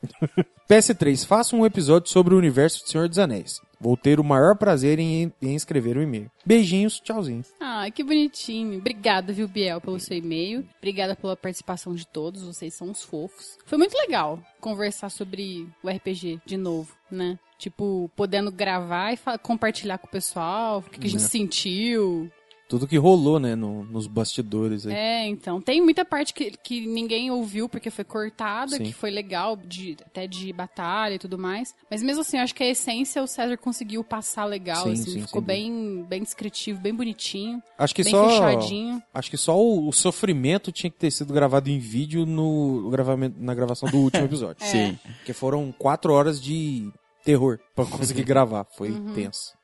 [SPEAKER 2] PS3, faça um episódio sobre o universo do Senhor dos Anéis. Vou ter o maior prazer em, em escrever um e-mail. Beijinhos, tchauzinho.
[SPEAKER 3] Ai, Ah, que bonitinho. Obrigada, viu, Biel, pelo seu e-mail. Obrigada pela participação de todos. Vocês são uns fofos. Foi muito legal conversar sobre o RPG de novo, né? Tipo, podendo gravar e fa- compartilhar com o pessoal o que, que a gente sentiu.
[SPEAKER 2] Tudo que rolou, né, no- nos bastidores aí.
[SPEAKER 3] É, então. Tem muita parte que, que ninguém ouviu porque foi cortada,
[SPEAKER 2] Sim.
[SPEAKER 3] que foi legal, de- até de batalha e tudo mais. Mas mesmo assim, eu acho que a essência o César conseguiu passar legal,
[SPEAKER 2] Sim,
[SPEAKER 3] assim.
[SPEAKER 2] sim,
[SPEAKER 3] ficou
[SPEAKER 2] sim.
[SPEAKER 3] bem, bem descritivo, bem bonitinho,
[SPEAKER 2] Acho que
[SPEAKER 3] bem
[SPEAKER 2] só
[SPEAKER 3] fechadinho.
[SPEAKER 2] Acho que só o, o sofrimento tinha que ter sido gravado em vídeo no o gravamento, na gravação do último episódio.
[SPEAKER 3] É.
[SPEAKER 1] Sim.
[SPEAKER 2] Porque foram quatro horas de terror pra conseguir gravar. Foi tenso.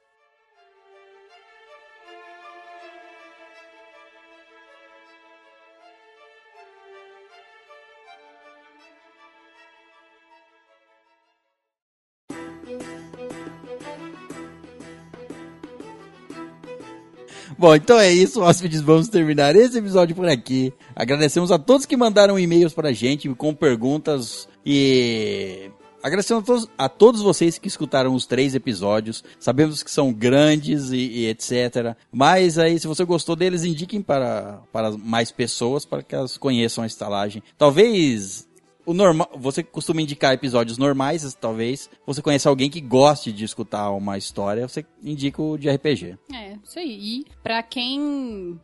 [SPEAKER 1] Bom, então é isso, hóspedes. Vamos terminar esse episódio por aqui. Agradecemos a todos que mandaram e-mails pra gente com perguntas e. Agradecemos a todos, a todos vocês que escutaram os três episódios. Sabemos que são grandes e, e etc. Mas aí, se você gostou deles, indiquem para, para mais pessoas para que elas conheçam a estalagem. Talvez o normal, você costuma indicar episódios normais, talvez. Você conhece alguém que goste de escutar uma história, você indica o de RPG.
[SPEAKER 3] É, isso aí. E pra quem.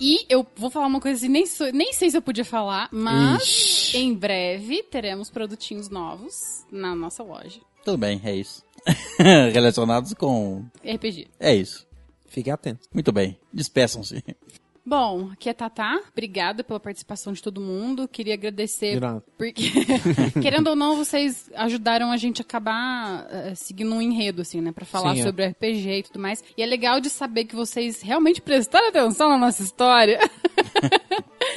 [SPEAKER 3] E eu vou falar uma coisa assim, nem, sou- nem sei se eu podia falar, mas
[SPEAKER 2] Ixi.
[SPEAKER 3] em breve teremos produtinhos novos na nossa loja.
[SPEAKER 1] Tudo bem, é isso. Relacionados com.
[SPEAKER 3] RPG.
[SPEAKER 1] É isso.
[SPEAKER 2] Fique atento.
[SPEAKER 1] Muito bem. Despeçam-se.
[SPEAKER 3] Bom, aqui é a Tatá. Obrigada pela participação de todo mundo. Queria agradecer
[SPEAKER 2] De nada.
[SPEAKER 3] Porque, querendo ou não, vocês ajudaram a gente a acabar eh, seguindo um enredo, assim, né? Pra falar
[SPEAKER 2] Sim, é.
[SPEAKER 3] sobre RPG e tudo mais. E é legal de saber que vocês realmente prestaram atenção na nossa história.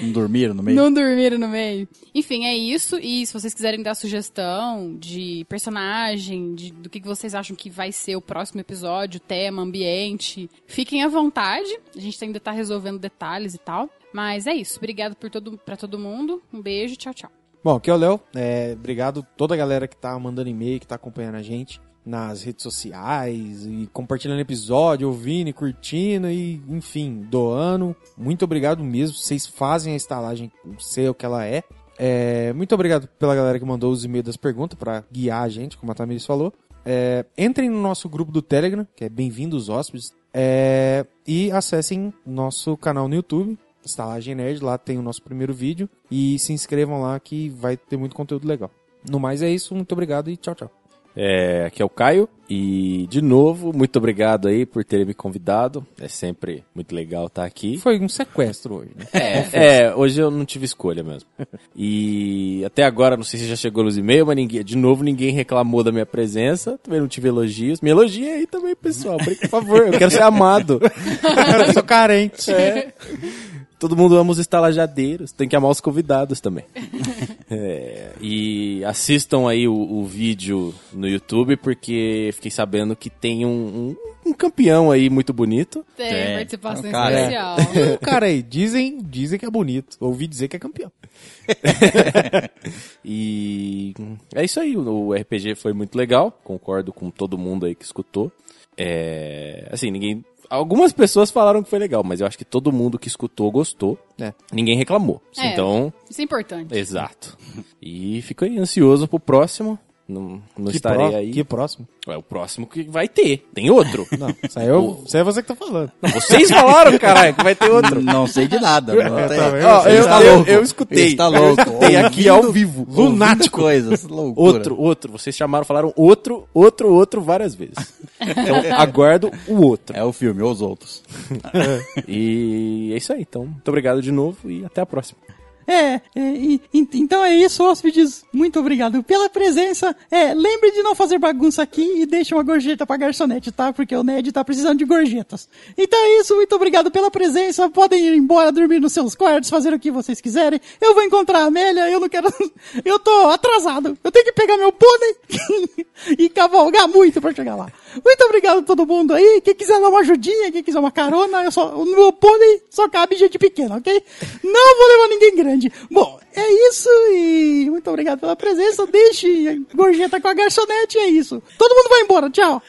[SPEAKER 1] Não dormiram no meio?
[SPEAKER 3] Não dormiram no meio. Enfim, é isso. E se vocês quiserem dar sugestão de personagem, de, do que, que vocês acham que vai ser o próximo episódio, tema, ambiente, fiquem à vontade. A gente ainda tá resolvendo detalhes e tal. Mas é isso. Obrigado por todo, pra todo mundo. Um beijo. Tchau, tchau.
[SPEAKER 2] Bom, aqui é o Léo. É, obrigado a toda a galera que tá mandando e-mail, que tá acompanhando a gente nas redes sociais e compartilhando episódio, ouvindo e curtindo e, enfim, doando. Muito obrigado mesmo. Vocês fazem a estalagem ser o que ela é. É, muito obrigado pela galera que mandou os e-mails das perguntas pra guiar a gente, como a Tamiris falou. É, entrem no nosso grupo do Telegram, que é Bem-vindos Hóspedes, é, e acessem nosso canal no YouTube, Estalagem Nerd, lá tem o nosso primeiro vídeo, e se inscrevam lá que vai ter muito conteúdo legal. No mais é isso, muito obrigado e tchau, tchau.
[SPEAKER 4] É, aqui é o Caio e de novo, muito obrigado aí por terem me convidado. É sempre muito legal estar aqui.
[SPEAKER 2] Foi um sequestro hoje, né?
[SPEAKER 4] É, é, hoje eu não tive escolha mesmo. E até agora, não sei se já chegou nos e-mails, mas ninguém, de novo ninguém reclamou da minha presença. Também não tive elogios. Me elogia aí também, pessoal. Por favor, eu quero ser amado.
[SPEAKER 2] Eu sou carente.
[SPEAKER 4] Todo mundo ama os estalajadeiros, tem que amar os convidados também. É, e assistam aí o, o vídeo no YouTube, porque fiquei sabendo que tem um, um- um campeão aí muito bonito.
[SPEAKER 3] Tem,
[SPEAKER 1] Tem.
[SPEAKER 3] participação
[SPEAKER 1] É um cara.
[SPEAKER 3] especial.
[SPEAKER 2] O cara aí, dizem, dizem que é bonito. Ouvi dizer que é campeão.
[SPEAKER 4] E é isso aí, o RPG foi muito legal, concordo com todo mundo aí que escutou. É, assim, ninguém. Algumas pessoas falaram que foi legal, mas eu acho que todo mundo que escutou gostou. né?
[SPEAKER 2] É.
[SPEAKER 4] Ninguém reclamou.
[SPEAKER 3] É.
[SPEAKER 4] Então,
[SPEAKER 3] Isso é importante.
[SPEAKER 4] Exato. E fico aí ansioso pro próximo. Não, não
[SPEAKER 2] que,
[SPEAKER 4] estarei
[SPEAKER 2] pró-
[SPEAKER 4] aí.
[SPEAKER 2] que próximo.
[SPEAKER 4] É o próximo que vai ter. Tem outro.
[SPEAKER 2] Não, isso aí, é o- isso aí é você que tá falando.
[SPEAKER 4] Vocês falaram, caralho, que vai ter outro.
[SPEAKER 1] Não sei de nada. Não tem-
[SPEAKER 2] tá vendo?
[SPEAKER 4] Ó,
[SPEAKER 1] Você
[SPEAKER 4] eu-
[SPEAKER 1] está
[SPEAKER 4] eu-
[SPEAKER 1] louco.
[SPEAKER 4] eu escutei.
[SPEAKER 1] Você Está
[SPEAKER 4] Eu
[SPEAKER 1] louco.
[SPEAKER 4] escutei aqui ao vivo.
[SPEAKER 1] ouvindo
[SPEAKER 4] Lunático.
[SPEAKER 1] coisas. Loucura.
[SPEAKER 4] Outro, outro. Vocês chamaram, falaram outro, outro, outro várias vezes. Então, aguardo o outro.
[SPEAKER 1] É o filme, os outros.
[SPEAKER 4] E é isso aí. Então, muito obrigado de novo e até a próxima.
[SPEAKER 5] É, é, e- en- então é isso, hóspedes. Muito obrigado pela presença. É, lembre de não fazer bagunça aqui e deixe uma gorjeta pra garçonete, tá? Porque o Ned tá precisando de gorjetas. Então é isso, muito obrigado pela presença. Podem ir embora, dormir nos seus quartos, fazer o que vocês quiserem. Eu vou encontrar a Amélia, eu não quero. Eu tô atrasado. Eu tenho que pegar meu pônei. e cavalgar muito pra chegar lá. Muito obrigado a todo mundo aí. Quem quiser dar uma ajudinha, quem quiser uma carona, eu só, o meu pônei só cabe gente pequena, ok? Não vou levar ninguém grande. Bom, é isso e muito obrigado pela presença. Deixe a gorjeta com a garçonete, é isso. Todo mundo vai embora, tchau.